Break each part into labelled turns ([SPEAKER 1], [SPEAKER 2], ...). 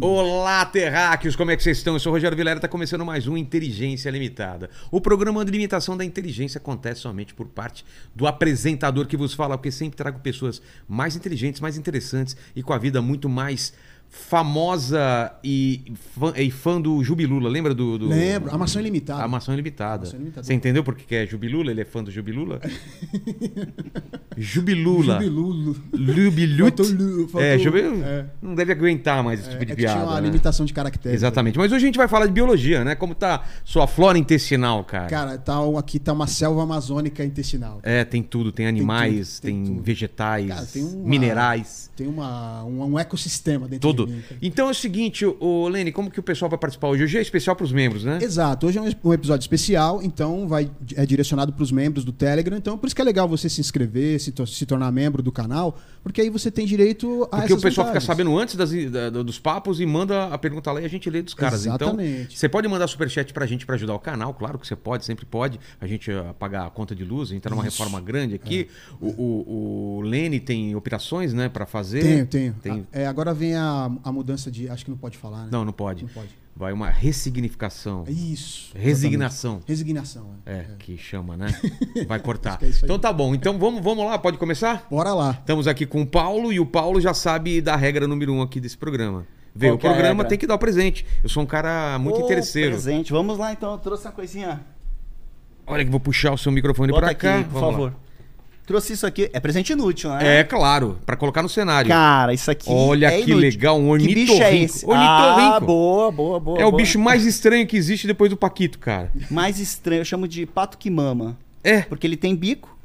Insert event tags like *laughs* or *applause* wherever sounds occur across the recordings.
[SPEAKER 1] Olá, terráqueos, como é que vocês estão? Eu sou o Rogério Vilera, está começando mais um Inteligência Limitada. O programa de limitação da inteligência acontece somente por parte do apresentador que vos fala, porque sempre trago pessoas mais inteligentes, mais interessantes e com a vida muito mais famosa e fã, e fã do Jubilula. Lembra do... do...
[SPEAKER 2] Lembro, Armação Ilimitada.
[SPEAKER 1] A maçã ilimitada.
[SPEAKER 2] Maçã ilimitada.
[SPEAKER 1] Você entendeu por que que é Jubilula? Ele é fã do Jubilula? Jubilula.
[SPEAKER 2] Jubilulo.
[SPEAKER 1] Lubilut.
[SPEAKER 2] Faltou lu- faltou-
[SPEAKER 1] É, Jubilula.
[SPEAKER 2] é.
[SPEAKER 1] Não deve aguentar mais esse
[SPEAKER 2] É,
[SPEAKER 1] tipo de
[SPEAKER 2] é que
[SPEAKER 1] piada.
[SPEAKER 2] tinha uma
[SPEAKER 1] né?
[SPEAKER 2] limitação de caracteres.
[SPEAKER 1] Exatamente. Mas hoje a gente vai falar de biologia, né? Como tá sua flora intestinal, cara.
[SPEAKER 2] Cara, tá, um- aqui tá uma selva amazônica intestinal.
[SPEAKER 1] É, tem tudo, tem animais,
[SPEAKER 2] tudo,
[SPEAKER 1] tem,
[SPEAKER 2] tem tudo.
[SPEAKER 1] vegetais,
[SPEAKER 2] Cara, tem uma-
[SPEAKER 1] minerais,
[SPEAKER 2] Tem uma, um, um ecossistema dentro
[SPEAKER 1] tudo.
[SPEAKER 2] de mim. cara.
[SPEAKER 1] Então é o seguinte, o Lene, como que o pessoal vai participar hoje? Hoje é especial pros membros, né?
[SPEAKER 2] Exato, hoje é um es- um episódio especial, então vai é direcionado para os membros do Telegram, então por isso que é legal você se inscrever, se, to- se tornar membro do canal, porque aí você tem direito a
[SPEAKER 1] Porque o
[SPEAKER 2] Ah, essas
[SPEAKER 1] pessoal fica
[SPEAKER 2] vantagens.
[SPEAKER 1] sabendo antes das- da- dos papos e manda a pergunta lá e a gente lê dos caras. Então,
[SPEAKER 2] Exatamente.
[SPEAKER 1] você pode mandar superchat pra gente pra ajudar o canal, claro que você pode, sempre pode. A gente eh, pagar a conta de luz, a gente tá numa reforma grande aqui.
[SPEAKER 2] É.
[SPEAKER 1] O, o, o Lene tem operações, né, pra fazer.
[SPEAKER 2] Tenho, tenho.
[SPEAKER 1] Tem-
[SPEAKER 2] A- é, agora vem a, a mudança de. Acho que não pode falar, né?
[SPEAKER 1] Não, não pode.
[SPEAKER 2] Não pode.
[SPEAKER 1] Vai uma ressignificação.
[SPEAKER 2] Isso.
[SPEAKER 1] Resignação.
[SPEAKER 2] exatamente. Resignação. é.
[SPEAKER 1] É, que chama, né? Vai
[SPEAKER 2] *laughs*
[SPEAKER 1] cortar.
[SPEAKER 2] que é isso aí.
[SPEAKER 1] então tá bom. Então vamos, vamos lá, pode começar?
[SPEAKER 2] Bora lá.
[SPEAKER 1] Estamos aqui com o Paulo e o Paulo já sabe da regra número um aqui desse programa. Vê
[SPEAKER 3] Qual
[SPEAKER 1] o
[SPEAKER 3] que é a
[SPEAKER 1] programa,
[SPEAKER 3] regra?
[SPEAKER 1] tem que dar o presente. Eu sou um cara muito
[SPEAKER 3] Ô,
[SPEAKER 1] interesseiro.
[SPEAKER 3] Presente. Vamos lá então, eu trouxe uma coisinha.
[SPEAKER 1] Olha que vou puxar o seu microfone
[SPEAKER 3] Bota
[SPEAKER 1] pra cá.
[SPEAKER 3] aqui, por
[SPEAKER 1] Vamos lá.
[SPEAKER 3] favor. Trouxe isso aqui. É presente inútil, né?
[SPEAKER 1] É claro, pra colocar no cenário.
[SPEAKER 3] Cara, isso aqui.
[SPEAKER 1] Olha
[SPEAKER 3] é
[SPEAKER 1] que
[SPEAKER 3] inútil.
[SPEAKER 1] legal, um
[SPEAKER 3] Que bicho é
[SPEAKER 1] ornitorrinco.
[SPEAKER 3] esse?
[SPEAKER 1] Ornitorrinco.
[SPEAKER 3] Ah, boa, boa, boa.
[SPEAKER 1] é o
[SPEAKER 3] boa.
[SPEAKER 1] bicho mais estranho que existe depois do Paquito, cara.
[SPEAKER 3] mais estranho. Eu chamo de pato que mama.
[SPEAKER 1] É,
[SPEAKER 3] Porque ele tem bico,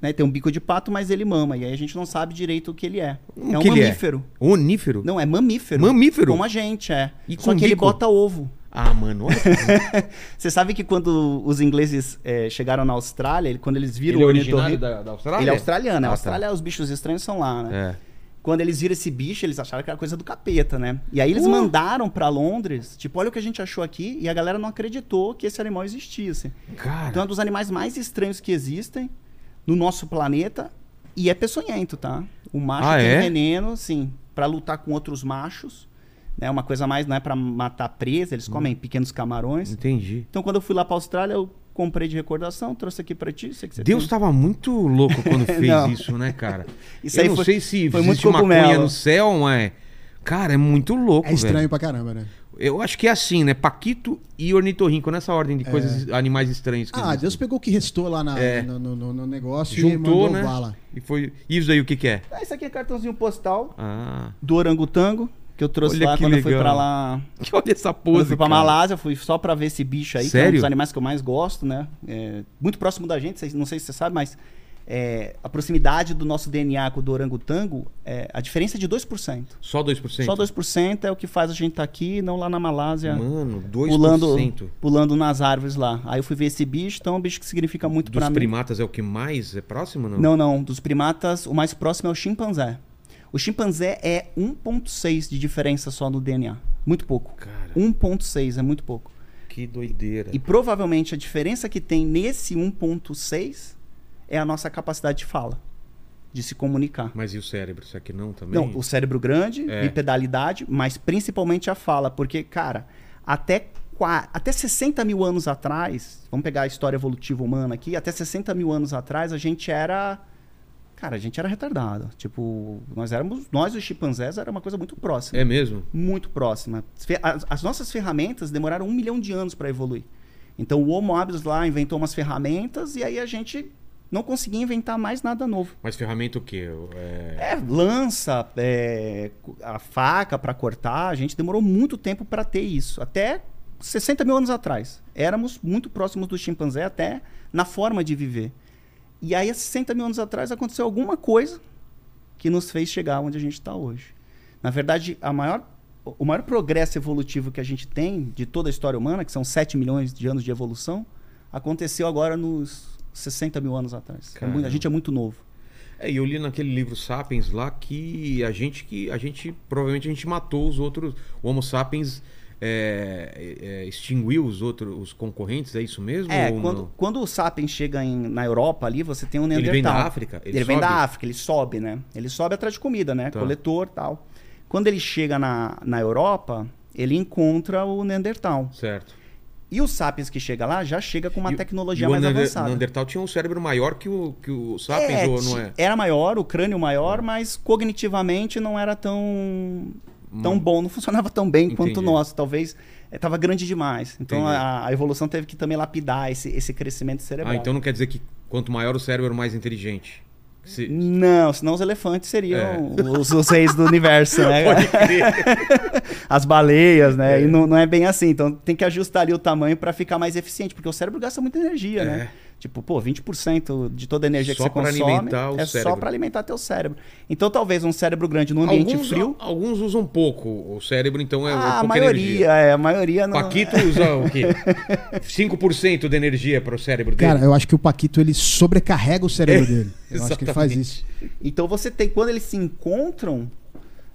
[SPEAKER 3] né? Tem um bico de pato, mas ele mama. E aí a gente não sabe direito o que ele é.
[SPEAKER 1] O
[SPEAKER 3] é um
[SPEAKER 1] que ele é?
[SPEAKER 3] mamífero.
[SPEAKER 1] onífero.
[SPEAKER 3] Não, é mamífero.
[SPEAKER 1] Mamífero?
[SPEAKER 3] Como a gente, é.
[SPEAKER 1] E
[SPEAKER 3] Só
[SPEAKER 1] com
[SPEAKER 3] que ele
[SPEAKER 1] bico?
[SPEAKER 3] bota ovo. *laughs*
[SPEAKER 1] Ah, mano, olha.
[SPEAKER 3] Você sabe que quando os ingleses eh, chegaram na Austrália, ele- quando eles viram
[SPEAKER 1] Ele é
[SPEAKER 3] o
[SPEAKER 1] originário
[SPEAKER 3] ornitorrinco-
[SPEAKER 1] da, da Austrália?
[SPEAKER 3] Ele é australiano,
[SPEAKER 1] Ah,
[SPEAKER 3] é
[SPEAKER 1] tá.
[SPEAKER 3] Austrália, os bichos estranhos são lá,
[SPEAKER 1] É.
[SPEAKER 3] né? Quando eles viram esse bicho, eles acharam que era coisa do capeta, né? E aí eles
[SPEAKER 1] Uh!
[SPEAKER 3] mandaram pra Londres, tipo, olha o que a gente achou aqui, e a galera não acreditou que esse animal existisse.
[SPEAKER 1] Cara.
[SPEAKER 3] Então é um dos animais mais estranhos que existem no nosso planeta e é peçonhento, tá? O macho
[SPEAKER 1] Ah,
[SPEAKER 3] tem
[SPEAKER 1] é?
[SPEAKER 3] veneno, sim, pra lutar com outros machos, né? Uma coisa mais, não é pra matar presa,
[SPEAKER 1] Hum.
[SPEAKER 3] eles comem pequenos camarões.
[SPEAKER 1] Entendi.
[SPEAKER 3] Então quando eu fui lá pra Austrália, eu comprei de recordação, trouxe aqui pra ti, sei que você
[SPEAKER 1] Deus
[SPEAKER 3] tem.
[SPEAKER 1] estava muito louco
[SPEAKER 3] *laughs*
[SPEAKER 1] quando fez
[SPEAKER 3] Não.
[SPEAKER 1] isso, né, cara?
[SPEAKER 3] Isso
[SPEAKER 1] eu
[SPEAKER 3] aí
[SPEAKER 1] não
[SPEAKER 3] foi-
[SPEAKER 1] sei se
[SPEAKER 3] foi
[SPEAKER 1] existe
[SPEAKER 3] muito
[SPEAKER 1] maconha
[SPEAKER 3] cogumelo.
[SPEAKER 1] no céu, mas... Cara, é muito louco,
[SPEAKER 2] É estranho
[SPEAKER 1] velho.
[SPEAKER 2] pra caramba, né?
[SPEAKER 1] Eu acho que é assim, né? Paquito e ornitorrinco, nessa ordem de coisas, animais estranhos. Que
[SPEAKER 2] É. Ah,
[SPEAKER 1] existem.
[SPEAKER 2] Deus pegou o que restou lá na-
[SPEAKER 1] É.
[SPEAKER 2] no, no- no- no negócio e
[SPEAKER 1] Juntou,
[SPEAKER 2] mandou
[SPEAKER 1] né?
[SPEAKER 2] bala.
[SPEAKER 1] E foi... E isso aí, o que que é?
[SPEAKER 3] Ah, isso aqui é cartãozinho postal
[SPEAKER 1] Ah... *laughs*
[SPEAKER 3] do orangotango que eu trouxe
[SPEAKER 1] Olha
[SPEAKER 3] lá
[SPEAKER 1] que
[SPEAKER 3] quando eu fui
[SPEAKER 1] legal.
[SPEAKER 3] pra lá.
[SPEAKER 1] Que olha essa
[SPEAKER 3] Quando
[SPEAKER 1] pose,
[SPEAKER 3] eu fui pra
[SPEAKER 1] cara.
[SPEAKER 3] Malásia, fui só pra ver esse bicho aí, que é um
[SPEAKER 1] Sério?
[SPEAKER 3] dos animais que eu mais gosto, né? É, muito próximo da gente, vocês- não sei se você sabe, mas é, a proximidade do nosso DNA com o do orangotango, é, a diferença é de 2%.
[SPEAKER 1] Só 2%?
[SPEAKER 3] Só 2% é o que faz a gente estar aqui, não lá na Malásia,
[SPEAKER 1] Mano, 2%.
[SPEAKER 3] é. pulando, pulando nas árvores lá. Aí eu fui ver esse bicho, então é um bicho que significa muito
[SPEAKER 1] Dos
[SPEAKER 3] pra mim.
[SPEAKER 1] primatas é o que mais é próximo, não?
[SPEAKER 3] Não, não. Dos primatas, o mais próximo é o chimpanzé. O chimpanzé é 1,6 de diferença só no DNA. Muito pouco.
[SPEAKER 1] Cara,
[SPEAKER 3] 1,6 é muito pouco.
[SPEAKER 1] que doideira.
[SPEAKER 3] E provavelmente a diferença que tem nesse 1,6 é a nossa capacidade de fala, de se comunicar.
[SPEAKER 1] Mas e o cérebro? Isso aqui não também?
[SPEAKER 3] Não, o cérebro grande,
[SPEAKER 1] É.
[SPEAKER 3] bipedalidade, mas principalmente a fala, porque, cara, até, qua- até 60 mil anos atrás, vamos pegar a história evolutiva humana aqui, até 60 mil anos atrás a gente era. Cara, a gente era retardado. Tipo, nós éramos. Nós, os chimpanzés, era uma coisa muito próxima.
[SPEAKER 1] É mesmo?
[SPEAKER 3] Muito próxima. As fe- As, as nossas ferramentas demoraram um milhão de anos para evoluir. Então o Homo habilis lá inventou umas ferramentas e aí a gente não conseguia inventar mais nada novo.
[SPEAKER 1] Mas ferramenta o quê? É...
[SPEAKER 3] É, lança, é, cu- a faca pra cortar, a gente demorou muito tempo pra ter isso. Até 60 mil anos atrás. Éramos muito próximos do chimpanzé, até na forma de viver. E aí, há 60 mil anos atrás, aconteceu alguma coisa que nos fez chegar onde a gente está hoje. Na verdade, a maior, o maior progresso evolutivo que a gente tem de toda a história humana, que são 7 milhões de anos de evolução, aconteceu agora nos 60 mil anos atrás. É muito-
[SPEAKER 1] Caramba.
[SPEAKER 3] a gente é muito novo.
[SPEAKER 1] É, e eu li naquele livro Sapiens lá que a gente que a gente provavelmente a gente matou os outros, o Homo Sapiens é, é, extinguiu os outros, os concorrentes, é isso mesmo?
[SPEAKER 3] É,
[SPEAKER 1] ou
[SPEAKER 3] quando,
[SPEAKER 1] não?
[SPEAKER 3] quando o Sapiens chega em- na Europa ali, você tem um
[SPEAKER 1] ele
[SPEAKER 3] Neandertal.
[SPEAKER 1] vem da África,
[SPEAKER 3] Ele, vem da
[SPEAKER 1] sobe?
[SPEAKER 3] África, ele sobe, né? Ele sobe atrás de comida, né?
[SPEAKER 1] Tá.
[SPEAKER 3] Coletor tal. Quando ele chega na, na Europa, ele encontra o Neandertal.
[SPEAKER 1] Certo.
[SPEAKER 3] E os sapiens que chega lá já chega com uma
[SPEAKER 1] E- e
[SPEAKER 3] tecnologia
[SPEAKER 1] o
[SPEAKER 3] mais
[SPEAKER 1] Neander-
[SPEAKER 3] avançada.
[SPEAKER 1] Neandertal tinha um cérebro maior que o, que o Sapiens, ou não é?
[SPEAKER 3] ti- Era maior, o crânio maior, mas cognitivamente não era tão tão bom, não funcionava tão bem quanto o
[SPEAKER 1] Entendi.
[SPEAKER 3] nosso, talvez estava grande demais. Então
[SPEAKER 1] Entendi.
[SPEAKER 3] a, a evolução teve que também lapidar esse, esse crescimento cerebral.
[SPEAKER 1] Ah, então não quer dizer que quanto maior o cérebro, mais inteligente. Se-
[SPEAKER 3] Não, senão os elefantes seriam
[SPEAKER 1] É.
[SPEAKER 3] os, os reis do universo, né? *laughs* As baleias, né? E não, não é bem assim. Então tem que ajustar ali o tamanho para ficar mais eficiente, porque o cérebro gasta muita energia, né? Tipo, pô, 20% de toda a energia
[SPEAKER 1] É. Só
[SPEAKER 3] que você
[SPEAKER 1] pra
[SPEAKER 3] consome
[SPEAKER 1] alimentar o
[SPEAKER 3] é só
[SPEAKER 1] cérebro.
[SPEAKER 3] para alimentar teu cérebro. Então talvez um cérebro grande num ambiente
[SPEAKER 1] Alguns,
[SPEAKER 3] frio, Ah,
[SPEAKER 1] alguns usam pouco o cérebro, então é
[SPEAKER 3] a
[SPEAKER 1] pouca
[SPEAKER 3] maioria,
[SPEAKER 1] energia.
[SPEAKER 3] é, a maioria não.
[SPEAKER 1] Paquito usa o quê? 5% da energia para o cérebro dele.
[SPEAKER 2] Cara, eu acho que o Paquito ele sobrecarrega o cérebro dele. Eu acho que ele faz
[SPEAKER 1] É, Exatamente.
[SPEAKER 2] isso.
[SPEAKER 3] Então você tem, quando eles se encontram,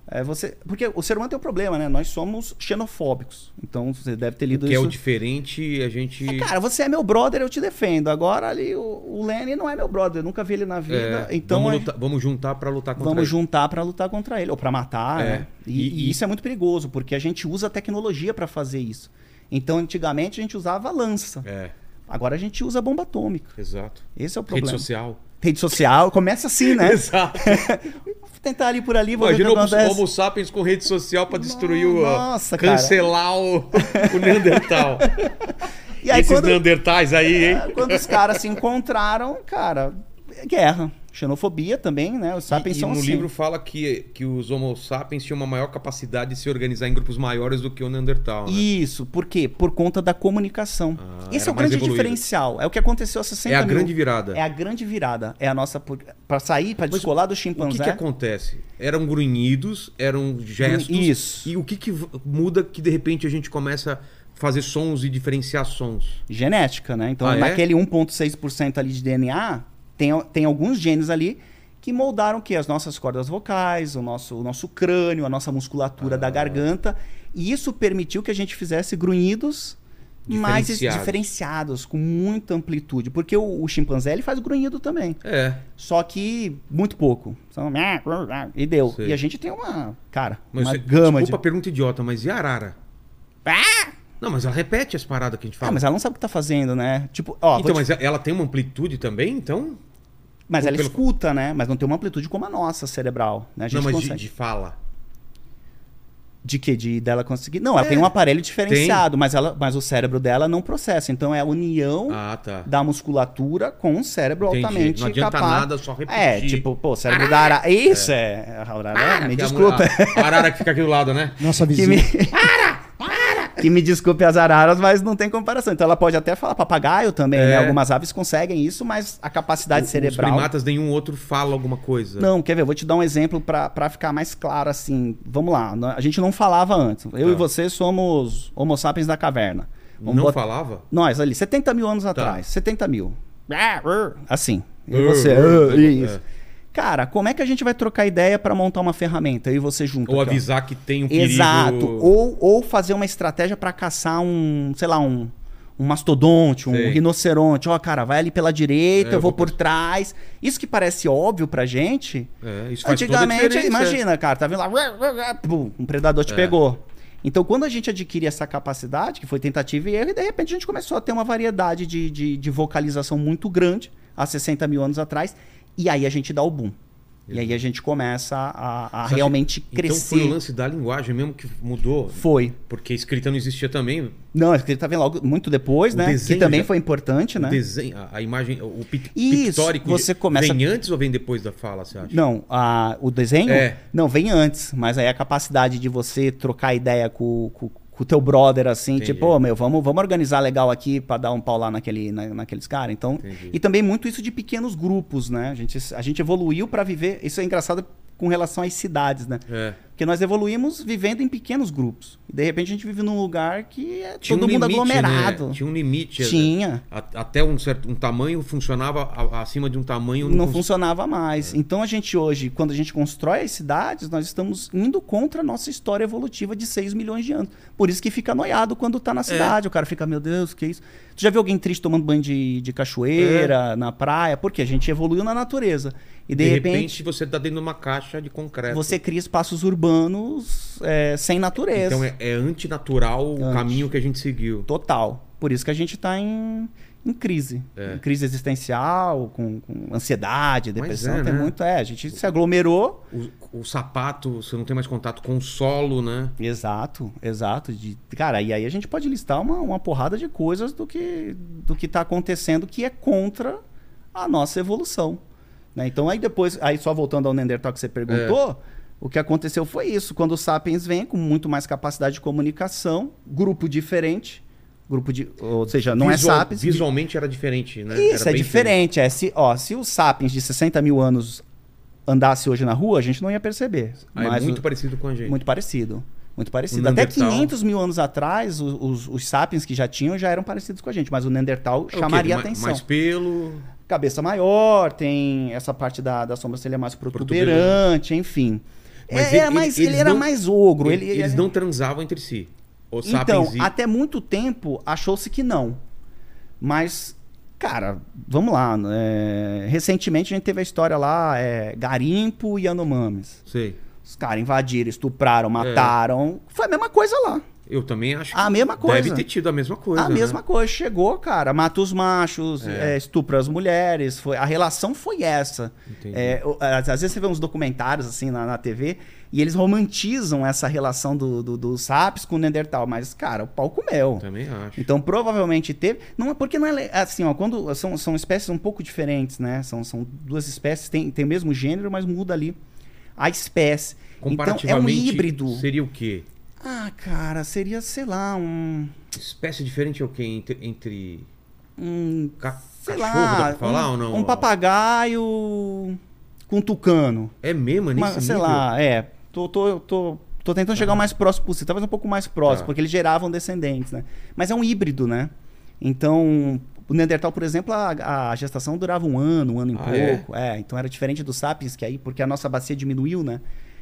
[SPEAKER 3] é, você. Porque o ser humano tem um problema, né? Nós somos xenofóbicos. Então você deve ter lido
[SPEAKER 1] que é
[SPEAKER 3] isso.
[SPEAKER 1] o diferente, a gente.
[SPEAKER 3] É, cara, você é meu brother, eu te defendo. Agora ali o, o Lenny não é meu brother, eu nunca vi ele na vida.
[SPEAKER 1] É,
[SPEAKER 3] então
[SPEAKER 1] vamos,
[SPEAKER 3] é-
[SPEAKER 1] lutar- vamos juntar para lutar contra
[SPEAKER 3] vamos
[SPEAKER 1] ele.
[SPEAKER 3] juntar pra lutar contra ele ou pra matar,
[SPEAKER 1] É.
[SPEAKER 3] né? E,
[SPEAKER 1] E-
[SPEAKER 3] e isso é muito perigoso porque a gente usa a tecnologia pra fazer isso. Então antigamente a gente usava lança.
[SPEAKER 1] É,
[SPEAKER 3] Agora a gente usa bomba atômica.
[SPEAKER 1] exato.
[SPEAKER 3] Esse é o
[SPEAKER 1] Rede
[SPEAKER 3] problema. *laughs*
[SPEAKER 1] social.
[SPEAKER 3] Rede social começa assim, né?
[SPEAKER 1] Exato.
[SPEAKER 3] Vou tentar ali por ali, vou
[SPEAKER 1] Imagina
[SPEAKER 3] ver o que
[SPEAKER 1] o
[SPEAKER 3] acontece.
[SPEAKER 1] Homo sapiens com rede social para destruir o.
[SPEAKER 3] Nossa, cara.
[SPEAKER 1] cancelar o, o Neandertal.
[SPEAKER 3] *laughs* E aí
[SPEAKER 1] Esses
[SPEAKER 3] quando,
[SPEAKER 1] Neandertais aí, hein?
[SPEAKER 3] quando os caras se encontraram, cara, é guerra. Xenofobia também, né? Os sapiens
[SPEAKER 1] e, e
[SPEAKER 3] são
[SPEAKER 1] no
[SPEAKER 3] assim.
[SPEAKER 1] livro fala que, que os Homo sapiens tinham uma maior capacidade de se organizar em grupos maiores do que o Neandertal. Né?
[SPEAKER 3] Isso, por quê? Por conta da comunicação.
[SPEAKER 1] Ah,
[SPEAKER 3] Esse
[SPEAKER 1] era
[SPEAKER 3] é o
[SPEAKER 1] mais
[SPEAKER 3] grande
[SPEAKER 1] evoluído.
[SPEAKER 3] diferencial. É o que aconteceu há 60
[SPEAKER 1] É a
[SPEAKER 3] mil-
[SPEAKER 1] grande virada.
[SPEAKER 3] É a grande virada. É a nossa. Para sair, para descolar do
[SPEAKER 1] O que,
[SPEAKER 3] chimpanzé.
[SPEAKER 1] que é acontece? Eram grunhidos, eram gestos.
[SPEAKER 3] Isso.
[SPEAKER 1] E o que, que v- muda que de repente a gente começa a fazer sons e diferenciar sons?
[SPEAKER 3] Genética, né? Então,
[SPEAKER 1] Ah, é?
[SPEAKER 3] naquele 1,6% ali de DNA, tem, tem alguns genes ali que moldaram o quê? As nossas cordas vocais, o nosso, o nosso crânio, a nossa musculatura
[SPEAKER 1] Ah.
[SPEAKER 3] da garganta. E isso permitiu que a gente fizesse grunhidos mais
[SPEAKER 1] Diferenciados.
[SPEAKER 3] diferenciados, com muita amplitude. Porque o, o chimpanzé ele faz grunhido também.
[SPEAKER 1] É,
[SPEAKER 3] Só que muito pouco. São- E deu.
[SPEAKER 1] Sei.
[SPEAKER 3] E a gente tem uma, cara,
[SPEAKER 1] mas
[SPEAKER 3] uma
[SPEAKER 1] você-
[SPEAKER 3] gama
[SPEAKER 1] desculpa a
[SPEAKER 3] de.
[SPEAKER 1] pergunta idiota, mas e a Arara? Não, mas ela repete as paradas que a gente
[SPEAKER 3] Ah,
[SPEAKER 1] fala.
[SPEAKER 3] mas ela não sabe o que tá fazendo, né? Tipo, ó, vou
[SPEAKER 1] então,
[SPEAKER 3] te- mas,
[SPEAKER 1] mas ela tem uma amplitude também, então?
[SPEAKER 3] ela
[SPEAKER 1] pelo-
[SPEAKER 3] escuta, né? Mas não tem uma amplitude como a nossa cerebral, né? A gente
[SPEAKER 1] Não, mas de-
[SPEAKER 3] consegue.
[SPEAKER 1] de
[SPEAKER 3] De,
[SPEAKER 1] fala.
[SPEAKER 3] quê? De dela conseguir. Não,
[SPEAKER 1] É.
[SPEAKER 3] ela tem um aparelho diferenciado, mas, ela, mas o cérebro dela não processa. Então é a união
[SPEAKER 1] Ah, tá.
[SPEAKER 3] da musculatura com o cérebro
[SPEAKER 1] Entendi.
[SPEAKER 3] altamente
[SPEAKER 1] Não adianta
[SPEAKER 3] capaz.
[SPEAKER 1] nada só repetir. Ah.
[SPEAKER 3] É, tipo, pô, o cérebro da ara... Isso é. a Arara, me
[SPEAKER 1] Que Ah, a-
[SPEAKER 3] desculpa.
[SPEAKER 1] A, a Arara que fica aqui do lado, né?
[SPEAKER 2] Nossa
[SPEAKER 3] Que
[SPEAKER 2] vizinha.
[SPEAKER 3] me... Que me desculpe as araras, mas não tem comparação. Então ela pode até falar papagaio também,
[SPEAKER 1] É.
[SPEAKER 3] né? Algumas aves conseguem isso, mas a capacidade
[SPEAKER 1] Os
[SPEAKER 3] *laughs* cerebral.
[SPEAKER 1] primatas né? nenhum outro fala alguma coisa.
[SPEAKER 3] Não, quer ver? Eu vou te dar um exemplo pra pra ficar mais claro assim. Vamos lá, n- a gente não falava antes. Eu
[SPEAKER 1] Tá.
[SPEAKER 3] e você somos Homo sapiens da caverna. Vamos
[SPEAKER 1] Não Tá.
[SPEAKER 3] botar-
[SPEAKER 1] falava?
[SPEAKER 3] Nós ali, 70 mil anos atrás. 70 mil. Assim. Eu e
[SPEAKER 1] Uh,
[SPEAKER 3] você.
[SPEAKER 1] uh,
[SPEAKER 3] uh, isso.
[SPEAKER 1] é.
[SPEAKER 3] Cara, como é que a gente vai trocar ideia pra montar uma ferramenta? Eu e você junto.
[SPEAKER 1] Ou
[SPEAKER 3] aqui, ó.
[SPEAKER 1] avisar que tem um perigo.
[SPEAKER 3] Exato. Ou, ou fazer uma estratégia pra caçar um, sei lá, um, um mastodonte, um
[SPEAKER 1] Sei.
[SPEAKER 3] rinoceronte. Ó, cara, vai ali pela direita,
[SPEAKER 1] É,
[SPEAKER 3] eu,
[SPEAKER 1] eu
[SPEAKER 3] vou,
[SPEAKER 1] vou
[SPEAKER 3] por trás. Isso que parece óbvio pra gente.
[SPEAKER 1] É, isso faz toda a
[SPEAKER 3] Antigamente,
[SPEAKER 1] diferença. É.
[SPEAKER 3] imagina, cara, tá vindo lá, ruá, ruá, ruá, pum, um predador te pegou. Então, quando a gente adquire essa capacidade, que foi tentativa e erro, e de repente a gente começou a ter uma variedade de, de, de vocalização muito grande, há 60 mil anos atrás, e aí a gente dá o boom. E aí a gente começa a, a
[SPEAKER 1] Sabe,
[SPEAKER 3] realmente
[SPEAKER 1] Então
[SPEAKER 3] crescer.
[SPEAKER 1] foi o lance da linguagem mesmo que mudou.
[SPEAKER 3] Foi.
[SPEAKER 1] Porque escrita não existia também.
[SPEAKER 3] Não, ele tá vendo logo muito depois,
[SPEAKER 1] O
[SPEAKER 3] né? Que
[SPEAKER 1] desenho
[SPEAKER 3] também
[SPEAKER 1] já-
[SPEAKER 3] foi importante, né?
[SPEAKER 1] O desenho, a, a imagem, o pic,
[SPEAKER 3] Isso,
[SPEAKER 1] pictórico
[SPEAKER 3] você começa-
[SPEAKER 1] vem antes ou vem depois da fala, você acha?
[SPEAKER 3] Não, a- o desenho
[SPEAKER 1] É.
[SPEAKER 3] não vem antes, mas aí a capacidade de você trocar ideia com, com, com o teu brother, assim,
[SPEAKER 1] Entendi.
[SPEAKER 3] tipo, ô meu, vamos, vamos organizar legal aqui pra dar um pau lá naquele, na- naqueles caras. Então,
[SPEAKER 1] Entendi.
[SPEAKER 3] e também muito isso de pequenos grupos, né? A gente, a gente evoluiu pra viver. Isso é engraçado com relação às cidades, né?
[SPEAKER 1] É.
[SPEAKER 3] Porque nós evoluímos vivendo em pequenos grupos. E de repente a gente vive num lugar que é
[SPEAKER 1] Tinha
[SPEAKER 3] todo
[SPEAKER 1] um
[SPEAKER 3] mundo
[SPEAKER 1] limite,
[SPEAKER 3] aglomerado.
[SPEAKER 1] né? Tinha um limite.
[SPEAKER 3] Tinha.
[SPEAKER 1] A- até um certo um tamanho funcionava a- acima de um tamanho.
[SPEAKER 3] não
[SPEAKER 1] cons- É.
[SPEAKER 3] funcionava mais. Então a gente hoje, quando a gente constrói as cidades, nós estamos indo contra a nossa história evolutiva de 6 milhões de anos. Por isso que fica noiado quando tá na
[SPEAKER 1] É.
[SPEAKER 3] cidade. O cara fica, meu Deus, que isso? Tu já viu alguém triste tomando banho de, de cachoeira,
[SPEAKER 1] É.
[SPEAKER 3] na praia? Porque a gente evoluiu na natureza. E de, repente,
[SPEAKER 1] você tá dentro de uma caixa de concreto.
[SPEAKER 3] você cria espaços urbanos é, sem natureza.
[SPEAKER 1] Então é, é antinatural o
[SPEAKER 3] Anti.
[SPEAKER 1] caminho que a gente seguiu.
[SPEAKER 3] Total. Por isso que a gente está em, em crise.
[SPEAKER 1] É.
[SPEAKER 3] Em crise existencial, com, com ansiedade, depressão.
[SPEAKER 1] é,
[SPEAKER 3] tem
[SPEAKER 1] né?
[SPEAKER 3] muito. É, a gente se aglomerou.
[SPEAKER 1] O, o sapato, você não tem mais contato com o solo, né?
[SPEAKER 3] Exato, exato. De, cara, e aí a gente pode listar uma, uma porrada de coisas do que do que está acontecendo que é contra a nossa evolução. né? Então aí depois, aí só voltando ao Neandertal que você perguntou,
[SPEAKER 1] É.
[SPEAKER 3] o que aconteceu foi isso. Quando os sapiens vêm com muito mais capacidade de comunicação, grupo diferente, grupo de, ou seja, não
[SPEAKER 1] Visual-
[SPEAKER 3] é sapiens, vi-
[SPEAKER 1] Visualmente era diferente, né?
[SPEAKER 3] Isso,
[SPEAKER 1] Era
[SPEAKER 3] é
[SPEAKER 1] bem
[SPEAKER 3] diferente. É, se, ó, se os sapiens de 60 mil anos andasse hoje na rua, a gente não ia perceber.
[SPEAKER 1] Ah, é
[SPEAKER 3] Mas
[SPEAKER 1] muito
[SPEAKER 3] o-
[SPEAKER 1] parecido com a gente.
[SPEAKER 3] muito parecido. Muito parecido.
[SPEAKER 1] O
[SPEAKER 3] Até
[SPEAKER 1] Neandertal-
[SPEAKER 3] 500 mil anos atrás, o- os, os, sapiens que já tinham já eram parecidos com a gente, mas o Neandertal
[SPEAKER 1] É o quê?
[SPEAKER 3] chamaria
[SPEAKER 1] Ma-
[SPEAKER 3] atenção.
[SPEAKER 1] Mais pelo.
[SPEAKER 3] Cabeça maior, tem essa parte da, da sobrancelha é mais protuberante, enfim.
[SPEAKER 1] Mas
[SPEAKER 3] É,
[SPEAKER 1] ele-
[SPEAKER 3] era mais,
[SPEAKER 1] ele-
[SPEAKER 3] ele,
[SPEAKER 1] eles
[SPEAKER 3] era
[SPEAKER 1] não-
[SPEAKER 3] mais ogro. Ele,
[SPEAKER 1] Eles
[SPEAKER 3] ele- é
[SPEAKER 1] não transavam entre si. Os
[SPEAKER 3] então,
[SPEAKER 1] sapiens e-
[SPEAKER 3] até muito tempo achou-se que não. Mas, cara, vamos lá. né? recentemente a gente teve a história lá, é, Garimpo e Anomames.
[SPEAKER 1] Sei.
[SPEAKER 3] Os caras invadiram, estupraram,
[SPEAKER 1] É.
[SPEAKER 3] mataram. Foi a mesma coisa lá.
[SPEAKER 1] Eu também acho
[SPEAKER 3] A mesma coisa.
[SPEAKER 1] deve ter tido a mesma coisa.
[SPEAKER 3] a
[SPEAKER 1] né?
[SPEAKER 3] mesma coisa. Chegou, cara, mata os machos, é, estupra as mulheres. Foi, a relação foi essa.
[SPEAKER 1] Entendi.
[SPEAKER 3] É, o- às, às vezes você vê uns documentários assim na, na TV e eles romantizam essa relação do, do, dos sapiens com o Neandertal. Mas, cara, o pau comeu.
[SPEAKER 1] Também acho.
[SPEAKER 3] Então provavelmente teve. Não, é- porque não é le- assim, ó, quando são, são espécies um pouco diferentes, né? São, são duas espécies, tem, tem o mesmo gênero, mas muda ali a espécie. Então é um
[SPEAKER 1] Comparativamente,
[SPEAKER 3] híbrido.
[SPEAKER 1] seria o quê?
[SPEAKER 3] Ah, cara, seria, sei lá, um
[SPEAKER 1] Espécie diferente é o quê? Entre. entre...
[SPEAKER 3] um
[SPEAKER 1] ca-
[SPEAKER 3] sei
[SPEAKER 1] cachorro, dá
[SPEAKER 3] lá,
[SPEAKER 1] pra falar
[SPEAKER 3] um,
[SPEAKER 1] ou não?
[SPEAKER 3] um papagaio com tucano.
[SPEAKER 1] É mesmo, é nesse
[SPEAKER 3] Uma- sei
[SPEAKER 1] nível?
[SPEAKER 3] lá, é. Tô, tô, tô, tô tentando chegar o mais próximo possível, talvez um pouco mais próximo,
[SPEAKER 1] Tá.
[SPEAKER 3] porque eles geravam descendentes, né? Mas é um híbrido, né? Então, o Neandertal, por exemplo, a, a gestação durava um ano, um ano e
[SPEAKER 1] Ah, é?
[SPEAKER 3] pouco. É? então era diferente dos sapiens, que aí, porque a nossa bacia diminuiu, né?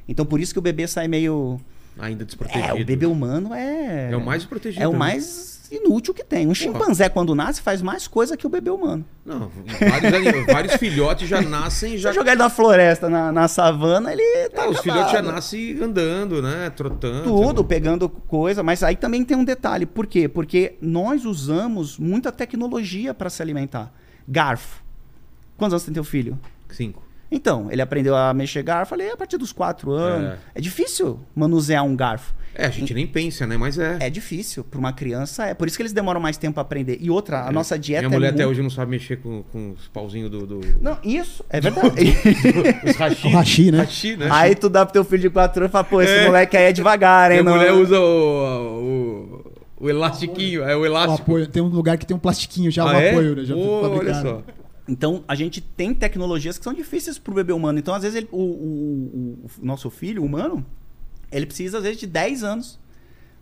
[SPEAKER 3] Então por isso que o bebê sai meio.
[SPEAKER 1] Ainda desprotegido.
[SPEAKER 3] É, o bebê humano é.
[SPEAKER 1] né? É o mais protegido.
[SPEAKER 3] é o
[SPEAKER 1] né?
[SPEAKER 3] mais inútil que tem. Um chimpanzé, quando nasce, faz mais coisa que o bebê humano.
[SPEAKER 1] Não, vários, anim- vários filhotes já nascem.
[SPEAKER 3] Se *laughs*
[SPEAKER 1] Já...
[SPEAKER 3] eu jogar ele na floresta, na, na savana, ele tá.
[SPEAKER 1] É, os filhotes já
[SPEAKER 3] acabado.
[SPEAKER 1] nascem andando, né? Trotando.
[SPEAKER 3] Tudo, pegando coisa, mas aí também tem um detalhe. Por quê? Porque nós usamos muita tecnologia para se alimentar. Garfo. Quantos anos tem teu filho?
[SPEAKER 1] Cinco.
[SPEAKER 3] Então, ele aprendeu a mexer garfo ali a partir dos quatro anos. É, difícil manusear um garfo.
[SPEAKER 1] É, a gente nem pensa, né? Mas é.
[SPEAKER 3] É difícil. Para uma criança, é. Por isso que eles demoram mais tempo a aprender. E outra, a nossa dieta
[SPEAKER 1] Minha mulher
[SPEAKER 3] é
[SPEAKER 1] até
[SPEAKER 3] muito...
[SPEAKER 1] hoje não sabe mexer com, com os pauzinhos do. do...
[SPEAKER 3] Não, isso é verdade.
[SPEAKER 1] *laughs* Os hashi.
[SPEAKER 2] O hashi, né?
[SPEAKER 1] Hashi, *laughs* né?
[SPEAKER 3] aí tu dá pro teu filho de quatro anos e fala, pô, esse moleque aí é devagar, hein?
[SPEAKER 1] Minha
[SPEAKER 3] Não...
[SPEAKER 1] mulher usa o, o, o elastiquinho. É o
[SPEAKER 2] O
[SPEAKER 1] elástico.
[SPEAKER 2] apoio, tem um lugar que tem um plastiquinho já, o
[SPEAKER 1] Ah, é?
[SPEAKER 2] apoio, né? Já
[SPEAKER 1] Pô, olha
[SPEAKER 2] fabricaram.
[SPEAKER 1] só.
[SPEAKER 3] Então, a gente tem tecnologias que são difíceis pro bebê humano. Então, às vezes, ele- o, o- o- o nosso filho humano, ele precisa, às vezes, de 10 anos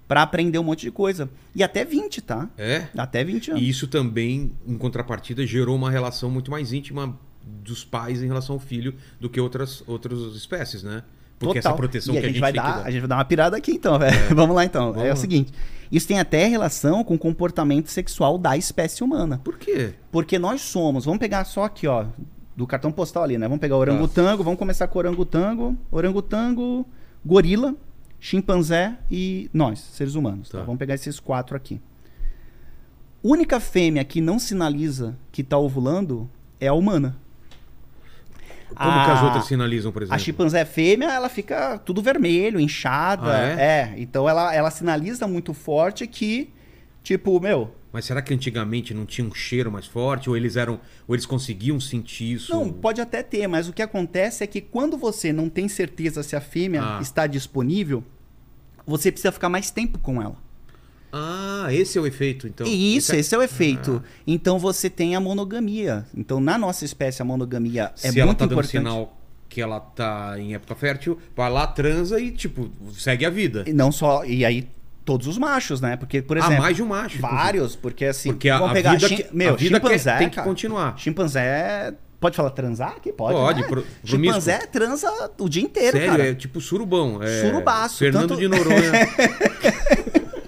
[SPEAKER 3] para aprender um monte de coisa. E até 20, tá?
[SPEAKER 1] É?
[SPEAKER 3] Até 20 anos.
[SPEAKER 1] E isso também, em contrapartida, gerou uma relação muito mais íntima dos pais em relação ao filho do que outras, outras espécies, né? Porque essa proteção
[SPEAKER 3] E
[SPEAKER 1] que a gente
[SPEAKER 3] vai
[SPEAKER 1] tem
[SPEAKER 3] dar,
[SPEAKER 1] que
[SPEAKER 3] A
[SPEAKER 1] dar.
[SPEAKER 3] gente vai dar uma pirada aqui, então, velho. *laughs* Vamos lá, então.
[SPEAKER 1] Vamos
[SPEAKER 3] é
[SPEAKER 1] lá.
[SPEAKER 3] o seguinte. Isso tem até relação com o comportamento sexual da espécie humana.
[SPEAKER 1] Por quê?
[SPEAKER 3] Porque nós somos... Vamos pegar só aqui, ó. Do cartão postal ali, né? Vamos pegar o orangotango. Vamos começar com o orangotango. Orangotango, gorila, chimpanzé e nós, seres humanos. tá?
[SPEAKER 1] Tá.
[SPEAKER 3] Vamos pegar esses quatro aqui. Única fêmea que não sinaliza que tá ovulando é a humana.
[SPEAKER 1] Como que
[SPEAKER 3] Ah,
[SPEAKER 1] as outras sinalizam, por exemplo?
[SPEAKER 3] A chimpanzé fêmea, ela fica tudo vermelho, inchada.
[SPEAKER 1] Ah,
[SPEAKER 3] é? então ela, ela sinaliza muito forte que, tipo, meu,
[SPEAKER 1] Mas será que antigamente não tinha um cheiro mais forte? Ou eles eram. Ou eles conseguiam sentir isso?
[SPEAKER 3] não, pode até ter, mas o que acontece é que quando você não tem certeza se a fêmea
[SPEAKER 1] Ah.
[SPEAKER 3] está disponível, você precisa ficar mais tempo com ela.
[SPEAKER 1] Ah, esse é o efeito, então.
[SPEAKER 3] e isso,
[SPEAKER 1] Esse Ah.
[SPEAKER 3] esse é o efeito. Então você tem a monogamia. Então na nossa espécie a monogamia
[SPEAKER 1] Se
[SPEAKER 3] é
[SPEAKER 1] ela
[SPEAKER 3] muito
[SPEAKER 1] tá dando
[SPEAKER 3] importante.
[SPEAKER 1] sinal que ela tá em época fértil, vai lá, transa e, tipo, segue a vida.
[SPEAKER 3] E não só e aí todos os machos, né? Porque por
[SPEAKER 1] Há
[SPEAKER 3] exemplo,
[SPEAKER 1] mais de um macho. inclusive.
[SPEAKER 3] vários, porque assim,
[SPEAKER 1] Porque a,
[SPEAKER 3] vamos
[SPEAKER 1] a
[SPEAKER 3] pegar
[SPEAKER 1] vida,
[SPEAKER 3] chi-
[SPEAKER 1] que,
[SPEAKER 3] meu,
[SPEAKER 1] a vida que é-
[SPEAKER 3] chimpanzé,
[SPEAKER 1] tem que
[SPEAKER 3] cara.
[SPEAKER 1] continuar.
[SPEAKER 3] Chimpanzé. Pode falar transar aqui? Pode.
[SPEAKER 1] Pode,
[SPEAKER 3] né?
[SPEAKER 1] pro-
[SPEAKER 3] Chimpanzé transa o dia inteiro,
[SPEAKER 1] Sério,
[SPEAKER 3] cara.
[SPEAKER 1] é tipo surubão. É
[SPEAKER 3] Surubaço,
[SPEAKER 1] Fernando
[SPEAKER 3] tanto-
[SPEAKER 1] de
[SPEAKER 3] *laughs*
[SPEAKER 1] Noronha.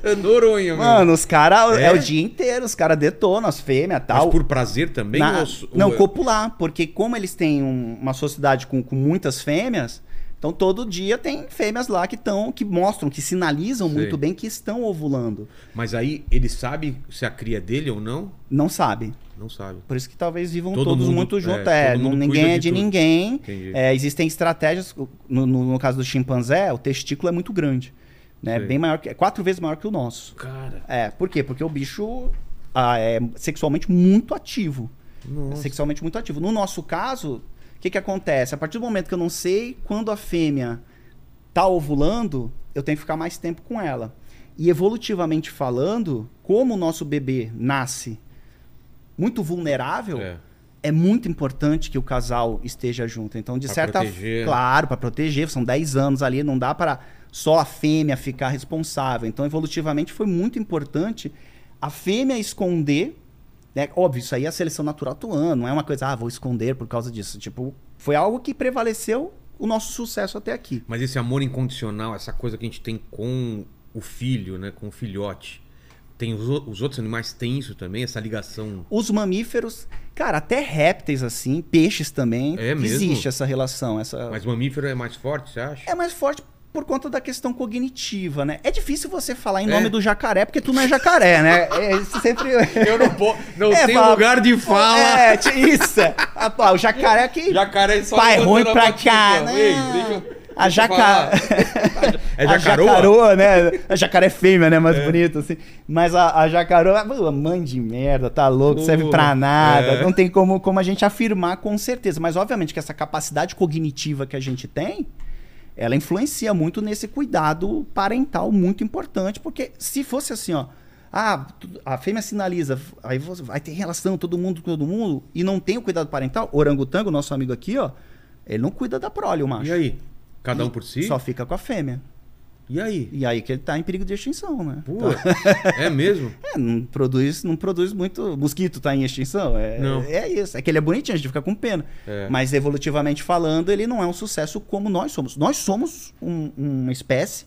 [SPEAKER 1] É Noronha, mano.
[SPEAKER 3] Mano, os caras. É?
[SPEAKER 1] É?
[SPEAKER 3] o dia inteiro, os caras detonam as fêmeas e
[SPEAKER 1] Mas
[SPEAKER 3] tal.
[SPEAKER 1] por prazer também?
[SPEAKER 3] Na-
[SPEAKER 1] ou- é
[SPEAKER 3] Não,
[SPEAKER 1] ou-
[SPEAKER 3] copular, porque como eles têm um- uma sociedade com, com muitas fêmeas, Então todo dia tem fêmeas lá que estão, que mostram, que sinalizam
[SPEAKER 1] Sei.
[SPEAKER 3] muito bem que estão ovulando.
[SPEAKER 1] Mas aí ele sabe se a cria é dele ou não?
[SPEAKER 3] Não sabe.
[SPEAKER 1] Não sabe.
[SPEAKER 3] Por isso que talvez vivam
[SPEAKER 1] Todo
[SPEAKER 3] todos
[SPEAKER 1] mundo-
[SPEAKER 3] muito juntos.
[SPEAKER 1] é,
[SPEAKER 3] É,
[SPEAKER 1] todo
[SPEAKER 3] não-
[SPEAKER 1] mundo
[SPEAKER 3] ninguém
[SPEAKER 1] cuida
[SPEAKER 3] é
[SPEAKER 1] de
[SPEAKER 3] de
[SPEAKER 1] tudo.
[SPEAKER 3] ninguém.
[SPEAKER 1] Entendi.
[SPEAKER 3] É, existem estratégias, no, no- no caso do chimpanzé, o testículo é muito grande. Né?
[SPEAKER 1] Sei.
[SPEAKER 3] Bem maior que, é quatro vezes maior que o nosso.
[SPEAKER 1] Cara,
[SPEAKER 3] É, por quê? Porque o bicho ah, é sexualmente muito ativo. É
[SPEAKER 1] nossa.
[SPEAKER 3] sexualmente muito ativo. No nosso caso, o que, que acontece? A partir do momento que eu não sei quando a fêmea tá ovulando, eu tenho que ficar mais tempo com ela. E evolutivamente falando, como o nosso bebê nasce muito vulnerável,
[SPEAKER 1] É.
[SPEAKER 3] é muito importante que o casal esteja junto. Então, de
[SPEAKER 1] Pra
[SPEAKER 3] certa
[SPEAKER 1] proteger.
[SPEAKER 3] claro, para proteger, são 10 anos ali, não dá para só a fêmea ficar responsável. Então, evolutivamente foi muito importante a fêmea esconder, né? Óbvio, isso aí é a seleção natural atuando, não é uma coisa, ah, vou esconder por causa disso. Tipo, foi algo que prevaleceu o nosso sucesso até aqui.
[SPEAKER 1] Mas esse amor incondicional, essa coisa que a gente tem com o filho, né? Com o filhote. Tem os, o- os outros animais têm isso também, essa ligação.
[SPEAKER 3] Os mamíferos, cara, até répteis assim, peixes também,
[SPEAKER 1] É mesmo?
[SPEAKER 3] existe essa relação, essa
[SPEAKER 1] Mas o mamífero é mais forte, você acha?
[SPEAKER 3] É mais forte por conta da questão cognitiva, né? É difícil você falar em
[SPEAKER 1] É.
[SPEAKER 3] nome do jacaré, porque tu não é jacaré,
[SPEAKER 1] *laughs*
[SPEAKER 3] né? É, isso sempre.
[SPEAKER 1] Eu não posso. Não
[SPEAKER 3] *laughs* É,
[SPEAKER 1] tem
[SPEAKER 3] fala-
[SPEAKER 1] lugar de fala.
[SPEAKER 3] É, ti- isso. Ah, pá, o jacaré que.
[SPEAKER 1] Jacaré só
[SPEAKER 3] É. Pai, ruim
[SPEAKER 1] levantando a
[SPEAKER 3] pra
[SPEAKER 1] patinha.
[SPEAKER 3] cá, né?
[SPEAKER 1] Ei, deixa eu- deixa
[SPEAKER 3] A
[SPEAKER 1] eu
[SPEAKER 3] *laughs* jaca-
[SPEAKER 1] falar. É
[SPEAKER 3] a
[SPEAKER 1] jacaroa?
[SPEAKER 3] jacaroa, né? A jacaré fêmea, né? Mais bonita, assim. Mas a, a jacaroa, ah, mãe de merda, tá louco,
[SPEAKER 1] Uh,
[SPEAKER 3] serve pra nada.
[SPEAKER 1] é.
[SPEAKER 3] Não tem como, como a gente afirmar com certeza. Mas, obviamente, que essa capacidade cognitiva que a gente tem, ela influencia muito nesse cuidado parental muito importante, porque se fosse assim, ó, ah, tu- a fêmea sinaliza, aí você vai ter relação todo mundo com todo mundo e não tem o cuidado parental, orangotango, nosso amigo aqui, ó, ele não cuida da prole, o macho.
[SPEAKER 1] E aí? Cada um por si?
[SPEAKER 3] Só fica com a fêmea.
[SPEAKER 1] E aí?
[SPEAKER 3] E aí que ele tá em perigo de extinção, né?
[SPEAKER 1] Pô,
[SPEAKER 3] Então,
[SPEAKER 1] é
[SPEAKER 3] *laughs*
[SPEAKER 1] mesmo?
[SPEAKER 3] é, não produz, não produz muito. Mosquito tá em extinção. É,
[SPEAKER 1] Não.
[SPEAKER 3] é isso. É que ele é bonitinho, a gente fica com pena.
[SPEAKER 1] É.
[SPEAKER 3] Mas evolutivamente falando, ele não é um sucesso como nós somos. Nós somos um- uma espécie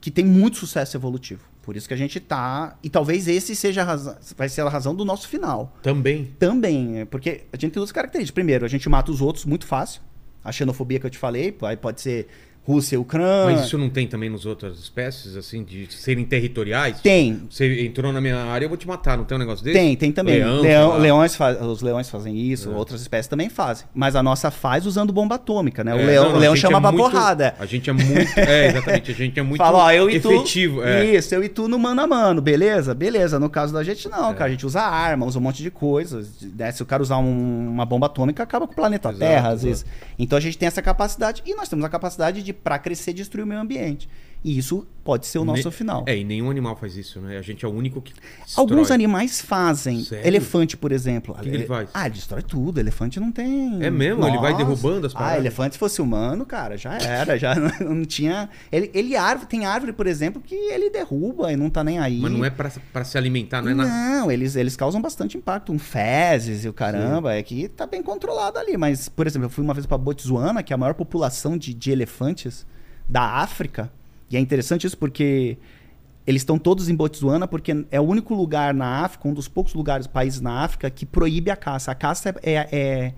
[SPEAKER 3] que tem muito sucesso evolutivo. Por isso que a gente tá. E talvez esse seja a razão, vai ser a razão do nosso final.
[SPEAKER 1] Também.
[SPEAKER 3] Também, é, porque a gente tem duas características. Primeiro, a gente mata os outros muito fácil. A xenofobia que eu te falei, aí pode ser Rússia, Ucrânia.
[SPEAKER 1] Mas isso não tem também nas outras espécies, assim, de serem territoriais?
[SPEAKER 3] Tem,
[SPEAKER 1] Você entrou na minha área, eu vou te matar, não tem um negócio desse?
[SPEAKER 3] Tem, tem também.
[SPEAKER 1] Leão,
[SPEAKER 3] Leão,
[SPEAKER 1] sei lá. É.
[SPEAKER 3] leões fa- os leões fazem isso, outras espécies também fazem. Mas a nossa faz usando bomba atômica, né? O
[SPEAKER 1] É,
[SPEAKER 3] leão,
[SPEAKER 1] não, não,
[SPEAKER 3] o
[SPEAKER 1] a
[SPEAKER 3] leão
[SPEAKER 1] gente
[SPEAKER 3] chama
[SPEAKER 1] é
[SPEAKER 3] pra
[SPEAKER 1] muito-
[SPEAKER 3] porrada.
[SPEAKER 1] A gente é muito. É, exatamente. A gente
[SPEAKER 3] *laughs*
[SPEAKER 1] é muito
[SPEAKER 3] Fala, ó, eu e tu.
[SPEAKER 1] efetivo. É.
[SPEAKER 3] Isso, eu e tu no mano a mano, beleza? Beleza. No caso da gente,
[SPEAKER 1] É.
[SPEAKER 3] não, cara. A gente usa arma, usa um monte de coisa. né? Se o cara usar um- uma bomba atômica, acaba com o planeta
[SPEAKER 1] Exato,
[SPEAKER 3] Terra, às
[SPEAKER 1] exato.
[SPEAKER 3] vezes. Então a gente tem essa capacidade. E nós temos a capacidade de, pra crescer, destruir o meio ambiente. E isso pode ser o nosso
[SPEAKER 1] Ne-
[SPEAKER 3] final.
[SPEAKER 1] É, e nenhum animal faz isso, né? A gente é o único que.
[SPEAKER 3] Alguns
[SPEAKER 1] destrói.
[SPEAKER 3] animais fazem.
[SPEAKER 1] Sério?
[SPEAKER 3] Elefante, por exemplo.
[SPEAKER 1] que que ele faz?
[SPEAKER 3] Ah, ele destrói tudo. Elefante não tem.
[SPEAKER 1] É mesmo? Ele vai
[SPEAKER 3] Nossa.
[SPEAKER 1] derrubando as paradas?
[SPEAKER 3] Ah, elefante se fosse humano, cara, já era. Já *laughs* não, não tinha. Ele, ele árvore, tem árvore, por exemplo, que ele derruba e não tá nem aí.
[SPEAKER 1] Mas não é pra, pra se alimentar, não é nada.
[SPEAKER 3] Não, eles, eles causam bastante impacto. Um fezes e o caramba, é que tá bem controlado ali. Mas, por exemplo, eu fui uma vez pra Botsuana, que é a maior população de, de elefantes da África. E é interessante isso porque eles estão todos em Botsuana, porque é o único lugar na África, um dos poucos lugares, países na África, que proíbe a caça. A caça é, é- é-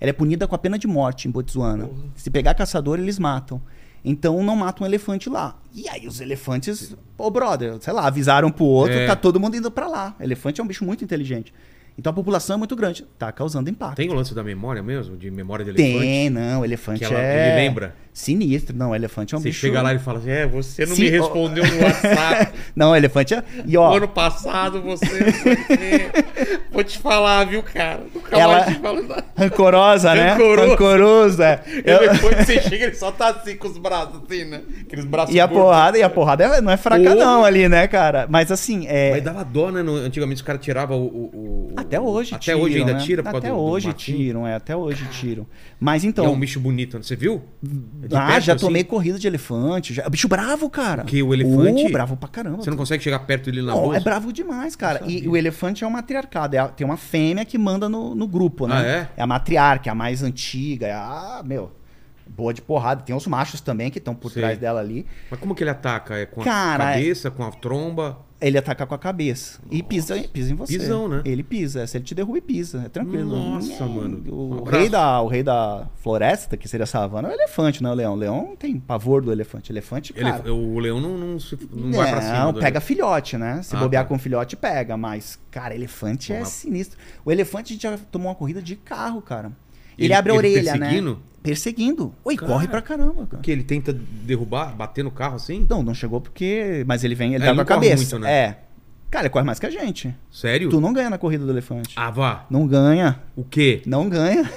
[SPEAKER 3] ela é punida com a pena de morte em Botsuana.
[SPEAKER 1] Uhum.
[SPEAKER 3] Se pegar caçador, eles matam. Então não mata um elefante lá. E aí os elefantes, ô brother, sei lá, avisaram pro outro,
[SPEAKER 1] É.
[SPEAKER 3] tá todo mundo indo pra lá. Elefante é um bicho muito inteligente. Então a população é muito grande, tá causando impacto.
[SPEAKER 1] Tem o lance da memória mesmo? De memória de elefante?
[SPEAKER 3] Tem, é não, elefante
[SPEAKER 1] Que ela-
[SPEAKER 3] é
[SPEAKER 1] ele lembra?
[SPEAKER 3] Sinistro, não, elefante é um
[SPEAKER 1] Você
[SPEAKER 3] bicho.
[SPEAKER 1] chega lá e fala assim: é, você não
[SPEAKER 3] Sim,
[SPEAKER 1] me
[SPEAKER 3] ó.
[SPEAKER 1] respondeu
[SPEAKER 3] *laughs*
[SPEAKER 1] no WhatsApp.
[SPEAKER 3] Não, elefante é. E
[SPEAKER 1] No
[SPEAKER 3] ó,
[SPEAKER 1] Ano passado você. não sei o quê. Vou te falar, viu, cara? Nunca
[SPEAKER 3] Ela-
[SPEAKER 1] mais te falo nada.
[SPEAKER 3] rancorosa, né?
[SPEAKER 1] Rancoroso. *laughs*
[SPEAKER 3] Rancorosa. Eu-
[SPEAKER 1] Depois que você chega, ele só tá assim com os braços, assim, né? Aqueles braços
[SPEAKER 3] *laughs* E a
[SPEAKER 1] gordos.
[SPEAKER 3] porrada, e a porrada é- não é fraca,
[SPEAKER 1] Porra.
[SPEAKER 3] não, ali, né, cara? Mas assim, é.
[SPEAKER 1] Mas dava dó, né? No- Antigamente os caras tiravam o, o- o-
[SPEAKER 3] Até hoje
[SPEAKER 1] Até hoje ainda
[SPEAKER 3] né?
[SPEAKER 1] tira por causa
[SPEAKER 3] Até
[SPEAKER 1] do- do
[SPEAKER 3] hoje
[SPEAKER 1] matinho.
[SPEAKER 3] tiram, é, até hoje tiram. Mas
[SPEAKER 1] E
[SPEAKER 3] então,
[SPEAKER 1] é um bicho bonito, né? Você viu? De
[SPEAKER 3] ah,
[SPEAKER 1] perto,
[SPEAKER 3] já
[SPEAKER 1] assim,
[SPEAKER 3] tomei corrida de elefante, já, bicho bravo, cara.
[SPEAKER 1] Que o elefante-
[SPEAKER 3] Ô, bravo pra caramba.
[SPEAKER 1] Você não consegue chegar perto dele na
[SPEAKER 3] Não,
[SPEAKER 1] rua?
[SPEAKER 3] é bravo demais, cara.
[SPEAKER 1] Não
[SPEAKER 3] E
[SPEAKER 1] sabia.
[SPEAKER 3] o elefante é um matriarcado. é a- tem uma fêmea que manda no, no grupo, né?
[SPEAKER 1] Ah, é?
[SPEAKER 3] a matriarca, é a mais antiga. É a, meu, boa de porrada. Tem os machos também que estão por
[SPEAKER 1] Sei.
[SPEAKER 3] trás dela ali.
[SPEAKER 1] Mas como que ele ataca? É com a
[SPEAKER 3] Cara,
[SPEAKER 1] cabeça, com a tromba?
[SPEAKER 3] Ele ataca com a cabeça. E pisa, pisa em você.
[SPEAKER 1] Pisão, né?
[SPEAKER 3] Ele pisa. Se ele te derruba, ele pisa. É tranquilo.
[SPEAKER 1] Nossa, mano. Um
[SPEAKER 3] O,
[SPEAKER 1] abraço.
[SPEAKER 3] rei da, o rei da floresta, que seria a savana, é o elefante, não é o leão. O leão tem pavor do elefante. Elefante,
[SPEAKER 1] Ele-
[SPEAKER 3] cara...
[SPEAKER 1] o leão não, não, se- não vai pra cima.
[SPEAKER 3] Não,
[SPEAKER 1] do-
[SPEAKER 3] pega filhote, né? Se
[SPEAKER 1] Ah,
[SPEAKER 3] bobear
[SPEAKER 1] tá.
[SPEAKER 3] com filhote, pega. Mas, cara, elefante é
[SPEAKER 1] Uma-
[SPEAKER 3] sinistro. O elefante, a gente já tomou uma corrida de carro, cara. Ele,
[SPEAKER 1] Ele-
[SPEAKER 3] abre a
[SPEAKER 1] ele
[SPEAKER 3] orelha, né?
[SPEAKER 1] perseguindo?
[SPEAKER 3] Perseguindo. Oi,
[SPEAKER 1] Cara.
[SPEAKER 3] corre pra caramba, cara.
[SPEAKER 1] Que ele tenta derrubar, bater no carro assim?
[SPEAKER 3] Não, não chegou porque... Mas ele vem, ele
[SPEAKER 1] É,
[SPEAKER 3] dá
[SPEAKER 1] ele
[SPEAKER 3] com a
[SPEAKER 1] não corre
[SPEAKER 3] cabeça.
[SPEAKER 1] muito, né?
[SPEAKER 3] É. Cara, ele corre mais que a gente.
[SPEAKER 1] Sério?
[SPEAKER 3] Tu não ganha na corrida do elefante.
[SPEAKER 1] Ah, vá.
[SPEAKER 3] Não ganha.
[SPEAKER 1] O quê?
[SPEAKER 3] Não ganha.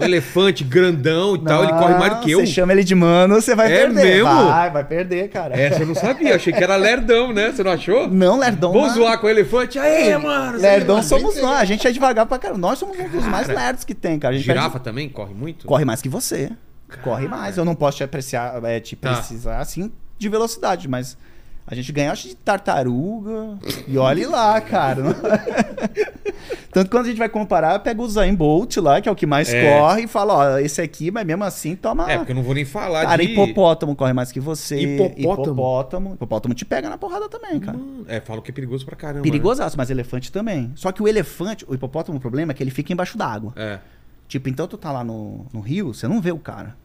[SPEAKER 1] O elefante grandão e *laughs* tal, ele corre mais do que eu.
[SPEAKER 3] Você chama ele de mano, você vai
[SPEAKER 1] É
[SPEAKER 3] perder.
[SPEAKER 1] mesmo?
[SPEAKER 3] Vai, vai perder, cara.
[SPEAKER 1] Essa eu É,
[SPEAKER 3] *laughs*
[SPEAKER 1] não sabia, achei que era lerdão, né? Você não achou?
[SPEAKER 3] Não, Lerdão.
[SPEAKER 1] Vou
[SPEAKER 3] não.
[SPEAKER 1] zoar com o elefante. Aê, mano! você
[SPEAKER 3] Lerdão
[SPEAKER 1] viu?
[SPEAKER 3] somos nós. A gente é devagar pra caramba. Nós somos um dos mais lerdos que tem, cara. A gente
[SPEAKER 1] Girafa também corre muito?
[SPEAKER 3] perde- corre mais que você. Corre mais. Eu não posso te apreciar, é, te
[SPEAKER 1] Tá.
[SPEAKER 3] precisar assim de velocidade, mas a gente ganha acho de tartaruga. e olhe lá, cara. *laughs* Tanto que quando a gente vai comparar, pega o Zayn Bolt lá, que é o que mais
[SPEAKER 1] É.
[SPEAKER 3] corre, e fala, ó, esse aqui, mas mesmo assim toma
[SPEAKER 1] É, porque eu não vou nem falar
[SPEAKER 3] Cara,
[SPEAKER 1] de...
[SPEAKER 3] hipopótamo corre mais que você.
[SPEAKER 1] Hipopótamo?
[SPEAKER 3] Hipopótamo. Hipopótamo te pega na porrada também, cara.
[SPEAKER 1] Mano, É, falam que é perigoso pra caramba.
[SPEAKER 3] Perigosaço, mas elefante também. Só que o elefante, o hipopótamo, o problema é que ele fica embaixo d'água.
[SPEAKER 1] Né?
[SPEAKER 3] Tipo, então tu tá lá no, no rio, você não vê o cara.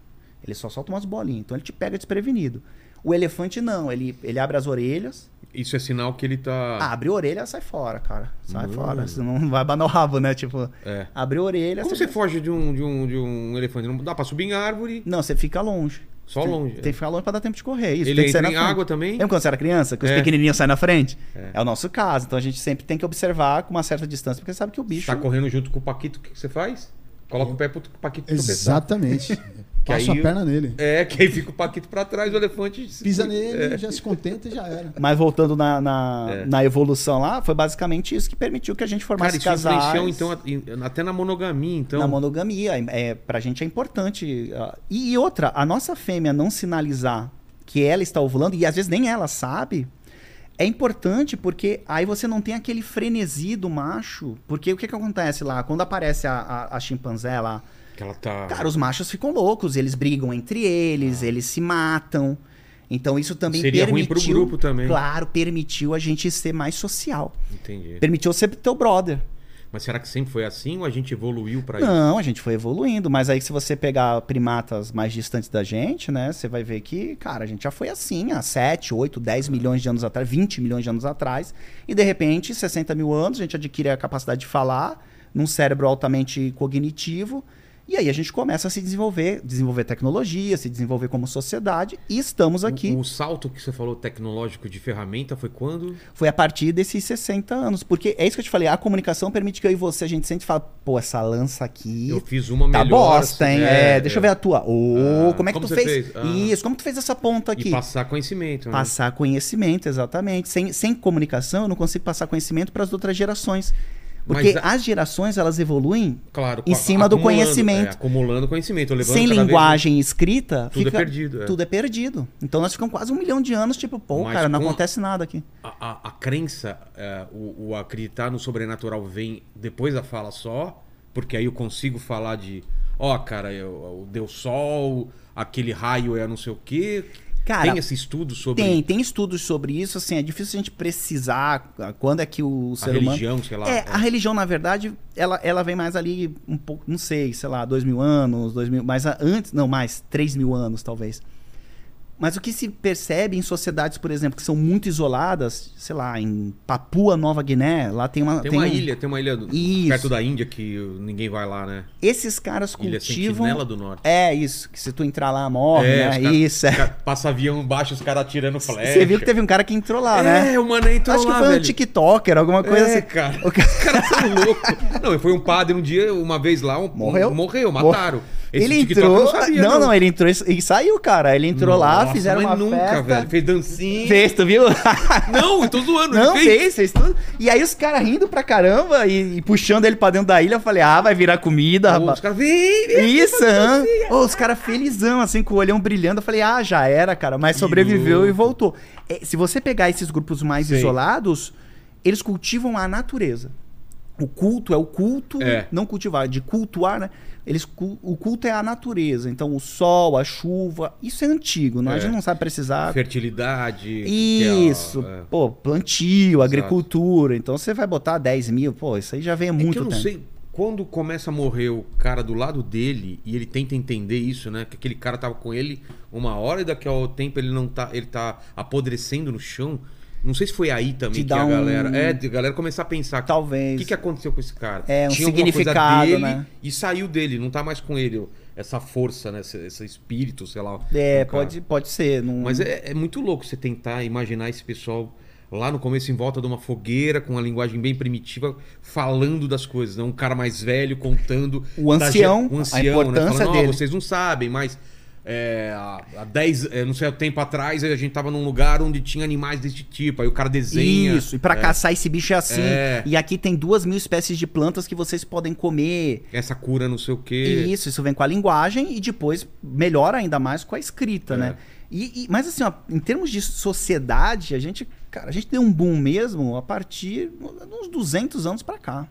[SPEAKER 3] Ele só solta umas bolinhas. Então ele te pega desprevenido. O elefante não, ele, ele abre as orelhas,
[SPEAKER 1] É. Isso é sinal que ele tá...
[SPEAKER 3] abre a orelha sai fora, cara. Sai
[SPEAKER 1] Mano.
[SPEAKER 3] fora. Você não vai banar o rabo, né? Tipo,
[SPEAKER 1] É.
[SPEAKER 3] abre a orelha.
[SPEAKER 1] Como você foge de um, de, um, de um elefante? Não dá pra subir em árvore,
[SPEAKER 3] Não, você fica longe.
[SPEAKER 1] só
[SPEAKER 3] Tem-
[SPEAKER 1] longe. é.
[SPEAKER 3] Tem que ficar longe pra dar tempo de correr. Isso,
[SPEAKER 1] Ele
[SPEAKER 3] tem que sair
[SPEAKER 1] entra
[SPEAKER 3] na
[SPEAKER 1] em
[SPEAKER 3] frente.
[SPEAKER 1] água também?
[SPEAKER 3] Lembra quando você era criança? Que os
[SPEAKER 1] É.
[SPEAKER 3] pequenininhos saem na frente?
[SPEAKER 1] É.
[SPEAKER 3] É. o nosso caso. Então a gente sempre tem que observar com uma certa distância, porque sabe que o bicho...
[SPEAKER 1] Tá correndo junto com o Paquito, o que que você faz? Coloca o pé pro Paquito tropeçar.
[SPEAKER 2] Exatamente.
[SPEAKER 1] *laughs* Que
[SPEAKER 2] Passa
[SPEAKER 1] aí
[SPEAKER 2] a perna nele.
[SPEAKER 1] É, que aí fica o Paquito pra trás, o elefante... se- *laughs*
[SPEAKER 2] Pisa nele, já se contenta e já era.
[SPEAKER 3] Mas voltando na, na,
[SPEAKER 1] É.
[SPEAKER 3] na evolução lá, foi basicamente isso que permitiu que a gente
[SPEAKER 1] Cara,
[SPEAKER 3] formasse
[SPEAKER 1] isso
[SPEAKER 3] casais.
[SPEAKER 1] influenciou, então, a- em- até na monogamia, então.
[SPEAKER 3] Na monogamia. É, pra gente é importante. ah, E, e outra, a nossa fêmea não sinalizar que ela está ovulando, e às vezes nem ela sabe, é importante porque aí você não tem aquele frenesi do macho. Porque o que, que acontece lá? Quando aparece a, a, a chimpanzé lá,
[SPEAKER 1] Que ela tá...
[SPEAKER 3] cara, os machos ficam loucos, eles brigam entre eles, eles se matam. Então isso também
[SPEAKER 1] Ah. Seria ruim
[SPEAKER 3] permitiu.
[SPEAKER 1] pro grupo também.
[SPEAKER 3] Claro, permitiu a gente ser mais social.
[SPEAKER 1] Entendi.
[SPEAKER 3] Permitiu ser teu brother.
[SPEAKER 1] Mas será que sempre foi assim ou a gente evoluiu pra isso?
[SPEAKER 3] Não, a gente foi evoluindo, mas aí se você pegar primatas mais distantes da gente, né, você vai ver que, cara, a gente já foi assim há 7, 8,
[SPEAKER 1] É.
[SPEAKER 3] 10 milhões de anos atrás, 20 milhões de anos atrás, e de repente, 60 mil anos, a gente adquire a capacidade de falar num cérebro altamente cognitivo, e aí a gente começa a se desenvolver, desenvolver tecnologia, se desenvolver como sociedade, e estamos aqui.
[SPEAKER 1] O, o salto que você falou tecnológico de ferramenta foi quando?
[SPEAKER 3] Foi a partir desses 60 anos, porque é isso que eu te falei, a comunicação permite que eu e você, a gente sempre fala, pô, essa lança aqui,
[SPEAKER 1] Eu fiz uma
[SPEAKER 3] Tá
[SPEAKER 1] melhor.
[SPEAKER 3] bosta,
[SPEAKER 1] assim,
[SPEAKER 3] hein? É, deixa eu ver a tua. Ô,
[SPEAKER 1] Ah,
[SPEAKER 3] como é que
[SPEAKER 1] como
[SPEAKER 3] tu
[SPEAKER 1] você
[SPEAKER 3] fez?
[SPEAKER 1] fez? Ah.
[SPEAKER 3] Isso, como tu fez essa ponta
[SPEAKER 1] E
[SPEAKER 3] aqui?
[SPEAKER 1] passar conhecimento, né?
[SPEAKER 3] Passar conhecimento, exatamente. Sem, sem comunicação, eu não consigo passar conhecimento para as outras gerações. Porque
[SPEAKER 1] Mas
[SPEAKER 3] as gerações, elas evoluem
[SPEAKER 1] Claro,
[SPEAKER 3] em
[SPEAKER 1] a-
[SPEAKER 3] cima do
[SPEAKER 1] acumulando,
[SPEAKER 3] conhecimento.
[SPEAKER 1] é, acumulando conhecimento, levando
[SPEAKER 3] sem
[SPEAKER 1] cada vez mais.
[SPEAKER 3] linguagem escrita.
[SPEAKER 1] Tudo é
[SPEAKER 3] fica-
[SPEAKER 1] perdido, é.
[SPEAKER 3] Tudo é perdido. Então nós ficamos quase um milhão de anos, tipo, pô,
[SPEAKER 1] Mas
[SPEAKER 3] cara, não
[SPEAKER 1] com-
[SPEAKER 3] acontece nada aqui.
[SPEAKER 1] A, a- a crença, é, o, o acreditar no sobrenatural vem depois da fala só, porque aí eu consigo falar de, ó, cara, eu, eu- deu sol, aquele raio é não sei o quê.
[SPEAKER 3] Cara,
[SPEAKER 1] tem esse estudo sobre
[SPEAKER 3] Tem, tem estudos sobre isso, assim, é difícil a gente precisar ah, quando é que o
[SPEAKER 1] a
[SPEAKER 3] ser humano.
[SPEAKER 1] religião, sei lá.
[SPEAKER 3] É, a religião, na verdade, ela, ela vem mais ali um pouco, não sei, sei lá, dois mil anos, dois mil, mas a- antes, não, mais, três mil anos, talvez. Mas o que se percebe em sociedades, por exemplo, que são muito isoladas, sei lá, em Papua Nova Guiné, lá tem uma...
[SPEAKER 1] Tem uma
[SPEAKER 3] um-
[SPEAKER 1] ilha, tem uma ilha do-
[SPEAKER 3] Isso.
[SPEAKER 1] perto da Índia que ninguém vai lá, né?
[SPEAKER 3] Esses caras
[SPEAKER 1] Ilha assim,
[SPEAKER 3] cultivam...
[SPEAKER 1] Sentinela do Norte.
[SPEAKER 3] É, isso, que se tu entrar lá, morre,
[SPEAKER 1] É, os
[SPEAKER 3] né?
[SPEAKER 1] cara-
[SPEAKER 3] Isso, é.
[SPEAKER 1] Ca- Passa avião baixo, os caras atirando flecha.
[SPEAKER 3] Você viu que teve um cara que entrou lá, né?
[SPEAKER 1] É, o mano entrou
[SPEAKER 3] Acho
[SPEAKER 1] lá,
[SPEAKER 3] que foi um
[SPEAKER 1] velho.
[SPEAKER 3] tiktoker, alguma coisa
[SPEAKER 1] é,
[SPEAKER 3] assim.
[SPEAKER 1] cara. *laughs*
[SPEAKER 3] O
[SPEAKER 1] Os caras são loucos. Não, foi um padre um dia, uma vez lá, um-
[SPEAKER 3] Morreu?
[SPEAKER 1] morreu, mataram. Esse
[SPEAKER 3] ele
[SPEAKER 1] TikTok eu
[SPEAKER 3] entrou.
[SPEAKER 1] não sabia,
[SPEAKER 3] não, não, ele entrou e- e saiu, cara. Ele entrou lá,
[SPEAKER 1] Nossa,
[SPEAKER 3] fizeram
[SPEAKER 1] mas
[SPEAKER 3] uma
[SPEAKER 1] nunca,
[SPEAKER 3] festa.
[SPEAKER 1] velho. Fez dancinha.
[SPEAKER 3] Fez, tu viu?
[SPEAKER 1] Não, eu tô zoando.
[SPEAKER 3] *laughs* Não,
[SPEAKER 1] ele fez.
[SPEAKER 3] fez, fez tudo. E aí os caras rindo pra caramba e, e puxando ele pra dentro da ilha. Eu falei, ah, vai virar comida,
[SPEAKER 1] Pô,
[SPEAKER 3] rapaz.
[SPEAKER 1] Os caras, vem, vem.
[SPEAKER 3] Isso, hã? Ô, os caras felizão, assim, com o olhão brilhando. Eu falei, ah, já era, cara. Mas
[SPEAKER 1] Que
[SPEAKER 3] sobreviveu
[SPEAKER 1] louco.
[SPEAKER 3] e voltou. É, se você pegar esses grupos mais
[SPEAKER 1] Sei.
[SPEAKER 3] isolados, eles cultivam a natureza. O culto é o culto,
[SPEAKER 1] É.
[SPEAKER 3] não cultivar, de cultuar, né? Eles, cu- o culto é a natureza. Então, o sol, a chuva, isso é antigo, né?
[SPEAKER 1] É.
[SPEAKER 3] a gente não sabe precisar.
[SPEAKER 1] Fertilidade. que é a-
[SPEAKER 3] Isso,
[SPEAKER 1] é.
[SPEAKER 3] pô, plantio, agricultura. Então, você vai botar 10 mil, pô, isso aí já vem há
[SPEAKER 1] É
[SPEAKER 3] muito
[SPEAKER 1] que eu não
[SPEAKER 3] tempo.
[SPEAKER 1] sei quando começa a morrer o cara do lado dele e ele tenta entender isso, né? Que aquele cara tava com ele uma hora e daqui ao tempo ele não tá, ele tá apodrecendo no chão. Não sei se foi aí também
[SPEAKER 3] Te
[SPEAKER 1] que
[SPEAKER 3] dá
[SPEAKER 1] a
[SPEAKER 3] um-
[SPEAKER 1] galera, é, de- a galera começar a pensar o
[SPEAKER 3] Talvez.
[SPEAKER 1] que, que aconteceu com esse cara?
[SPEAKER 3] É, um
[SPEAKER 1] alguma coisa
[SPEAKER 3] significado,
[SPEAKER 1] dele
[SPEAKER 3] né?
[SPEAKER 1] E saiu dele, não tá mais com ele essa força, né? Esse, esse espírito, sei lá.
[SPEAKER 3] É,
[SPEAKER 1] do cara.
[SPEAKER 3] pode, pode ser. Não...
[SPEAKER 1] Mas é, é muito louco você tentar imaginar esse pessoal lá no começo em volta de uma fogueira com uma linguagem bem primitiva falando das coisas, né? um cara mais velho contando
[SPEAKER 3] O
[SPEAKER 1] da ge-
[SPEAKER 3] ancião,
[SPEAKER 1] né?
[SPEAKER 3] a importância
[SPEAKER 1] Falando, "Ó,
[SPEAKER 3] dele."
[SPEAKER 1] vocês não sabem, mas é, há há 10, é, não sei, há tempo atrás a gente tava num lugar onde tinha animais desse tipo, aí o cara desenha.
[SPEAKER 3] Isso, e pra caçar esse bicho é assim.
[SPEAKER 1] É.
[SPEAKER 3] E aqui tem duas mil espécies de plantas que vocês podem comer.
[SPEAKER 1] Essa cura não sei o
[SPEAKER 3] E
[SPEAKER 1] quê.
[SPEAKER 3] isso, isso vem com a linguagem e depois melhora ainda mais com a escrita,
[SPEAKER 1] É.
[SPEAKER 3] né? E, e- mas assim, ó, em termos de sociedade, a gente, cara, a gente deu um boom mesmo a partir de uns 200 anos pra cá.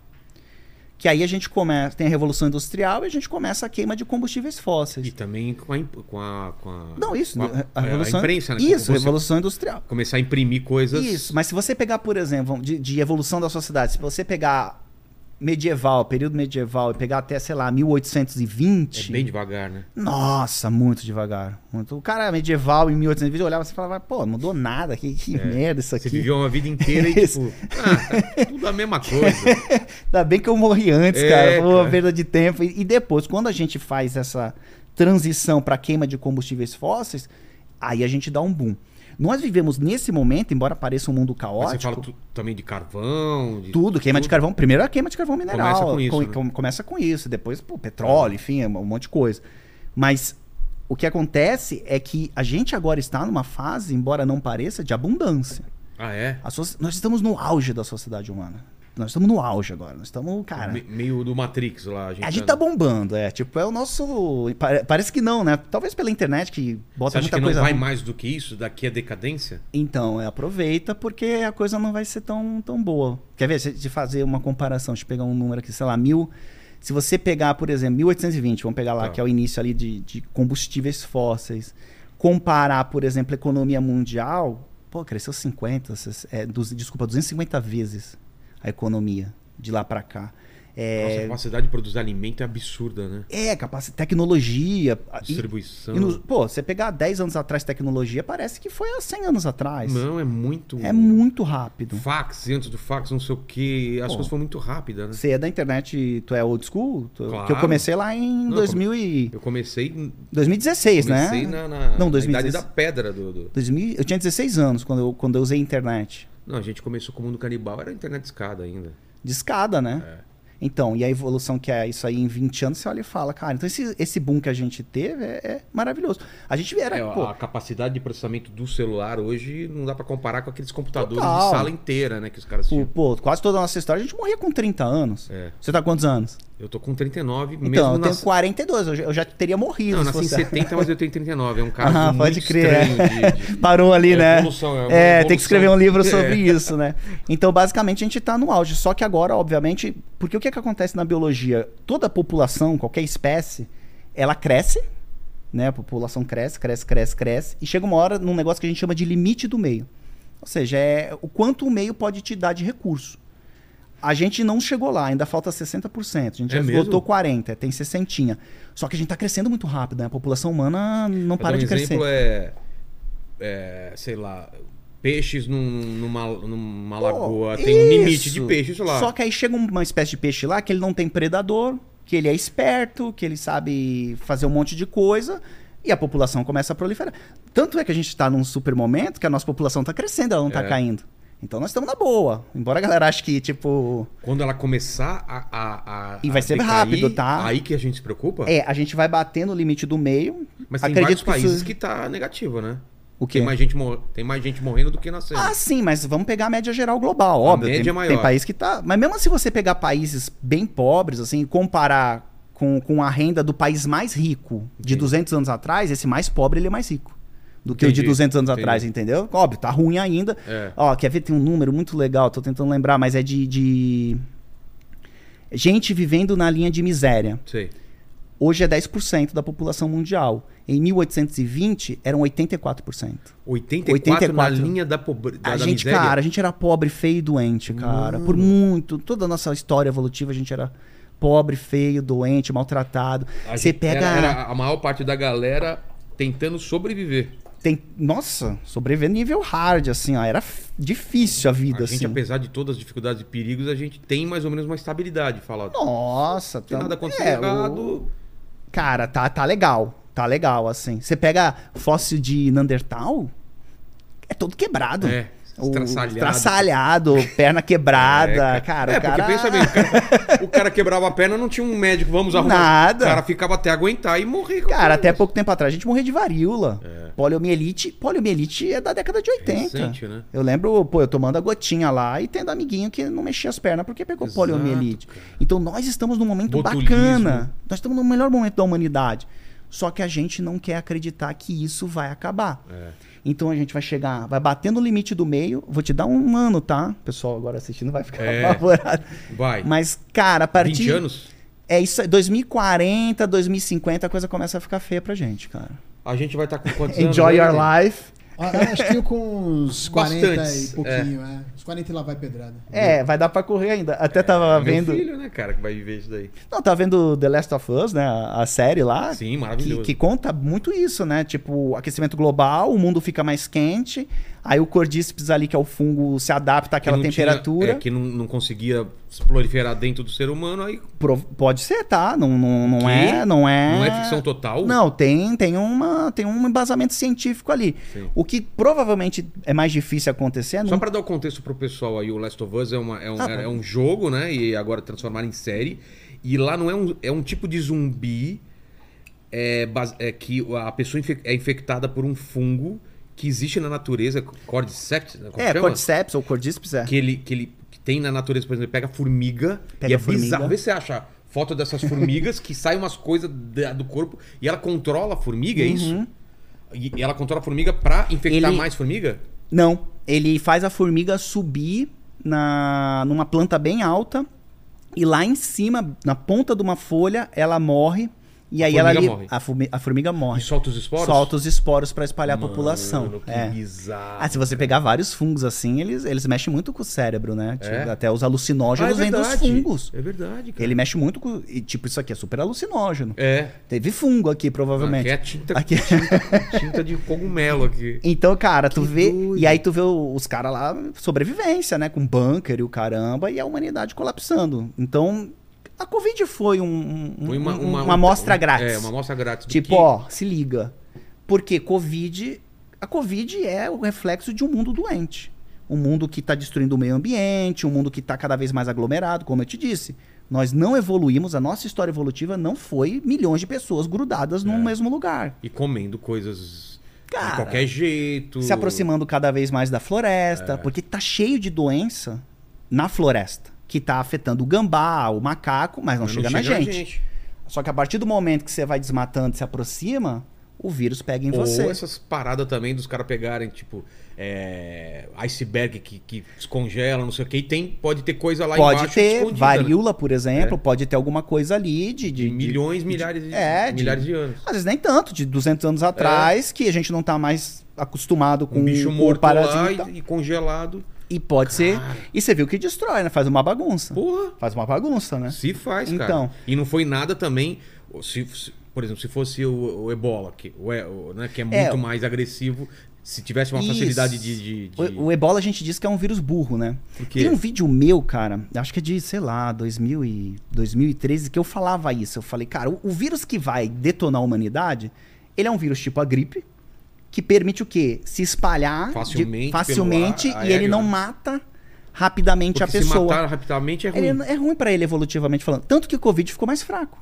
[SPEAKER 3] Que aí a gente começa, tem a Revolução Industrial e a gente começa a queima de combustíveis
[SPEAKER 1] E,
[SPEAKER 3] fósseis.
[SPEAKER 1] também com a, imp- com a- com a-
[SPEAKER 3] Não, isso,
[SPEAKER 1] com
[SPEAKER 3] a,
[SPEAKER 1] a,
[SPEAKER 3] a
[SPEAKER 1] é, a
[SPEAKER 3] Revolução...
[SPEAKER 1] imprensa, né?
[SPEAKER 3] Isso,
[SPEAKER 1] Você
[SPEAKER 3] Revolução Industrial.
[SPEAKER 1] Começar a imprimir coisas.
[SPEAKER 3] Isso, mas se você pegar, por exemplo, vamos- de, de evolução da sociedade, se você pegar medieval, período medieval, e pegar até, sei lá,
[SPEAKER 1] É
[SPEAKER 3] 1820.
[SPEAKER 1] bem devagar, né?
[SPEAKER 3] Nossa, muito devagar. Muito. O cara medieval em 1820 olhava assim e falava, pô, mudou nada aqui, que merda isso
[SPEAKER 1] É, Você
[SPEAKER 3] aqui.
[SPEAKER 1] viveu uma vida inteira e
[SPEAKER 3] *laughs* Isso.
[SPEAKER 1] tipo, ah, tá tudo a mesma
[SPEAKER 3] *laughs*
[SPEAKER 1] coisa.
[SPEAKER 3] Ainda bem que eu morri antes,
[SPEAKER 1] É,
[SPEAKER 3] cara. Pô,
[SPEAKER 1] cara.
[SPEAKER 3] perda de tempo. E, e depois, quando a gente faz essa transição para queima de combustíveis fósseis, aí a gente dá um boom. Nós vivemos nesse momento, embora pareça um mundo
[SPEAKER 1] Mas
[SPEAKER 3] caótico.
[SPEAKER 1] você fala tu- também de carvão, de
[SPEAKER 3] Tudo, queima de
[SPEAKER 1] tudo.
[SPEAKER 3] carvão. Primeiro a queima de carvão mineral.
[SPEAKER 1] Começa com isso,
[SPEAKER 3] Com-
[SPEAKER 1] né? É.
[SPEAKER 3] com- começa com isso, Depois, pô, petróleo, enfim, um monte de coisa. Mas o que acontece é que a gente agora está numa fase, embora não pareça, de abundância.
[SPEAKER 1] Ah, é?
[SPEAKER 3] A soci- Nós estamos no auge da sociedade humana. Nós estamos no auge agora. Nós estamos, cara.
[SPEAKER 1] Me- meio do Matrix lá. A gente,
[SPEAKER 3] A gente tá bombando, é. Tipo, é o nosso. pare- Parece que não, né? Talvez pela internet que bota
[SPEAKER 1] Você acha
[SPEAKER 3] muita
[SPEAKER 1] que não
[SPEAKER 3] coisa.
[SPEAKER 1] vai
[SPEAKER 3] ruim.
[SPEAKER 1] mais do que isso? Daqui a decadência?
[SPEAKER 3] Então, é, aproveita, porque a coisa não vai ser tão, tão boa. Quer ver? Se de fazer uma comparação, de pegar um número aqui, sei lá, mil. Se você pegar, por exemplo, 1820, vamos pegar lá,
[SPEAKER 1] Tá.
[SPEAKER 3] que é o início ali de, de combustíveis fósseis, comparar, por exemplo, a economia mundial, pô, cresceu 50, ses- é, duze- desculpa, 250 vezes a economia de lá pra cá.
[SPEAKER 1] Nossa, a
[SPEAKER 3] É,
[SPEAKER 1] capacidade de produzir alimento é absurda, né?
[SPEAKER 3] é capacidade, tecnologia. a- e-
[SPEAKER 1] Distribuição.
[SPEAKER 3] e nos- pô, você pegar 10 anos atrás tecnologia, parece que foi há 100 anos atrás.
[SPEAKER 1] Não, é muito.
[SPEAKER 3] É muito rápido.
[SPEAKER 1] Fax, e antes do fax, não sei o quê. As
[SPEAKER 3] Pô.
[SPEAKER 1] coisas foram muito rápidas, né?
[SPEAKER 3] Você é da internet, tu é old school? Tu,
[SPEAKER 1] Claro.
[SPEAKER 3] Que eu comecei lá em
[SPEAKER 1] Não,
[SPEAKER 3] 2000 e-
[SPEAKER 1] Eu comecei,
[SPEAKER 3] 2016,
[SPEAKER 1] comecei
[SPEAKER 3] né?
[SPEAKER 1] na, na,
[SPEAKER 3] Não,
[SPEAKER 1] na idade
[SPEAKER 3] 2016.
[SPEAKER 1] da pedra do, do-
[SPEAKER 3] 2000 eu tinha 16 anos quando eu, quando eu usei internet.
[SPEAKER 1] Não, a gente começou com o mundo canibal, era internet escada ainda.
[SPEAKER 3] De escada, né?
[SPEAKER 1] É.
[SPEAKER 3] Então, e a evolução que é isso aí em 20 anos, você olha e fala, cara, então esse, esse boom que a gente teve é, é maravilhoso. A gente era,
[SPEAKER 1] É,
[SPEAKER 3] pô,
[SPEAKER 1] a capacidade de processamento do celular hoje não dá pra comparar com aqueles computadores de
[SPEAKER 3] Total.
[SPEAKER 1] sala inteira, né? Que os caras
[SPEAKER 3] o-
[SPEAKER 1] tinham.
[SPEAKER 3] pô, quase toda a nossa história, a gente morria com 30 anos.
[SPEAKER 1] É.
[SPEAKER 3] Você tá com quantos anos?
[SPEAKER 1] Eu tô com 39,
[SPEAKER 3] então,
[SPEAKER 1] mesmo
[SPEAKER 3] eu
[SPEAKER 1] na...
[SPEAKER 3] tenho 42, eu já, eu já teria morrido.
[SPEAKER 1] Não, eu
[SPEAKER 3] se
[SPEAKER 1] nasci em
[SPEAKER 3] fosse-
[SPEAKER 1] 70, mas eu tenho 39. É um caso
[SPEAKER 3] Ah,
[SPEAKER 1] muito
[SPEAKER 3] pode crer,
[SPEAKER 1] estranho
[SPEAKER 3] *laughs*
[SPEAKER 1] de, de-
[SPEAKER 3] Parou ali,
[SPEAKER 1] É
[SPEAKER 3] né?
[SPEAKER 1] evolução, é uma
[SPEAKER 3] É,
[SPEAKER 1] evolução.
[SPEAKER 3] tem que escrever um livro
[SPEAKER 1] *laughs*
[SPEAKER 3] sobre isso, né? Então, basicamente, a gente tá no auge. Só que agora, obviamente, porque o que, é que acontece na biologia? Toda população, qualquer espécie, ela cresce, né? A população cresce, cresce, cresce, cresce. E chega uma hora num negócio que a gente chama de limite do meio. Ou seja, é o quanto o meio pode te dar de recurso. A gente não chegou lá, ainda falta 60%. A gente
[SPEAKER 1] É
[SPEAKER 3] já
[SPEAKER 1] mesmo?
[SPEAKER 3] esgotou 40%, tem 60%. Só que a gente tá crescendo muito rápido, né? A população humana não
[SPEAKER 1] Pra dar
[SPEAKER 3] para
[SPEAKER 1] um
[SPEAKER 3] de crescer.
[SPEAKER 1] exemplo é, é, sei lá, peixes num- numa, numa
[SPEAKER 3] Pô,
[SPEAKER 1] lagoa. Tem um limite de
[SPEAKER 3] isso.
[SPEAKER 1] peixes lá.
[SPEAKER 3] Só que aí chega uma espécie de peixe lá que ele não tem predador, que ele é esperto, que ele sabe fazer um monte de coisa. E a população começa a proliferar. Tanto é que a gente está num super momento que a nossa população está crescendo, ela não está
[SPEAKER 1] É.
[SPEAKER 3] caindo. Então nós estamos na boa. Embora a galera ache que, tipo.
[SPEAKER 1] Quando ela começar a... a, a-
[SPEAKER 3] E vai
[SPEAKER 1] a
[SPEAKER 3] ser
[SPEAKER 1] decair,
[SPEAKER 3] rápido, tá?
[SPEAKER 1] Aí que a gente se preocupa.
[SPEAKER 3] É, a gente vai bater no limite do meio.
[SPEAKER 1] Mas tem vários
[SPEAKER 3] Acredito que
[SPEAKER 1] países
[SPEAKER 3] isso-
[SPEAKER 1] que tá negativo, né?
[SPEAKER 3] O quê?
[SPEAKER 1] Tem mais gente, mor- tem mais gente morrendo do que nascendo.
[SPEAKER 3] Ah, sim, mas vamos pegar a média geral global, óbvio.
[SPEAKER 1] média
[SPEAKER 3] tem,
[SPEAKER 1] é maior.
[SPEAKER 3] tem país que tá. Mas mesmo se você pegar países bem pobres, assim, e comparar com, com a renda do país mais rico de
[SPEAKER 1] Entendi.
[SPEAKER 3] 200 anos atrás, esse mais pobre ele é mais rico do que o
[SPEAKER 1] Entendi,
[SPEAKER 3] de 200 anos
[SPEAKER 1] entendi.
[SPEAKER 3] atrás, entendeu? Óbvio, tá ruim ainda.
[SPEAKER 1] É.
[SPEAKER 3] Ó, quer ver? Tem um número muito legal, tô tentando lembrar, mas é de. de gente vivendo na linha de miséria.
[SPEAKER 1] Sei.
[SPEAKER 3] Hoje é 10% da população mundial. Em 1820, eram 84%.
[SPEAKER 1] 84, na
[SPEAKER 3] 84.
[SPEAKER 1] linha da pobreza.
[SPEAKER 3] A
[SPEAKER 1] da
[SPEAKER 3] gente,
[SPEAKER 1] miséria. Hum.
[SPEAKER 3] cara, a gente era pobre, feio e doente, cara. Por muito. Toda a nossa história evolutiva, a gente era pobre, feio, doente, maltratado.
[SPEAKER 1] A
[SPEAKER 3] Você
[SPEAKER 1] gente-
[SPEAKER 3] pega.
[SPEAKER 1] Era, era a maior parte da galera tentando sobreviver.
[SPEAKER 3] Tem, nossa, sobreviver nível hard, assim, ó. Era f- difícil a
[SPEAKER 1] A
[SPEAKER 3] vida,
[SPEAKER 1] gente,
[SPEAKER 3] assim.
[SPEAKER 1] apesar de todas as dificuldades e perigos, a gente tem mais ou menos uma estabilidade. Fala, não
[SPEAKER 3] Nossa,
[SPEAKER 1] tem
[SPEAKER 3] tam-
[SPEAKER 1] nada contra
[SPEAKER 3] é, o-
[SPEAKER 1] errado.
[SPEAKER 3] Cara, tá, tá legal. Tá legal, assim. Você pega fóssil de Neandertal, é todo quebrado.
[SPEAKER 1] É,
[SPEAKER 3] O-
[SPEAKER 1] estraçalhado.
[SPEAKER 3] Traçalhado,
[SPEAKER 1] *laughs*
[SPEAKER 3] perna
[SPEAKER 1] É,
[SPEAKER 3] quebrada, cara.
[SPEAKER 1] é,
[SPEAKER 3] o cara...
[SPEAKER 1] porque pensa bem, o
[SPEAKER 3] *laughs*
[SPEAKER 1] cara, o cara quebrava a perna, não tinha um médico, vamos arrumar.
[SPEAKER 3] Nada.
[SPEAKER 1] O cara ficava até aguentar e morrer. com
[SPEAKER 3] Cara, até
[SPEAKER 1] isso.
[SPEAKER 3] pouco tempo atrás a gente morria de varíola. Poliomielite. Poliomielite é da década de 80.
[SPEAKER 1] É. Recente, né?
[SPEAKER 3] Eu lembro, pô, eu tomando a gotinha lá e tendo amiguinho que não mexia as pernas porque pegou
[SPEAKER 1] Exato,
[SPEAKER 3] poliomielite. Então nós estamos num momento
[SPEAKER 1] Botulismo.
[SPEAKER 3] bacana. Nós estamos no melhor momento da humanidade. Só que a gente não quer acreditar que isso vai acabar.
[SPEAKER 1] É.
[SPEAKER 3] Então a gente vai chegar, vai bater no limite do meio. Vou te dar um ano, tá? O pessoal agora assistindo vai ficar
[SPEAKER 1] É.
[SPEAKER 3] *laughs* apavorado.
[SPEAKER 1] Vai.
[SPEAKER 3] Mas, cara, a partir.
[SPEAKER 1] 20 anos?
[SPEAKER 3] É isso, aí, 2040, 2050, a coisa começa a ficar feia pra gente, cara.
[SPEAKER 1] A gente vai estar com quantos anos?
[SPEAKER 3] *laughs* Enjoy your
[SPEAKER 1] né?
[SPEAKER 3] life.
[SPEAKER 2] Ah, eu acho que eu com uns 40
[SPEAKER 1] Bastantes,
[SPEAKER 2] e pouquinho, é. Uns 40 e lá vai pedrada.
[SPEAKER 3] É, vai dar pra correr ainda. Até tava
[SPEAKER 1] É, Meu
[SPEAKER 3] tá vendo.
[SPEAKER 1] filho, né, cara, que vai viver isso daí.
[SPEAKER 3] Não, tava vendo The Last of Us, né? A a série lá.
[SPEAKER 1] Sim,
[SPEAKER 3] Que,
[SPEAKER 1] maravilhoso.
[SPEAKER 3] que conta muito isso, né? Tipo, aquecimento global, o mundo fica mais quente, aí o cordíceps ali, que é o fungo, se adapta àquela
[SPEAKER 1] não tinha-
[SPEAKER 3] temperatura.
[SPEAKER 1] é, que não, não conseguia se proliferar dentro do ser humano, aí
[SPEAKER 3] Pro- Pode ser, tá? Não, não, não
[SPEAKER 1] Que?
[SPEAKER 3] é, não é.
[SPEAKER 1] não é ficção total?
[SPEAKER 3] Não, tem, tem, uma, tem um embasamento científico ali.
[SPEAKER 1] Sim.
[SPEAKER 3] O que provavelmente é mais difícil acontecer é
[SPEAKER 1] Só
[SPEAKER 3] num
[SPEAKER 1] pra dar o contexto pro pessoal aí, o Last of Us é, uma- é um,
[SPEAKER 3] Ah, tá.
[SPEAKER 1] é um jogo, né? E agora transformaram em série. E lá não é um, é um tipo de zumbi é, bas- é que a pessoa infec- é infectada por um fungo que existe na natureza, cordyceps, né? Como
[SPEAKER 3] É,
[SPEAKER 1] chama?
[SPEAKER 3] cordyceps ou cordíceps, é.
[SPEAKER 1] Que ele, que ele que tem na natureza, por exemplo, ele pega formiga
[SPEAKER 3] Pega
[SPEAKER 1] e é
[SPEAKER 3] formiga.
[SPEAKER 1] bizarro. Vê se você acha foto dessas formigas que saem umas coisas da- do corpo e ela controla a formiga, é isso? E, e ela controla a formiga pra infectar
[SPEAKER 3] Uhum. Ele-
[SPEAKER 1] mais formiga?
[SPEAKER 3] Não, ele faz a formiga subir na, numa planta bem alta e lá em cima, na ponta de uma folha, ela morre e
[SPEAKER 1] A
[SPEAKER 3] aí ela
[SPEAKER 1] formiga
[SPEAKER 3] ali,
[SPEAKER 1] morre.
[SPEAKER 3] A, formi- a formiga
[SPEAKER 1] E
[SPEAKER 3] morre.
[SPEAKER 1] solta os esporos?
[SPEAKER 3] Solta os esporos pra espalhar a população.
[SPEAKER 1] Mano, que
[SPEAKER 3] É.
[SPEAKER 1] bizarro.
[SPEAKER 3] Ah, se você pegar vários fungos assim, eles, eles mexem muito com o cérebro, né? Tipo,
[SPEAKER 1] É?
[SPEAKER 3] Até os alucinógenos vêm dos
[SPEAKER 1] verdade.
[SPEAKER 3] fungos.
[SPEAKER 1] É verdade, cara.
[SPEAKER 3] Ele mexe muito com. E, tipo, isso aqui é super alucinógeno.
[SPEAKER 1] É.
[SPEAKER 3] Teve fungo aqui,
[SPEAKER 1] Aqui
[SPEAKER 3] provavelmente.
[SPEAKER 1] é a tinta,
[SPEAKER 3] Aqui-
[SPEAKER 1] tinta, tinta de cogumelo
[SPEAKER 3] *laughs*
[SPEAKER 1] aqui.
[SPEAKER 3] Então, cara, tu
[SPEAKER 1] Que
[SPEAKER 3] vê.
[SPEAKER 1] doido.
[SPEAKER 3] E aí tu vê o- os caras lá, sobrevivência, né? Com bunker e o caramba, e a humanidade colapsando. Então, a Covid foi um- um-
[SPEAKER 1] Foi
[SPEAKER 3] um- uma, amostra
[SPEAKER 1] um-
[SPEAKER 3] grátis.
[SPEAKER 1] É, uma amostra grátis. do
[SPEAKER 3] Tipo,
[SPEAKER 1] que-
[SPEAKER 3] ó, se liga. Porque Covid. A Covid é o reflexo de um mundo doente. Um mundo que está destruindo o meio ambiente, um mundo que está cada vez mais aglomerado, como eu te disse. Nós não evoluímos, a nossa história evolutiva não foi milhões de pessoas grudadas
[SPEAKER 1] É.
[SPEAKER 3] num mesmo lugar.
[SPEAKER 1] E comendo coisas de
[SPEAKER 3] Cara,
[SPEAKER 1] qualquer jeito.
[SPEAKER 3] se aproximando cada vez mais da floresta,
[SPEAKER 1] É.
[SPEAKER 3] porque tá cheio de doença na floresta, que tá afetando o gambá, o macaco, mas não,
[SPEAKER 1] Mas
[SPEAKER 3] chega, na gente. Só que a partir do momento que você vai desmatando e se aproxima, o vírus pega em
[SPEAKER 1] Ou
[SPEAKER 3] você.
[SPEAKER 1] essas paradas também dos caras pegarem, tipo, é, iceberg que, que descongela, não sei o que. E tem, pode ter coisa lá
[SPEAKER 3] Pode
[SPEAKER 1] embaixo
[SPEAKER 3] ter
[SPEAKER 1] escondida,
[SPEAKER 3] varíola, por exemplo, pode ter alguma coisa ali de,
[SPEAKER 1] né?
[SPEAKER 3] de-
[SPEAKER 1] De
[SPEAKER 3] de-
[SPEAKER 1] milhões, milhares, de,
[SPEAKER 3] é, de-
[SPEAKER 1] milhares de anos.
[SPEAKER 3] Às vezes nem tanto, de 200 anos atrás, que a gente não tá mais acostumado com
[SPEAKER 1] É. Um bicho
[SPEAKER 3] com
[SPEAKER 1] morto lá
[SPEAKER 3] parasita.
[SPEAKER 1] e, e congelado.
[SPEAKER 3] E pode ser. E você viu que destrói, né? Faz uma bagunça.
[SPEAKER 1] Porra!
[SPEAKER 3] Faz uma bagunça, né?
[SPEAKER 1] Se faz, cara.
[SPEAKER 3] Então.
[SPEAKER 1] E não foi nada também. Se, se- por exemplo, se fosse o, o ebola, que, o, e- o, né, que é muito
[SPEAKER 3] o-
[SPEAKER 1] mais agressivo, se tivesse uma
[SPEAKER 3] Isso.
[SPEAKER 1] facilidade de. de- de-
[SPEAKER 3] O, o ebola a gente diz que é um vírus burro, né?
[SPEAKER 1] Por quê?
[SPEAKER 3] Tem um vídeo meu, cara, acho que é de, sei lá, 2000 e 2013, que eu falava isso. Eu falei, cara, o, o vírus que vai detonar a humanidade, ele é um vírus tipo a gripe, que permite o quê? Se espalhar de-
[SPEAKER 1] Facilmente pelo
[SPEAKER 3] facilmente
[SPEAKER 1] ar-
[SPEAKER 3] e ele
[SPEAKER 1] aéreo,
[SPEAKER 3] não
[SPEAKER 1] né?
[SPEAKER 3] mata rapidamente
[SPEAKER 1] Porque
[SPEAKER 3] a
[SPEAKER 1] se
[SPEAKER 3] pessoa.
[SPEAKER 1] matar rapidamente é ruim.
[SPEAKER 3] Ele- é ruim pra ele evolutivamente falando. Tanto que o Covid ficou mais fraco.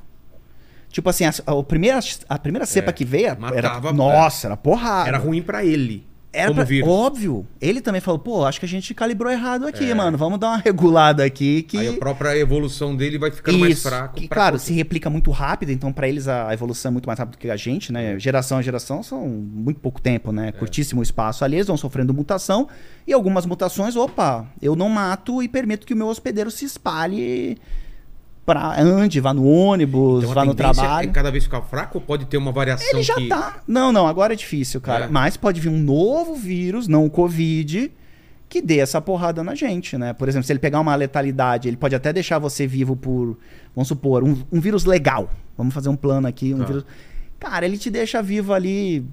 [SPEAKER 3] Tipo assim, a, a primeira, a primeira cepa que veio era,
[SPEAKER 1] É, matava,
[SPEAKER 3] nossa, era porrada.
[SPEAKER 1] Era ruim pra ele.
[SPEAKER 3] Ah, Era
[SPEAKER 1] como
[SPEAKER 3] pra-
[SPEAKER 1] vírus.
[SPEAKER 3] óbvio. Ele também falou, pô, acho que a gente calibrou errado aqui, mano. Vamos dar uma regulada aqui que
[SPEAKER 1] É. Aí a própria evolução dele vai ficando mais fraco. assim.
[SPEAKER 3] que,
[SPEAKER 1] pra-
[SPEAKER 3] claro, se replica muito rápido, então pra eles a a evolução é muito mais rápida que a gente,
[SPEAKER 1] É.
[SPEAKER 3] né? Geração a geração são muito pouco tempo, né? Curtíssimo espaço ali, eles vão sofrendo mutação e algumas mutações, opa, eu não mato e permito que o meu hospedeiro se espalhe pra, ande, vá no ônibus, vá no trabalho.
[SPEAKER 1] É cada vez ficar fraco ou pode ter uma variação
[SPEAKER 3] Ele já
[SPEAKER 1] que...
[SPEAKER 3] tá. Não, não, agora é difícil, cara.
[SPEAKER 1] É.
[SPEAKER 3] Mas pode vir um novo vírus, não o Covid, que dê essa porrada na gente, né? Por exemplo, se ele pegar uma letalidade, ele pode até deixar você vivo por, vamos supor, um, um vírus legal. Vamos fazer um plano aqui, um
[SPEAKER 1] Tá.
[SPEAKER 3] vírus. Cara, ele te deixa vivo ali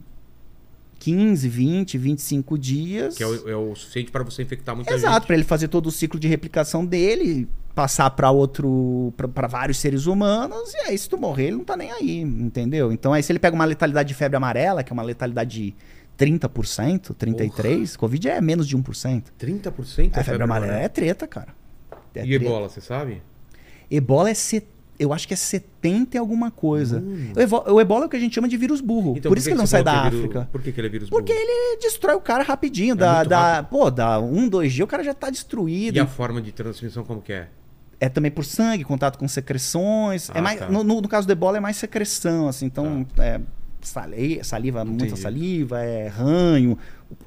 [SPEAKER 3] 15, 20, 25 dias.
[SPEAKER 1] Que é o, é o suficiente para você infectar muita
[SPEAKER 3] Exato,
[SPEAKER 1] gente.
[SPEAKER 3] para ele fazer todo o ciclo de replicação dele, passar para outro, para vários seres humanos, e aí se tu morrer, ele não tá nem aí, entendeu? Então aí se ele pega uma letalidade de febre amarela, que é uma letalidade de 30%, 33%, Covid é menos de 1%.
[SPEAKER 1] 30%
[SPEAKER 3] a febre amarela é treta, cara. É
[SPEAKER 1] E
[SPEAKER 3] treta.
[SPEAKER 1] ebola, você sabe?
[SPEAKER 3] Ebola é set... eu acho que é 70 e alguma coisa.
[SPEAKER 1] Hum.
[SPEAKER 3] O, evo- o ebola é o que a gente chama de vírus burro.
[SPEAKER 1] Então,
[SPEAKER 3] Por isso que, ele não sai
[SPEAKER 1] você
[SPEAKER 3] da
[SPEAKER 1] falou que é vírus-
[SPEAKER 3] África.
[SPEAKER 1] Por que, que ele é vírus
[SPEAKER 3] Porque
[SPEAKER 1] burro?
[SPEAKER 3] ele destrói o cara rapidinho.
[SPEAKER 1] É
[SPEAKER 3] dá,
[SPEAKER 1] muito
[SPEAKER 3] dá- pô, dá um, dois dias, o cara já tá
[SPEAKER 1] E
[SPEAKER 3] destruído.
[SPEAKER 1] a forma de transmissão como que é?
[SPEAKER 3] É também por sangue, contato com secreções.
[SPEAKER 1] Ah,
[SPEAKER 3] é mais,
[SPEAKER 1] tá.
[SPEAKER 3] no, no- no caso do ebola é mais secreção, assim, então é sali- saliva, muita
[SPEAKER 1] Entendi.
[SPEAKER 3] saliva, é ranho,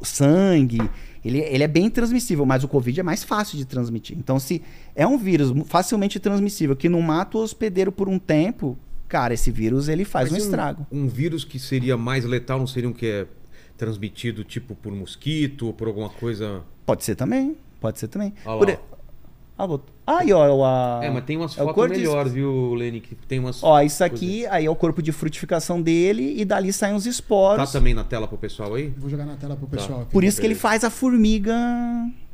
[SPEAKER 3] sangue. Ele, ele é bem transmissível, mas o Covid é mais fácil de transmitir. Então, se é um vírus mu- facilmente transmissível que não mata o hospedeiro por um tempo, cara, esse vírus ele faz
[SPEAKER 1] Mas
[SPEAKER 3] um estrago.
[SPEAKER 1] Um vírus que seria mais letal não seria um que é transmitido tipo por mosquito ou por alguma coisa...
[SPEAKER 3] Pode ser também, pode ser também.
[SPEAKER 1] Olha
[SPEAKER 3] Por
[SPEAKER 1] lá.
[SPEAKER 3] e- Ah, bot- Aí, ó, a...
[SPEAKER 1] é, mas tem umas
[SPEAKER 3] é o
[SPEAKER 1] fotos
[SPEAKER 3] cor de-
[SPEAKER 1] melhores, viu, Lenny? Que tem umas...
[SPEAKER 3] Ó, isso aqui, aí é o corpo de frutificação dele e dali saem os
[SPEAKER 1] Tá
[SPEAKER 3] esporos.
[SPEAKER 1] também na tela pro pessoal aí?
[SPEAKER 2] Vou jogar na tela
[SPEAKER 1] Tá.
[SPEAKER 2] pro pessoal. aqui.
[SPEAKER 3] Por isso que ele faz a formiga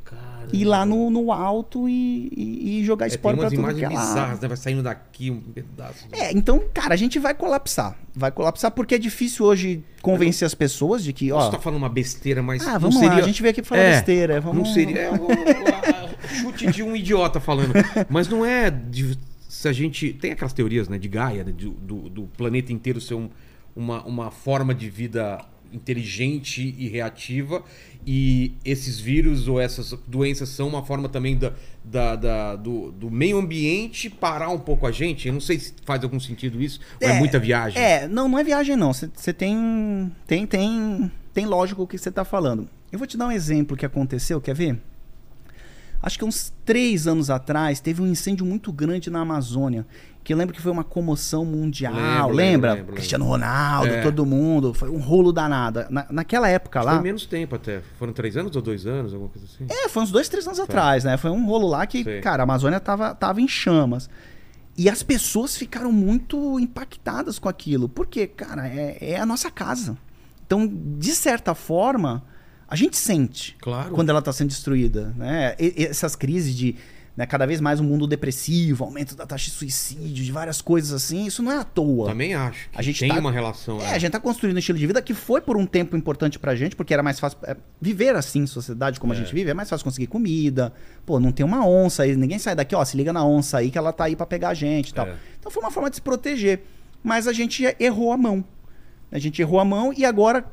[SPEAKER 1] Cara...
[SPEAKER 3] ir lá no, no alto e, e- e jogar
[SPEAKER 1] É, tem
[SPEAKER 3] esporte pra
[SPEAKER 1] umas
[SPEAKER 3] tudo que
[SPEAKER 1] imagens
[SPEAKER 3] é lá.
[SPEAKER 1] bizarras, né? Vai saindo daqui um pedaço.
[SPEAKER 3] É, então, cara, a gente vai colapsar. Vai colapsar porque é difícil hoje convencer as pessoas de que,
[SPEAKER 1] Você
[SPEAKER 3] ó...
[SPEAKER 1] tá falando uma besteira, mas
[SPEAKER 3] Ah,
[SPEAKER 1] não
[SPEAKER 3] vamos lá,
[SPEAKER 1] seria-
[SPEAKER 3] a gente veio aqui pra falar
[SPEAKER 1] É,
[SPEAKER 3] besteira. Vamos...
[SPEAKER 1] Não seria. É o, o- a- chute de um idiota falando. Mas não é. de- se a gente. Tem aquelas teorias, né? De Gaia, né, do, do- do planeta inteiro ser um- uma, uma forma de vida inteligente e reativa. E esses vírus ou essas doenças são uma forma também da, da- da- do, do meio ambiente parar um pouco a gente. Eu não sei se faz algum sentido isso, ou é,
[SPEAKER 3] É,
[SPEAKER 1] muita viagem.
[SPEAKER 3] É, não, não é viagem não. Você tem, tem, tem, tem lógico o que você tá falando. Eu vou te dar um exemplo que aconteceu, quer ver? Acho que uns três anos atrás teve um incêndio muito grande na Amazônia. Que eu lembro que foi uma comoção mundial.
[SPEAKER 1] Lembro, lembro,
[SPEAKER 3] lembra?
[SPEAKER 1] lembro,
[SPEAKER 3] Cristiano Ronaldo,
[SPEAKER 1] É.
[SPEAKER 3] todo mundo. Foi um rolo danado. Na, naquela época lá.
[SPEAKER 1] Foi menos tempo até. Foram três anos ou dois anos, alguma coisa assim?
[SPEAKER 3] É, foi uns dois, três anos atrás, né? Foi um rolo lá que,
[SPEAKER 1] Sei.
[SPEAKER 3] cara, a Amazônia tava, tava em chamas. E as pessoas ficaram muito impactadas com aquilo. Porque, cara, é, é a nossa casa. Então, de certa forma, a gente sente
[SPEAKER 1] Claro.
[SPEAKER 3] quando ela está sendo destruída. Né? E- e essas crises de né, cada vez mais um mundo depressivo, aumento da taxa de suicídio, de várias coisas assim, isso não é à toa.
[SPEAKER 1] Também acho.
[SPEAKER 3] A gente
[SPEAKER 1] tem
[SPEAKER 3] tá-
[SPEAKER 1] uma relação.
[SPEAKER 3] É, a gente tá construindo um estilo de vida que foi por um tempo importante pra gente, porque era mais fácil é, viver assim, em sociedade como a gente vive, é mais fácil conseguir comida. Pô, não tem uma onça aí, ninguém sai daqui, ó, se liga na onça aí que ela tá aí pra pegar a gente e tal.
[SPEAKER 1] É.
[SPEAKER 3] Então foi uma forma de se proteger, mas a gente errou a mão. A gente errou a mão e agora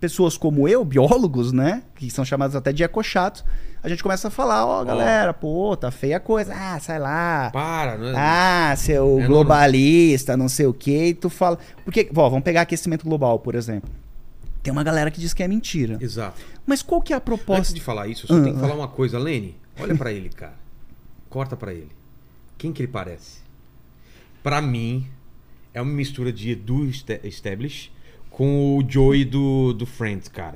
[SPEAKER 3] pessoas como eu, biólogos, né, que são chamados até de ecochatos, a gente começa a falar, ó, galera, pô, tá feia a coisa. Ah, sai lá.
[SPEAKER 1] Para, né?
[SPEAKER 3] Ah, seu
[SPEAKER 1] É
[SPEAKER 3] globalista, não sei o que, e tu fala. Porque, ó, vamos pegar aquecimento global, por exemplo. Tem uma galera que diz que é mentira.
[SPEAKER 1] Exato.
[SPEAKER 3] Mas qual que é a
[SPEAKER 1] Antes
[SPEAKER 3] proposta?
[SPEAKER 1] de falar isso, eu só
[SPEAKER 2] Hum.
[SPEAKER 3] Ah,
[SPEAKER 1] tenho que
[SPEAKER 3] ah.
[SPEAKER 1] falar uma coisa, Lene. Olha
[SPEAKER 2] *laughs*
[SPEAKER 1] pra ele, cara. Corta pra ele. Quem que ele parece? Pra mim, é uma mistura de Edu Ste- Stablish com o Joey do, do Friends, cara.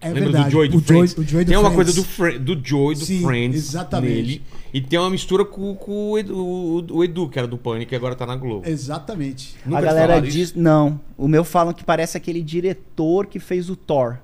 [SPEAKER 2] É
[SPEAKER 1] Lembra
[SPEAKER 2] verdade.
[SPEAKER 1] do Joey do
[SPEAKER 2] O Joey-
[SPEAKER 1] Friends?
[SPEAKER 2] o Joey do
[SPEAKER 1] tem uma
[SPEAKER 2] Friends.
[SPEAKER 1] coisa do, Fre- do Joey do
[SPEAKER 2] Sim,
[SPEAKER 1] Friends
[SPEAKER 2] exatamente.
[SPEAKER 1] nele. E tem uma mistura com, com o, Edu, o- o Edu, que era do Pânico e agora tá na Globo.
[SPEAKER 2] É. Exatamente.
[SPEAKER 1] Nunca
[SPEAKER 3] a
[SPEAKER 1] te
[SPEAKER 3] galera
[SPEAKER 1] falaram isso?
[SPEAKER 3] diz. Não. O meu falam que parece aquele diretor que fez o Thor.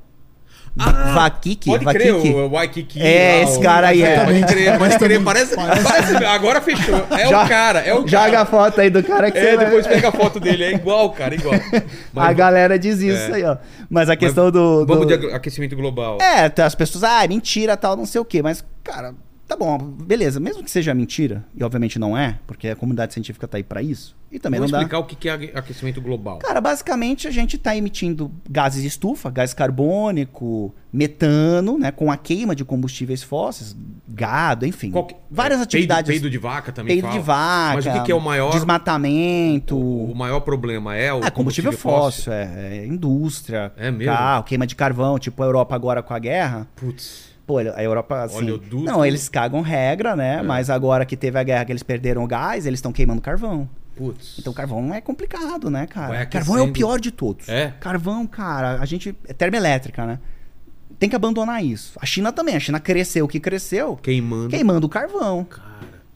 [SPEAKER 1] Ah,
[SPEAKER 3] Vakiki.
[SPEAKER 1] Pode
[SPEAKER 3] Vakiki.
[SPEAKER 1] crer, o, o Waikiki.
[SPEAKER 3] É,
[SPEAKER 1] lá,
[SPEAKER 3] esse
[SPEAKER 1] o-
[SPEAKER 3] cara aí é.
[SPEAKER 1] Pode crer, pode crer.
[SPEAKER 2] Exatamente.
[SPEAKER 1] Parece, parece- Agora fechou. É
[SPEAKER 3] Já-
[SPEAKER 1] o cara, é o
[SPEAKER 3] Joga a
[SPEAKER 1] cara.
[SPEAKER 3] foto aí do cara que
[SPEAKER 1] É,
[SPEAKER 3] você vai-
[SPEAKER 1] depois pega a foto dele. É igual, cara, igual.
[SPEAKER 3] *laughs* A
[SPEAKER 1] Mas-
[SPEAKER 3] galera diz isso aí, ó. Mas a questão do.
[SPEAKER 1] É. Vamos
[SPEAKER 3] do-
[SPEAKER 1] de ag- aquecimento global.
[SPEAKER 3] É, tá, as pessoas, ah, é mentira, tal, não sei o quê. Mas, cara, tá bom, beleza. Mesmo que seja mentira, e obviamente não é, porque a comunidade científica tá aí pra isso, e também
[SPEAKER 1] Vamos
[SPEAKER 3] não
[SPEAKER 1] explicar
[SPEAKER 3] dá.
[SPEAKER 1] o que que é ague- aquecimento global.
[SPEAKER 3] Cara, basicamente a gente tá emitindo gases de estufa, gás carbônico, metano, né, com a queima de combustíveis fósseis, gado, enfim.
[SPEAKER 1] Qual que-
[SPEAKER 3] Várias
[SPEAKER 1] é,
[SPEAKER 3] atividades.
[SPEAKER 1] Peido, peido de vaca também
[SPEAKER 3] peido
[SPEAKER 1] fala.
[SPEAKER 3] de vaca.
[SPEAKER 1] Mas o que que é o maior-
[SPEAKER 3] Desmatamento.
[SPEAKER 1] O maior problema é o
[SPEAKER 3] É, combustível, fóssil, é, é indústria,
[SPEAKER 1] É mesmo?
[SPEAKER 3] carro, queima de carvão, tipo a Europa agora com a guerra.
[SPEAKER 1] Putz.
[SPEAKER 3] Pô, a Europa, assim...
[SPEAKER 1] Oleoduto.
[SPEAKER 3] Não, eles cagam regra, né?
[SPEAKER 1] É.
[SPEAKER 3] Mas agora que teve a guerra, que eles perderam o gás, eles estão queimando carvão.
[SPEAKER 1] Putz.
[SPEAKER 3] Então carvão é complicado, né, cara?
[SPEAKER 1] Vai
[SPEAKER 3] carvão é o
[SPEAKER 1] aquecendo.
[SPEAKER 3] pior de todos.
[SPEAKER 1] É?
[SPEAKER 3] Carvão, cara, a gente... É termoelétrica, né? Tem que abandonar isso. A China também. A China cresceu o que cresceu,
[SPEAKER 1] Queimando.
[SPEAKER 3] queimando o carvão.
[SPEAKER 1] Cara.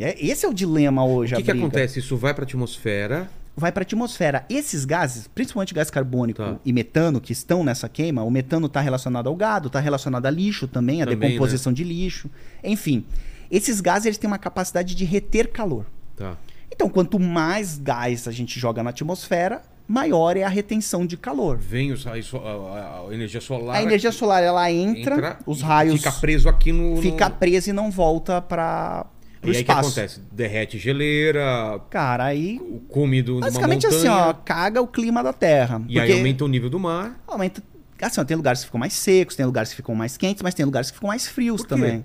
[SPEAKER 3] E é- Esse é o dilema hoje,
[SPEAKER 1] O
[SPEAKER 3] a
[SPEAKER 1] que, que
[SPEAKER 3] briga.
[SPEAKER 1] acontece? Isso vai pra atmosfera.
[SPEAKER 3] vai para a atmosfera. Esses gases, principalmente gás carbônico
[SPEAKER 1] Tá.
[SPEAKER 3] e metano, que estão nessa queima, o metano está relacionado ao gado, está relacionado a lixo também, a
[SPEAKER 1] Também, né?
[SPEAKER 3] decomposição de lixo. Enfim, esses gases eles têm uma capacidade de reter calor.
[SPEAKER 1] Tá.
[SPEAKER 3] Então, quanto mais gás a gente joga na atmosfera, maior é a retenção de calor.
[SPEAKER 1] Vem os raios, so- a, a- a energia solar.
[SPEAKER 3] a energia
[SPEAKER 1] aqui,
[SPEAKER 3] solar ela entra, os
[SPEAKER 1] e
[SPEAKER 3] raios
[SPEAKER 1] Fica preso aqui no. no-
[SPEAKER 3] fica presa e não volta para
[SPEAKER 1] E
[SPEAKER 3] o
[SPEAKER 1] aí o que
[SPEAKER 3] espaço.
[SPEAKER 1] acontece? Derrete geleira,
[SPEAKER 3] Cara, aí
[SPEAKER 1] o cume do numa
[SPEAKER 3] basicamente
[SPEAKER 1] montanha.
[SPEAKER 3] assim, ó, caga o clima da Terra.
[SPEAKER 1] E aí aumenta o nível do mar.
[SPEAKER 3] aumenta. Assim, ó, tem lugares que ficam mais secos, tem lugares que ficam mais quentes, mas tem lugares que ficam mais frios
[SPEAKER 1] Por quê?
[SPEAKER 3] também.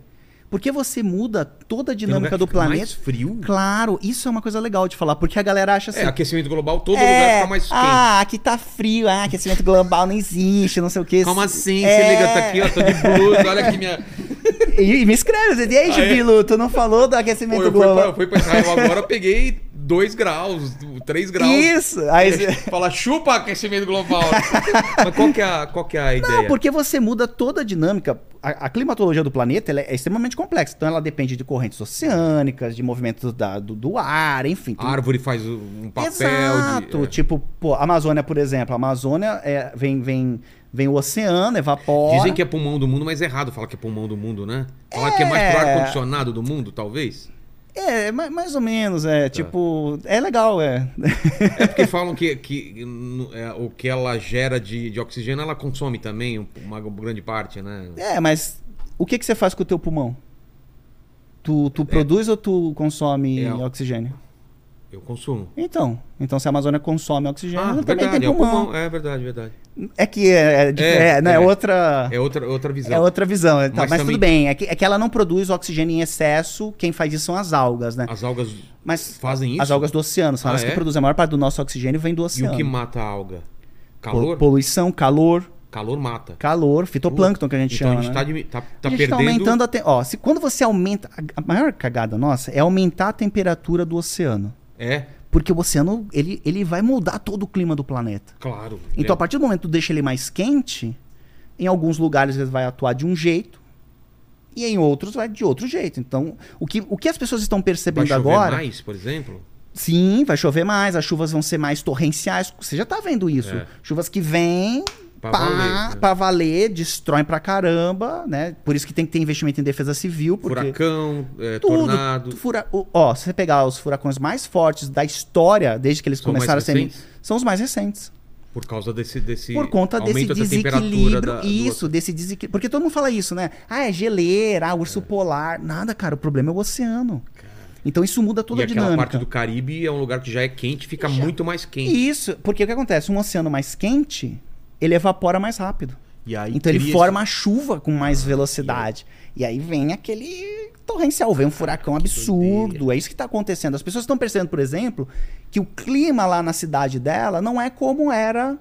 [SPEAKER 3] Porque você muda toda a
[SPEAKER 1] Tem lugar
[SPEAKER 3] dinâmica
[SPEAKER 1] que
[SPEAKER 3] do
[SPEAKER 1] fica
[SPEAKER 3] planeta.
[SPEAKER 1] Mais frio.
[SPEAKER 3] Claro, isso é uma coisa legal de falar, porque a galera acha assim.
[SPEAKER 1] É, aquecimento global, todo
[SPEAKER 3] "É,
[SPEAKER 1] lugar fica mais quente.
[SPEAKER 3] Ah, aqui tá frio, ah, aquecimento global não existe, não sei o é que.
[SPEAKER 1] Como assim? Você liga, tá aqui, ó, tô de blusa, olha aqui
[SPEAKER 3] *laughs*
[SPEAKER 1] minha.
[SPEAKER 3] E, e me escreve, você diz, ei,
[SPEAKER 1] Ah, é?
[SPEAKER 3] Jubilu, tu não falou do
[SPEAKER 1] Pô,
[SPEAKER 3] aquecimento
[SPEAKER 1] eu, fui pra, eu
[SPEAKER 3] global.
[SPEAKER 1] fui pra Israel agora, eu peguei 2 graus, 3 graus.
[SPEAKER 3] Isso!
[SPEAKER 1] É.
[SPEAKER 3] Aí, você- *laughs*
[SPEAKER 1] Fala, chupa aquecimento global. Mas qual que é a, qual que é a ideia?
[SPEAKER 3] Não, porque você muda toda a dinâmica. A, a climatologia do planeta ela é extremamente complexa. Então ela depende de correntes oceânicas, de movimentos da- do, do ar, enfim.
[SPEAKER 1] A árvore faz um papel
[SPEAKER 3] Exato.
[SPEAKER 1] de. é.
[SPEAKER 3] Tipo, pô, a Amazônia, por exemplo. A Amazônia é, vem, vem, vem o oceano, evapora.
[SPEAKER 1] Dizem que é pulmão do mundo, mas é errado falar que é pulmão do mundo, né? Falar que é mais pro
[SPEAKER 3] É.
[SPEAKER 1] ar-condicionado do mundo, talvez.
[SPEAKER 3] É, ma- mais, ou menos, é. Tipo, é legal, é. *laughs*
[SPEAKER 1] É porque falam que, que no- é, o que ela gera de, de oxigênio, ela consome também um- uma grande parte, né?
[SPEAKER 3] é, mas o que, que você faz com o teu pulmão? Tu, tu produz ou tu consome
[SPEAKER 1] É.
[SPEAKER 3] oxigênio?
[SPEAKER 1] Eu consumo.
[SPEAKER 3] Então, então se a Amazônia consome oxigênio,
[SPEAKER 1] Ah,
[SPEAKER 3] ela também
[SPEAKER 1] verdade, é
[SPEAKER 3] tem
[SPEAKER 1] o
[SPEAKER 3] pulmão.
[SPEAKER 1] pulmão. É verdade, verdade.
[SPEAKER 3] É que é, é, dif-
[SPEAKER 1] É,
[SPEAKER 3] é, não, é
[SPEAKER 1] é.
[SPEAKER 3] outra.
[SPEAKER 1] É outra, outra visão.
[SPEAKER 3] É outra visão, então,
[SPEAKER 1] Mas
[SPEAKER 3] mas,
[SPEAKER 1] também-
[SPEAKER 3] tudo bem. É que, é que ela não produz oxigênio em excesso, quem faz isso são as algas, né?
[SPEAKER 1] As algas
[SPEAKER 3] Mas
[SPEAKER 1] fazem isso?
[SPEAKER 3] as algas do oceano são
[SPEAKER 1] Ah,
[SPEAKER 3] elas
[SPEAKER 1] é?
[SPEAKER 3] que produzem. A maior parte do nosso oxigênio vem
[SPEAKER 1] E
[SPEAKER 3] do
[SPEAKER 1] o
[SPEAKER 3] oceano.
[SPEAKER 1] que mata a alga?
[SPEAKER 3] Pol-
[SPEAKER 1] Calor?
[SPEAKER 3] Poluição, calor,
[SPEAKER 1] Calor mata.
[SPEAKER 3] calor, fitoplâncton que a gente
[SPEAKER 1] então
[SPEAKER 3] chama.
[SPEAKER 1] a gente
[SPEAKER 3] né?
[SPEAKER 1] tá, dimi- tá, tá
[SPEAKER 3] a gente
[SPEAKER 1] perdendo...
[SPEAKER 3] tá aumentando a te... Ó, se, quando você aumenta. A, a maior cagada nossa é aumentar a temperatura do oceano.
[SPEAKER 1] É,
[SPEAKER 3] Porque o oceano ele, ele vai mudar todo o clima do planeta.
[SPEAKER 1] claro.
[SPEAKER 3] Então, a
[SPEAKER 1] É.
[SPEAKER 3] partir do momento que tu deixa ele mais quente, em alguns lugares ele vai atuar de um jeito e em outros vai de outro jeito. Então, o que, o que as pessoas estão
[SPEAKER 1] Vai
[SPEAKER 3] percebendo
[SPEAKER 1] chover
[SPEAKER 3] agora.
[SPEAKER 1] mais, por exemplo?
[SPEAKER 3] Sim, vai chover mais, as chuvas vão ser mais torrenciais. Você já tá vendo isso.
[SPEAKER 1] É.
[SPEAKER 3] Chuvas que vêm.
[SPEAKER 1] Pra
[SPEAKER 3] Pra,
[SPEAKER 1] valer,
[SPEAKER 3] valer,
[SPEAKER 1] né?
[SPEAKER 3] pra valer, destroem pra caramba, né? Por isso que tem que ter investimento em defesa civil, porque
[SPEAKER 1] Furacão, é,
[SPEAKER 3] tudo,
[SPEAKER 1] tornado...
[SPEAKER 3] tu fura- o- ó, se você pegar os furacões mais fortes da história, desde que eles
[SPEAKER 1] São mais
[SPEAKER 3] começaram a ser,
[SPEAKER 1] recentes?
[SPEAKER 3] são os mais recentes.
[SPEAKER 1] Por causa desse, desse
[SPEAKER 3] Por conta desse
[SPEAKER 1] aumento da temperatura
[SPEAKER 3] desequilíbrio.
[SPEAKER 1] da- do-
[SPEAKER 3] isso, desse desequilíbrio. Porque todo mundo fala isso, né? Ah, é geleira, ah,
[SPEAKER 1] É.
[SPEAKER 3] urso polar. Nada, cara. O problema é o oceano. Então isso muda toda
[SPEAKER 1] e
[SPEAKER 3] a
[SPEAKER 1] aquela
[SPEAKER 3] dinâmica.
[SPEAKER 1] parte do Caribe é um lugar que já é quente, fica muito mais quente.
[SPEAKER 3] E Isso, porque o que acontece? Um oceano mais quente, ele evapora mais rápido.
[SPEAKER 1] E aí
[SPEAKER 3] então ele
[SPEAKER 1] cria Ah,
[SPEAKER 3] forma a chuva com mais velocidade. E aí vem aquele torrencial,
[SPEAKER 1] Ah,
[SPEAKER 3] vem um furacão absurdo. É isso que está acontecendo. As pessoas estão percebendo, por exemplo, que o clima lá na cidade dela não é como era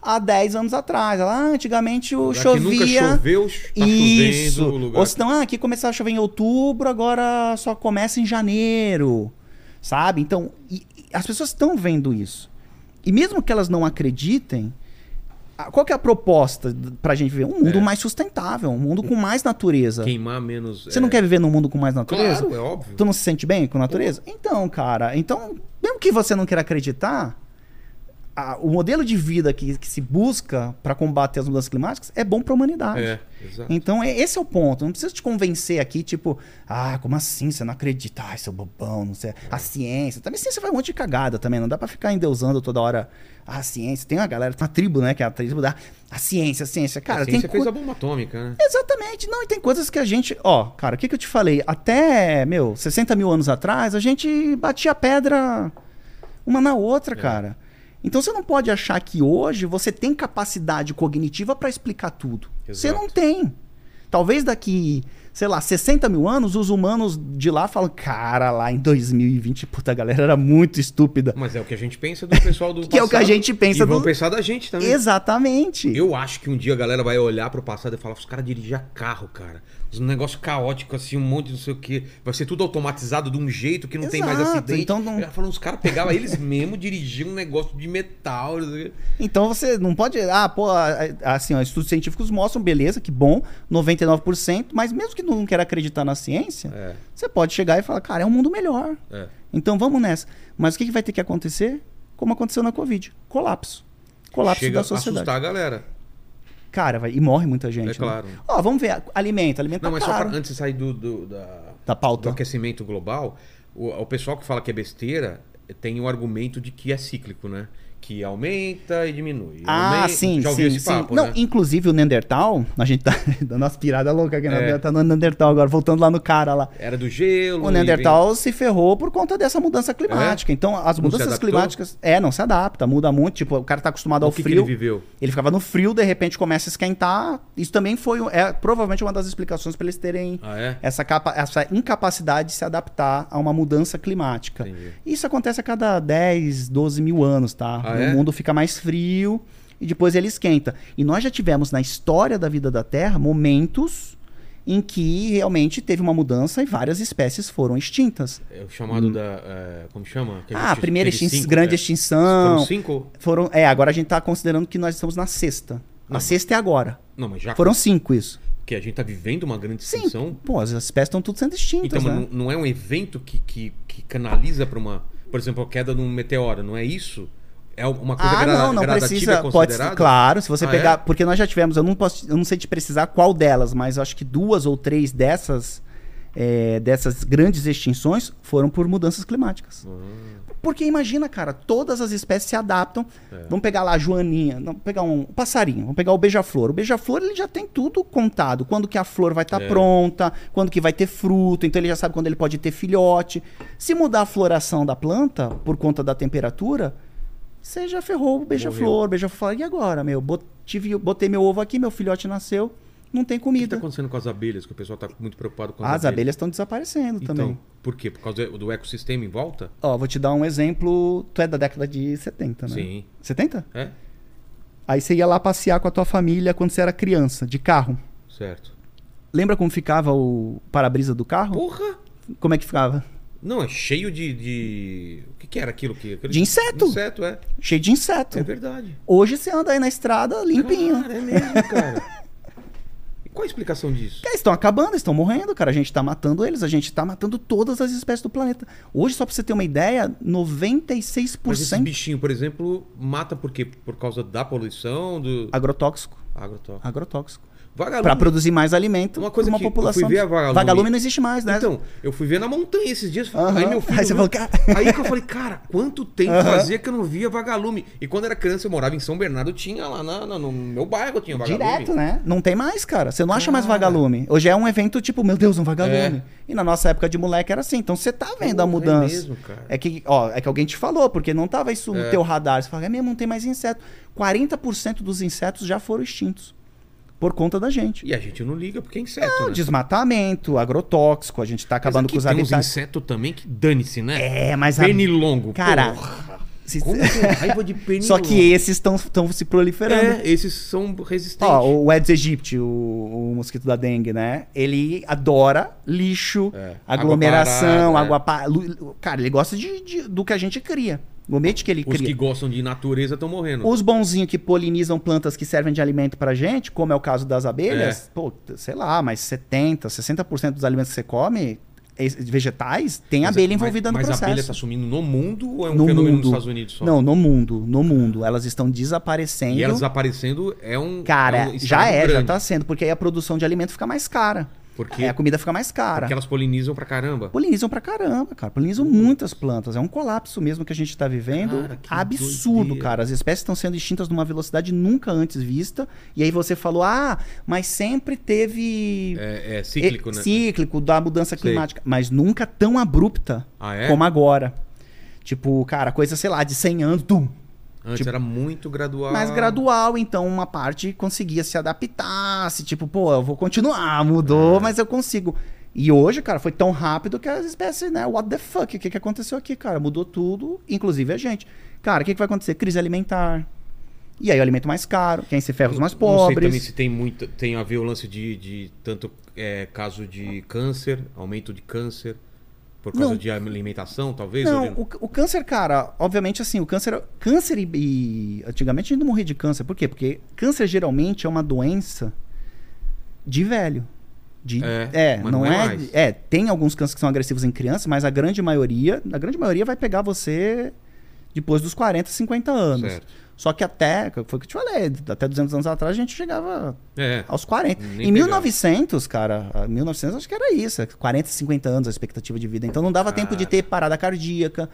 [SPEAKER 3] há 10 anos atrás. Lá antigamente o
[SPEAKER 1] esse lugar que
[SPEAKER 3] chovia.
[SPEAKER 1] nunca choveu, tá
[SPEAKER 3] Isso.
[SPEAKER 1] chovendo. o Lugar...
[SPEAKER 3] Ou senão, ah, aqui começava a chover em outubro, agora só começa em janeiro. Sabe? Então, e- e as pessoas estão vendo isso. E mesmo que elas não acreditem, a- qual que é a proposta d- pra gente viver? Um mundo
[SPEAKER 1] É.
[SPEAKER 3] mais sustentável, um mundo com mais natureza.
[SPEAKER 1] Queimar menos... é,
[SPEAKER 3] Você não quer viver num mundo com mais natureza?
[SPEAKER 1] Claro, é óbvio.
[SPEAKER 3] Tu não se sente bem com a natureza? Então, cara, então, mesmo que você não queira acreditar, a- o modelo de vida que, que se busca pra combater as mudanças climáticas é bom pra humanidade.
[SPEAKER 1] É, exato.
[SPEAKER 3] Então, é- esse é o ponto. Não precisa te convencer aqui, tipo, ah, como assim? Você não acredita? Ai, seu bobão, não
[SPEAKER 1] É.
[SPEAKER 3] sei. A ciência. Também a ciência vai um monte de cagada também. Não dá pra ficar endeusando toda hora a ciência. Tem uma galera, tem uma tribo, né? Que é a tribo da. A ciência, a ciência. Cara,
[SPEAKER 1] a ciência é
[SPEAKER 3] tem.
[SPEAKER 1] fez
[SPEAKER 3] co-
[SPEAKER 1] a bomba atômica,
[SPEAKER 3] *laughs*
[SPEAKER 1] né?
[SPEAKER 3] Exatamente. Não, e tem coisas que a gente. Ó, cara, o que, que eu te falei? Até, meu, 60 mil anos atrás, a gente batia pedra uma na outra,
[SPEAKER 1] É.
[SPEAKER 3] cara. Então você não pode achar que hoje você tem capacidade cognitiva pra explicar tudo. Você
[SPEAKER 1] Exato.
[SPEAKER 3] não tem. Talvez daqui, sei lá, 60 mil anos, os humanos de lá falam, cara, lá em 2020, puta, a galera era muito estúpida.
[SPEAKER 1] Mas é o que a gente pensa do pessoal do
[SPEAKER 3] Que é o que a
[SPEAKER 1] passado,
[SPEAKER 3] gente pensa
[SPEAKER 1] E vão
[SPEAKER 3] do-
[SPEAKER 1] pensar da gente também.
[SPEAKER 3] Exatamente.
[SPEAKER 1] Eu acho que um dia a galera vai olhar pro passado e falar, os caras dirigiam carro, cara. um negócio caótico, assim, um monte de não sei o quê. Vai ser tudo automatizado de um jeito que não tem mais
[SPEAKER 3] Exato,
[SPEAKER 1] acidente.
[SPEAKER 3] então não-
[SPEAKER 1] Ela falou, os caras pegavam eles mesmo, dirigiam um negócio de metal. não sei o quê.
[SPEAKER 3] Então você não pode. Ah, pô, a- a- assim, ó, estudos científicos mostram, beleza, que bom, 99%, mas mesmo que não queira acreditar na ciência,
[SPEAKER 1] É,
[SPEAKER 3] você pode chegar e falar, cara, é um mundo melhor.
[SPEAKER 1] é.
[SPEAKER 3] Então vamos nessa. Mas o que, que vai ter que acontecer? Como aconteceu na Covid: colapso. Colapso
[SPEAKER 1] Chega
[SPEAKER 3] da sociedade.
[SPEAKER 1] a assustar a galera.
[SPEAKER 3] Cara, vai, e morre muita gente.
[SPEAKER 1] É
[SPEAKER 3] né?
[SPEAKER 1] claro.
[SPEAKER 3] Ó, vamos ver. Alimento, alimento
[SPEAKER 1] Não,
[SPEAKER 3] tá
[SPEAKER 1] mas só
[SPEAKER 3] caro.
[SPEAKER 1] pra, antes de sair do, do- da,
[SPEAKER 3] Da
[SPEAKER 1] do
[SPEAKER 3] pauta.
[SPEAKER 1] aquecimento global, o, o pessoal que fala que é besteira tem o argumento de que é cíclico, né? Que aumenta e diminui.
[SPEAKER 3] Ah,
[SPEAKER 1] Aumenta-
[SPEAKER 3] sim,
[SPEAKER 1] Já ouviu
[SPEAKER 3] sim,
[SPEAKER 1] esse
[SPEAKER 3] sim.
[SPEAKER 1] papo,
[SPEAKER 3] Não,
[SPEAKER 1] né?
[SPEAKER 3] inclusive o Neandertal, *laughs* a gente tá dando umas piradas loucas aqui,
[SPEAKER 1] É.
[SPEAKER 3] é. tá no Neandertal agora, voltando lá no cara lá.
[SPEAKER 1] Era do gelo.
[SPEAKER 3] O
[SPEAKER 1] e
[SPEAKER 3] Neandertal se ferrou por conta dessa mudança climática. Então, as
[SPEAKER 1] É? se
[SPEAKER 3] mudanças
[SPEAKER 1] adaptou?
[SPEAKER 3] climáticas. É, não se adapta, muda muito. Tipo, o cara tá acostumado
[SPEAKER 1] vem-
[SPEAKER 3] ao
[SPEAKER 1] O que, que
[SPEAKER 3] frio.
[SPEAKER 1] ele viveu?
[SPEAKER 3] Ele ficava no frio, de repente começa a esquentar. Isso também foi um- é, provavelmente uma das explicações para eles terem
[SPEAKER 1] Ah, é?
[SPEAKER 3] essa, capa- essa incapacidade de se adaptar a uma mudança climática.
[SPEAKER 1] Entendi.
[SPEAKER 3] Isso acontece a cada 10, 12 mil anos, tá?
[SPEAKER 1] Ah,
[SPEAKER 3] o
[SPEAKER 1] é?
[SPEAKER 3] mundo fica mais frio e depois ele esquenta. E nós já tivemos na história da vida da Terra momentos em que realmente teve uma mudança e várias espécies foram extintas.
[SPEAKER 1] É o chamado da. é, como chama? Que
[SPEAKER 3] Hum. ah, a
[SPEAKER 1] gente
[SPEAKER 3] primeira
[SPEAKER 1] teve
[SPEAKER 3] extin-
[SPEAKER 1] cinco,
[SPEAKER 3] grande
[SPEAKER 1] é. Foram
[SPEAKER 3] extinção.
[SPEAKER 1] cinco?
[SPEAKER 3] Foram, é, agora a gente tá considerando que nós estamos na sexta.
[SPEAKER 1] Não.
[SPEAKER 3] A sexta é agora.
[SPEAKER 1] Não, mas já
[SPEAKER 3] Foram cinco isso.
[SPEAKER 1] que a gente tá vivendo uma grande
[SPEAKER 3] Sim.
[SPEAKER 1] extinção.
[SPEAKER 3] Pô, as espécies estão tudo sendo
[SPEAKER 1] Então,
[SPEAKER 3] extintas,
[SPEAKER 1] mas
[SPEAKER 3] né?
[SPEAKER 1] não, não é um evento que, que, que canaliza para uma. Por exemplo, a queda de um meteoro, não é isso? É uma coisa
[SPEAKER 3] Ah,
[SPEAKER 1] grada-
[SPEAKER 3] não, não
[SPEAKER 1] gradativa é
[SPEAKER 3] precisa. Pode,
[SPEAKER 1] considerada?
[SPEAKER 3] claro, se você
[SPEAKER 1] Ah,
[SPEAKER 3] pegar.
[SPEAKER 1] é?
[SPEAKER 3] Porque nós já tivemos, eu não, posso, eu não sei te precisar qual delas, mas eu acho que duas ou três dessas, é, dessas grandes extinções foram por mudanças climáticas.
[SPEAKER 1] Ah,
[SPEAKER 3] Porque imagina, cara, todas as espécies se adaptam.
[SPEAKER 1] É.
[SPEAKER 3] Vamos pegar lá a joaninha, não, vamos pegar um passarinho, vamos pegar o beija-flor. O beija-flor ele já tem tudo contado, quando que a flor vai estar
[SPEAKER 1] É.
[SPEAKER 3] pronta, quando que vai ter fruto, então ele já sabe quando ele pode ter filhote. Se mudar a floração da planta por conta da temperatura, você já ferrou o beija-flor, beija-flor. E agora, meu? Bot- tive- botei meu ovo aqui, meu filhote nasceu, não tem
[SPEAKER 1] O que está
[SPEAKER 3] comida.
[SPEAKER 1] acontecendo com as abelhas? Que o pessoal está muito preocupado com as,
[SPEAKER 3] As abelhas estão desaparecendo
[SPEAKER 1] Então,
[SPEAKER 3] também.
[SPEAKER 1] por quê? Por causa do ecossistema em volta?
[SPEAKER 3] Ó, vou te dar um exemplo. Tu é da década de 70, né?
[SPEAKER 1] Sim.
[SPEAKER 3] 70?
[SPEAKER 1] É?
[SPEAKER 3] Aí você ia lá passear com a tua família quando você era criança, de carro.
[SPEAKER 1] Certo.
[SPEAKER 3] Lembra como ficava o para-brisa do carro?
[SPEAKER 1] Porra!
[SPEAKER 3] Como é que ficava?
[SPEAKER 1] Não, é cheio de. de- O que, que era aquilo que. aquele-
[SPEAKER 3] De inseto. Então.
[SPEAKER 1] Inseto, é.
[SPEAKER 3] Cheio de inseto.
[SPEAKER 1] É verdade.
[SPEAKER 3] Hoje você anda aí na estrada limpinho.
[SPEAKER 1] Cara, é mesmo,
[SPEAKER 3] *laughs*
[SPEAKER 1] cara. E qual a explicação disso?
[SPEAKER 3] Eles estão acabando, eles estão morrendo, cara. A gente tá matando eles, a gente tá matando todas as espécies do planeta. Hoje, só pra você ter uma ideia,
[SPEAKER 1] Mas esse
[SPEAKER 3] 96%
[SPEAKER 1] bichinho, por exemplo, mata por quê? Por causa da poluição, do
[SPEAKER 3] agrotóxico.
[SPEAKER 1] agrotóxico.
[SPEAKER 3] Agrotóxico. Pra
[SPEAKER 1] Vagalume.
[SPEAKER 3] produzir mais alimento
[SPEAKER 1] Uma coisa
[SPEAKER 3] pra uma
[SPEAKER 1] que eu fui
[SPEAKER 3] população.
[SPEAKER 1] ver a vagalume.
[SPEAKER 3] não existe mais, né?
[SPEAKER 1] Então, eu fui ver na montanha esses dias.
[SPEAKER 3] Aham.
[SPEAKER 1] Aí meu filho.
[SPEAKER 3] Aí você
[SPEAKER 1] viu-
[SPEAKER 3] falou, cara.
[SPEAKER 1] Aí que eu falei, cara, quanto tempo
[SPEAKER 3] Aham.
[SPEAKER 1] fazia que eu não via vagalume? E quando era criança, eu morava em São Bernardo, tinha lá na- na- no meu bairro, tinha vagalume.
[SPEAKER 3] Direto, né? Não tem mais, cara. Você não acha mais
[SPEAKER 1] Cara.
[SPEAKER 3] vagalume. Hoje é um evento tipo, meu Deus, um vagalume.
[SPEAKER 1] É.
[SPEAKER 3] E na nossa época de moleque era assim. Então você tá vendo
[SPEAKER 1] Porra,
[SPEAKER 3] a
[SPEAKER 1] é
[SPEAKER 3] mudança.
[SPEAKER 1] mesmo, cara.
[SPEAKER 3] É que, ó, é que alguém te falou, porque não tava isso no teu radar. Você fala, é mesmo, não tem mais inseto. 40% dos insetos já foram extintos. Por conta da gente.
[SPEAKER 1] E a gente não liga porque é inseto,
[SPEAKER 3] Não,
[SPEAKER 1] né?
[SPEAKER 3] desmatamento, agrotóxico, a gente tá acabando
[SPEAKER 1] Mas aqui
[SPEAKER 3] com os
[SPEAKER 1] tem uns
[SPEAKER 3] habitats.
[SPEAKER 1] insetos também que dane-se, né?
[SPEAKER 3] É, mas a...
[SPEAKER 1] Pernilongo.
[SPEAKER 3] Cara,
[SPEAKER 1] porra.
[SPEAKER 3] se-
[SPEAKER 1] Como eu tenho raiva de pernilongo.
[SPEAKER 3] *laughs* Só que esses estão se proliferando.
[SPEAKER 1] É, esses são resistentes.
[SPEAKER 3] Ó, o Aedes aegypti, o, o mosquito da dengue, né? Ele adora lixo,
[SPEAKER 1] É.
[SPEAKER 3] aglomeração,
[SPEAKER 1] Água
[SPEAKER 3] água... pa- lu- Cara, ele gosta de, de- do que a gente cria. O ambiente que ele
[SPEAKER 1] Os
[SPEAKER 3] cria.
[SPEAKER 1] que gostam de natureza estão morrendo.
[SPEAKER 3] Os bonzinhos que polinizam plantas que servem de alimento pra gente, como é o caso das abelhas, pô, sei lá, mas 70, 60% dos alimentos que você come, es- vegetais, tem
[SPEAKER 1] Mas- é,
[SPEAKER 3] abelha
[SPEAKER 1] mas-
[SPEAKER 3] envolvida no
[SPEAKER 1] mas
[SPEAKER 3] processo.
[SPEAKER 1] a abelha está sumindo no mundo ou é um
[SPEAKER 3] No
[SPEAKER 1] fenômeno nos
[SPEAKER 3] mundo.
[SPEAKER 1] Estados Unidos só?
[SPEAKER 3] Não, no mundo, no mundo. Elas estão desaparecendo.
[SPEAKER 1] E ela desaparecendo é um.
[SPEAKER 3] Cara,
[SPEAKER 1] é um
[SPEAKER 3] já
[SPEAKER 1] estrago
[SPEAKER 3] é, já
[SPEAKER 1] grande,
[SPEAKER 3] tá sendo, porque aí a produção de alimento fica mais cara.
[SPEAKER 1] Porque,
[SPEAKER 3] Aí É, a comida fica mais cara.
[SPEAKER 1] porque elas polinizam pra caramba.
[SPEAKER 3] Polinizam pra caramba, cara. Polinizam muitas plantas. É um colapso mesmo que a gente tá vivendo.
[SPEAKER 1] Cara, que
[SPEAKER 3] Absurdo,
[SPEAKER 1] doideira.
[SPEAKER 3] cara. As espécies estão sendo extintas numa velocidade nunca antes vista. E aí você falou, ah, mas sempre teve.
[SPEAKER 1] É, é cíclico,
[SPEAKER 3] eh,
[SPEAKER 1] né?
[SPEAKER 3] Cíclico da mudança climática. Mas nunca tão abrupta
[SPEAKER 1] Ah, é?
[SPEAKER 3] como agora. Tipo, cara, coisa, sei lá, de 100 anos, tum,
[SPEAKER 1] Antes
[SPEAKER 3] tipo-
[SPEAKER 1] era muito gradual.
[SPEAKER 3] mais gradual, então uma parte conseguia se adaptar, se tipo, pô, eu vou continuar,
[SPEAKER 1] É.
[SPEAKER 3] mudou, mas eu consigo. E hoje, cara, foi tão rápido que as espécies, né? What the fuck? O que, que aconteceu aqui, cara? Mudou tudo, inclusive a gente. Cara, o que, que vai acontecer? Crise alimentar. E aí o alimento mais caro, quem se ferra os mais
[SPEAKER 1] Não sei
[SPEAKER 3] pobres.
[SPEAKER 1] também se tem muito. Tem a ver o lance de, de tanto é, caso de câncer, aumento de câncer, por causa
[SPEAKER 3] Não.
[SPEAKER 1] de alimentação, talvez?
[SPEAKER 3] Não,
[SPEAKER 1] Oriana?
[SPEAKER 3] o, o câncer, cara, obviamente assim, o câncer, câncer e, e- antigamente a gente não morria de câncer, por quê? Porque câncer geralmente é uma doença de velho. De,
[SPEAKER 1] É,
[SPEAKER 3] é,
[SPEAKER 1] mas
[SPEAKER 3] não,
[SPEAKER 1] não é
[SPEAKER 3] é,
[SPEAKER 1] mais.
[SPEAKER 3] é, tem alguns cânceres que são agressivos em criança, mas a grande maioria, a grande maioria vai pegar você depois dos 40, 50 anos.
[SPEAKER 1] Certo.
[SPEAKER 3] Só que até, foi o que eu te falei, até 200 anos atrás a gente chegava
[SPEAKER 1] É.
[SPEAKER 3] aos 40.
[SPEAKER 1] Nem
[SPEAKER 3] em
[SPEAKER 1] pegava.
[SPEAKER 3] 1900, cara, a 1900 acho que era isso, 40, 50 anos a expectativa de vida. Então não dava tempo
[SPEAKER 1] Ah.
[SPEAKER 3] de ter parada cardíaca.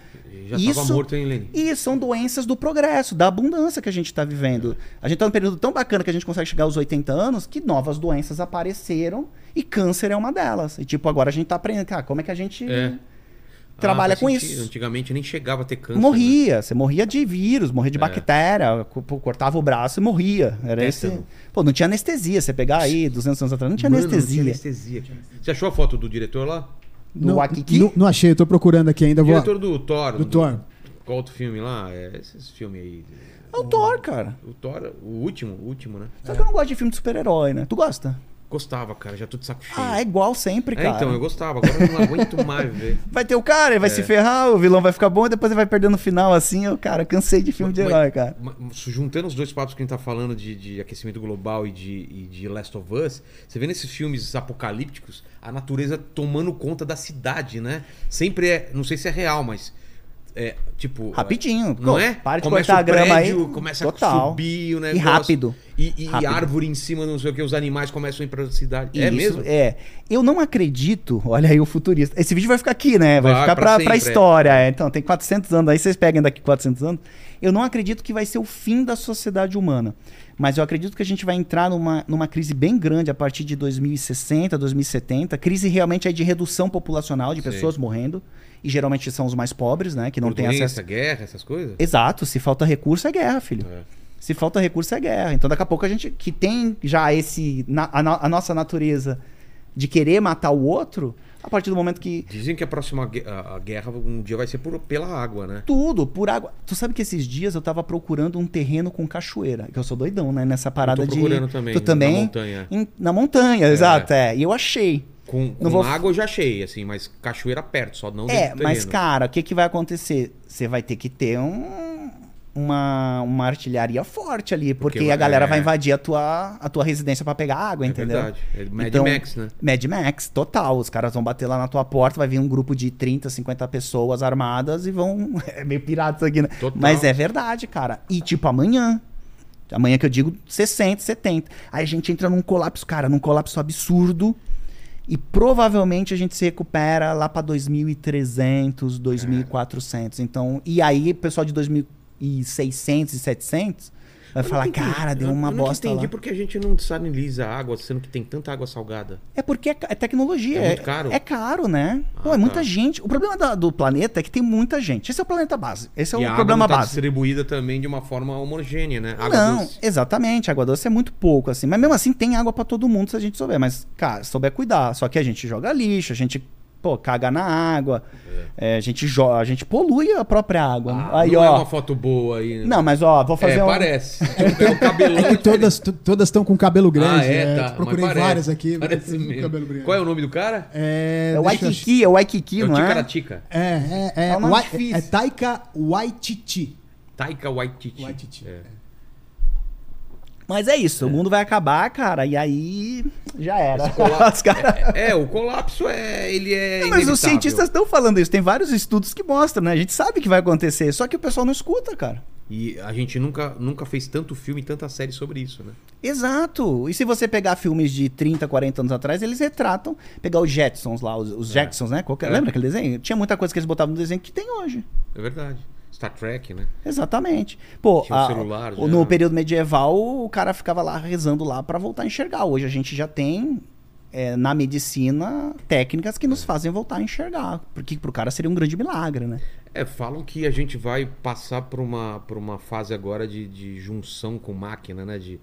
[SPEAKER 1] Já estava
[SPEAKER 3] Isso-
[SPEAKER 1] morto, hein, Lenny?
[SPEAKER 3] E são doenças do progresso, da abundância que a gente está vivendo. A gente está num período tão bacana que a gente consegue chegar aos 80 anos que novas doenças apareceram e câncer é uma delas. E tipo, agora a gente está aprendendo, cara, como é que a gente
[SPEAKER 1] É. Ah,
[SPEAKER 3] trabalha
[SPEAKER 1] faz
[SPEAKER 3] com
[SPEAKER 1] sentido.
[SPEAKER 3] isso?
[SPEAKER 1] Antigamente nem chegava a ter câncer. né?
[SPEAKER 3] Morria, você morria de vírus, morria de
[SPEAKER 1] É.
[SPEAKER 3] bactéria, co- pô, cortava o braço e morria. Era esse.
[SPEAKER 1] Tétano.
[SPEAKER 3] Pô, não tinha anestesia. Você pegar aí 200 anos atrás, não tinha
[SPEAKER 1] Mano,
[SPEAKER 3] anestesia.
[SPEAKER 1] então. Não tinha anestesia. Você achou a foto do diretor lá?
[SPEAKER 3] No
[SPEAKER 2] não,
[SPEAKER 3] Akiki?
[SPEAKER 2] não- não achei, eu tô procurando aqui ainda. Vou...
[SPEAKER 1] Diretor do Thor.
[SPEAKER 2] Do Thor.
[SPEAKER 1] Qual outro filme lá? É, esses filmes aí.
[SPEAKER 3] É o Thor, cara.
[SPEAKER 1] O Thor, o último, o último, né?
[SPEAKER 3] Só que eu não gosto de filme de super-herói, né? Tu gosta?
[SPEAKER 1] Gostava, cara, já tô de saco cheio.
[SPEAKER 3] Ah, é igual sempre,
[SPEAKER 1] É,
[SPEAKER 3] cara.
[SPEAKER 1] então, eu É. gostava. Agora eu não aguento mais ver.
[SPEAKER 3] Vai ter o cara, ele vai se ferrar, o vilão vai ficar bom e depois ele vai perder no final, assim. Eu, cara, cansei de filme de
[SPEAKER 1] Mas-
[SPEAKER 3] herói, cara.
[SPEAKER 1] ma- Juntando os dois papos que a gente tá falando de, de aquecimento global e de, e de Last of Us, você vê nesses filmes apocalípticos a natureza tomando conta da cidade, né? Sempre é. Não sei se é real, mas. É, tipo.
[SPEAKER 3] Rapidinho.
[SPEAKER 1] Não
[SPEAKER 3] pô,
[SPEAKER 1] é?
[SPEAKER 3] Para de
[SPEAKER 1] começa
[SPEAKER 3] cortar a
[SPEAKER 1] o
[SPEAKER 3] grama
[SPEAKER 1] prédio,
[SPEAKER 3] aí.
[SPEAKER 1] Começa a
[SPEAKER 3] Total.
[SPEAKER 1] subir o
[SPEAKER 3] E
[SPEAKER 1] negócio.
[SPEAKER 3] rápido.
[SPEAKER 1] E, e
[SPEAKER 3] Rápido.
[SPEAKER 1] árvore em cima, não sei o que, os animais começam a ir pra cidade. é
[SPEAKER 3] Isso,
[SPEAKER 1] mesmo?
[SPEAKER 3] É. Eu não acredito, *laughs* olha aí o futurista. Esse vídeo vai ficar aqui, né? Vai,
[SPEAKER 1] Vai,
[SPEAKER 3] ficar
[SPEAKER 1] pra
[SPEAKER 3] pra,
[SPEAKER 1] sempre,
[SPEAKER 3] pra,
[SPEAKER 1] é.
[SPEAKER 3] história. é. Então, tem 400 anos, aí vocês peguem daqui 400 anos. Eu não acredito que vai ser o fim da sociedade humana. Mas eu acredito que a gente vai entrar numa, numa crise bem grande a partir de 2060, 2070. Crise realmente aí de redução populacional, de
[SPEAKER 1] Sim.
[SPEAKER 3] pessoas morrendo. E geralmente são os mais pobres, né? Que não têm
[SPEAKER 1] Doença,
[SPEAKER 3] acesso.
[SPEAKER 1] guerra, essas coisas?
[SPEAKER 3] Exato, se falta recurso é guerra, filho.
[SPEAKER 1] É.
[SPEAKER 3] Se falta recurso é guerra. Então daqui a pouco a gente que tem já esse na- a, no- a nossa natureza de querer matar o outro, a partir do momento que
[SPEAKER 1] Dizem que a próxima gue- a- a guerra um dia vai ser por- pela água, né?
[SPEAKER 3] tudo por água. Tu sabe que esses dias eu tava procurando um terreno com cachoeira, que eu sou doidão, né, nessa parada
[SPEAKER 1] Eu tô procurando
[SPEAKER 3] de
[SPEAKER 1] também, né,
[SPEAKER 3] tu também
[SPEAKER 1] na montanha.
[SPEAKER 3] Em- na montanha, exato, é. E eu achei.
[SPEAKER 1] Com, com
[SPEAKER 3] Não vou-
[SPEAKER 1] água eu já achei, assim, mas cachoeira perto, só não
[SPEAKER 3] É,
[SPEAKER 1] dentro do
[SPEAKER 3] mas
[SPEAKER 1] terreno.
[SPEAKER 3] cara, o que que vai acontecer? Você vai ter que ter um uma, uma artilharia forte ali, porque,
[SPEAKER 1] Porque
[SPEAKER 3] a galera
[SPEAKER 1] é.
[SPEAKER 3] vai invadir a tua, a tua residência pra pegar água,
[SPEAKER 1] É
[SPEAKER 3] entendeu?
[SPEAKER 1] verdade. É Mad
[SPEAKER 3] Então-
[SPEAKER 1] Max, né?
[SPEAKER 3] Mad Max, total. Os caras vão bater lá na tua porta, vai vir um grupo de 30, 50 pessoas armadas e vão. *laughs* É meio pirata isso aqui, né?
[SPEAKER 1] Total.
[SPEAKER 3] Mas é verdade, cara. E tipo, amanhã. Amanhã que eu digo 60, 70. Aí a gente entra num colapso, cara, num colapso absurdo. E provavelmente a gente se recupera lá pra 2300, 2400.
[SPEAKER 1] É.
[SPEAKER 3] Então, e aí o pessoal de 2600 e 700 vai
[SPEAKER 1] Eu
[SPEAKER 3] falar,
[SPEAKER 1] nunca entendi-
[SPEAKER 3] cara, deu
[SPEAKER 1] eu-
[SPEAKER 3] uma
[SPEAKER 1] eu
[SPEAKER 3] bosta
[SPEAKER 1] Não
[SPEAKER 3] lá.
[SPEAKER 1] entendi porque a gente não saniliza a água, sendo que tem tanta água salgada.
[SPEAKER 3] É porque é, ca- é tecnologia.
[SPEAKER 1] É muito caro?
[SPEAKER 3] É caro, né?
[SPEAKER 1] Ah,
[SPEAKER 3] Pô, é muita
[SPEAKER 1] tá.
[SPEAKER 3] gente. O problema da- do planeta é que tem muita gente. Esse é o planeta base. Esse é
[SPEAKER 1] e a
[SPEAKER 3] o
[SPEAKER 1] água
[SPEAKER 3] problema
[SPEAKER 1] não tá
[SPEAKER 3] base.
[SPEAKER 1] distribuída também de uma forma homogênea, né? Água
[SPEAKER 3] não,
[SPEAKER 1] doce.
[SPEAKER 3] exatamente. Água doce é muito pouco, assim. Mas mesmo assim tem água pra todo mundo se a gente souber. Mas, cara, se souber cuidar. Só que a gente joga lixo, a gente, pô, caga na água. É, a, gente jo- a gente polui a própria água.
[SPEAKER 1] Ah,
[SPEAKER 3] aí,
[SPEAKER 1] não é
[SPEAKER 3] ó.
[SPEAKER 1] uma foto boa aí, né?
[SPEAKER 3] Não, mas ó, vou fazer
[SPEAKER 1] é,
[SPEAKER 3] um. *laughs*
[SPEAKER 1] parece. Tipo, é o *laughs* cabelão.
[SPEAKER 2] É que todas tu- todas estão com cabelo grande.
[SPEAKER 1] Ah, é,
[SPEAKER 2] né?
[SPEAKER 1] tá.
[SPEAKER 3] Tipo,
[SPEAKER 2] Eu
[SPEAKER 1] mas
[SPEAKER 2] Procurei
[SPEAKER 1] parece.
[SPEAKER 2] várias aqui.
[SPEAKER 1] *laughs* Parece
[SPEAKER 2] com cabelo
[SPEAKER 1] mesmo.
[SPEAKER 2] grande.
[SPEAKER 1] Qual é o nome do cara?
[SPEAKER 2] É,
[SPEAKER 3] um É
[SPEAKER 2] deixa eu
[SPEAKER 3] o
[SPEAKER 2] achar.
[SPEAKER 3] Waikiki, é o Waikiki,
[SPEAKER 1] É o
[SPEAKER 3] não é?
[SPEAKER 1] Ticaratica.
[SPEAKER 2] É, é, é,
[SPEAKER 3] É um nome
[SPEAKER 2] Wai-
[SPEAKER 3] difícil.
[SPEAKER 2] é Taika Waititi.
[SPEAKER 1] Taika Waititi.
[SPEAKER 2] Waititi.
[SPEAKER 1] É.
[SPEAKER 3] Mas é isso, o mundo vai acabar, cara, e aí já era.
[SPEAKER 1] colar-
[SPEAKER 3] *laughs* Os caras.
[SPEAKER 1] É, o colapso é. Ele é.
[SPEAKER 3] Não, mas
[SPEAKER 1] inevitável.
[SPEAKER 3] os cientistas estão falando isso. Tem vários estudos que mostram, né? A gente sabe que vai acontecer, só que o pessoal não escuta, cara.
[SPEAKER 1] E a gente nunca, nunca fez tanto filme e tanta série sobre isso, né?
[SPEAKER 3] Exato. E se você pegar filmes de 30, 40 anos atrás, eles retratam. Pegar os Jetsons lá, os, os Jacksons, né? Qualquer-
[SPEAKER 1] É.
[SPEAKER 3] Lembra aquele desenho? Tinha muita coisa que eles botavam no desenho que tem hoje.
[SPEAKER 1] É verdade. Star Trek, né?
[SPEAKER 3] Exatamente. Pô,
[SPEAKER 1] Tinha o
[SPEAKER 3] a-
[SPEAKER 1] celular,
[SPEAKER 3] o- né?
[SPEAKER 1] já.
[SPEAKER 3] no período medieval, o cara ficava lá rezando lá pra voltar a enxergar. Hoje a gente já tem é, na medicina técnicas que nos fazem voltar a enxergar. Porque pro cara seria um grande milagre, né?
[SPEAKER 1] É, falam que a gente vai passar por uma, por uma fase agora de, de junção com máquina, né? De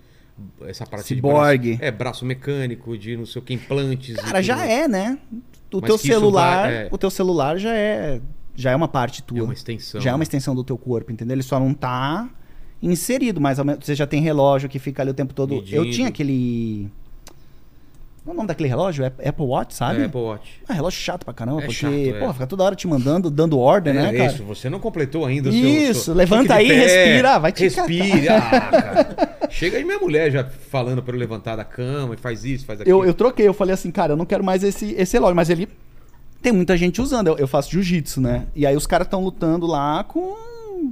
[SPEAKER 1] essa parte de
[SPEAKER 3] Ciborgue.
[SPEAKER 1] braço, é braço mecânico, de não sei o que implantes. e
[SPEAKER 3] Cara,
[SPEAKER 1] tudo
[SPEAKER 3] já
[SPEAKER 1] mais.
[SPEAKER 3] é, né? O
[SPEAKER 1] Mas
[SPEAKER 3] teu
[SPEAKER 1] que isso
[SPEAKER 3] celular,
[SPEAKER 1] vai- é.
[SPEAKER 3] o teu celular já é já é uma parte tua.
[SPEAKER 1] É uma extensão.
[SPEAKER 3] já é uma
[SPEAKER 1] né?
[SPEAKER 3] extensão do teu corpo, entendeu? Ele só não tá inserido, mas ao menos você já tem relógio que fica ali o tempo todo. Eu
[SPEAKER 1] Medindo.
[SPEAKER 3] tinha aquele. Qual é o nome daquele relógio? App- Apple Watch, sabe?
[SPEAKER 1] É, Apple Watch.
[SPEAKER 3] Ah, relógio chato pra caramba,
[SPEAKER 1] É
[SPEAKER 3] porque,
[SPEAKER 1] chato, é.
[SPEAKER 3] porra, fica toda hora te mandando, dando ordem, né, cara?
[SPEAKER 1] isso, você não completou ainda o seu-
[SPEAKER 3] Isso,
[SPEAKER 1] seu-
[SPEAKER 3] levanta
[SPEAKER 1] fique de
[SPEAKER 3] aí,
[SPEAKER 1] pé,
[SPEAKER 3] respira, vai te
[SPEAKER 1] Respira, ah,
[SPEAKER 3] *laughs*
[SPEAKER 1] cara. Chega aí minha mulher já falando pra eu levantar da cama e faz isso, faz aquilo.
[SPEAKER 3] Eu, eu troquei, eu falei assim, cara, eu não quero mais esse, esse relógio, mas ele tem muita gente usando. Eu, eu faço jiu-jitsu, né? E aí os caras estão lutando lá com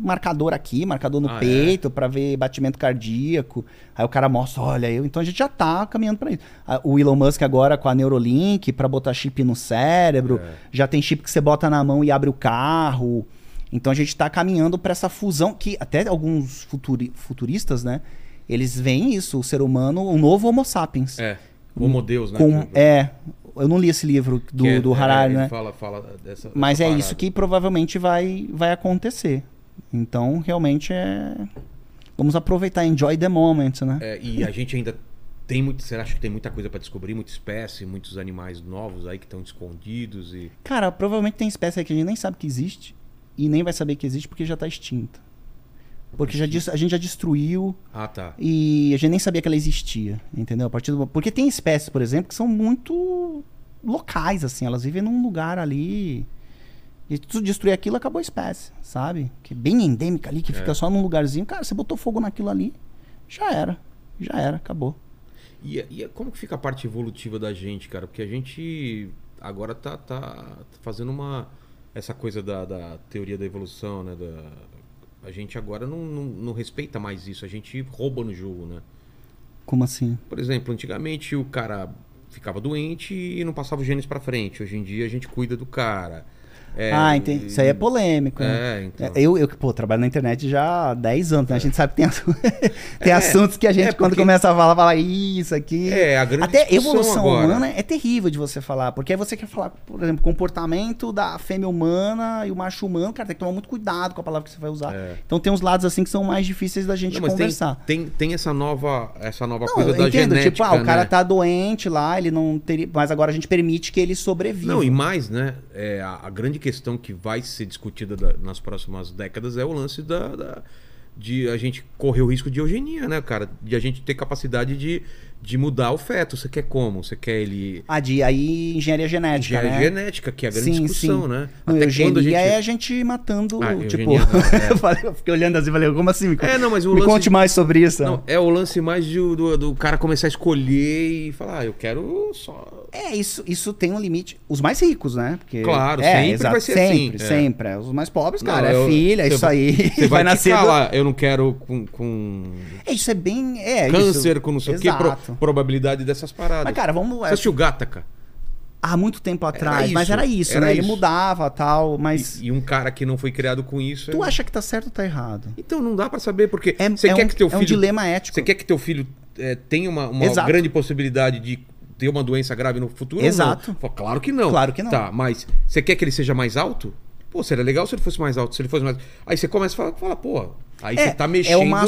[SPEAKER 3] marcador aqui, marcador no
[SPEAKER 1] Ah, é?
[SPEAKER 3] peito, pra ver batimento cardíaco. Aí o cara mostra, olha, eu, então a gente já tá caminhando pra isso. Ah, O Elon Musk agora com a Neurolink pra botar chip no cérebro,
[SPEAKER 1] É.
[SPEAKER 3] já tem chip que você bota na mão e abre o carro. Então a gente tá caminhando pra essa fusão que até alguns futuri- futuristas, né? Eles veem isso, o ser humano, o novo Homo sapiens
[SPEAKER 1] É, Homo Deus, né?
[SPEAKER 3] com
[SPEAKER 1] que-
[SPEAKER 3] é eu não li esse livro do,
[SPEAKER 1] que é-
[SPEAKER 3] do
[SPEAKER 1] é,
[SPEAKER 3] Harari
[SPEAKER 1] ele
[SPEAKER 3] né
[SPEAKER 1] Fala, fala dessa,
[SPEAKER 3] mas é
[SPEAKER 1] dessa
[SPEAKER 3] isso
[SPEAKER 1] parada.
[SPEAKER 3] que provavelmente vai vai acontecer então realmente é vamos aproveitar enjoy the moment né
[SPEAKER 1] É, e a gente ainda tem muito. Você acha que tem muita coisa pra descobrir, muita espécie, muitos animais novos aí que estão escondidos e.
[SPEAKER 3] cara provavelmente tem espécie aí que a gente nem sabe que existe e nem vai saber que existe porque já tá extinta porque já dis- a gente já destruiu
[SPEAKER 1] Ah, tá.
[SPEAKER 3] e a gente nem sabia que ela existia entendeu a partir do porque tem espécies por exemplo que são muito locais assim elas vivem num lugar ali E tu destruir aquilo, acabou a espécie, sabe? Que é bem endêmica ali, que fica só num lugarzinho. Cara, você botou fogo naquilo ali, já era. Já era, acabou.
[SPEAKER 1] E, e como que fica a parte evolutiva da gente, cara? Porque a gente agora tá, tá fazendo uma. Essa coisa da, da teoria da evolução, né? Da, a gente agora não, não, não respeita mais isso, a gente rouba no jogo, né?
[SPEAKER 3] Como assim?
[SPEAKER 1] Por exemplo, antigamente o cara ficava doente e não passava os genes pra frente. Hoje em dia a gente cuida do cara. É,
[SPEAKER 3] ah, entendi. Isso aí é polêmico, né?
[SPEAKER 1] É, então.
[SPEAKER 3] É, Eu, eu, pô, trabalho na internet já há 10 anos, né? A gente sabe que tem, assu- tem *laughs*
[SPEAKER 1] É,
[SPEAKER 3] assuntos que a gente,
[SPEAKER 1] é
[SPEAKER 3] quando
[SPEAKER 1] porque-
[SPEAKER 3] começa a falar, fala isso aqui.
[SPEAKER 1] É, a grande
[SPEAKER 3] Até
[SPEAKER 1] discussão
[SPEAKER 3] evolução
[SPEAKER 1] agora.
[SPEAKER 3] humana é terrível de você falar, porque aí você quer falar, por exemplo, comportamento da fêmea humana e o macho humano, cara, tem que tomar muito cuidado com a palavra que você vai usar. Então tem uns lados assim que são mais difíceis da gente
[SPEAKER 1] É. Não, mas tem,
[SPEAKER 3] conversar.
[SPEAKER 1] tem, tem essa nova, essa nova
[SPEAKER 3] Não,
[SPEAKER 1] coisa
[SPEAKER 3] eu
[SPEAKER 1] da
[SPEAKER 3] entendo,
[SPEAKER 1] genética,
[SPEAKER 3] tipo, ah, o cara
[SPEAKER 1] né?
[SPEAKER 3] tá doente lá, ele não teria. Mas agora a gente permite que ele sobreviva.
[SPEAKER 1] Não, e mais, né? é, a, a grande questão que vai ser discutida da- nas próximas décadas é o lance da, da- de a gente correr o risco de eugenia, né, cara? De a gente ter capacidade de, de mudar o feto. Você quer como? Você quer ele.
[SPEAKER 3] Ah, de aí engenharia genética,
[SPEAKER 1] Engenharia
[SPEAKER 3] né?
[SPEAKER 1] genética, que é a grande
[SPEAKER 3] Sim,
[SPEAKER 1] discussão,
[SPEAKER 3] sim.
[SPEAKER 1] né?
[SPEAKER 3] Não, eugenia
[SPEAKER 1] quando
[SPEAKER 3] é a gente matando,
[SPEAKER 1] Ah,
[SPEAKER 3] tipo...
[SPEAKER 1] eugenia
[SPEAKER 3] *laughs*
[SPEAKER 1] não, é.
[SPEAKER 3] eu, falei- eu fiquei olhando assim e falei, como assim? Me, con-
[SPEAKER 1] É, não, mas o
[SPEAKER 3] me
[SPEAKER 1] lance-
[SPEAKER 3] conte mais sobre isso.
[SPEAKER 1] Não, é o lance mais de- do, do cara começar a escolher e falar, ah, eu quero
[SPEAKER 3] *laughs*
[SPEAKER 1] só.
[SPEAKER 3] É, isso, isso tem um limite. Os mais ricos, né? Porque,
[SPEAKER 1] Claro,
[SPEAKER 3] é,
[SPEAKER 1] sempre
[SPEAKER 3] exato,
[SPEAKER 1] vai ser
[SPEAKER 3] sempre,
[SPEAKER 1] assim, é.
[SPEAKER 3] Sempre, é. Os mais pobres,
[SPEAKER 1] Não,
[SPEAKER 3] cara,
[SPEAKER 1] eu-
[SPEAKER 3] é filha, é
[SPEAKER 1] você
[SPEAKER 3] isso aí. *laughs*
[SPEAKER 1] Você vai, nascer.
[SPEAKER 3] do-
[SPEAKER 1] Lá, eu não quero com, com
[SPEAKER 3] É, isso é bem... É,
[SPEAKER 1] câncer,
[SPEAKER 3] isso.
[SPEAKER 1] com não sei o
[SPEAKER 3] Exato.
[SPEAKER 1] que, pro- probabilidade dessas paradas.
[SPEAKER 3] Mas, cara, vamos... é,
[SPEAKER 1] Você assistiu Gataca?
[SPEAKER 3] há muito tempo atrás,
[SPEAKER 1] isso,
[SPEAKER 3] mas era isso,
[SPEAKER 1] era
[SPEAKER 3] né? Ele
[SPEAKER 1] isso.
[SPEAKER 3] mudava tal, mas
[SPEAKER 1] E, e um cara que não foi criado com isso.
[SPEAKER 3] tu
[SPEAKER 1] é-
[SPEAKER 3] acha que tá certo ou tá errado?
[SPEAKER 1] Então não dá pra saber porque
[SPEAKER 3] É,
[SPEAKER 1] você
[SPEAKER 3] é
[SPEAKER 1] quer
[SPEAKER 3] um,
[SPEAKER 1] que teu filho
[SPEAKER 3] é um dilema ético.
[SPEAKER 1] você quer que teu filho é, tenha uma, uma
[SPEAKER 3] Exato.
[SPEAKER 1] grande possibilidade de ter uma doença grave no futuro?
[SPEAKER 3] Exato.
[SPEAKER 1] Ou não? Fala, Claro que não.
[SPEAKER 3] Claro que não.
[SPEAKER 1] Tá, mas você quer que ele seja mais alto? Pô, seria legal se ele fosse mais alto. Se ele fosse mais aí você começa a falar, fala, pô, aí você tá mexendo.
[SPEAKER 3] É uma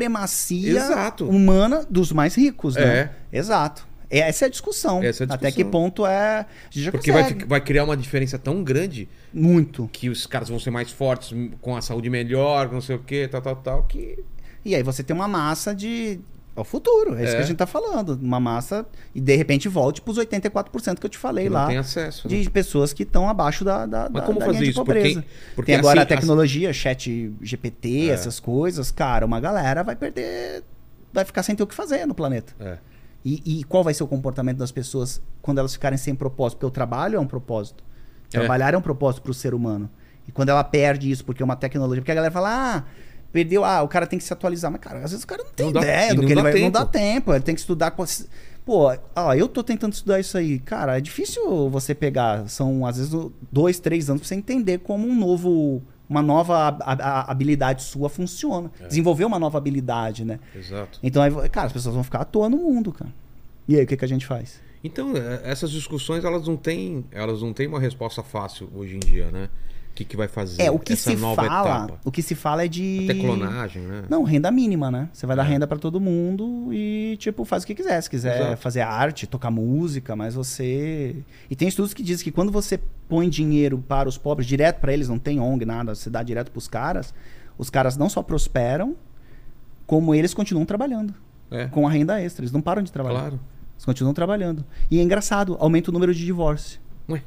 [SPEAKER 3] supremacia
[SPEAKER 1] Exato.
[SPEAKER 3] humana dos mais ricos, né? Exato. É, Essa é a discussão.
[SPEAKER 1] Essa é a
[SPEAKER 3] Até
[SPEAKER 1] discussão.
[SPEAKER 3] que ponto é. A gente já
[SPEAKER 1] porque vai,
[SPEAKER 3] consegue.
[SPEAKER 1] fi- vai criar uma diferença tão grande
[SPEAKER 3] Muito.
[SPEAKER 1] que os caras vão ser mais fortes, hum, com a saúde melhor, não sei o quê, tal, tal, tal, que
[SPEAKER 3] E aí você tem uma massa de. É o futuro, é, isso
[SPEAKER 1] É.
[SPEAKER 3] que a gente tá falando. Uma massa. E de repente volte pros 84% que eu te falei
[SPEAKER 1] que
[SPEAKER 3] lá.
[SPEAKER 1] não tem acesso. né?
[SPEAKER 3] de pessoas que estão abaixo da, da,
[SPEAKER 1] Mas
[SPEAKER 3] da-
[SPEAKER 1] como
[SPEAKER 3] da
[SPEAKER 1] fazer
[SPEAKER 3] linha de
[SPEAKER 1] isso? Porque-
[SPEAKER 3] pobreza.
[SPEAKER 1] porque
[SPEAKER 3] Tem agora
[SPEAKER 1] assim-
[SPEAKER 3] a tecnologia, chat
[SPEAKER 1] É.
[SPEAKER 3] GPT, essas coisas, cara, uma galera vai perder, vai ficar sem ter o que fazer no planeta.
[SPEAKER 1] É.
[SPEAKER 3] E, e qual vai ser o comportamento das pessoas quando elas ficarem sem propósito? Porque o trabalho é um propósito.
[SPEAKER 1] É.
[SPEAKER 3] Trabalhar é, um propósito para o ser humano. E quando ela perde isso, porque é uma tecnologia, porque a galera fala, ah, perdeu, ah, o cara tem que se atualizar. Mas, cara, às vezes o cara não tem
[SPEAKER 1] Não dá-
[SPEAKER 3] ideia
[SPEAKER 1] e
[SPEAKER 3] do
[SPEAKER 1] não
[SPEAKER 3] que ele
[SPEAKER 1] dá
[SPEAKER 3] vai. Não
[SPEAKER 1] tempo.
[SPEAKER 3] dá tempo, ele tem que estudar. com as- Pô, ó, eu tô tentando estudar isso aí. Cara, é difícil você pegar. São, às vezes, dois, três anos pra você entender como um novo. Uma nova hab- hab- habilidade sua funciona.
[SPEAKER 1] É.
[SPEAKER 3] Desenvolver uma nova habilidade, né?
[SPEAKER 1] Exato.
[SPEAKER 3] Então, aí, cara, as pessoas vão ficar à toa no mundo, cara. E aí, o que, que a gente faz?
[SPEAKER 1] Então, é, essas discussões, elas não têm, elas não têm uma resposta fácil hoje em dia, né? O que, que vai fazer
[SPEAKER 3] É, o que
[SPEAKER 1] essa
[SPEAKER 3] se
[SPEAKER 1] nova
[SPEAKER 3] fala,
[SPEAKER 1] etapa?
[SPEAKER 3] o que se fala é de
[SPEAKER 1] Até É. clonagem, né?
[SPEAKER 3] Não, renda mínima, né? Você vai dar renda pra todo mundo e tipo, faz o que quiser, se quiser
[SPEAKER 1] Exato.
[SPEAKER 3] fazer arte, tocar música, mas você E tem estudos que dizem que quando você põe dinheiro para os pobres direto pra eles, não tem ONG nada, você dá direto pros caras, os caras não só prosperam, como eles continuam trabalhando.
[SPEAKER 1] É.
[SPEAKER 3] Com a renda extra. Eles não param de trabalhar.
[SPEAKER 1] Claro.
[SPEAKER 3] Eles continuam trabalhando. E é engraçado, aumenta o número de divórcio.
[SPEAKER 1] Ué,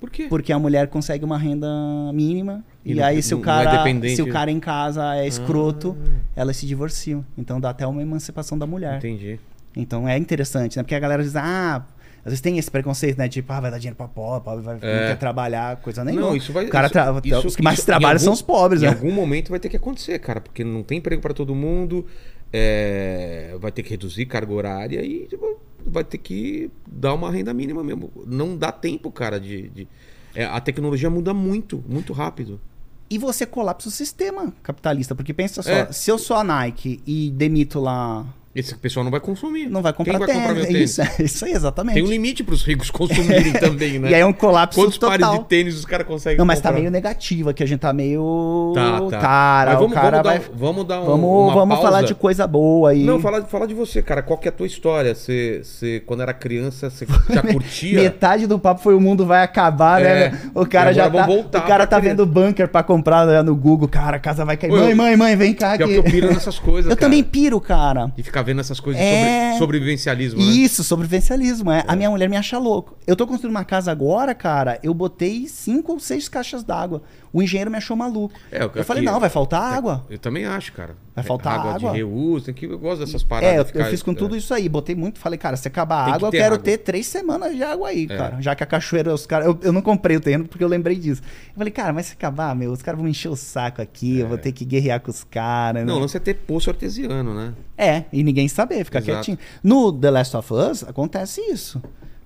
[SPEAKER 1] por quê?
[SPEAKER 3] Porque a mulher consegue uma renda mínima.
[SPEAKER 1] E
[SPEAKER 3] E,
[SPEAKER 1] não-
[SPEAKER 3] aí, se o
[SPEAKER 1] não- não é
[SPEAKER 3] cara,
[SPEAKER 1] dependente. Ah.
[SPEAKER 3] se o cara em casa é escroto, elas se divorciam. Então dá até uma emancipação da mulher.
[SPEAKER 1] Entendi.
[SPEAKER 3] Então é interessante, né? Porque a galera diz, ah, às vezes tem esse preconceito, né? Tipo, ah, vai dar dinheiro pra pobre, pobre vai,
[SPEAKER 1] É.
[SPEAKER 3] não quer trabalhar, coisa nenhuma.
[SPEAKER 1] Não, isso vai-
[SPEAKER 3] o cara
[SPEAKER 1] isso-
[SPEAKER 3] tra-
[SPEAKER 1] isso-
[SPEAKER 3] os que mais
[SPEAKER 1] isso- em
[SPEAKER 3] trabalham
[SPEAKER 1] algum-
[SPEAKER 3] são os pobres,
[SPEAKER 1] Em
[SPEAKER 3] né?
[SPEAKER 1] algum momento vai ter que acontecer, cara, porque não tem emprego para todo mundo, é, vai ter que reduzir carga horária e tipo, vai ter que dar uma renda mínima mesmo. Não dá tempo, cara, de. de- é, a tecnologia muda muito, muito rápido.
[SPEAKER 3] E você colapsa o sistema capitalista, porque pensa só,
[SPEAKER 1] É.
[SPEAKER 3] se eu sou a Nike e demito lá,
[SPEAKER 1] Esse pessoal não vai consumir.
[SPEAKER 3] não vai comprar
[SPEAKER 1] Quem vai
[SPEAKER 3] tênis.
[SPEAKER 1] comprar meu
[SPEAKER 3] *laughs* é
[SPEAKER 1] tênis?
[SPEAKER 3] isso, é isso aí, exatamente.
[SPEAKER 1] Tem um limite para os ricos consumirem também, né?
[SPEAKER 3] E aí *laughs* é um colapso
[SPEAKER 1] Quantos
[SPEAKER 3] total.
[SPEAKER 1] pares de tênis os caras conseguem
[SPEAKER 3] Não, mas tá
[SPEAKER 1] comprar?
[SPEAKER 3] meio negativa, que a gente tá meio
[SPEAKER 1] Tá, tá.
[SPEAKER 3] tara,
[SPEAKER 1] Mas
[SPEAKER 3] o cara
[SPEAKER 1] vamos
[SPEAKER 3] vai...
[SPEAKER 1] dar, um- vamos dar um,
[SPEAKER 3] Vamos,
[SPEAKER 1] uma
[SPEAKER 3] vamos falar
[SPEAKER 1] pausa.
[SPEAKER 3] de coisa boa aí. *laughs*
[SPEAKER 1] Não, fala, fala de você, cara. Qual que é a tua história? Você, você quando era criança, você
[SPEAKER 3] *laughs*
[SPEAKER 1] já curtia?
[SPEAKER 3] Metade do papo foi o mundo vai acabar,
[SPEAKER 1] É.
[SPEAKER 3] né? O
[SPEAKER 1] E
[SPEAKER 3] cara
[SPEAKER 1] agora
[SPEAKER 3] já tá,
[SPEAKER 1] vamos voltar
[SPEAKER 3] o cara
[SPEAKER 1] pra
[SPEAKER 3] tá
[SPEAKER 1] criança.
[SPEAKER 3] vendo bunker pra comprar né, no Google, cara, a casa vai cair.
[SPEAKER 1] Ô, eu-
[SPEAKER 3] mãe, mãe, mãe, vem cá
[SPEAKER 1] Pior
[SPEAKER 3] aqui.
[SPEAKER 1] que eu piro nessas coisas,
[SPEAKER 3] *laughs* Eu
[SPEAKER 1] cara.
[SPEAKER 3] também piro, cara.
[SPEAKER 1] E ficar vendo essas coisas
[SPEAKER 3] É.
[SPEAKER 1] sobre sobrevivencialismo, né?
[SPEAKER 3] Isso, sobrevivencialismo, é. A minha mulher me acha louco. Eu tô construindo uma casa agora, cara, eu botei cinco ou seis caixas d'água. O engenheiro me achou maluco.
[SPEAKER 1] É,
[SPEAKER 3] eu
[SPEAKER 1] aqui- é.
[SPEAKER 3] falei, não, vai faltar água.
[SPEAKER 1] Eu também acho, cara. É,
[SPEAKER 3] Vai faltar água.
[SPEAKER 1] de reuso, tem que eu gosto dessas paradas.
[SPEAKER 3] É, eu,
[SPEAKER 1] ficar-
[SPEAKER 3] eu fiz com tudo isso aí, botei muito, falei, cara, se acabar
[SPEAKER 1] Tem que
[SPEAKER 3] a água, eu
[SPEAKER 1] ter
[SPEAKER 3] quero
[SPEAKER 1] água. É.
[SPEAKER 3] ter três semanas de água aí, cara. Já que a cachoeira, os caras. Eu, eu não comprei o terreno porque eu lembrei disso. Eu falei, cara, mas se acabar, meu, os caras vão me encher o saco aqui, eu vou ter que guerrear com os caras.
[SPEAKER 1] É. Não,
[SPEAKER 3] né?
[SPEAKER 1] o lance é ter poço artesiano, né?
[SPEAKER 3] É, e ninguém saber, ficar
[SPEAKER 1] Exato.
[SPEAKER 3] quietinho. No The Last of Us, acontece isso.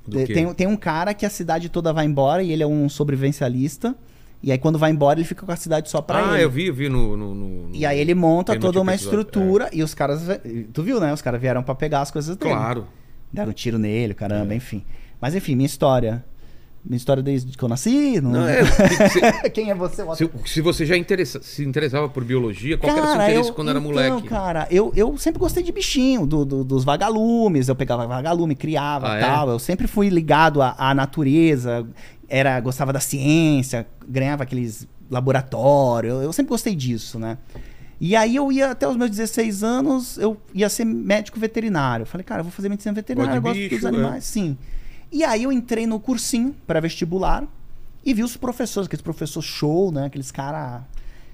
[SPEAKER 1] Do
[SPEAKER 3] Te-
[SPEAKER 1] quê?
[SPEAKER 3] Tem, tem um cara que a cidade toda vai embora e ele é um sobrevivencialista. E aí, quando vai embora, ele fica com a cidade só pra
[SPEAKER 1] ah,
[SPEAKER 3] ele.
[SPEAKER 1] eu vi, eu vi no... no- no- no-
[SPEAKER 3] E aí ele monta
[SPEAKER 1] Tem
[SPEAKER 3] toda
[SPEAKER 1] no
[SPEAKER 3] uma
[SPEAKER 1] tipo episódio,
[SPEAKER 3] estrutura e os caras. Tu viu, né? Os caras vieram pra pegar as coisas dele.
[SPEAKER 1] Claro.
[SPEAKER 3] Deram um tiro nele, caramba,
[SPEAKER 1] É.
[SPEAKER 3] enfim. Mas enfim, minha história. Minha história desde que eu nasci. Não... *laughs*
[SPEAKER 1] Não, é, se,
[SPEAKER 3] Quem é você? Otto?
[SPEAKER 1] se- se você já interessa- se interessava por biologia, qual que era o seu interesse é quando era
[SPEAKER 3] então,
[SPEAKER 1] moleque?
[SPEAKER 3] cara, eu, eu sempre gostei de bichinho, do- do- dos vagalumes. Eu pegava vagalume, criava
[SPEAKER 1] Ah,
[SPEAKER 3] e
[SPEAKER 1] é?
[SPEAKER 3] tal. Eu sempre fui ligado à, à natureza, era, gostava da ciência, ganhava aqueles laboratórios. Eu, eu sempre gostei disso, né? E aí eu ia até os meus 16 anos, eu ia ser médico veterinário. Falei, cara, eu vou fazer medicina veterinária, eu
[SPEAKER 1] Gosto
[SPEAKER 3] gosto
[SPEAKER 1] de
[SPEAKER 3] dos
[SPEAKER 1] bicho, né?
[SPEAKER 3] animais, Ah, sim. E aí eu entrei no cursinho pré-vestibular e vi os professores, aqueles professores show, né? Aqueles caras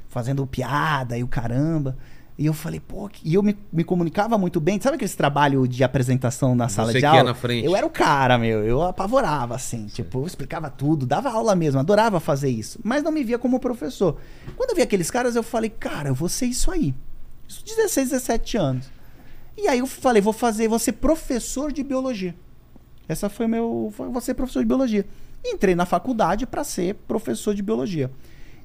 [SPEAKER 3] fazendo piada e o caramba. E eu falei, pô, que- e eu me, me comunicava muito bem. Sabe aqueles trabalho de apresentação na sala
[SPEAKER 1] Você
[SPEAKER 3] de
[SPEAKER 1] que ia
[SPEAKER 3] aula?
[SPEAKER 1] na frente.
[SPEAKER 3] Eu era o cara, meu. Eu apavorava, assim. Tipo, eu explicava tudo, dava aula mesmo, adorava fazer isso. Mas não me via como professor. Quando eu vi aqueles caras, eu falei, cara, eu vou ser isso aí. Isso 16, 17 anos. E aí eu falei, vou fazer, vou ser professor de biologia. Essa foi meu, foi- vou ser professor de biologia. Entrei na faculdade para ser professor de biologia.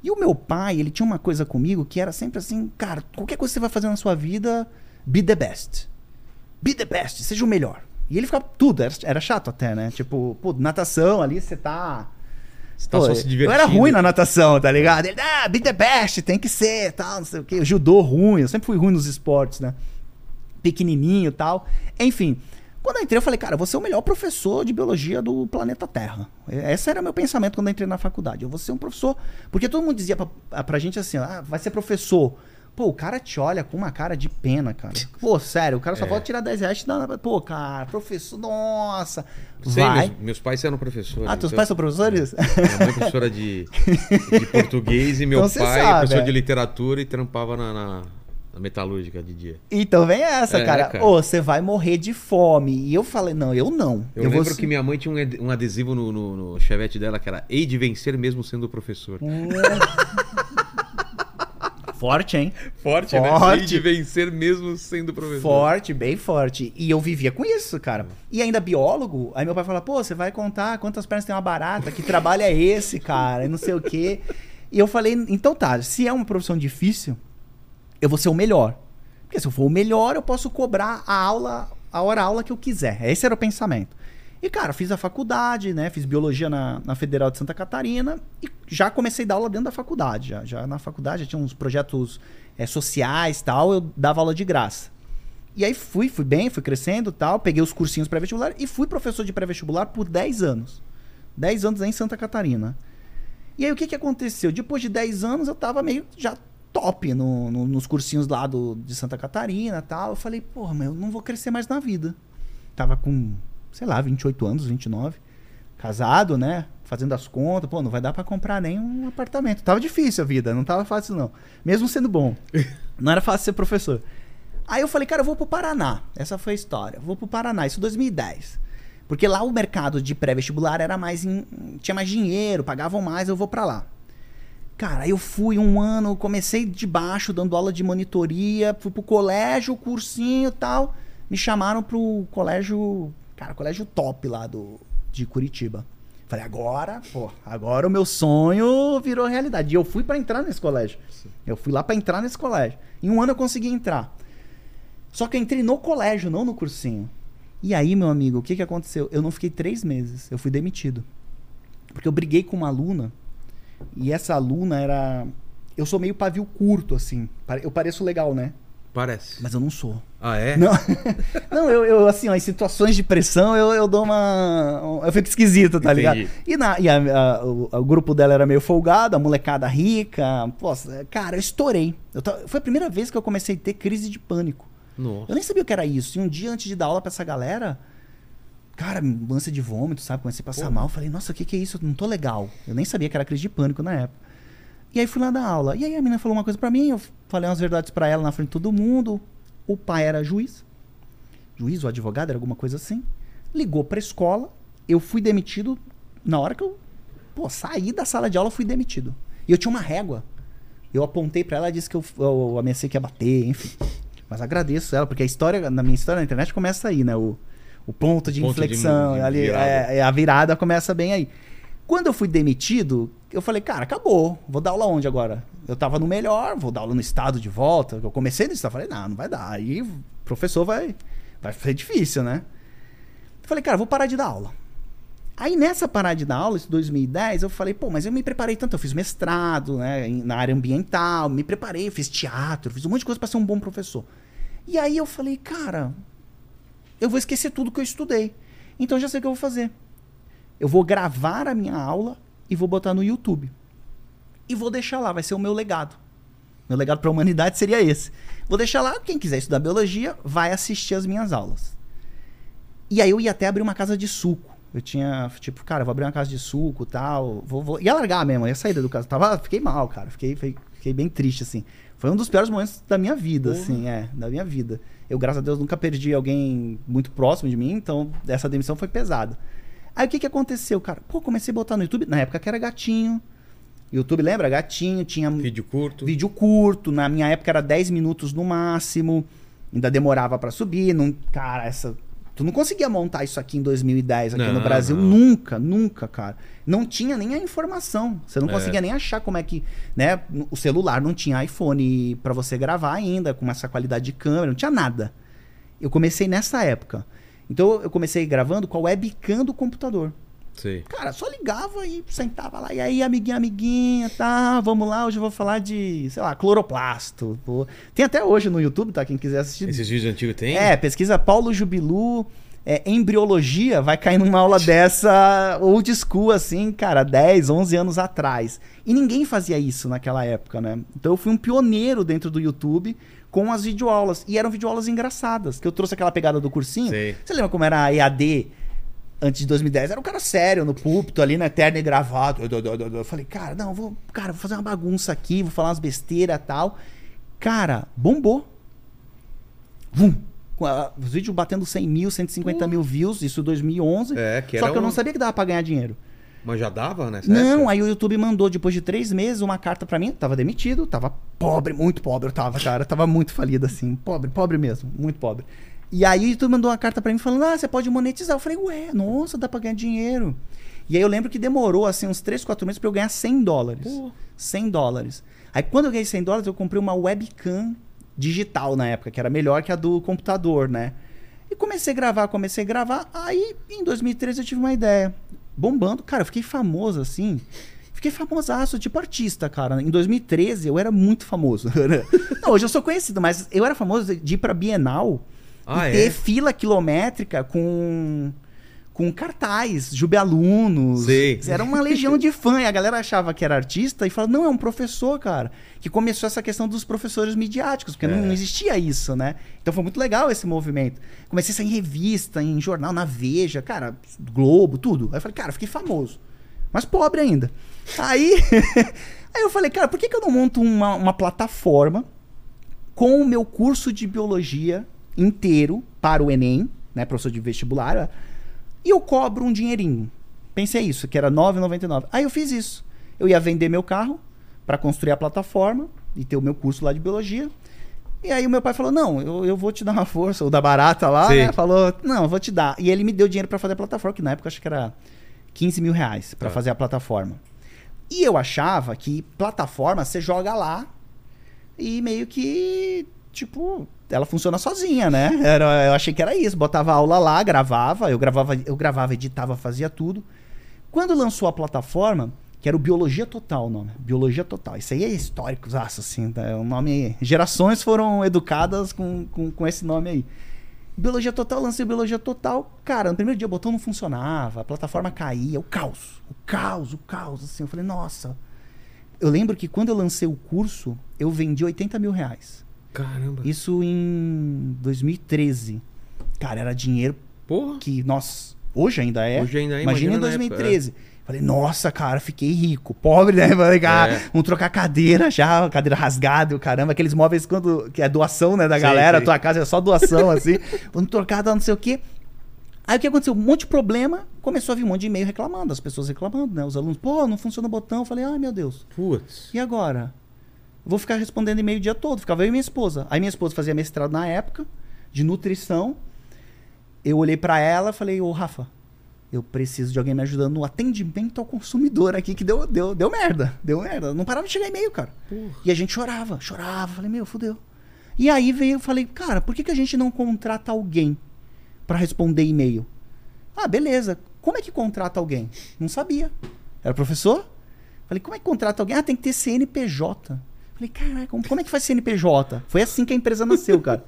[SPEAKER 3] E o meu pai, ele tinha uma coisa comigo que era sempre assim, cara, qualquer coisa que você vai fazer na sua vida, be the best. Be the best, seja o melhor. E ele ficava tudo, era, era chato até, né? Tipo, pô, natação ali você tá
[SPEAKER 1] Você tá
[SPEAKER 3] Pô,
[SPEAKER 1] só se
[SPEAKER 3] eu
[SPEAKER 1] divertindo.
[SPEAKER 3] era ruim na natação, tá ligado? Ele, ah, be the best, tem que ser, tal, não sei o quê. Judô ruim, eu sempre fui ruim nos esportes, né? Pequenininho e tal. Enfim, quando eu entrei, eu falei, cara, eu vou ser o melhor professor de biologia do planeta Terra. E- Esse era meu pensamento quando eu entrei na faculdade. Eu vou ser um professor. Porque todo mundo dizia pra, a- pra gente assim, ah, vai ser professor. Pô, o cara te olha com uma cara de pena, cara. Pô, sério, o cara
[SPEAKER 1] É.
[SPEAKER 3] só volta tirar 10 reais e te dá. Pô, cara, professor, nossa.
[SPEAKER 1] Sei,
[SPEAKER 3] vai.
[SPEAKER 1] meus, meus pais eram professores.
[SPEAKER 3] Ah, teus
[SPEAKER 1] então-
[SPEAKER 3] pais são professores? *laughs*
[SPEAKER 1] Minha mãe é professora de, de português e meu
[SPEAKER 3] Então você
[SPEAKER 1] pai é
[SPEAKER 3] sabe,
[SPEAKER 1] professor
[SPEAKER 3] é.
[SPEAKER 1] de literatura e trampava na, na- na metalúrgica de dia.
[SPEAKER 3] Então vem essa,
[SPEAKER 1] É,
[SPEAKER 3] cara.
[SPEAKER 1] cara.
[SPEAKER 3] Ô, você vai morrer de fome. E eu falei, não, eu não.
[SPEAKER 1] Eu,
[SPEAKER 3] vou
[SPEAKER 1] lembro
[SPEAKER 3] se-
[SPEAKER 1] que minha mãe tinha um ad- um adesivo no, no- no chevette dela que era Hei de vencer mesmo sendo professor.
[SPEAKER 3] Hum. Forte, hein?
[SPEAKER 1] Forte, né?
[SPEAKER 3] Forte.
[SPEAKER 1] Hei de vencer mesmo sendo professor.
[SPEAKER 3] Forte, bem forte. E eu vivia com isso, cara. E ainda biólogo, aí meu pai fala, pô, você vai contar quantas pernas tem uma barata, que trabalho é esse, cara, e não sei o quê. E eu falei, então tá, se é uma profissão difícil, eu vou ser o melhor. Porque se eu for o melhor, eu posso cobrar a aula, a hora aula que eu quiser. Esse era o pensamento. E, cara, fiz a faculdade, né? Fiz biologia na, na Federal de Santa Catarina e já comecei a dar aula dentro da faculdade. Já, já na faculdade já tinha uns projetos eh, sociais tal, eu dava aula de graça. E aí fui, fui bem, fui crescendo tal, peguei os cursinhos pré-vestibular e fui professor de pré-vestibular por 10 anos. 10 anos em Santa Catarina. E aí o que, que aconteceu? Depois de 10 anos eu tava meio já top no- no- nos cursinhos lá do, de Santa Catarina e tal. Eu falei, porra, mas eu não vou crescer mais na vida. Tava com, sei lá, 28 anos, 29. Casado, né? Fazendo as contas. Pô, não vai dar pra comprar nem um apartamento. Tava difícil a vida, não tava fácil não. Mesmo sendo bom. Não era fácil ser professor. Aí eu falei, cara, eu vou pro Paraná. Essa foi a história. Eu Vou pro Paraná, isso em 2010. Porque lá o mercado de pré-vestibular era mais em- tinha mais dinheiro, pagavam mais, eu vou pra lá. Cara, aí eu fui um ano, comecei de baixo, dando aula de monitoria, fui pro colégio, cursinho e tal. Me chamaram pro colégio, cara, colégio top lá do, de Curitiba. Falei, agora, pô, agora o meu sonho virou realidade. E eu fui pra entrar nesse colégio. Eu fui lá pra entrar nesse colégio. Em um ano eu consegui entrar. Só que eu entrei no colégio, não no cursinho. E aí, meu amigo, o que, que aconteceu? Eu não fiquei três meses, eu fui demitido. Porque eu briguei com uma aluna, e essa aluna era. Eu sou meio pavio curto, assim. Pare- Eu pareço legal, né?
[SPEAKER 1] Parece.
[SPEAKER 3] Mas eu não sou.
[SPEAKER 1] Ah, é?
[SPEAKER 3] *laughs* Não, não eu, eu, assim, ó, em situações de pressão, eu, eu dou uma. Eu fico esquisito, tá
[SPEAKER 1] Entendi.
[SPEAKER 3] ligado? E, na, e a- a- o, o grupo dela era meio folgado, a molecada rica. Poxa, cara, eu estourei. Eu ta- Foi a primeira vez que eu comecei a ter crise de pânico.
[SPEAKER 1] Nossa.
[SPEAKER 3] Eu nem sabia o que era isso. E um dia antes de dar aula pra essa galera, cara, lança de vômito, sabe? Comecei a passar
[SPEAKER 1] Pô.
[SPEAKER 3] mal. Falei, nossa, o que, que é isso? Eu não tô legal. Eu nem sabia que era crise de pânico na época. E aí fui lá dar aula. E aí a menina falou uma coisa pra mim, eu falei umas verdades pra ela na frente de todo mundo. O pai era juiz, juiz ou advogado, era alguma coisa assim. Ligou pra escola, eu fui demitido na hora que eu pô, saí da sala de aula, fui demitido. E eu tinha uma régua. Eu apontei pra ela, disse que eu, eu ameacei que ia bater, enfim. Mas agradeço ela, porque a história, na minha história na internet começa aí, né? O, o ponto de
[SPEAKER 1] Ponto de
[SPEAKER 3] inflexão,
[SPEAKER 1] mu- de
[SPEAKER 3] ali,
[SPEAKER 1] virada.
[SPEAKER 3] é, é, a virada começa bem aí. Quando eu fui demitido, eu falei, cara, acabou. Vou dar aula onde agora? Eu tava no melhor, vou dar aula no estado de volta. Eu comecei no estado, falei, não, não vai dar. Aí o professor vai, vai ser difícil, né? Eu falei, cara, vou parar de dar aula. Aí nessa parada de dar aula, isso em 2010, eu falei, pô, mas eu me preparei tanto, eu fiz mestrado, né, em- na área ambiental, me preparei, fiz teatro, fiz um monte de coisa pra ser um bom professor. E aí eu falei, cara, eu vou esquecer tudo que eu estudei. Então eu já sei o que eu vou fazer. Eu vou gravar a minha aula e vou botar no YouTube. E vou deixar lá, vai ser o meu legado. Meu legado pra humanidade seria esse. Vou deixar lá, quem quiser estudar biologia, vai assistir as minhas aulas. E aí eu ia até abrir uma casa de suco. Eu tinha, tipo, cara, eu vou abrir uma casa de suco e tal. Vou, vou... Ia largar mesmo, ia sair da educação. Tava, fiquei mal, cara. Fiquei, fiquei, fiquei bem triste, assim. Foi um dos piores momentos da minha vida,
[SPEAKER 1] Porra.
[SPEAKER 3] assim, é, da minha vida. Eu, graças a Deus, nunca perdi alguém muito próximo de mim, então essa demissão foi pesada. Aí o que que aconteceu, cara? Pô, comecei a botar no YouTube, na época que era gatinho. YouTube, lembra? Gatinho, tinha
[SPEAKER 1] Vídeo curto.
[SPEAKER 3] vídeo curto, na minha época era 10 minutos no máximo, ainda demorava pra subir, não, cara, essa tu não conseguia montar isso aqui em 2010 aqui
[SPEAKER 1] Não,
[SPEAKER 3] no Brasil
[SPEAKER 1] não.
[SPEAKER 3] nunca, nunca, cara. Não tinha nem a informação. Você não
[SPEAKER 1] É.
[SPEAKER 3] conseguia nem achar como é que, né, o celular não tinha iPhone pra você gravar ainda com essa qualidade de câmera, não tinha nada. Eu comecei nessa época. Então eu comecei gravando com a webcam do computador.
[SPEAKER 1] Sei.
[SPEAKER 3] Cara, só ligava e sentava lá. E aí, amiguinha, amiguinha, tá? Vamos lá, hoje eu vou falar de, sei lá, cloroplasto. Vou- Tem até hoje no YouTube, tá? Quem quiser assistir.
[SPEAKER 1] Esses vídeos antigos tem?
[SPEAKER 3] É, pesquisa Paulo Jubilu, é, embriologia, vai cair numa aula dessa old school, assim, cara, 10, 11 anos atrás. E ninguém fazia isso naquela época, né? Então eu fui um pioneiro dentro do YouTube com as videoaulas. E eram videoaulas engraçadas, que eu trouxe aquela pegada do cursinho.
[SPEAKER 1] Sei.
[SPEAKER 3] Você lembra como era a EAD antes de 2010? Era um cara sério no púlpito, ali na terna e gravado. Eu falei, cara, não, vou, cara, vou fazer uma bagunça aqui, vou falar umas besteiras e tal. Cara, bombou. Vum! Com a- Os vídeos batendo 100 mil, 150 mil views, isso em 2011.
[SPEAKER 1] Uh. É, que
[SPEAKER 3] Só
[SPEAKER 1] era
[SPEAKER 3] que eu não
[SPEAKER 1] um-
[SPEAKER 3] sabia que dava pra ganhar dinheiro.
[SPEAKER 1] Mas já dava nessa
[SPEAKER 3] não, é
[SPEAKER 1] época?
[SPEAKER 3] aí o YouTube mandou, depois de três meses, uma carta pra mim. Eu Tava demitido, tava pobre, muito pobre eu tava, cara. eu Tava muito falido, assim. Pobre, pobre mesmo, muito pobre. E aí o YouTube mandou uma carta pra mim falando, ah, você pode monetizar. Eu falei, ué, nossa, dá pra ganhar dinheiro. E aí eu lembro que demorou, assim, uns 3, 4 meses pra eu ganhar 100 dólares.
[SPEAKER 1] Pô.
[SPEAKER 3] 100 dólares. Aí quando eu ganhei 100 dólares, eu comprei uma webcam digital na época, que era melhor que a do computador, né? E comecei a gravar, comecei a gravar. Aí em 2013 eu tive uma ideia. Bombando, cara, eu fiquei famoso assim. Fiquei famosaço, tipo artista, cara. Em 2013 eu era muito famoso. *laughs* Não, hoje eu sou conhecido, mas eu era famoso de ir pra Bienal
[SPEAKER 1] Ah,
[SPEAKER 3] e
[SPEAKER 1] é?
[SPEAKER 3] ter fila quilométrica com com cartaz, jubealunos.
[SPEAKER 1] Sei.
[SPEAKER 3] Era uma legião de fã. E a galera achava que era artista e falava, não, é um professor, cara. Que começou essa questão dos professores midiáticos,
[SPEAKER 1] É.
[SPEAKER 3] porque não existia isso, né? Então foi muito legal esse movimento. Comecei a sair em revista, em jornal, na Veja, cara, Globo, tudo. Aí eu falei, cara, fiquei famoso. Mas pobre ainda. Aí, *laughs* aí eu falei, cara, por que, que eu não monto uma, uma plataforma com o meu curso de biologia inteiro para o Enem, né, professor de vestibular, né, e eu cobro um dinheirinho. Pensei isso, que era R$ 9,99. Aí eu fiz isso. Eu ia vender meu carro para construir a plataforma e ter o meu curso lá de biologia. E aí o meu pai falou: Não, eu, eu vou te dar uma força, ou da barata lá,
[SPEAKER 1] Sim.
[SPEAKER 3] né? Falou: Não, eu vou te dar. E ele me deu dinheiro para fazer a plataforma, que na época eu acho que era 15 mil reais para
[SPEAKER 1] Tá.
[SPEAKER 3] fazer a plataforma. E eu achava que plataforma você joga lá e meio que, tipo, ela funciona sozinha, né? Era, eu achei que era isso. Botava aula lá, gravava, eu gravava, eu gravava, editava, fazia tudo. Quando lançou a plataforma, que era o Biologia Total o nome. Biologia Total. Isso aí é histórico, zaço, assim. Tá? É um nome. Gerações foram educadas com, com, com esse nome aí. Biologia Total, lancei o Biologia Total. Cara, no primeiro dia o botão não funcionava, a plataforma caía, o caos. O caos, o caos, assim. Eu falei, nossa. Eu lembro que quando eu lancei o curso, eu vendi 80 mil reais.
[SPEAKER 1] Caramba.
[SPEAKER 3] Isso em 2013. Cara, era dinheiro
[SPEAKER 1] Porra.
[SPEAKER 3] que, nossa, hoje ainda é.
[SPEAKER 1] Hoje ainda é,
[SPEAKER 3] Imagina,
[SPEAKER 1] imagina
[SPEAKER 3] em
[SPEAKER 1] na época,
[SPEAKER 3] 2013. Falei, nossa, cara, fiquei rico. Pobre, né? *laughs* Falei, cara,
[SPEAKER 1] É.
[SPEAKER 3] vamos trocar cadeira já, cadeira rasgada, e o caramba. Aqueles móveis quando, que é doação, né, da
[SPEAKER 1] Sei,
[SPEAKER 3] galera.
[SPEAKER 1] sei.
[SPEAKER 3] Tua casa é
[SPEAKER 1] *laughs*
[SPEAKER 3] só doação, assim. vamos trocar, tá, não sei o quê. Aí o que aconteceu? Um monte de problema, começou a vir um monte de e-mail reclamando, as pessoas reclamando, né? Os alunos, pô, não funciona o botão. Eu falei, ai, meu Deus.
[SPEAKER 1] Putz.
[SPEAKER 3] E agora? Vou ficar respondendo e-mail o dia todo. Ficava eu e minha esposa. Aí minha esposa fazia mestrado na época, de nutrição. Eu olhei pra ela e falei, ô Rafa, eu preciso de alguém me ajudando no atendimento ao consumidor aqui, que deu, deu, deu merda. Deu merda. Não parava de chegar e-mail, cara.
[SPEAKER 1] Porra.
[SPEAKER 3] E a gente chorava, chorava. Falei, meu, fudeu. E aí veio, eu falei, cara, por que, que a gente não contrata alguém pra responder e-mail? Ah, beleza. Como é que contrata alguém? Não sabia. Era professor? Falei, como é que contrata alguém? Ah, tem que ter CNPJ. Falei, caraca, como, como é que faz CNPJ? Foi assim que a empresa nasceu, cara.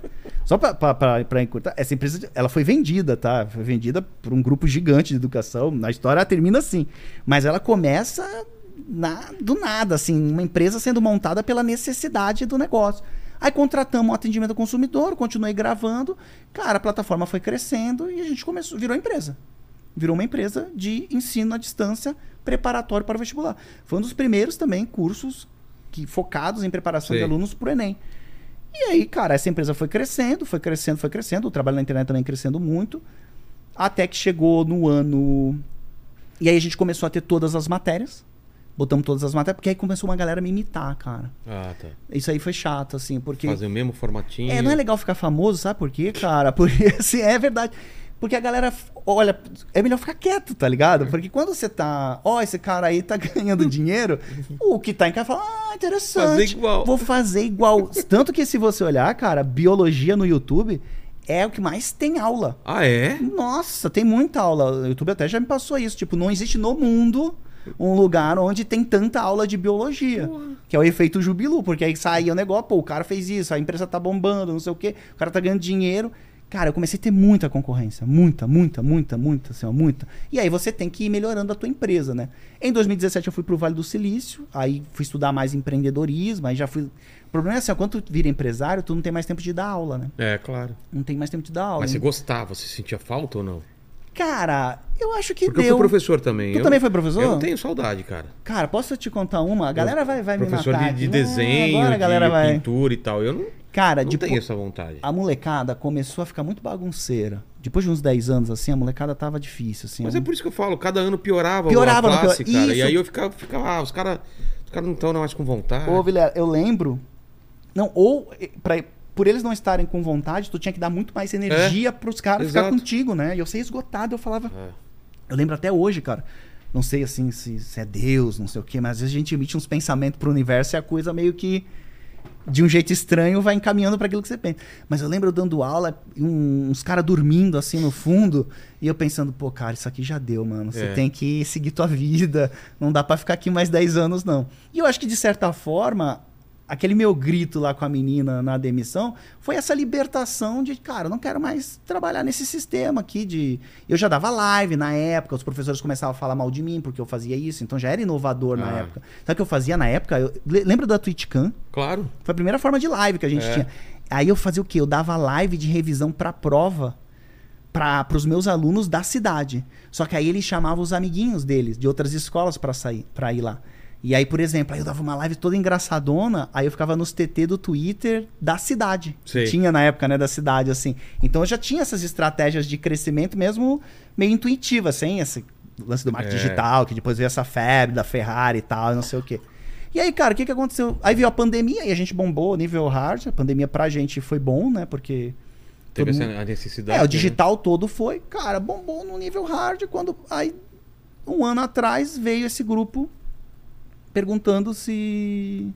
[SPEAKER 3] Só pra, pra, pra, pra encurtar, essa empresa, ela foi vendida, tá? Foi vendida por um grupo gigante de educação. Na história, ela termina assim. Mas ela começa na- do nada, assim. Uma empresa sendo montada pela necessidade do negócio. Aí contratamos um atendimento ao consumidor, continuei gravando. Cara, a plataforma foi crescendo e a gente começou, virou empresa virou uma empresa de ensino à distância preparatório para o vestibular. Foi um dos primeiros também cursos que, focados em preparação
[SPEAKER 1] Sei.
[SPEAKER 3] de alunos para o Enem. E aí, cara, essa empresa foi crescendo, foi crescendo, foi crescendo. O trabalho na internet também crescendo muito. Até que chegou no ano. E aí a gente começou a ter todas as matérias. Botamos todas as matérias, porque aí começou uma galera a me imitar, cara.
[SPEAKER 1] Ah, tá.
[SPEAKER 3] Isso aí foi chato, assim, porque.
[SPEAKER 1] Fazer o mesmo formatinho.
[SPEAKER 3] É, não é legal ficar famoso, sabe por quê, cara? *laughs* Porque, assim, é verdade. Porque a galera, f- olha, é melhor ficar quieto, tá ligado? Porque quando você tá, ó, esse cara aí tá *laughs* ganhando dinheiro, o que tá em casa fala, ah, interessante.
[SPEAKER 1] Fazer igual.
[SPEAKER 3] Vou fazer igual. Tanto que se você olhar, cara, biologia no YouTube é o que mais tem aula.
[SPEAKER 1] Ah, é?
[SPEAKER 3] Nossa, tem muita aula. O YouTube até já me passou isso. Tipo, não existe no mundo um lugar onde tem tanta aula de biologia. Que é o efeito jubilu, porque aí saía o negócio, pô, o cara fez isso, a empresa tá bombando, não sei o quê, o cara tá ganhando dinheiro. Cara, eu comecei a ter muita concorrência. Muita, muita, muita, muita, assim, ó, muita. E aí você tem que ir melhorando a tua empresa, né? Em 2017 eu fui pro Vale do Silício, aí fui estudar mais empreendedorismo, aí já fui. O problema é assim, ó, quando tu vira empresário, tu não tem mais tempo de dar aula, né?
[SPEAKER 1] É, claro.
[SPEAKER 3] Não tem mais tempo de dar aula.
[SPEAKER 1] Mas você gostava, você sentia falta ou não?
[SPEAKER 3] Cara, eu acho que
[SPEAKER 1] Porque
[SPEAKER 3] deu.
[SPEAKER 1] eu fui professor também.
[SPEAKER 3] Tu
[SPEAKER 1] eu,
[SPEAKER 3] também foi professor?
[SPEAKER 1] Eu tenho saudade, cara.
[SPEAKER 3] Cara, posso te contar uma? A galera vai, vai me matar.
[SPEAKER 1] professor de,
[SPEAKER 3] aqui.
[SPEAKER 1] de
[SPEAKER 3] Não,
[SPEAKER 1] desenho,
[SPEAKER 3] agora a galera
[SPEAKER 1] de
[SPEAKER 3] vai.
[SPEAKER 1] pintura e tal. Eu não,
[SPEAKER 3] Cara,
[SPEAKER 1] não
[SPEAKER 3] tipo,
[SPEAKER 1] tenho essa vontade.
[SPEAKER 3] a molecada começou a ficar muito bagunceira. Depois de uns 10 anos, assim, a molecada tava difícil, assim.
[SPEAKER 1] Mas
[SPEAKER 3] Eu-
[SPEAKER 1] é por isso que eu falo, cada ano piorava,
[SPEAKER 3] Piorava,
[SPEAKER 1] a
[SPEAKER 3] não
[SPEAKER 1] classe,
[SPEAKER 3] pior-
[SPEAKER 1] cara. E
[SPEAKER 3] Isso.
[SPEAKER 1] aí eu ficava, ficava ah, os caras os cara não estão mais com vontade.
[SPEAKER 3] Ô, Vilela, eu lembro. Não, ou eh, pra, por eles não estarem com vontade, tu tinha que dar muito mais energia pros caras ficar
[SPEAKER 1] É, exato.
[SPEAKER 3] contigo, né? E eu sei esgotado, eu falava.
[SPEAKER 1] É.
[SPEAKER 3] Eu lembro até hoje, cara. Não sei assim se, se é Deus, não sei o quê, mas às vezes a gente emite uns pensamentos pro universo e a coisa meio que de um jeito estranho vai encaminhando para aquilo que você pensa. Mas eu lembro eu dando aula, e um- uns caras dormindo assim no fundo, e eu pensando, pô, cara, isso aqui já deu, mano. Você
[SPEAKER 1] É.
[SPEAKER 3] tem que seguir tua vida, não dá para ficar aqui mais 10 anos não. E eu acho que de certa forma aquele meu grito lá com a menina na demissão foi essa libertação de, cara, eu não quero mais trabalhar nesse sistema aqui de. Eu já dava live na época, os professores começavam a falar mal de mim porque eu fazia isso, então já era inovador na
[SPEAKER 1] Ah.
[SPEAKER 3] época. Sabe o que eu fazia na época? Eu... le- Lembra da TwitchCan?
[SPEAKER 1] Claro.
[SPEAKER 3] Foi a primeira forma de live que a gente
[SPEAKER 1] É.
[SPEAKER 3] tinha. Aí eu fazia o quê? Eu dava live de revisão pra prova para os meus alunos da cidade. Só que aí ele chamava os amiguinhos deles, de outras escolas, pra sair, para ir lá. E aí, por exemplo, aí eu dava uma live toda engraçadona, aí eu ficava nos TT do Twitter da cidade.
[SPEAKER 1] Sei.
[SPEAKER 3] Tinha na época, né, da cidade, assim. Então eu já tinha essas estratégias de crescimento mesmo meio intuitivas, sem esse lance do marketing
[SPEAKER 1] É.
[SPEAKER 3] digital, que depois veio essa febre da Ferrari e tal, não sei o quê. E aí, cara, o que, que aconteceu? Aí veio a pandemia e a gente bombou nível hard. A pandemia pra gente foi bom, né? Porque
[SPEAKER 1] Teve
[SPEAKER 3] Todo
[SPEAKER 1] essa a necessidade.
[SPEAKER 3] é, o
[SPEAKER 1] né?
[SPEAKER 3] digital todo foi, cara, bombou no nível hard quando aí um ano atrás veio esse grupo perguntando se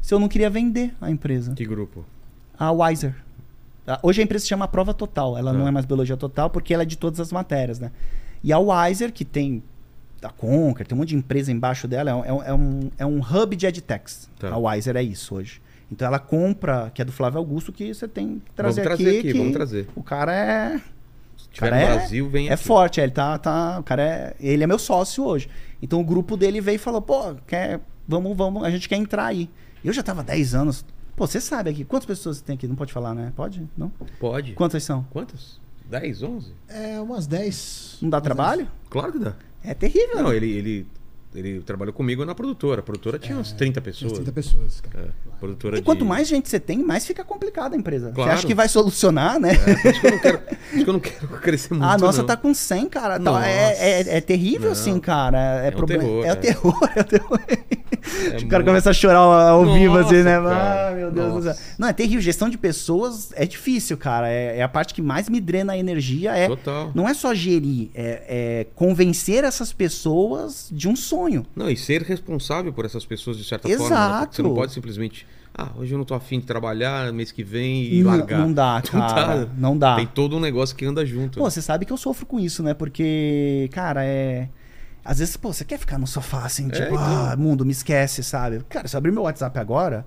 [SPEAKER 3] se eu não queria vender a empresa,
[SPEAKER 1] Que grupo?
[SPEAKER 3] a Wiser. Tá? Hoje a empresa se chama Prova Total, ela não
[SPEAKER 1] Ah.
[SPEAKER 3] é mais Biologia Total porque ela é de todas as matérias, né? E a Wiser que tem a Conquer, tem um monte de empresa embaixo dela, é um- é um, é um, é um hub de edtechs.
[SPEAKER 1] Tá.
[SPEAKER 3] A Wiser é isso hoje. Então ela compra, que é do Flávio Augusto, que você tem que trazer,
[SPEAKER 1] vamos trazer
[SPEAKER 3] aqui.
[SPEAKER 1] aqui,
[SPEAKER 3] que
[SPEAKER 1] vamos trazer.
[SPEAKER 3] O cara é
[SPEAKER 1] Se tiver
[SPEAKER 3] Cara,
[SPEAKER 1] no
[SPEAKER 3] é-
[SPEAKER 1] Brasil, vem
[SPEAKER 3] é
[SPEAKER 1] aqui.
[SPEAKER 3] forte, é, ele tá, tá, o cara é, ele é meu sócio hoje. Então o grupo dele veio e falou, pô, quer, vamos, vamos, a gente quer entrar aí. Eu já tava 10 anos. Pô, você sabe aqui, quantas pessoas tem aqui? Não pode falar, né? Pode? Não?
[SPEAKER 1] Pode.
[SPEAKER 3] Quantas são?
[SPEAKER 1] Quantas? 10, 11?
[SPEAKER 2] É umas 10.
[SPEAKER 3] Não dá
[SPEAKER 2] umas
[SPEAKER 3] trabalho?
[SPEAKER 1] Claro que dá.
[SPEAKER 3] É terrível.
[SPEAKER 1] Não, ele, ele, ele trabalhou comigo na produtora. A produtora tinha
[SPEAKER 3] É,
[SPEAKER 1] uns 30
[SPEAKER 2] 10,
[SPEAKER 1] pessoas.
[SPEAKER 2] umas 30 pessoas, cara.
[SPEAKER 1] É, produtora
[SPEAKER 3] E quanto
[SPEAKER 1] de- *laughs*
[SPEAKER 3] mais gente você tem, mais fica complicada a empresa.
[SPEAKER 1] Claro. É.
[SPEAKER 3] Você acha que vai solucionar, né?
[SPEAKER 1] Acho que eu não quero, acho que eu não quero *laughs* crescer muito.
[SPEAKER 3] A nossa
[SPEAKER 1] não.
[SPEAKER 3] tá com 100, cara. Tá-
[SPEAKER 1] Nossa.
[SPEAKER 3] É, é, é terrível,
[SPEAKER 1] Não.
[SPEAKER 3] assim, cara. É,
[SPEAKER 1] É um
[SPEAKER 3] problema.
[SPEAKER 1] terror,
[SPEAKER 3] é o
[SPEAKER 1] cara.
[SPEAKER 3] terror, é o terror. *laughs* o cara
[SPEAKER 1] muito.
[SPEAKER 3] começa a chorar ao, ao vivo,
[SPEAKER 1] Nossa,
[SPEAKER 3] assim, né?
[SPEAKER 1] cara.
[SPEAKER 3] Ah, meu Deus do
[SPEAKER 1] Nossa.
[SPEAKER 3] céu. Não, é terrível. Gestão de pessoas é difícil, cara. É, é a parte que mais me drena a energia. É,
[SPEAKER 1] Total.
[SPEAKER 3] não é só gerir, é, é convencer essas pessoas de um sonho.
[SPEAKER 1] Não, e ser responsável por essas pessoas de certa forma. né?
[SPEAKER 3] Exato.
[SPEAKER 1] Porque Você não pode simplesmente. Ah, hoje eu não tô afim de trabalhar, mês que vem e
[SPEAKER 3] N-
[SPEAKER 1] largar.
[SPEAKER 3] Não dá,
[SPEAKER 1] *laughs* Não
[SPEAKER 3] cara. Não
[SPEAKER 1] dá.
[SPEAKER 3] dá.
[SPEAKER 1] Tem todo um negócio que anda junto. né?
[SPEAKER 3] Pô, você sabe que eu sofro com isso, né? Porque, cara, é. Às vezes, pô, você quer ficar no sofá assim, tipo,
[SPEAKER 1] então.
[SPEAKER 3] ah, mundo, me esquece, sabe? Cara, se eu abrir meu WhatsApp agora,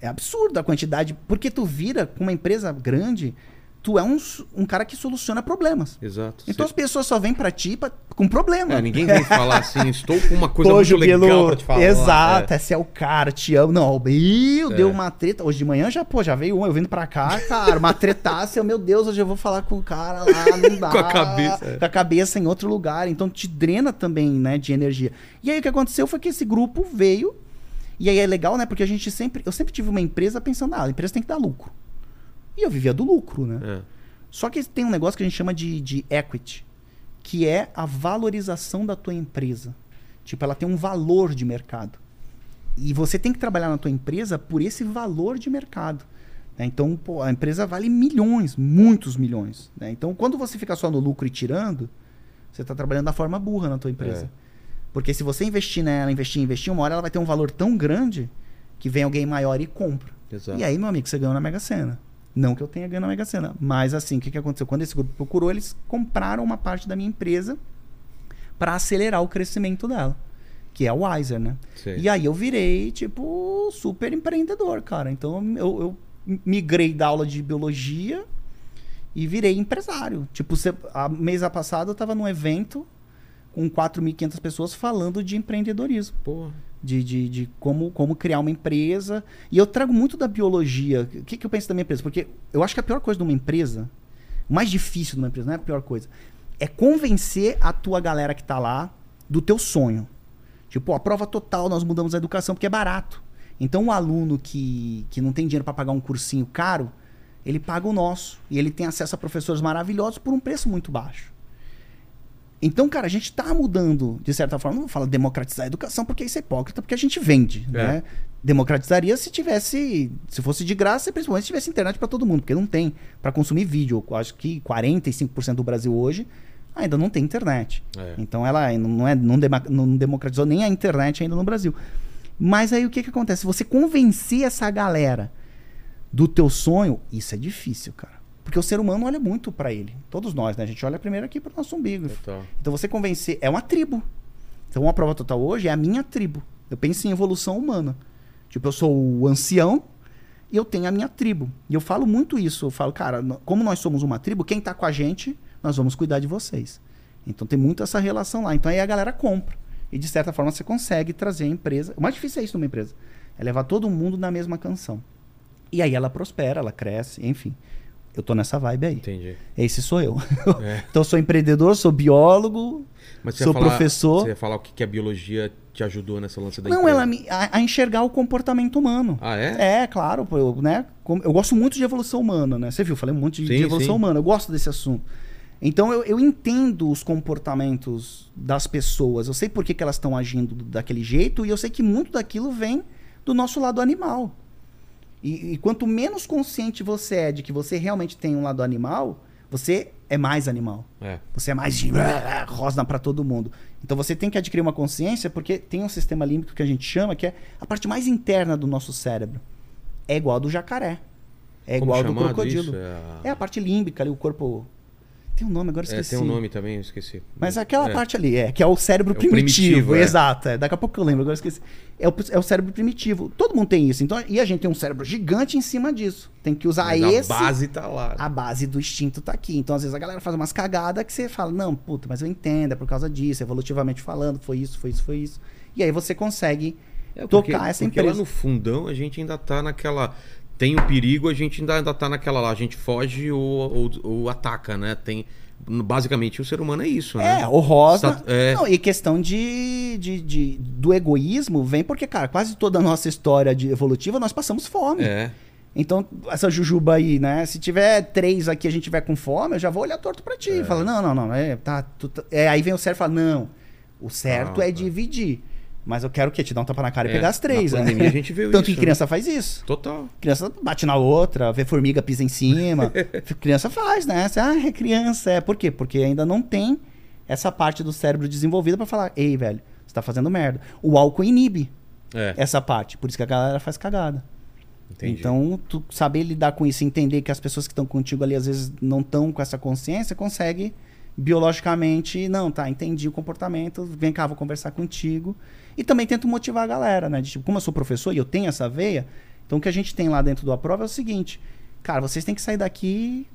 [SPEAKER 3] é absurdo a quantidade. Porque tu vira com uma empresa grande, tu é um, su- um cara que soluciona problemas.
[SPEAKER 1] Exato.
[SPEAKER 3] Então as
[SPEAKER 1] Você-
[SPEAKER 3] pessoas só vêm pra ti pra- com problema.
[SPEAKER 1] É, ninguém vem falar assim, estou com uma coisa
[SPEAKER 3] Hoje
[SPEAKER 1] muito legal
[SPEAKER 3] Bilu,
[SPEAKER 1] pra te falar.
[SPEAKER 3] Exato,
[SPEAKER 1] É.
[SPEAKER 3] esse é o cara, te amo. Não, meu,
[SPEAKER 1] É.
[SPEAKER 3] deu uma treta. Hoje de manhã já, pô, já veio um, eu vindo pra cá, cara, uma tretaça. eu, Meu Deus, hoje eu vou falar com o cara lá,
[SPEAKER 1] *laughs*
[SPEAKER 3] não dá.
[SPEAKER 1] Com a cabeça, é.
[SPEAKER 3] Com a cabeça em outro lugar. Então te drena também, né, de energia. E aí o que aconteceu foi que esse grupo veio. E aí é legal, né, porque a gente sempre. Eu sempre tive uma empresa pensando, ah, a empresa tem que dar lucro. E eu vivia do lucro, né?
[SPEAKER 1] É.
[SPEAKER 3] Só que tem um negócio que a gente chama de, de equity, que é a valorização da tua empresa. Tipo, ela tem um valor de mercado. E você tem que trabalhar na tua empresa por esse valor de mercado. né? Então, pô, a empresa vale milhões, muitos milhões. né? Então, quando você fica só no lucro e tirando, você está trabalhando da forma burra na tua empresa.
[SPEAKER 1] É.
[SPEAKER 3] Porque se você investir nela, investir, investir, uma hora ela vai ter um valor tão grande que vem alguém maior e compra.
[SPEAKER 1] Exato.
[SPEAKER 3] E aí, meu amigo, você ganhou na Mega Sena. Não que eu tenha ganho na Mega Sena, mas assim, o que, que aconteceu? Quando esse grupo procurou, eles compraram uma parte da minha empresa para acelerar o crescimento dela, que é a Wiser, né?
[SPEAKER 1] Sei.
[SPEAKER 3] E aí eu virei, tipo, super empreendedor, cara. Então eu, eu migrei da aula de biologia e virei empresário. Tipo, se, a mês passado eu tava num evento com 4.500 pessoas falando de empreendedorismo
[SPEAKER 1] Porra.
[SPEAKER 3] de, de, de como, como criar uma empresa. E eu trago muito da biologia. O que, que eu penso da minha empresa? Porque eu acho que a pior coisa de uma empresa, o mais difícil de uma empresa, não é a pior coisa, é convencer a tua galera que tá lá do teu sonho. Tipo, ó, a prova total, nós mudamos a educação porque é barato. Então, um aluno que, que não tem dinheiro para pagar um cursinho caro, ele paga o nosso. E ele tem acesso a professores maravilhosos por um preço muito baixo. Então, cara, a gente tá mudando, de certa forma. Não vou falar democratizar a educação, porque isso é hipócrita, porque a gente vende,
[SPEAKER 1] É.
[SPEAKER 3] né? Democratizaria se tivesse, se fosse de graça, e principalmente se tivesse internet para todo mundo, porque não tem para consumir vídeo. Eu Acho que 45% do Brasil hoje ainda não tem internet.
[SPEAKER 1] É.
[SPEAKER 3] Então ela não, é, não, dema- não democratizou nem a internet ainda no Brasil. Mas aí o que, que acontece? Você convencer essa galera do teu sonho, isso é difícil, cara. Porque o ser humano olha muito pra ele. Todos nós, né? A gente olha primeiro aqui pro nosso umbigo.
[SPEAKER 1] Total.
[SPEAKER 3] Então você convencer. É uma tribo. Então uma prova total hoje é a minha tribo. Eu penso em evolução humana. Tipo, eu sou o ancião e eu tenho a minha tribo. E eu falo muito isso. Eu falo, cara, no- como nós somos uma tribo, quem tá com a gente, nós vamos cuidar de vocês. Então tem muito essa relação lá. Então aí a galera compra. E de certa forma você consegue trazer a empresa. O mais difícil é isso numa empresa. É levar todo mundo na mesma canção. E aí ela prospera, ela cresce, enfim. Eu tô nessa vibe aí.
[SPEAKER 1] Entendi.
[SPEAKER 3] Esse sou eu.
[SPEAKER 1] *laughs* É.
[SPEAKER 3] então eu sou empreendedor, sou biólogo,
[SPEAKER 1] Mas você
[SPEAKER 3] sou
[SPEAKER 1] ia falar-
[SPEAKER 3] professor.
[SPEAKER 1] Você ia falar o que, que a biologia te ajudou nessa lança da
[SPEAKER 3] Não,
[SPEAKER 1] empresa.
[SPEAKER 3] ela me, a, a enxergar o comportamento humano.
[SPEAKER 1] Ah, é?
[SPEAKER 3] É, claro, pô, eu, né? como- eu gosto muito de evolução humana, né? Você viu, eu falei um monte de, de
[SPEAKER 1] Sim,
[SPEAKER 3] evolução
[SPEAKER 1] sim.
[SPEAKER 3] humana, eu gosto desse assunto. Então eu, eu entendo os comportamentos das pessoas, eu sei por que, que elas estão agindo daquele jeito e eu sei que muito daquilo vem do nosso lado animal. E, e quanto menos consciente você é de que você realmente tem um lado animal, você é mais animal.
[SPEAKER 1] É.
[SPEAKER 3] Você é mais de- *laughs* rosna pra todo mundo. Então você tem que adquirir uma consciência porque tem um sistema límbico que a gente chama que é a parte mais interna do nosso cérebro. É igual ao do jacaré. É
[SPEAKER 1] Como
[SPEAKER 3] igual ao do
[SPEAKER 1] chamado
[SPEAKER 3] crocodilo.
[SPEAKER 1] isso?
[SPEAKER 3] É a parte límbica ali, o corpo. Tem um nome, agora
[SPEAKER 1] É,
[SPEAKER 3] esqueci.
[SPEAKER 1] tem um nome também, eu esqueci.
[SPEAKER 3] Mas aquela
[SPEAKER 1] É.
[SPEAKER 3] parte ali, é, que é o cérebro
[SPEAKER 1] É o
[SPEAKER 3] primitivo.
[SPEAKER 1] primitivo, é.
[SPEAKER 3] Exato. é. Daqui a pouco eu lembro, agora eu esqueci. É o, é o cérebro primitivo. Todo mundo tem isso. Então, e a gente tem um cérebro gigante em cima disso. Tem que usar
[SPEAKER 1] Mas
[SPEAKER 3] ah, esse.
[SPEAKER 1] A base tá lá.
[SPEAKER 3] A base do instinto tá aqui. Então, às vezes, a galera faz umas cagadas que você fala, não, puta, mas eu entendo, é por causa disso, evolutivamente falando, foi isso, foi isso, foi isso. E aí você consegue
[SPEAKER 1] É, porque-
[SPEAKER 3] tocar essa
[SPEAKER 1] porque
[SPEAKER 3] empresa.
[SPEAKER 1] lá no fundão a gente ainda tá naquela. Tem o perigo, a gente ainda, ainda tá naquela lá. A gente foge ou, ou- ou ataca, né? Tem. Basicamente o ser humano é isso, né?
[SPEAKER 3] É, horrorosa.
[SPEAKER 1] Sat- é.
[SPEAKER 3] Não, e questão de, de, de- do egoísmo vem porque, cara, quase toda a nossa história de evolutiva nós passamos fome.
[SPEAKER 1] É.
[SPEAKER 3] Então, essa jujuba aí, né? Se tiver três aqui e a gente tiver com fome, eu já vou olhar torto pra ti. Fala, não, não, não. É, tá, tu tá- é, aí vem o certo e fala, não. O certo
[SPEAKER 1] Ah,
[SPEAKER 3] é
[SPEAKER 1] tá.
[SPEAKER 3] dividir. Mas eu quero o quê? Te dar um tapa na cara e
[SPEAKER 1] É,
[SPEAKER 3] pegar as três,
[SPEAKER 1] na
[SPEAKER 3] né?
[SPEAKER 1] pandemia a gente viu
[SPEAKER 3] Tanto
[SPEAKER 1] isso,
[SPEAKER 3] que criança faz isso.
[SPEAKER 1] Total.
[SPEAKER 3] Criança bate na outra, vê formiga, pisa
[SPEAKER 1] *laughs*
[SPEAKER 3] em cima. criança faz, né? Você, ah, é criança. É. Por quê? Porque ainda não tem essa parte do cérebro desenvolvida pra falar, ei, velho, você tá fazendo merda. O álcool inibe
[SPEAKER 1] É.
[SPEAKER 3] essa parte. Por isso que a galera faz cagada.
[SPEAKER 1] entendi.
[SPEAKER 3] Então, tu saber lidar com isso, entender que as pessoas que estão contigo ali às vezes não estão com essa consciência, consegue biologicamente, não, tá, entendi o comportamento, vem cá, vou conversar contigo. E também tento motivar a galera, né? De, tipo, como eu sou professor e eu tenho essa veia, então o que a gente tem lá dentro do Aprova é o seguinte, cara, vocês têm que sair daqui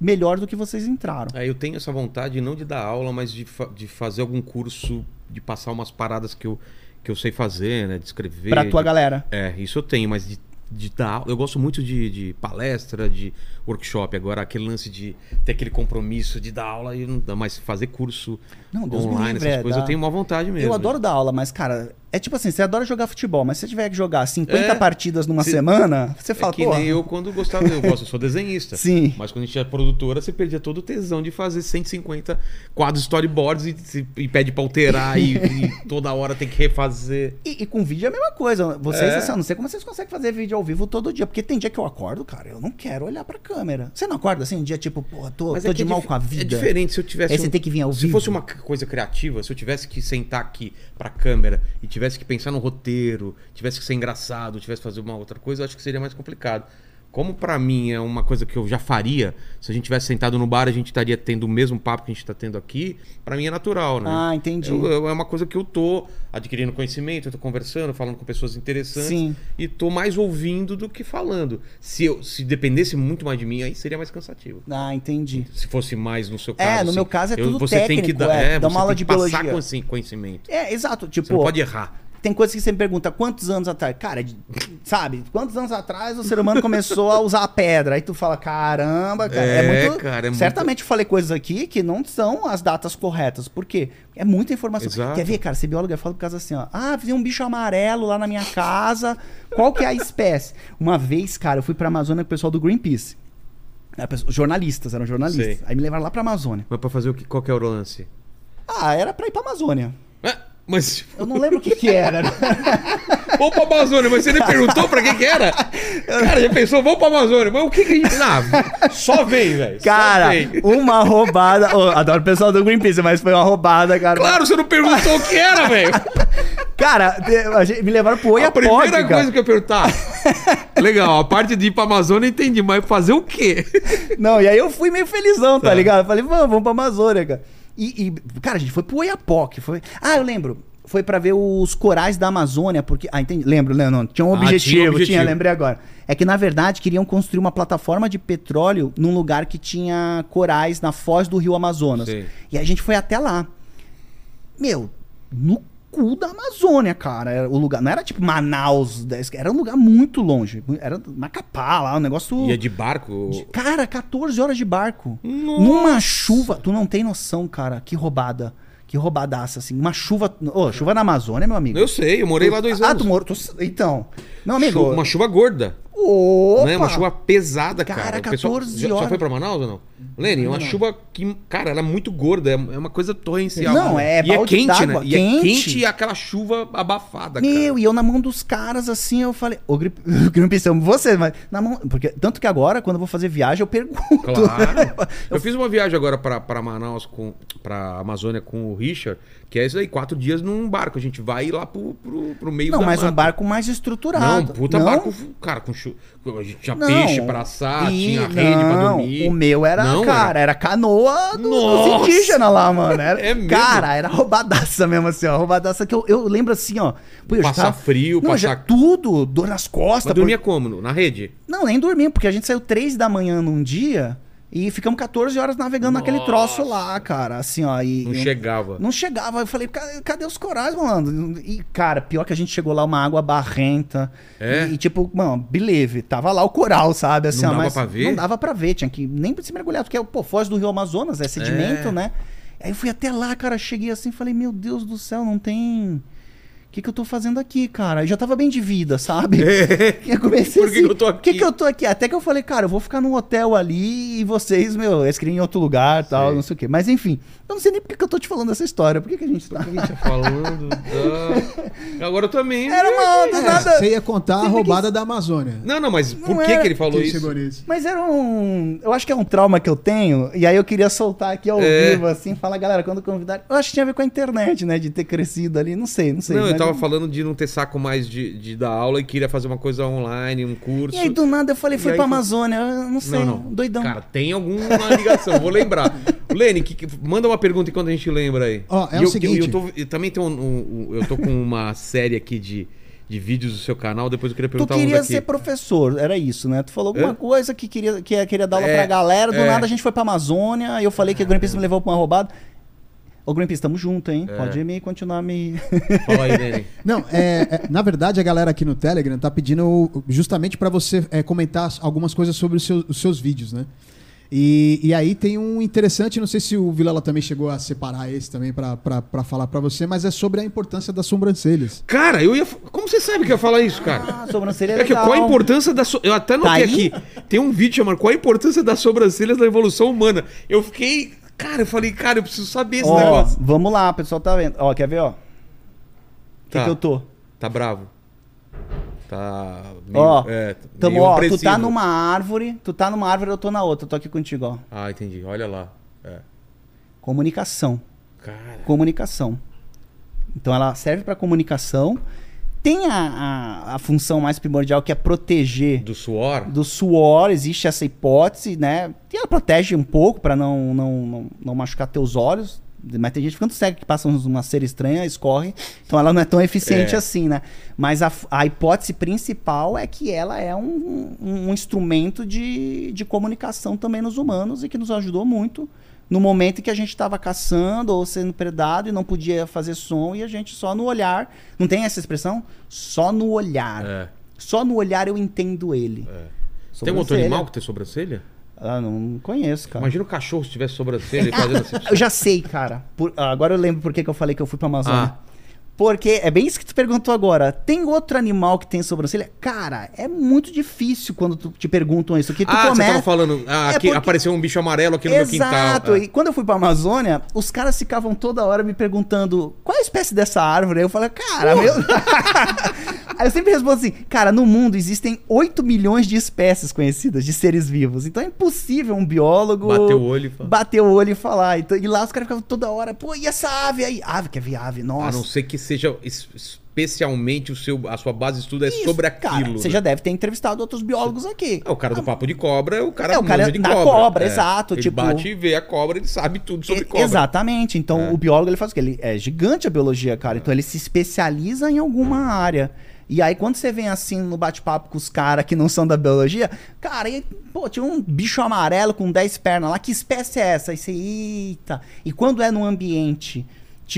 [SPEAKER 3] melhor do que vocês entraram.
[SPEAKER 1] É, eu tenho essa vontade não de dar aula, mas de, fa- de fazer algum curso, de passar umas paradas que eu, que eu sei fazer, né? De escrever.
[SPEAKER 3] Pra tua
[SPEAKER 1] de-
[SPEAKER 3] galera.
[SPEAKER 1] É, isso eu tenho, mas de, de dar aula. Eu gosto muito de, de palestra, de workshop. Agora, aquele lance de ter aquele compromisso de dar aula e não dá mais fazer curso
[SPEAKER 3] Não, Deus me
[SPEAKER 1] online,
[SPEAKER 3] livre,
[SPEAKER 1] essas
[SPEAKER 3] é,
[SPEAKER 1] coisas,
[SPEAKER 3] dá-
[SPEAKER 1] eu tenho uma vontade mesmo.
[SPEAKER 3] Eu adoro dar aula, mas, cara, é tipo assim, você adora jogar futebol, mas se você tiver que jogar 50
[SPEAKER 1] É.
[SPEAKER 3] partidas numa
[SPEAKER 1] Se-
[SPEAKER 3] semana, você
[SPEAKER 1] É
[SPEAKER 3] fala,
[SPEAKER 1] que
[SPEAKER 3] pô,
[SPEAKER 1] nem eu quando gostava, eu gosto, eu sou desenhista.
[SPEAKER 3] *laughs* Sim.
[SPEAKER 1] Mas quando a gente é produtora, você perdia todo o tesão de fazer 150 quadros storyboards e, se- e pede pra alterar
[SPEAKER 3] *laughs*
[SPEAKER 1] e, e toda hora tem que refazer.
[SPEAKER 3] E, e com vídeo é a mesma coisa. Vocês,
[SPEAKER 1] É.
[SPEAKER 3] assim, eu não sei como vocês conseguem fazer vídeo ao vivo todo dia. Porque tem dia que eu acordo, cara, eu não quero olhar pra câmera. Você não acorda assim, um dia tipo, porra, tô, tô
[SPEAKER 1] é que
[SPEAKER 3] de
[SPEAKER 1] é
[SPEAKER 3] mal
[SPEAKER 1] dif-
[SPEAKER 3] com a vida.
[SPEAKER 1] É diferente se eu tivesse.
[SPEAKER 3] Aí você tem que vir ao
[SPEAKER 1] se
[SPEAKER 3] vivo.
[SPEAKER 1] fosse uma c- coisa criativa, se eu tivesse que sentar aqui pra câmera e tivesse que pensar no roteiro, tivesse que ser engraçado, tivesse que fazer uma outra coisa, eu acho que seria mais complicado. Como pra mim é uma coisa que eu já faria, se a gente tivesse sentado no bar, a gente estaria tendo o mesmo papo que a gente tá tendo aqui, pra mim é natural, né?
[SPEAKER 3] Ah, entendi.
[SPEAKER 1] Eu- eu- é uma coisa que eu tô adquirindo conhecimento, eu tô conversando, falando com pessoas interessantes
[SPEAKER 3] Sim.
[SPEAKER 1] e tô mais ouvindo do que falando. Se eu se dependesse muito mais de mim, aí seria mais cansativo.
[SPEAKER 3] Ah, entendi.
[SPEAKER 1] Se fosse mais no seu caso. assim,
[SPEAKER 3] É, no meu caso é tudo
[SPEAKER 1] você Tem que
[SPEAKER 3] técnico,
[SPEAKER 1] dar,
[SPEAKER 3] é,
[SPEAKER 1] é,
[SPEAKER 3] dá
[SPEAKER 1] você
[SPEAKER 3] uma aula
[SPEAKER 1] tem
[SPEAKER 3] de
[SPEAKER 1] que passar
[SPEAKER 3] biologia.
[SPEAKER 1] com esse conhecimento.
[SPEAKER 3] É, exato.
[SPEAKER 1] Você não
[SPEAKER 3] Tipo,
[SPEAKER 1] pode errar.
[SPEAKER 3] tem coisas que você me pergunta, quantos anos atrás? Cara, de- sabe, quantos anos atrás o ser humano começou a usar a pedra? Aí tu fala, caramba, cara, é,
[SPEAKER 1] É,
[SPEAKER 3] muito.
[SPEAKER 1] cara, é muito-
[SPEAKER 3] certamente eu falei coisas aqui que não são as datas corretas. Por quê? É muita informação.
[SPEAKER 1] Exato.
[SPEAKER 3] Quer ver, cara? Ser biólogo eu falo por causa assim, ó. Ah, vi um bicho amarelo lá na minha casa. Qual que é a espécie? Uma vez, cara, eu fui pra Amazônia com o pessoal do Greenpeace. Né, pessoal- Jornalistas, eram jornalistas.
[SPEAKER 1] Sei.
[SPEAKER 3] Aí me levaram lá pra Amazônia.
[SPEAKER 1] Mas pra fazer o que? Qual que é o lance?
[SPEAKER 3] Ah, era pra ir pra Amazônia.
[SPEAKER 1] Ah, mas. *laughs*
[SPEAKER 3] Eu não lembro o que que era. né?
[SPEAKER 1] Vamos pra Amazônia, mas você nem perguntou pra quem que era?
[SPEAKER 3] *laughs*
[SPEAKER 1] Cara, já pensou, vamos pra Amazônia, mas o que que a gente. Não, só vem, velho. só
[SPEAKER 3] Cara,
[SPEAKER 1] vem.
[SPEAKER 3] uma roubada. Ô, adoro o pessoal do Greenpeace, mas foi uma roubada, cara.
[SPEAKER 1] Claro, você não perguntou o que era, velho.
[SPEAKER 3] Cara, te- a gente- me levaram pro
[SPEAKER 1] A
[SPEAKER 3] Oiapoque,
[SPEAKER 1] primeira
[SPEAKER 3] cara.
[SPEAKER 1] coisa que eu ia perguntar.
[SPEAKER 3] *laughs*
[SPEAKER 1] Legal, a parte de ir pra Amazônia eu entendi, mas fazer o quê?
[SPEAKER 3] Não, e aí eu fui meio felizão, tá,
[SPEAKER 1] Tá.
[SPEAKER 3] ligado? Falei, vamos, vamos pra Amazônia, cara. E, e, cara, a gente foi pro Oiapoque. Foi... Ah, eu lembro. foi para ver os corais da Amazônia, porque. Ah, entendi. Lembro, Leandro. Tinha um
[SPEAKER 1] Ah, tinha um
[SPEAKER 3] objetivo, tinha,
[SPEAKER 1] objetivo.
[SPEAKER 3] lembrei agora. É que, na verdade, queriam construir uma plataforma de petróleo num lugar que tinha corais na foz do rio Amazonas.
[SPEAKER 1] Sei.
[SPEAKER 3] E a gente foi até lá. Meu, no cu da Amazônia, cara. Era o lugar. Não era tipo Manaus, era um lugar muito longe. Era Macapá lá, um negócio.
[SPEAKER 1] Ia é de barco.
[SPEAKER 3] De- Cara, 14 horas de barco. Numa chuva. Tu não tem noção, cara. Que roubada. Que roubadaça, assim. Uma chuva. Ô, chuva na Amazônia, meu amigo.
[SPEAKER 1] Eu sei, eu morei lá dois anos.
[SPEAKER 3] Ah, tu morou. tu- Então. Não, amigo.
[SPEAKER 1] Chu- Uma chuva gorda.
[SPEAKER 3] Opa!
[SPEAKER 1] Né? Uma chuva pesada, cara.
[SPEAKER 3] Cara,
[SPEAKER 1] O pessoal-
[SPEAKER 3] 14
[SPEAKER 1] já- Já,
[SPEAKER 3] horas.
[SPEAKER 1] foi pra Manaus ou não? Lene, é uma chuva que, cara, ela é muito gorda. É é uma coisa torrencial.
[SPEAKER 3] Não, é
[SPEAKER 1] E é
[SPEAKER 3] balde
[SPEAKER 1] quente, né?
[SPEAKER 3] d'água,
[SPEAKER 1] E é
[SPEAKER 3] quente.
[SPEAKER 1] quente e aquela chuva abafada,
[SPEAKER 3] Meu,
[SPEAKER 1] cara.
[SPEAKER 3] e eu na mão dos caras, assim, eu falei, ô Grip- *laughs* Greenpeace, eu amo você, mas na mão. Porque, tanto que agora, quando eu vou fazer viagem, eu pergunto.
[SPEAKER 1] Claro. Eu fiz uma viagem agora pra, pra Manaus, com, pra Amazônia com o Richard, que é isso aí, quatro dias num barco. A gente vai lá pro, pro, pro meio
[SPEAKER 3] *laughs* Não,
[SPEAKER 1] da
[SPEAKER 3] mas um
[SPEAKER 1] mata.
[SPEAKER 3] barco mais
[SPEAKER 1] Não, um
[SPEAKER 3] estruturado.
[SPEAKER 1] puta
[SPEAKER 3] Não,
[SPEAKER 1] barco, cara, com chu... a gente tinha
[SPEAKER 3] não.
[SPEAKER 1] peixe pra assar,
[SPEAKER 3] E-
[SPEAKER 1] tinha rede pra
[SPEAKER 3] não,
[SPEAKER 1] dormir.
[SPEAKER 3] O meu era,
[SPEAKER 1] Não,
[SPEAKER 3] cara, era, canoa do,
[SPEAKER 1] Nossa!
[SPEAKER 3] dos indígenas lá, mano. Era-
[SPEAKER 1] É mesmo?
[SPEAKER 3] Cara, era roubadaça mesmo, assim, ó. Roubadaça que eu, eu lembro assim, ó. Pô, eu já
[SPEAKER 1] Passar
[SPEAKER 3] tava-
[SPEAKER 1] frio,
[SPEAKER 3] não, já
[SPEAKER 1] passar-
[SPEAKER 3] tudo, dor nas
[SPEAKER 1] Mas
[SPEAKER 3] costas.
[SPEAKER 1] dormia como? Na rede?
[SPEAKER 3] por- Não, nem dormia, porque a gente saiu três da manhã num dia e ficamos 14 horas navegando naquele troço lá, cara. Assim, ó. E,
[SPEAKER 1] Não
[SPEAKER 3] e-
[SPEAKER 1] chegava.
[SPEAKER 3] não chegava. Eu falei, "Ca- cadê os corais, mano? E, cara, pior que a gente chegou lá, uma água barrenta.
[SPEAKER 1] É?
[SPEAKER 3] E, e tipo, mano, believe. Tava lá o coral, sabe? Assim,
[SPEAKER 1] Não
[SPEAKER 3] ó,
[SPEAKER 1] dava
[SPEAKER 3] mas
[SPEAKER 1] pra ver?
[SPEAKER 3] Não dava pra ver. Tinha que nem se mergulhar. Porque, pô, foz do rio Amazonas, é sedimento,
[SPEAKER 1] É.
[SPEAKER 3] né? Aí eu fui até lá, cara. Cheguei assim, falei, meu Deus do céu, não tem... O que, que eu tô fazendo aqui, cara? Eu já tava bem de vida,
[SPEAKER 1] *laughs*
[SPEAKER 3] sabe? *laughs* Eu comecei
[SPEAKER 1] Por que
[SPEAKER 3] assim,
[SPEAKER 1] que eu tô
[SPEAKER 3] "Por que
[SPEAKER 1] aqui?"
[SPEAKER 3] que eu tô aqui? Até que eu falei, cara, eu vou ficar num hotel ali e vocês, meu, eles queriam em outro lugar tal,
[SPEAKER 1] Sei.
[SPEAKER 3] não sei o quê. Mas enfim, eu não sei nem por que que eu tô te falando essa história. Por que, que a
[SPEAKER 1] *laughs*
[SPEAKER 3] gente tá.
[SPEAKER 1] Tá falando da... Agora eu também.
[SPEAKER 3] Era uma. do nada.
[SPEAKER 2] Você ia contar a roubada da Amazônia.
[SPEAKER 1] Não, não, mas por
[SPEAKER 3] Não
[SPEAKER 1] que,
[SPEAKER 3] era-
[SPEAKER 1] que ele falou
[SPEAKER 2] Quem
[SPEAKER 1] isso?
[SPEAKER 2] chegou nisso?
[SPEAKER 3] Mas era um. Eu acho que é um trauma que eu tenho. E aí eu queria soltar aqui ao
[SPEAKER 1] É.
[SPEAKER 3] vivo, assim, falar, galera, quando convidar. Eu acho que tinha a ver com a internet, né? De ter crescido ali. Não sei, não sei. né?"
[SPEAKER 1] não, eu
[SPEAKER 3] mas-
[SPEAKER 1] tava falando de não ter saco mais de, de dar aula e queria fazer uma coisa online, um curso.
[SPEAKER 3] E aí do nada eu falei,
[SPEAKER 1] E
[SPEAKER 3] fui
[SPEAKER 1] aí
[SPEAKER 3] pra
[SPEAKER 1] tu-
[SPEAKER 3] Amazônia. Eu não sei,
[SPEAKER 1] Não, não.
[SPEAKER 3] é um doidão.
[SPEAKER 1] Cara, tem alguma ligação, vou
[SPEAKER 3] *laughs*
[SPEAKER 1] lembrar. Lene, que- que- manda uma pergunta enquanto a gente lembra aí.
[SPEAKER 2] Ó, é
[SPEAKER 1] E
[SPEAKER 2] o
[SPEAKER 1] eu-
[SPEAKER 2] seguinte-
[SPEAKER 1] Eu, eu tô- eu também tenho um- um- um- eu tô com uma série aqui de, de vídeos do seu canal, depois eu queria
[SPEAKER 3] Tu
[SPEAKER 1] perguntar um uns
[SPEAKER 3] queria
[SPEAKER 1] aqui.
[SPEAKER 3] ser professor, era isso, né? Tu falou alguma
[SPEAKER 1] É?
[SPEAKER 3] coisa que queria, que queria dar aula
[SPEAKER 1] É,
[SPEAKER 3] pra galera, do
[SPEAKER 1] é.
[SPEAKER 3] nada a gente foi pra Amazônia, eu falei que o Greenpeace me levou pra uma roubada. Ô, Greenpeace, tamo junto, hein?
[SPEAKER 1] É.
[SPEAKER 3] Pode me
[SPEAKER 1] *laughs*
[SPEAKER 3] continuar me.
[SPEAKER 1] Fala aí, Lene.
[SPEAKER 2] Não, é, é, na verdade a galera aqui no Telegram tá pedindo o- justamente para você é, comentar as- algumas coisas sobre os seus, os seus vídeos, né? E, e aí tem um interessante, não sei se o Vilela também chegou a separar esse também pra- pra pra falar pra você, mas é sobre a importância das sobrancelhas.
[SPEAKER 1] Cara, eu ia. f- Como você sabe que eu ia falar isso, cara?
[SPEAKER 3] Ah, sobrancelha é
[SPEAKER 1] É que
[SPEAKER 3] legal. Tá
[SPEAKER 1] qual a importância da. so- Eu até notei
[SPEAKER 3] aí?
[SPEAKER 1] aqui. Tem um vídeo chamado Qual a importância das sobrancelhas na evolução humana? Eu fiquei. Cara, eu falei, cara, eu preciso saber é esse
[SPEAKER 3] Ó,
[SPEAKER 1] negócio.
[SPEAKER 3] vamos lá, o pessoal tá vendo. Ó, quer ver, ó? O que,
[SPEAKER 1] Tá.
[SPEAKER 3] que eu tô?
[SPEAKER 1] Tá bravo. Tá. meio-
[SPEAKER 3] Ó,
[SPEAKER 1] é,
[SPEAKER 3] tamo,
[SPEAKER 1] meio
[SPEAKER 3] ó, tu tá
[SPEAKER 1] opressivo.
[SPEAKER 3] numa árvore, tu tá numa árvore, eu tô na outra, eu tô aqui contigo, ó.
[SPEAKER 1] Ah, entendi. Olha lá. É.
[SPEAKER 3] Comunicação.
[SPEAKER 1] Cara.
[SPEAKER 3] comunicação. Então ela serve para comunicação. Tem a, a, a função mais primordial que é proteger
[SPEAKER 1] Do suor?
[SPEAKER 3] do suor, existe essa hipótese, né? E ela protege um pouco para não, não, não, não machucar teus olhos. Mas tem gente ficando cega que passa uns- uma cera estranha, escorre. Então ela não é tão eficiente
[SPEAKER 1] É.
[SPEAKER 3] assim, né? Mas a, a hipótese principal é que ela é um, um, um instrumento de, de comunicação também nos humanos e que nos ajudou muito no momento em que a gente estava caçando ou sendo predado e não podia fazer som e a gente só no olhar. Não tem essa expressão? Só no olhar.
[SPEAKER 1] É.
[SPEAKER 3] Só no olhar eu entendo ele.
[SPEAKER 1] Tem um outro
[SPEAKER 3] Sobrancelha.
[SPEAKER 1] animal que tem sobrancelha?
[SPEAKER 3] Ah, não conheço, cara.
[SPEAKER 1] Imagina o cachorro se tivesse sobrancelha e fazendo
[SPEAKER 3] *laughs*
[SPEAKER 1] assim.
[SPEAKER 3] Eu já sei, cara. Por- ah, agora eu lembro por que que eu falei que eu fui pra Amazônia.
[SPEAKER 1] Ah.
[SPEAKER 3] Porque é bem isso que tu perguntou agora. Tem outro animal que tem sobrancelha? Cara, é muito difícil quando tu te perguntam isso. Que tu
[SPEAKER 1] Ah, você
[SPEAKER 3] começa...
[SPEAKER 1] tava falando. Ah,
[SPEAKER 3] É
[SPEAKER 1] aqui
[SPEAKER 3] porque-
[SPEAKER 1] apareceu um bicho amarelo aqui no meu quintal.
[SPEAKER 3] Exato.
[SPEAKER 1] Ah.
[SPEAKER 3] E quando eu fui pra Amazônia, os caras
[SPEAKER 1] Uh!"
[SPEAKER 3] ficavam toda hora me perguntando qual é a espécie dessa árvore. Aí eu falei, cara, meu. *laughs* Aí eu sempre respondo assim, cara, no mundo existem 8 milhões de espécies conhecidas de seres vivos. Então é impossível um biólogo
[SPEAKER 1] Bater o olho e "Ah, falar.
[SPEAKER 3] bater o olho e falar. Então, e lá os caras ficavam toda hora, pô, e essa ave aí? Ave, quer ver ave?
[SPEAKER 1] A Ah, não
[SPEAKER 3] Nossa.
[SPEAKER 1] ser que seja es- especialmente o seu, a sua base de estudo é
[SPEAKER 3] Isso,
[SPEAKER 1] sobre
[SPEAKER 3] cara,
[SPEAKER 1] aquilo.
[SPEAKER 3] Você
[SPEAKER 1] né?
[SPEAKER 3] já deve ter entrevistado outros biólogos aqui.
[SPEAKER 1] Ah, o cara do papo de cobra, o cara
[SPEAKER 3] É, o cara
[SPEAKER 1] manja de
[SPEAKER 3] da
[SPEAKER 1] cobra.
[SPEAKER 3] cobra, exato,
[SPEAKER 1] Ele
[SPEAKER 3] tipo-
[SPEAKER 1] bate e vê a cobra, ele sabe tudo sobre
[SPEAKER 3] E-
[SPEAKER 1] cobra.
[SPEAKER 3] Exatamente. Então,
[SPEAKER 1] É.
[SPEAKER 3] o biólogo ele faz o quê? Ele é gigante a biologia, cara. Então, ele se especializa em alguma área. E aí, quando você vem assim no bate-papo com os caras que não são da biologia, cara, e, pô, tinha um bicho amarelo com 10 pernas lá, que espécie é essa? Aí você, eita. E quando é num ambiente,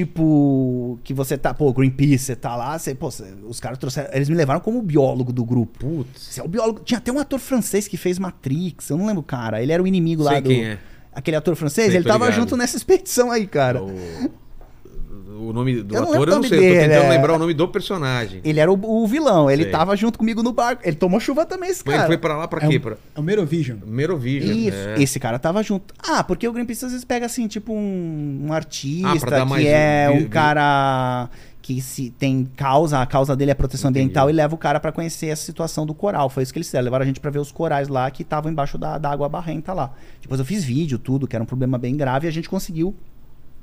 [SPEAKER 3] tipo, que você tá, pô, Greenpeace, você tá lá, você, pô, você- os caras trouxeram, eles me levaram como biólogo do grupo.
[SPEAKER 1] Putz,
[SPEAKER 3] Você é o biólogo. Tinha até um ator francês que fez Matrix, eu não lembro, o cara. Ele era o inimigo lá
[SPEAKER 1] sei
[SPEAKER 3] do
[SPEAKER 1] quem é.
[SPEAKER 3] aquele ator francês,
[SPEAKER 1] Sei,
[SPEAKER 3] ele
[SPEAKER 1] tô
[SPEAKER 3] tava
[SPEAKER 1] ligado.
[SPEAKER 3] junto nessa expedição aí, cara.
[SPEAKER 1] é O, o nome do
[SPEAKER 3] Eu não
[SPEAKER 1] ator
[SPEAKER 3] lembro
[SPEAKER 1] eu
[SPEAKER 3] o
[SPEAKER 1] não
[SPEAKER 3] nome
[SPEAKER 1] sei, eu tô
[SPEAKER 3] dele,
[SPEAKER 1] tentando
[SPEAKER 3] é.
[SPEAKER 1] lembrar o nome do personagem.
[SPEAKER 3] Ele é, era o, o vilão, ele
[SPEAKER 1] Sei.
[SPEAKER 3] tava junto comigo no barco. Ele tomou chuva também, esse
[SPEAKER 1] Mas ele
[SPEAKER 3] cara. um
[SPEAKER 1] foi pra lá pra
[SPEAKER 2] É
[SPEAKER 1] quê?
[SPEAKER 2] o,
[SPEAKER 1] Pra
[SPEAKER 2] é o Merovision.
[SPEAKER 1] Merovision.
[SPEAKER 3] Isso,
[SPEAKER 1] né?
[SPEAKER 3] esse cara tava junto. Ah, porque o Greenpeace às vezes pega assim, tipo um, um
[SPEAKER 1] Ah,
[SPEAKER 3] artista
[SPEAKER 1] pra dar mais
[SPEAKER 3] que é
[SPEAKER 1] vi-
[SPEAKER 3] um
[SPEAKER 1] vi-
[SPEAKER 3] cara que se tem causa, a causa dele é proteção
[SPEAKER 1] Entendi.
[SPEAKER 3] ambiental e leva o cara pra conhecer a situação do coral. Foi isso que eles fizeram, levaram a gente pra ver os corais lá que estavam embaixo da, da água barrenta lá. Depois eu fiz vídeo, tudo, que era um problema bem grave e a gente conseguiu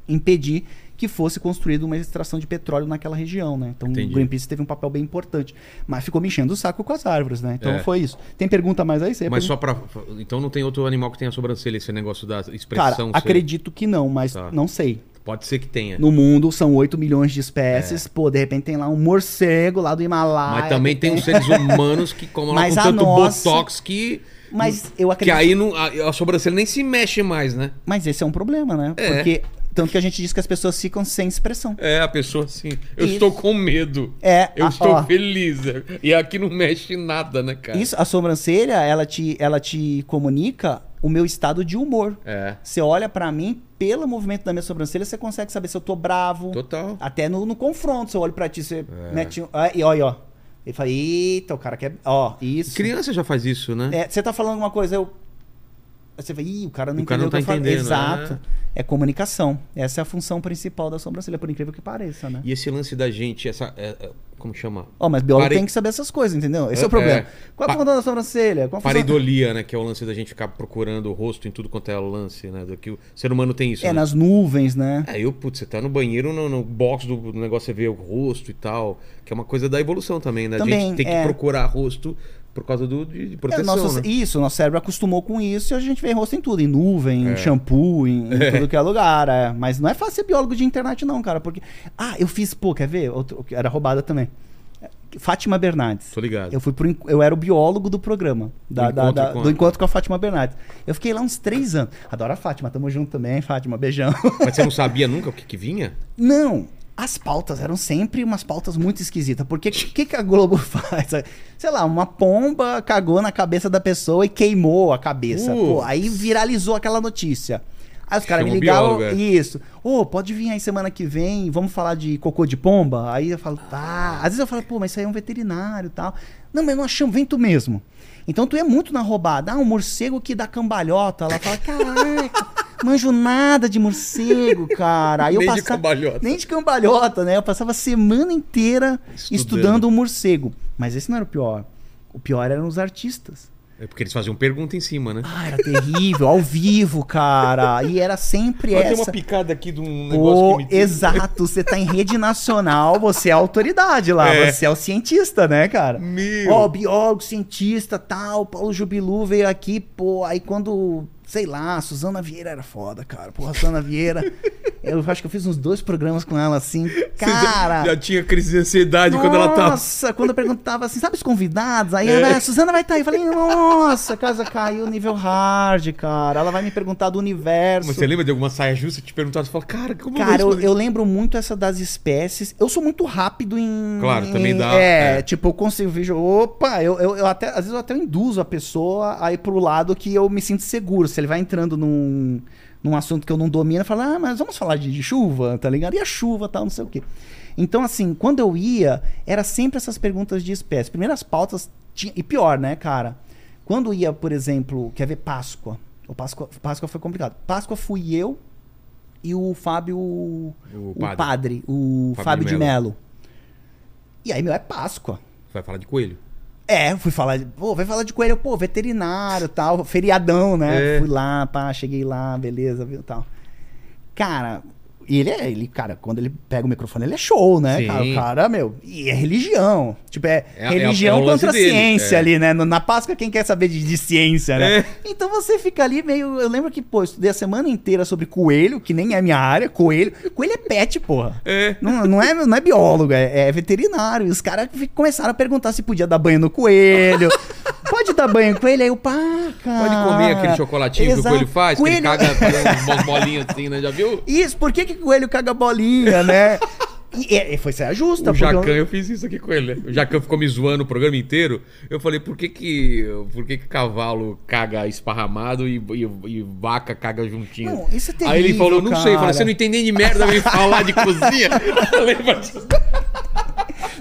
[SPEAKER 3] impedir que fosse construída uma extração de petróleo naquela região, né? Então
[SPEAKER 1] Entendi.
[SPEAKER 3] o Greenpeace teve um papel bem importante, mas ficou me enchendo o saco com as árvores, né? Então
[SPEAKER 1] É.
[SPEAKER 3] foi isso. Tem pergunta mais aí? Você ia
[SPEAKER 1] Mas
[SPEAKER 3] perguntar?
[SPEAKER 1] só pra. Então não tem outro animal que tenha sobrancelha, esse negócio da
[SPEAKER 3] Cara,
[SPEAKER 1] expressão. sei.
[SPEAKER 3] acredito que não, mas
[SPEAKER 1] Tá.
[SPEAKER 3] não sei.
[SPEAKER 1] Pode ser que tenha.
[SPEAKER 3] No mundo são 8 milhões de espécies. Pô, de repente tem lá um morcego lá do Himalaia.
[SPEAKER 1] É. Mas também
[SPEAKER 3] que
[SPEAKER 1] tem os seres humanos que comem lá
[SPEAKER 3] é *laughs* Mas
[SPEAKER 1] com
[SPEAKER 3] a
[SPEAKER 1] tanto
[SPEAKER 3] nossa-
[SPEAKER 1] botox que.
[SPEAKER 3] Mas eu
[SPEAKER 1] Que
[SPEAKER 3] acredito.
[SPEAKER 1] aí não, a, a sobrancelha nem se mexe mais, né?
[SPEAKER 3] Mas esse é um problema, né?
[SPEAKER 1] É.
[SPEAKER 3] Porque. Tanto que a gente diz que as pessoas ficam sem expressão.
[SPEAKER 1] É, a pessoa assim. Eu
[SPEAKER 3] Isso.
[SPEAKER 1] estou com medo.
[SPEAKER 3] É,
[SPEAKER 1] Eu
[SPEAKER 3] a-
[SPEAKER 1] estou
[SPEAKER 3] ó.
[SPEAKER 1] feliz. E aqui não mexe nada, né, cara?
[SPEAKER 3] Isso, a sobrancelha, ela te, ela te comunica o meu estado de humor.
[SPEAKER 1] É.
[SPEAKER 3] Você olha pra mim, pelo movimento da minha sobrancelha, você consegue saber se eu tô bravo.
[SPEAKER 1] Total. É.
[SPEAKER 3] Até no, no confronto, se eu olho pra ti, você mete um. Ah, E olha, ó. Ele fala, eita, o cara quer. Ó, isso.
[SPEAKER 1] Criança já faz isso, né?
[SPEAKER 3] É, você tá falando alguma coisa, eu. Aí Você fala, ih, o cara não
[SPEAKER 1] O cara não
[SPEAKER 3] entendeu o que
[SPEAKER 1] tá
[SPEAKER 3] eu falei.
[SPEAKER 1] entendendo,
[SPEAKER 3] Exato. É comunicação. Essa é a função principal da sobrancelha, por incrível que pareça, né?
[SPEAKER 1] E esse lance da gente, essa. é, é, como chama?
[SPEAKER 3] Ó, mas biólogo
[SPEAKER 1] Pare-
[SPEAKER 3] tem que saber essas coisas, entendeu? Esse é,
[SPEAKER 1] É,
[SPEAKER 3] o problema.
[SPEAKER 1] é.
[SPEAKER 3] Qual a
[SPEAKER 1] Pa-
[SPEAKER 3] função da sobrancelha? Qual a função...
[SPEAKER 1] Pareidolia, né? Que é o lance da gente ficar procurando o rosto em tudo quanto é lance, né? Do que o ser humano tem isso.
[SPEAKER 3] É,
[SPEAKER 1] né?
[SPEAKER 3] nas nuvens, né?
[SPEAKER 1] É, eu, putz, você tá no banheiro, no, no box do do negócio, você vê o rosto e tal. Que é uma coisa da evolução também, né? a
[SPEAKER 3] Também,
[SPEAKER 1] gente tem
[SPEAKER 3] é.
[SPEAKER 1] que procurar rosto por causa do, de, de
[SPEAKER 3] É,
[SPEAKER 1] proteção,
[SPEAKER 3] nosso-
[SPEAKER 1] né?
[SPEAKER 3] Isso, nosso cérebro acostumou com isso e a gente vê rosto em tudo, em
[SPEAKER 1] É.
[SPEAKER 3] nuvem, em shampoo, em,
[SPEAKER 1] *laughs*
[SPEAKER 3] em tudo que é lugar. é. Mas não é fácil ser biólogo de internet, não, cara, porque. Ah, eu fiz, pô, quer ver? Outro- Era roubada também. Fátima Bernardes.
[SPEAKER 1] Tô ligado.
[SPEAKER 3] Eu fui pro, enco- eu era o biólogo do programa, da-
[SPEAKER 1] Do
[SPEAKER 3] da-
[SPEAKER 1] encontro
[SPEAKER 3] da-
[SPEAKER 1] com a-
[SPEAKER 3] do encontro com a Fátima Bernardes. Eu fiquei lá uns três anos. Adoro a Fátima, tamo junto também, Fátima, beijão. *laughs*
[SPEAKER 1] Mas você não sabia nunca o que, que vinha?
[SPEAKER 3] Não, as pautas eram sempre umas pautas muito esquisitas. Porque o que, que a Globo *laughs* faz? Sei lá, uma pomba cagou na cabeça da pessoa e queimou a cabeça. Pô,
[SPEAKER 1] Putz.
[SPEAKER 3] aí viralizou aquela notícia. Aí os caras me
[SPEAKER 1] Chama o
[SPEAKER 3] ligavam.
[SPEAKER 1] biólogo, é.
[SPEAKER 3] Isso. Ô, pode vir aí semana que vem, vamos falar de cocô de pomba? Aí eu falo, tá. Às vezes eu falo, pô, mas isso aí é um veterinário e tal. Não, mas nós achamos, vem tu mesmo. Então tu é muito na roubada. Ah, um morcego que dá cambalhota. Ela fala, caraca, *laughs* manjo nada de morcego, cara. Aí eu
[SPEAKER 1] Nem de
[SPEAKER 3] passava-
[SPEAKER 1] cambalhota.
[SPEAKER 3] Nem de cambalhota, né? Eu passava a semana inteira
[SPEAKER 1] Estudando.
[SPEAKER 3] estudando o morcego. Mas esse não era o pior. O pior eram os artistas.
[SPEAKER 1] É porque eles faziam pergunta em cima, né?
[SPEAKER 3] Ah, era terrível, ao vivo, cara. E era sempre
[SPEAKER 1] Ó,
[SPEAKER 3] essa.
[SPEAKER 1] picada aqui de um
[SPEAKER 3] Pô,
[SPEAKER 1] imitou.
[SPEAKER 3] exato, você tá em rede nacional, você é a autoridade lá,
[SPEAKER 1] É.
[SPEAKER 3] você é o cientista, né, cara?
[SPEAKER 1] Meu.
[SPEAKER 3] Ó, biólogo, cientista, tal, Paulo Jubilu veio aqui, pô, aí quando, sei lá, Suzana Vieira era foda, cara, porra, Suzana
[SPEAKER 1] *laughs*
[SPEAKER 3] Vieira, eu acho que eu fiz uns dois programas com ela, assim,
[SPEAKER 1] Você já-
[SPEAKER 3] cara...
[SPEAKER 1] Já, tinha crise de ansiedade quando ela tá- tava. É.
[SPEAKER 3] Nossa, quando eu perguntava assim, sabe os convidados? Aí ela, a Suzana vai estar aí. Eu falei, nossa, a casa caiu nível hard, cara. Ela vai me perguntar do universo.
[SPEAKER 1] Mas você lembra de alguma saia justa que te perguntaram? Você fala, cara, como né? eu
[SPEAKER 3] Cara, eu,
[SPEAKER 1] respondi?"
[SPEAKER 3] eu lembro muito essa das espécies. Eu sou muito rápido em.
[SPEAKER 1] Claro, também
[SPEAKER 3] em-
[SPEAKER 1] dá,
[SPEAKER 3] É,
[SPEAKER 1] é.
[SPEAKER 3] tipo, eu consigo ver. Opa, eu, eu, eu até. Às vezes eu até induzo a pessoa a ir pro lado que eu me sinto seguro. Se ele vai entrando num, num assunto que eu não domino, fala, ah, mas vamos falar de, de chuva, tá ligado? E a chuva, tal, não sei o quê. Então, assim, quando eu ia, era sempre essas perguntas de espécies. Primeiras pautas. Tinha, e pior, né, cara? Quando ia, por exemplo, quer ver Páscoa? O Páscoa, Páscoa foi complicado. Páscoa fui eu e o Fábio
[SPEAKER 1] O
[SPEAKER 3] o
[SPEAKER 1] padre.
[SPEAKER 3] padre, o
[SPEAKER 1] Fábio
[SPEAKER 3] Fábio
[SPEAKER 1] de
[SPEAKER 3] de Melo. E aí, meu, é Páscoa.
[SPEAKER 1] vai falar de coelho?
[SPEAKER 3] É, fui falar, de- pô, vai falar de coelho, pô, veterinário tal, feriadão, né?
[SPEAKER 1] É.
[SPEAKER 3] Fui lá, pá, cheguei lá, beleza, viu, tal. Cara, e ele é, ele, cara, quando ele pega o microfone, ele é show, né?
[SPEAKER 1] Sim.
[SPEAKER 3] Cara, o cara, meu, e é religião. Tipo, é,
[SPEAKER 1] É- é-
[SPEAKER 3] religião
[SPEAKER 1] é o lance
[SPEAKER 3] contra a
[SPEAKER 1] dele,
[SPEAKER 3] ciência
[SPEAKER 1] é.
[SPEAKER 3] ali, né? No- Na Páscoa, quem quer saber de, de ciência, né?
[SPEAKER 1] É.
[SPEAKER 3] Então você fica ali meio. Eu lembro que, pô, eu estudei a semana inteira sobre coelho, que nem é minha área, coelho. Coelho é pet, porra.
[SPEAKER 1] É.
[SPEAKER 3] Não, não é, não é biólogo, é, é veterinário. E os caras fi- começaram a perguntar se podia dar banho no
[SPEAKER 1] *laughs*
[SPEAKER 3] coelho. Pode dar banho no coelho? Aí eu, pá, cara.
[SPEAKER 1] Pode comer aquele chocolatinho que o
[SPEAKER 3] Ah, Exato.
[SPEAKER 1] coelho faz, que ele
[SPEAKER 3] Coelho-
[SPEAKER 1] caga fazendo umas bolinhas assim, né? Já viu?
[SPEAKER 3] *laughs* Isso, por que, que coelho caga bolinha, né? E, e- e foi saia justa,
[SPEAKER 1] O
[SPEAKER 3] porque eu-
[SPEAKER 1] Jacan, eu fiz isso aqui com ele. né? O Jacan ficou me zoando o programa inteiro. Eu falei, por que que, por que, que cavalo caga esparramado e, e- e vaca caga juntinho?
[SPEAKER 3] Não, isso é terrível,
[SPEAKER 1] Aí ele falou, não sei. Eu falei,
[SPEAKER 3] cara.
[SPEAKER 1] você não entende nem de merda me falar de cozinha? *laughs* Lembra disso?
[SPEAKER 3] Tipo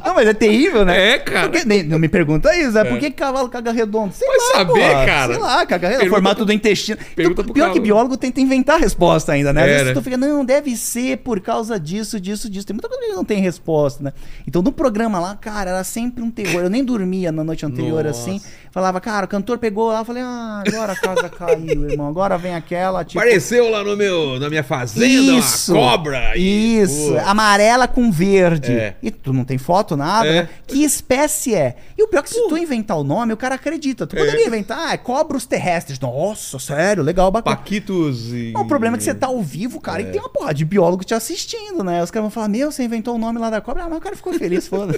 [SPEAKER 3] Não, mas é terrível, né?
[SPEAKER 1] É, cara.
[SPEAKER 3] Porque- nem- não me pergunta isso, né? Por que que cavalo caga redondo? Sei
[SPEAKER 1] Vai
[SPEAKER 3] lá,
[SPEAKER 1] saber,
[SPEAKER 3] pô,
[SPEAKER 1] cara.
[SPEAKER 3] Sei lá, caga redondo. O
[SPEAKER 1] Pergunta
[SPEAKER 3] formato
[SPEAKER 1] pro-
[SPEAKER 3] do intestino.
[SPEAKER 1] pergunta
[SPEAKER 3] Então,
[SPEAKER 1] pro
[SPEAKER 3] pior que
[SPEAKER 1] cavalo.
[SPEAKER 3] biólogo tenta inventar a resposta ainda, né? Às
[SPEAKER 1] É,
[SPEAKER 3] vezes
[SPEAKER 1] né?
[SPEAKER 3] tu fica, não, deve ser por causa disso, disso, disso. Tem muita coisa que não tem resposta, né? Então, no programa lá, cara, era sempre um terror. Eu nem dormia na noite anterior,
[SPEAKER 1] Nossa.
[SPEAKER 3] assim. Falava, cara, o cantor pegou lá, eu falei, ah, agora a casa *laughs* caiu, irmão. Agora vem aquela, tipo...
[SPEAKER 1] Apareceu lá no meu, na minha fazenda uma cobra. e-
[SPEAKER 3] Isso.
[SPEAKER 1] Pô.
[SPEAKER 3] Amarela com verde.
[SPEAKER 1] É.
[SPEAKER 3] E tu não tem foto,
[SPEAKER 1] É.
[SPEAKER 3] nada.
[SPEAKER 1] Uh.
[SPEAKER 3] né? Que espécie é? E o pior é que se tu inventar o nome, o cara acredita. Tu poderia inventar, ah, é cobros terrestres. Nossa, sério, legal, bacana.
[SPEAKER 1] Paquitos e...
[SPEAKER 3] Mas O problema é que você tá ao vivo, cara,
[SPEAKER 1] É.
[SPEAKER 3] e tem uma porra de biólogo te assistindo, né? Os caras vão falar, meu, você inventou o nome lá da cobra. Ah, mas o cara ficou
[SPEAKER 1] *laughs*
[SPEAKER 3] feliz, foda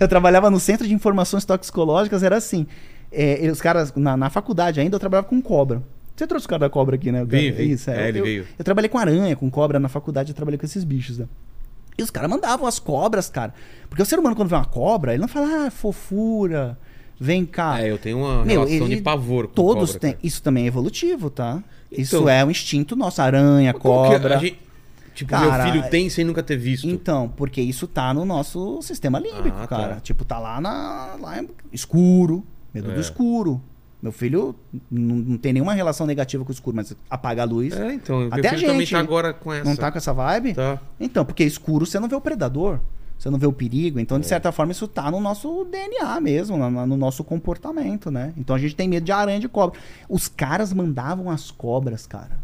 [SPEAKER 3] Eu trabalhava no Centro de Informações Toxicológicas, era assim. é, os caras, na, na faculdade ainda, eu trabalhava com cobra. Você trouxe o cara da cobra aqui, né? O cara-
[SPEAKER 1] Vim, vim.
[SPEAKER 3] Isso,
[SPEAKER 1] É, ele
[SPEAKER 3] eu,
[SPEAKER 1] veio.
[SPEAKER 3] Eu trabalhei com aranha, com cobra na faculdade, eu trabalhei com esses bichos, né? E os caras mandavam as cobras, cara. Porque o ser humano, quando vê uma cobra, ele não fala, ah, fofura, vem cá.
[SPEAKER 1] É, eu tenho uma
[SPEAKER 3] Meu,
[SPEAKER 1] relação
[SPEAKER 3] ele-
[SPEAKER 1] de pavor com
[SPEAKER 3] Todos
[SPEAKER 1] cobra,
[SPEAKER 3] têm.
[SPEAKER 1] cara.
[SPEAKER 3] Isso também é evolutivo, tá?
[SPEAKER 1] Então.
[SPEAKER 3] isso é um instinto nosso. Aranha,
[SPEAKER 1] Mas como que
[SPEAKER 3] cobra.
[SPEAKER 1] a gente- tipo,
[SPEAKER 3] Cara,
[SPEAKER 1] meu filho tem sem nunca ter visto.
[SPEAKER 3] Então, porque isso tá no nosso sistema límbico,
[SPEAKER 1] Ah, tá.
[SPEAKER 3] cara. Tipo, tá lá na. Lá em- escuro. Medo
[SPEAKER 1] É.
[SPEAKER 3] do escuro. Meu filho não, não tem nenhuma relação negativa com o escuro, mas apaga a luz.
[SPEAKER 1] É, então.
[SPEAKER 3] Até
[SPEAKER 1] Até
[SPEAKER 3] a
[SPEAKER 1] a gente. também
[SPEAKER 3] gente
[SPEAKER 1] tá agora com essa.
[SPEAKER 3] Não tá com essa vibe?
[SPEAKER 1] Tá.
[SPEAKER 3] Então, porque escuro você não vê o predador, você não vê o perigo. Então,
[SPEAKER 1] É.
[SPEAKER 3] de certa forma, isso tá no nosso DNA mesmo, na- na- no nosso comportamento, né? Então a gente tem medo de aranha e de cobra. Os caras mandavam as cobras, cara.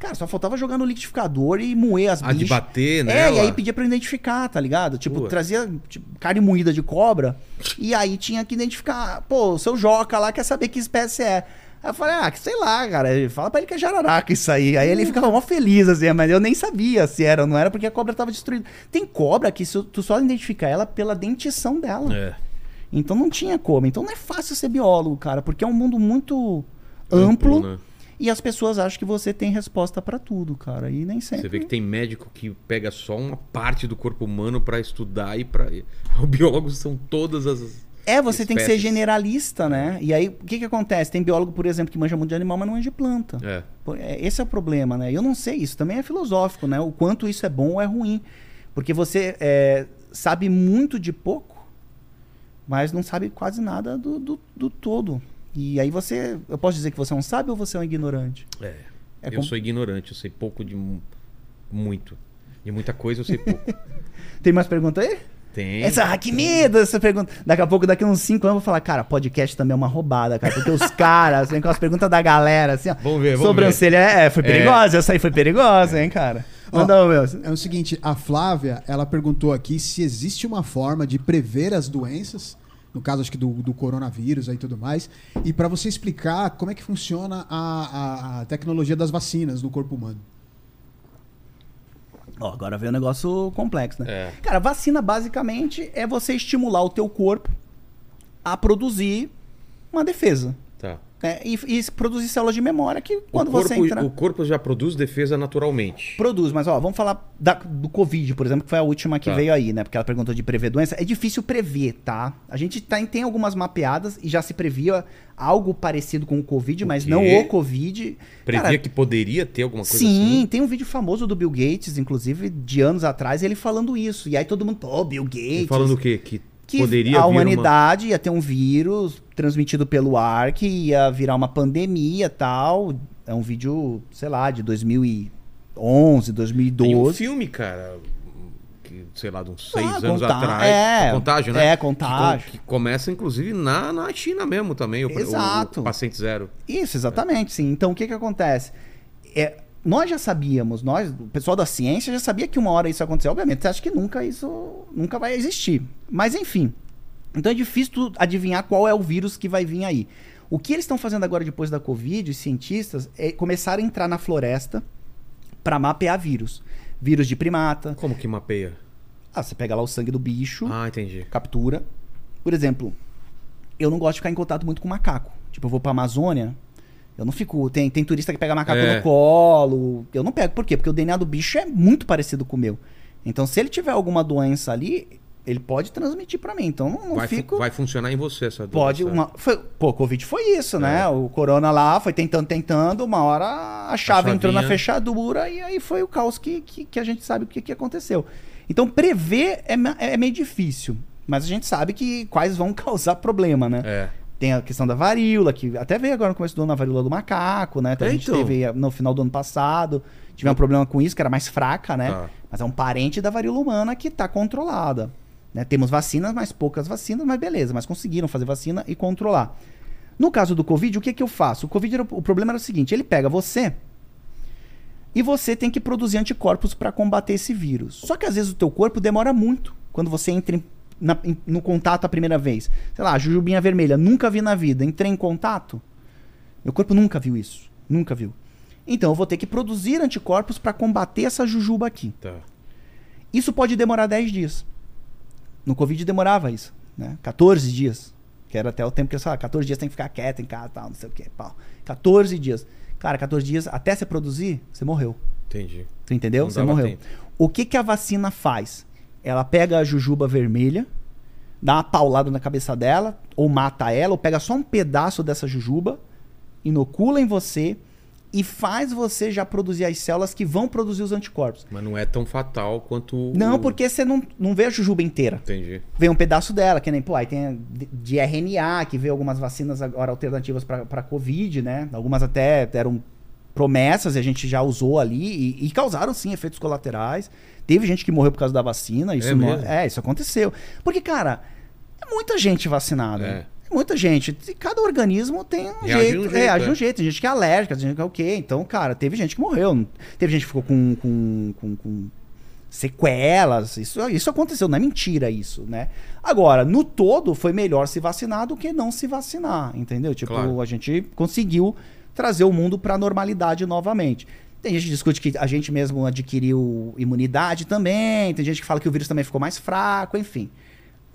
[SPEAKER 3] Cara, só faltava jogar no liquidificador e moer as
[SPEAKER 1] A de
[SPEAKER 3] bichas.
[SPEAKER 1] bater, né?
[SPEAKER 3] É, e aí
[SPEAKER 1] ela-
[SPEAKER 3] pedia pra eu identificar, tá ligado? Tipo,
[SPEAKER 1] Putz.
[SPEAKER 3] trazia tipo, carne moída de cobra e aí tinha que identificar. Pô, o seu Joca lá quer saber que espécie é. Aí eu falei, ah, que sei lá, cara. Ele Fala pra ele que é jararaca isso aí. Aí ele ficava mó feliz, assim, mas eu nem sabia se era ou não era, porque a cobra tava destruída. Tem cobra que se tu só identifica ela pela dentição dela.
[SPEAKER 1] É.
[SPEAKER 3] Então não tinha como. Então não é fácil ser biólogo, cara, porque é um mundo muito amplo,
[SPEAKER 1] né?
[SPEAKER 3] e as pessoas acham que você tem resposta pra tudo, cara. E nem sempre.
[SPEAKER 1] Você vê que tem médico que pega só uma parte do corpo humano pra estudar e para *laughs* Os biólogos são todas as.
[SPEAKER 3] É, você tem que ser
[SPEAKER 1] espécies.
[SPEAKER 3] generalista, né? E aí, o que que acontece? Tem biólogo, por exemplo, que manja muito de animal, mas não manja de planta.
[SPEAKER 1] É.
[SPEAKER 3] Pô, é- Esse é o problema, né? Eu não sei, isso também é filosófico, né? O quanto isso é bom ou é ruim. Porque você é, sabe muito de pouco, mas não sabe quase nada do, do, do todo. E aí você... Eu posso dizer que você é um sábio ou você é um ignorante?
[SPEAKER 1] É.
[SPEAKER 3] É
[SPEAKER 1] eu
[SPEAKER 3] com-
[SPEAKER 1] sou ignorante, eu sei pouco de mu- muito. De muita coisa eu sei
[SPEAKER 3] *laughs*
[SPEAKER 1] pouco.
[SPEAKER 3] Tem mais pergunta aí?
[SPEAKER 1] Tem.
[SPEAKER 3] Essa, ah, que medo essa pergunta. Daqui a pouco, daqui a uns 5 anos, eu vou falar, cara, podcast também é uma roubada, cara. Porque os
[SPEAKER 1] *laughs*
[SPEAKER 3] caras vêm com as perguntas da galera, assim, ó.
[SPEAKER 1] Vamos ver, vamos
[SPEAKER 3] Sobrancelha, é, foi perigosa, essa aí foi perigosa, hein, cara.
[SPEAKER 2] Ó,
[SPEAKER 3] Manda o meu.
[SPEAKER 2] É o seguinte, a Flávia, ela perguntou aqui se existe uma forma de prever as doenças, no caso acho que do, do coronavírus aí e tudo mais, e para você explicar como é que funciona a, a- a tecnologia das vacinas no corpo humano.
[SPEAKER 3] Ó, agora veio um negócio complexo, né?
[SPEAKER 1] É.
[SPEAKER 3] Cara, vacina basicamente é você estimular o teu corpo a produzir uma defesa.
[SPEAKER 1] Tá.
[SPEAKER 3] né? E, e produzir células de memória que quando
[SPEAKER 1] o, corpo,
[SPEAKER 3] você entra.
[SPEAKER 1] o corpo já produz defesa naturalmente.
[SPEAKER 3] Produz, mas ó, vamos falar da- do Covid, por exemplo, que foi a última que
[SPEAKER 1] Tá.
[SPEAKER 3] veio aí, né? Porque ela perguntou de prever doença. É difícil prever, tá? A gente tá, em- tem algumas mapeadas e já se previa algo parecido com o Covid,
[SPEAKER 1] O
[SPEAKER 3] mas
[SPEAKER 1] quê?
[SPEAKER 3] não o Covid.
[SPEAKER 1] Previa
[SPEAKER 3] Cara,
[SPEAKER 1] que poderia ter alguma coisa
[SPEAKER 3] Sim,
[SPEAKER 1] assim.
[SPEAKER 3] tem um vídeo famoso do Bill Gates, inclusive, de anos atrás, ele falando isso. E aí todo mundo, pô, Bill Gates.
[SPEAKER 1] E falando o quê? Que,
[SPEAKER 3] que
[SPEAKER 1] poderia
[SPEAKER 3] a
[SPEAKER 1] vir uma-
[SPEAKER 3] humanidade ia ter um vírus transmitido pelo ar que ia virar uma pandemia e tal. É um vídeo, sei lá, de 2011,
[SPEAKER 1] Tem um
[SPEAKER 3] 2012.
[SPEAKER 1] filme, cara, que, sei lá, de uns seis
[SPEAKER 3] Ah,
[SPEAKER 1] anos
[SPEAKER 3] conta-
[SPEAKER 1] atrás.
[SPEAKER 3] é.
[SPEAKER 1] contágio, né?
[SPEAKER 3] É, contágio.
[SPEAKER 1] Que, com- que começa, inclusive, na, na China mesmo também. O, o-
[SPEAKER 3] Exato.
[SPEAKER 1] o paciente zero.
[SPEAKER 3] Isso, exatamente, sim. Então, o que que acontece? É, nós já sabíamos, nós, o pessoal da ciência já sabia que uma hora isso ia acontecer. Obviamente, você acha que nunca isso nunca vai existir. Mas, enfim. Então, é difícil tu adivinhar qual é o vírus que vai vir aí. O que eles estão fazendo agora depois da Covid, os cientistas, é começar a entrar na floresta para mapear vírus. Vírus de primata.
[SPEAKER 1] Como que mapeia?
[SPEAKER 3] Ah, você pega lá o sangue do bicho
[SPEAKER 1] Ah, entendi.
[SPEAKER 3] captura. Por exemplo, eu não gosto de ficar em contato muito com macaco. Tipo, eu vou pra Amazônia, eu não fico. Tem, tem turista que pega macaco
[SPEAKER 1] É.
[SPEAKER 3] no colo. Eu não pego. Por quê? Porque o DNA do bicho é muito parecido com o meu. Então, se ele tiver alguma doença ali, ele pode transmitir pra mim. Então, eu não, não
[SPEAKER 1] vai, fu-
[SPEAKER 3] fico.
[SPEAKER 1] vai funcionar em você essa dor.
[SPEAKER 3] Pode.
[SPEAKER 1] essa-
[SPEAKER 3] Uma, foi, pô, Covid foi isso, né?
[SPEAKER 1] É.
[SPEAKER 3] O corona lá foi tentando, tentando. Uma hora a chave
[SPEAKER 1] chavinha.
[SPEAKER 3] entrou na fechadura e aí foi o caos que, que, que a gente sabe o que, que aconteceu. Então, prever é, ma- é meio difícil. Mas a gente sabe que quais vão *laughs* causar problema, né?
[SPEAKER 1] É.
[SPEAKER 3] Tem a questão da varíola, que até veio agora no começo do ano a varíola do macaco, né? Então, a
[SPEAKER 1] É,
[SPEAKER 3] gente
[SPEAKER 1] então.
[SPEAKER 3] teve no final do ano passado. Tivemos um problema com isso, que era mais fraca, né?
[SPEAKER 1] Tá.
[SPEAKER 3] Mas é um parente da varíola humana que está controlada. né? Temos vacinas, mas poucas vacinas, mas beleza, mas conseguiram fazer vacina e controlar. No caso do Covid, o que, que eu faço? O Covid, era, o problema era o seguinte: ele pega você e você tem que produzir anticorpos para combater esse vírus. Só que às vezes o teu corpo demora muito quando você entra em- na- em- no contato a primeira vez. Sei lá, jujubinha vermelha, nunca vi na vida, entrei em contato. Meu corpo nunca viu isso, nunca viu. Então eu vou ter que produzir anticorpos para combater essa jujuba aqui.
[SPEAKER 1] Tá.
[SPEAKER 3] Isso pode demorar 10 dias. No Covid demorava isso, né? 14 dias. Que era até o tempo que eu falava, 14 dias tem que ficar quieto em casa, tal, não sei o quê, pau. 14 dias. Cara, 14 dias, até você produzir, você morreu.
[SPEAKER 1] Entendi.
[SPEAKER 3] Tu entendeu?
[SPEAKER 1] Não
[SPEAKER 3] você
[SPEAKER 1] dava
[SPEAKER 3] morreu.
[SPEAKER 1] tempo.
[SPEAKER 3] O que, que a vacina faz? Ela pega a jujuba vermelha, dá uma paulada na cabeça dela, ou mata ela, ou pega só um pedaço dessa jujuba, inocula em você e faz você já produzir as células que vão produzir os anticorpos.
[SPEAKER 1] Mas não é tão fatal quanto. o-
[SPEAKER 3] Não, porque você não, não vê a jujuba inteira.
[SPEAKER 1] Entendi.
[SPEAKER 3] Vem um pedaço dela, que nem, pô, aí tem a de- de RNA, que veio algumas vacinas agora alternativas pra pra Covid, né? Algumas até eram promessas e a gente já usou ali e, e causaram, sim, efeitos colaterais. Teve gente que morreu por causa da vacina, isso
[SPEAKER 1] É
[SPEAKER 3] não-
[SPEAKER 1] mesmo?
[SPEAKER 3] é, isso aconteceu. Porque, cara, é muita gente vacinada.
[SPEAKER 1] É.
[SPEAKER 3] É. Muita gente. E cada organismo tem um
[SPEAKER 1] Reage de
[SPEAKER 3] jeito.
[SPEAKER 1] um
[SPEAKER 3] Um
[SPEAKER 1] jeito,
[SPEAKER 3] reage de
[SPEAKER 1] é.
[SPEAKER 3] um jeito. Tem gente que é alérgica, tem gente que é o quê? Então, cara, teve gente que morreu. não- Teve gente que ficou com- com- com, com sequelas. Isso, isso aconteceu, não é mentira isso, né? Agora, no todo, foi melhor se vacinar do que não se vacinar, entendeu? Tipo,
[SPEAKER 1] Claro.
[SPEAKER 3] a gente conseguiu trazer o mundo para a normalidade novamente. Tem gente que discute que a gente mesmo adquiriu imunidade também, tem gente que fala que o vírus também ficou mais fraco, enfim.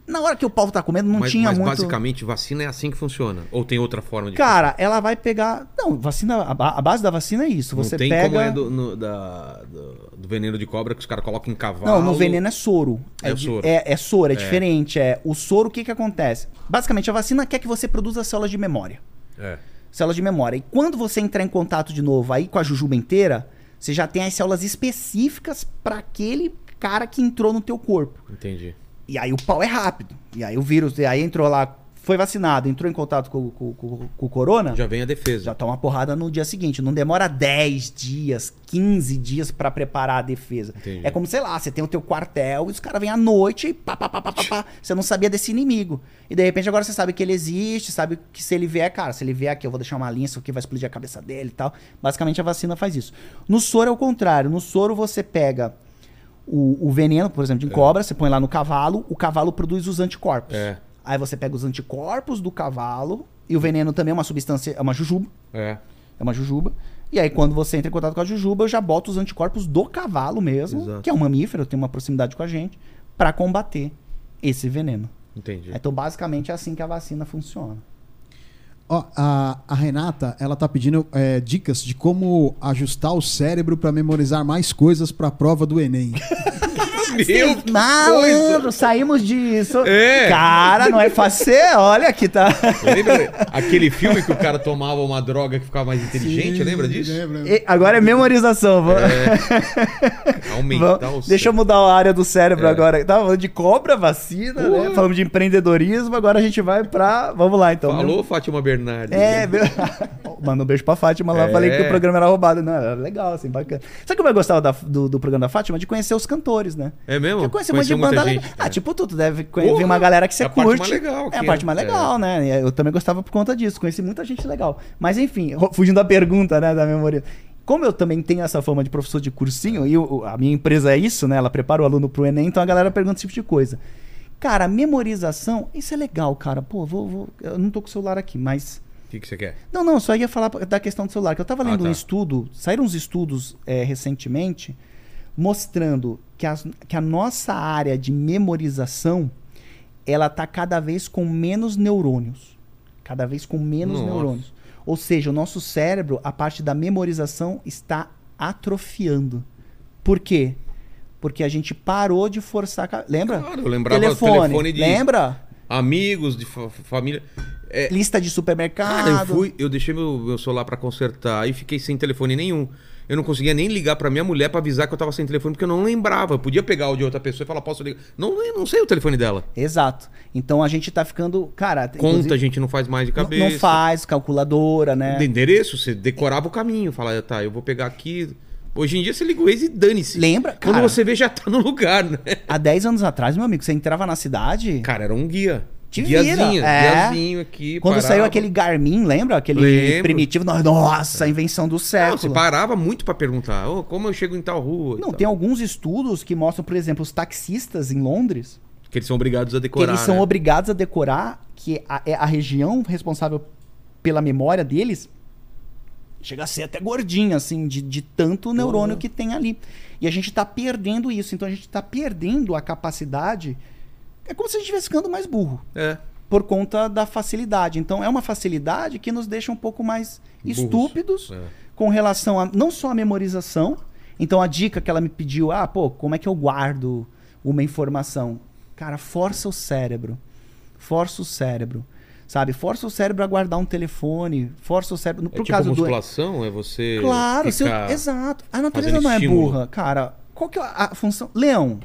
[SPEAKER 3] Na hora que o pau tá comendo, não
[SPEAKER 1] mas
[SPEAKER 3] tinha
[SPEAKER 1] mas
[SPEAKER 3] muito.
[SPEAKER 1] basicamente vacina é assim que funciona. Ou tem outra forma de
[SPEAKER 3] Cara, ela vai pegar. Não, vacina. A, ba- a base da vacina é isso. Você
[SPEAKER 1] não tem
[SPEAKER 3] pega.
[SPEAKER 1] como é do, no- da- do, do veneno de cobra que os caras colocam em cavalo.
[SPEAKER 3] Não, no veneno é soro.
[SPEAKER 1] É o
[SPEAKER 3] di-
[SPEAKER 1] soro.
[SPEAKER 3] É, é soro, é, diferente. É. O soro, o que, que acontece? Basicamente, a vacina quer que você produza células de memória.
[SPEAKER 1] É.
[SPEAKER 3] Células de memória. E quando você entrar em contato de novo aí com a jujuba inteira, você já tem as células específicas para aquele cara que entrou no teu corpo.
[SPEAKER 1] Entendi.
[SPEAKER 3] E aí o pau é rápido. E aí o vírus, e aí entrou lá, foi vacinado, entrou em contato com, com- com- com o corona.
[SPEAKER 1] Já vem a defesa.
[SPEAKER 3] Já toma porrada no dia seguinte. Não demora 10 dias, 15 dias pra preparar a defesa.
[SPEAKER 1] Entendi.
[SPEAKER 3] É como, sei lá, você tem o teu quartel e os caras vêm à noite e pá, pá, pá, pá, pá, pá. Você não sabia desse inimigo. E de repente agora você sabe que ele existe, sabe que se ele vier, cara, se ele vier aqui eu vou deixar uma linha, isso aqui vai explodir a cabeça dele e tal. Basicamente a vacina faz isso. No soro é o contrário. No soro você pega o, o veneno, por exemplo, de cobra, você põe lá no cavalo, o cavalo produz os anticorpos.
[SPEAKER 1] É.
[SPEAKER 3] Aí você pega os anticorpos do cavalo e o veneno também é uma substância, é uma jujuba.
[SPEAKER 1] É.
[SPEAKER 3] É uma jujuba. E aí, quando você entra em contato com a jujuba, eu já boto os anticorpos do cavalo mesmo,
[SPEAKER 1] Exato.
[SPEAKER 3] que é um mamífero, tem uma proximidade com a gente, pra combater esse veneno.
[SPEAKER 1] Entendi.
[SPEAKER 3] Então, basicamente, é assim que a vacina funciona.
[SPEAKER 2] Ó, a, a Renata, ela tá pedindo é, dicas de como ajustar o cérebro pra memorizar mais coisas pra prova do Enem.
[SPEAKER 1] *laughs* Meu, que
[SPEAKER 3] Malandro, saímos disso.
[SPEAKER 1] É.
[SPEAKER 3] Cara, não é fácil. Você Olha aqui,
[SPEAKER 1] *laughs*
[SPEAKER 3] tá.
[SPEAKER 1] Lembra aquele filme que o cara tomava uma droga que ficava mais inteligente? lembra disso?
[SPEAKER 2] Lembra.
[SPEAKER 3] E Agora é memorização. Vamos,
[SPEAKER 1] Aumentar
[SPEAKER 3] vamos-
[SPEAKER 1] o
[SPEAKER 3] deixa eu
[SPEAKER 1] cérebro.
[SPEAKER 3] mudar a área do cérebro
[SPEAKER 1] É.
[SPEAKER 3] agora. Tava falando de cobra, vacina, né?
[SPEAKER 1] Porra.
[SPEAKER 3] falamos de empreendedorismo, agora a gente vai pra. Vamos lá, então.
[SPEAKER 1] Falou, Fátima Bernardes.
[SPEAKER 3] É, meu... *laughs* Manda um beijo pra Fátima lá.
[SPEAKER 1] É.
[SPEAKER 3] Falei que o programa era roubado. Não, era legal, assim, bacana. Sabe como eu gostava da- do, do programa da Fátima? De conhecer os cantores, né?
[SPEAKER 1] É mesmo?
[SPEAKER 3] Eu conheci um monte de
[SPEAKER 1] Conheceu muita
[SPEAKER 3] banda legal.
[SPEAKER 1] gente,
[SPEAKER 3] Ah,
[SPEAKER 1] é.
[SPEAKER 3] tipo, tu deve
[SPEAKER 1] Porra,
[SPEAKER 3] conhecer uma galera que
[SPEAKER 1] é
[SPEAKER 3] você
[SPEAKER 1] a parte
[SPEAKER 3] curte.
[SPEAKER 1] mais legal
[SPEAKER 3] É a
[SPEAKER 1] que
[SPEAKER 3] parte
[SPEAKER 1] é,
[SPEAKER 3] mais
[SPEAKER 1] é.
[SPEAKER 3] legal, né? E Eu também gostava por conta disso. Conheci muita gente legal. Mas enfim, ro- fugindo da pergunta, né, da memória. Como eu também tenho essa fama de professor de cursinho, e o- o- a minha empresa é isso, né? Ela prepara o aluno pro Enem, então a galera pergunta esse tipo de coisa. Cara, memorização, isso é legal, cara. Pô, vou, vou- eu não tô com o celular aqui, mas.
[SPEAKER 1] O que, que você quer?
[SPEAKER 3] Não, não, só ia falar da questão do celular, que eu tava
[SPEAKER 1] Ah,
[SPEAKER 3] lendo
[SPEAKER 1] tá.
[SPEAKER 3] um estudo, saíram uns estudos é, recentemente mostrando que, as- que a nossa área de memorização ela tá cada vez com menos neurônios. Cada vez com menos
[SPEAKER 1] Nossa.
[SPEAKER 3] neurônios. Ou seja, o nosso cérebro, a parte da memorização, está atrofiando. Por quê? Porque a gente parou de forçar. a ca- Lembra?
[SPEAKER 1] Claro, eu lembrava do telefone de-
[SPEAKER 3] Lembra?
[SPEAKER 1] Amigos, de fa- família. É,
[SPEAKER 3] Lista de supermercado.
[SPEAKER 1] Cara, eu fui, eu deixei meu, meu celular pra consertar e fiquei sem telefone nenhum. Eu não conseguia nem ligar pra minha mulher pra avisar que eu tava sem telefone, porque eu não lembrava. Eu podia pegar o de outra pessoa e falar, posso ligar? Não, eu não sei o telefone dela.
[SPEAKER 3] Exato. Então a gente tá ficando. Cara,
[SPEAKER 1] Conta, a
[SPEAKER 3] inclusive,
[SPEAKER 1] gente não faz mais de
[SPEAKER 3] n-
[SPEAKER 1] cabeça.
[SPEAKER 3] Não faz, calculadora, né?
[SPEAKER 1] De endereço, você decorava o caminho. Falava, tá, eu vou pegar aqui. Hoje em dia você liga o Waze e dane-se.
[SPEAKER 3] Lembra?
[SPEAKER 1] Quando
[SPEAKER 3] Cara.
[SPEAKER 1] você vê, já tá no lugar, né?
[SPEAKER 3] Há 10 anos atrás, meu amigo, você entrava na cidade.
[SPEAKER 1] Cara, era um guia.
[SPEAKER 3] Te vira,
[SPEAKER 1] Guiazinho,
[SPEAKER 3] é.
[SPEAKER 1] guiazinho aqui.
[SPEAKER 3] quando
[SPEAKER 1] parava.
[SPEAKER 3] saiu aquele Garmin, lembra? Aquele
[SPEAKER 1] Lembro. É.
[SPEAKER 3] primitivo. nós- Nossa, invenção do
[SPEAKER 1] Não, você
[SPEAKER 3] século.
[SPEAKER 1] parava muito pra perguntar, "Ô, como eu chego em tal rua? e
[SPEAKER 3] Não,
[SPEAKER 1] tal.
[SPEAKER 3] tem alguns estudos que mostram, por exemplo, os taxistas em Londres,
[SPEAKER 1] Que eles são obrigados a decorar.
[SPEAKER 3] que eles são
[SPEAKER 1] né?
[SPEAKER 3] obrigados a decorar que a, é a região responsável pela memória deles chega a ser até gordinha, assim, de, de tanto neurônio que tem ali. E a gente tá perdendo isso. Então a gente tá perdendo a capacidade. É como se a gente estivesse ficando mais burro.
[SPEAKER 1] É.
[SPEAKER 3] Por conta da facilidade. Então é uma facilidade que nos deixa um pouco mais
[SPEAKER 1] Burros.
[SPEAKER 3] estúpidos
[SPEAKER 1] É.
[SPEAKER 3] com relação a não só a memorização. Então a dica que ela me pediu, ah, pô, como é que eu guardo uma informação? Cara, força o cérebro. Força o cérebro. Sabe? Força o cérebro a guardar um telefone. Força o cérebro.
[SPEAKER 1] É
[SPEAKER 3] Por
[SPEAKER 1] tipo
[SPEAKER 3] causa do.
[SPEAKER 1] musculação, é você.
[SPEAKER 3] Claro, seu-
[SPEAKER 1] ficar...
[SPEAKER 3] exato. A natureza
[SPEAKER 1] fazendo
[SPEAKER 3] não é
[SPEAKER 1] estímulo.
[SPEAKER 3] burra, cara. Qual que é a a função? Leão.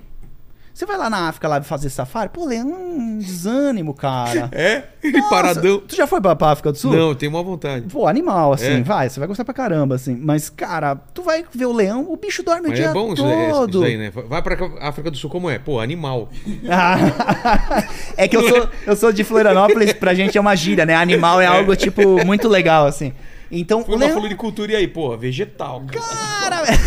[SPEAKER 3] Você vai lá na África lá fazer safari? Pô, leão, um desânimo, cara.
[SPEAKER 1] É? *laughs* E
[SPEAKER 3] Nossa,
[SPEAKER 1] paradão.
[SPEAKER 3] Tu já foi pra, pra África do Sul?
[SPEAKER 1] Não, eu tenho uma vontade.
[SPEAKER 3] Pô, animal, assim,
[SPEAKER 1] É.
[SPEAKER 3] vai, você vai gostar pra caramba, assim. Mas, cara, tu vai ver o leão, o bicho dorme o
[SPEAKER 1] Mas
[SPEAKER 3] dia
[SPEAKER 1] é bom isso daí, isso
[SPEAKER 3] todo.
[SPEAKER 1] daí, né? Vai pra África do Sul como é? Pô, animal.
[SPEAKER 3] Ah, *laughs* é que eu sou, eu sou de Florianópolis, pra gente é uma gíria, né? Animal é algo, tipo, muito legal, assim. Então,
[SPEAKER 1] Foi
[SPEAKER 3] o
[SPEAKER 1] uma
[SPEAKER 3] leão...
[SPEAKER 1] floricultura e aí, pô, vegetal.
[SPEAKER 3] Cara, velho.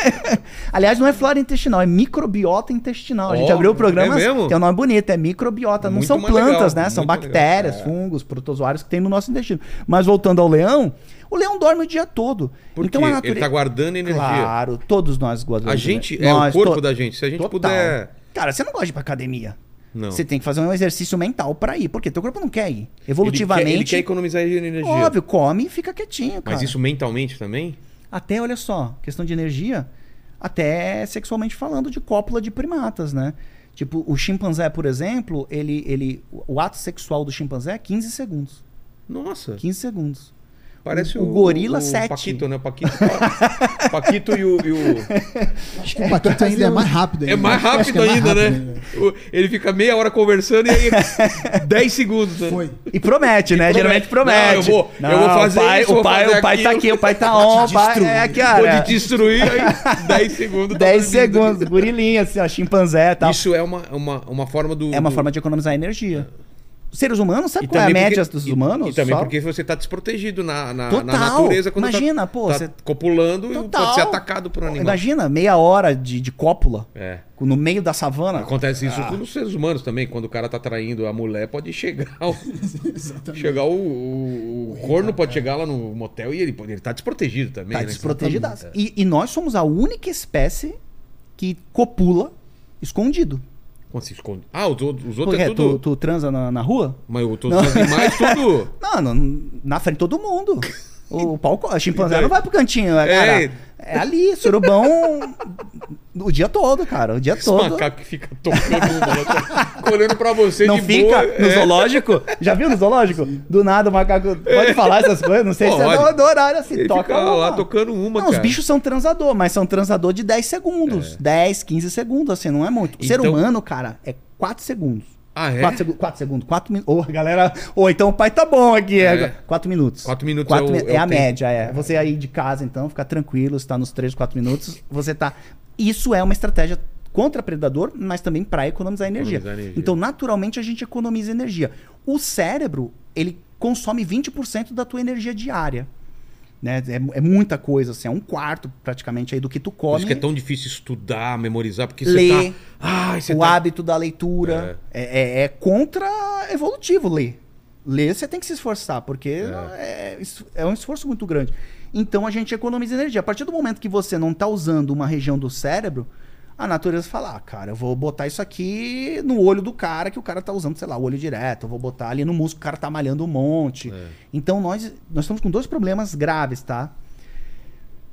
[SPEAKER 3] *laughs* Aliás, não é flora intestinal, é microbiota intestinal. A gente
[SPEAKER 1] Ó,
[SPEAKER 3] abriu o programa,
[SPEAKER 1] é mesmo?
[SPEAKER 3] tem um nome bonito, é microbiota. Não
[SPEAKER 1] Muito
[SPEAKER 3] são
[SPEAKER 1] mais
[SPEAKER 3] plantas,
[SPEAKER 1] legal,
[SPEAKER 3] né? São
[SPEAKER 1] muito legal. É.
[SPEAKER 3] bactérias, fungos, protozoários que tem no nosso intestino. Mas voltando ao leão, o leão dorme o dia todo.
[SPEAKER 1] Porque
[SPEAKER 3] então a natureza.
[SPEAKER 1] ele tá guardando energia.
[SPEAKER 3] Claro, né? todos nós guardamos.
[SPEAKER 1] A gente é o corpo da gente. Se a gente puder.
[SPEAKER 3] Cara, você não gosta de ir pra academia.
[SPEAKER 1] Não.
[SPEAKER 3] Você
[SPEAKER 1] Ele
[SPEAKER 3] tem que fazer um exercício mental pra ir, porque teu corpo não quer ir.
[SPEAKER 1] quer-
[SPEAKER 3] Evolutivamente,
[SPEAKER 1] Ele quer, economizar energia.
[SPEAKER 3] óbvio, come e fica quietinho, cara.
[SPEAKER 1] Mas isso mentalmente também?
[SPEAKER 3] Até, olha só, questão de energia, até sexualmente falando de cópula de primatas, né? Tipo, o chimpanzé, por exemplo, ele, ele, o- o ato sexual do chimpanzé é 15 segundos.
[SPEAKER 1] Nossa.
[SPEAKER 3] 15 segundos.
[SPEAKER 1] Parece
[SPEAKER 3] o
[SPEAKER 1] o.
[SPEAKER 3] gorila
[SPEAKER 1] o
[SPEAKER 3] sete.
[SPEAKER 1] Paquito, né? O Paquito. Paquito e o- E
[SPEAKER 3] *laughs*
[SPEAKER 1] o...
[SPEAKER 2] Acho que o Paquito ainda é mais rápido.
[SPEAKER 1] É
[SPEAKER 2] ainda.
[SPEAKER 1] mais
[SPEAKER 2] Acho que
[SPEAKER 1] rápido
[SPEAKER 2] é mais
[SPEAKER 1] ainda,
[SPEAKER 2] rápido
[SPEAKER 1] né? O- Ele fica meia hora conversando e
[SPEAKER 2] *laughs*
[SPEAKER 1] aí 10 segundos. Né?
[SPEAKER 2] Foi.
[SPEAKER 3] E promete,
[SPEAKER 1] *laughs*
[SPEAKER 3] né?
[SPEAKER 1] promete.
[SPEAKER 3] Geralmente promete.
[SPEAKER 1] Não, eu vou- eu vou
[SPEAKER 3] o
[SPEAKER 1] fazer
[SPEAKER 3] pai,
[SPEAKER 1] isso,
[SPEAKER 3] o
[SPEAKER 1] vou
[SPEAKER 3] pai,
[SPEAKER 1] fazer
[SPEAKER 3] o pai tá
[SPEAKER 1] aquilo.
[SPEAKER 3] aqui, o pai
[SPEAKER 1] *laughs*
[SPEAKER 3] tá on, o pai é aqui,
[SPEAKER 1] Vou
[SPEAKER 3] ó.
[SPEAKER 1] te destruir aí 10
[SPEAKER 3] *laughs*
[SPEAKER 1] segundos. tá
[SPEAKER 3] 10 segundos, gorilinha, assim, ó, chimpanzé e tal.
[SPEAKER 1] Isso é uma, uma, uma forma do.
[SPEAKER 3] É uma
[SPEAKER 1] do-
[SPEAKER 3] forma de economizar energia. Os seres humanos, sabe
[SPEAKER 1] E
[SPEAKER 3] qual é a
[SPEAKER 1] também
[SPEAKER 3] média
[SPEAKER 1] porque-
[SPEAKER 3] dos
[SPEAKER 1] e-
[SPEAKER 3] humanos?
[SPEAKER 1] E, também
[SPEAKER 3] Só-
[SPEAKER 1] porque você tá desprotegido na, na, na
[SPEAKER 3] Total.
[SPEAKER 1] natureza quando
[SPEAKER 3] Imagina,
[SPEAKER 1] tá,
[SPEAKER 3] pô,
[SPEAKER 1] tá
[SPEAKER 3] você-
[SPEAKER 1] copulando e
[SPEAKER 3] Total.
[SPEAKER 1] pode ser atacado por um animal.
[SPEAKER 3] Imagina, meia hora de, de cópula
[SPEAKER 1] É.
[SPEAKER 3] no meio da savana.
[SPEAKER 1] Acontece
[SPEAKER 3] Ah.
[SPEAKER 1] isso com os seres humanos também. Quando o cara tá traindo a mulher, pode chegar.
[SPEAKER 3] *laughs*
[SPEAKER 1] O, chegar o, o, o corno pode chegar lá no motel e ele, pode- ele tá desprotegido também.
[SPEAKER 3] né? Tá
[SPEAKER 1] né?
[SPEAKER 3] desprotegidaço. E, e nós somos a única espécie que copula escondido.
[SPEAKER 1] Como se esconde? Ah, os outros, os outros
[SPEAKER 3] Porque
[SPEAKER 1] é
[SPEAKER 3] tu,
[SPEAKER 1] tudo.
[SPEAKER 3] tu transa na, na rua?
[SPEAKER 1] Mas eu tô os animais
[SPEAKER 3] *laughs*
[SPEAKER 1] tudo.
[SPEAKER 3] Não, não- na frente de todo mundo. O, o pau, co- a
[SPEAKER 1] E
[SPEAKER 3] chimpanzé
[SPEAKER 1] daí?
[SPEAKER 3] não vai pro cantinho, é, cara.
[SPEAKER 1] É.
[SPEAKER 3] É ali, surubão o dia todo, cara. O dia
[SPEAKER 1] Esse
[SPEAKER 3] todo.
[SPEAKER 1] macaco que fica tocando no maluco, *laughs* olhando pra você
[SPEAKER 3] não
[SPEAKER 1] de
[SPEAKER 3] fica
[SPEAKER 1] boa.
[SPEAKER 3] no
[SPEAKER 1] é.
[SPEAKER 3] zoológico? Já viu no zoológico? Do nada o macaco pode falar essas coisas, não sei se é
[SPEAKER 1] Pode.
[SPEAKER 3] do, do horário assim,
[SPEAKER 1] Ele
[SPEAKER 3] toca
[SPEAKER 1] fica lá
[SPEAKER 3] uma.
[SPEAKER 1] tocando uma,
[SPEAKER 3] Não, os
[SPEAKER 1] cara.
[SPEAKER 3] bichos são transador, mas são transador de 10 segundos. 10, 15 segundos, assim, não é muito. O ser
[SPEAKER 1] Então-
[SPEAKER 3] humano, cara, é 4 segundos.
[SPEAKER 1] Ah, é?
[SPEAKER 3] 4 segundos, 4 segundos, 4 minutos. Ô, galera, ô, então o pai tá bom aqui.
[SPEAKER 1] É.
[SPEAKER 3] 4 minutos.
[SPEAKER 1] Quatro minutos é
[SPEAKER 3] Quatro
[SPEAKER 1] o-
[SPEAKER 3] mi-
[SPEAKER 1] é o
[SPEAKER 3] é, a
[SPEAKER 1] tempo.
[SPEAKER 3] média, é. Você aí de casa, então, fica tranquilo, está nos 3, 4 minutos, você tá... Isso é uma estratégia contra predador, mas também para economizar energia.
[SPEAKER 1] Economizar energia.
[SPEAKER 3] Então, naturalmente, a gente economiza energia. O cérebro, ele consome 20% da tua energia diária. Né? É, é muita coisa, assim, é um quarto praticamente aí do que tu
[SPEAKER 1] Por
[SPEAKER 3] come.
[SPEAKER 1] isso que é tão difícil estudar, memorizar, porque você
[SPEAKER 3] Ler.
[SPEAKER 1] tá. Ai, você
[SPEAKER 3] o
[SPEAKER 1] tá.
[SPEAKER 3] hábito da leitura. É, é, é contra-evolutivo ler. Ler você tem que se esforçar, porque é. es- é um esforço muito grande. Então a gente economiza energia. A partir do momento que você não está usando uma região do cérebro, a natureza fala: ah, cara, eu vou botar isso aqui no olho do cara, que o cara tá usando, sei lá, o olho direto, eu vou botar ali no músculo, o cara tá malhando um
[SPEAKER 1] É.
[SPEAKER 3] monte. Então nós, nós estamos com dois problemas graves, tá?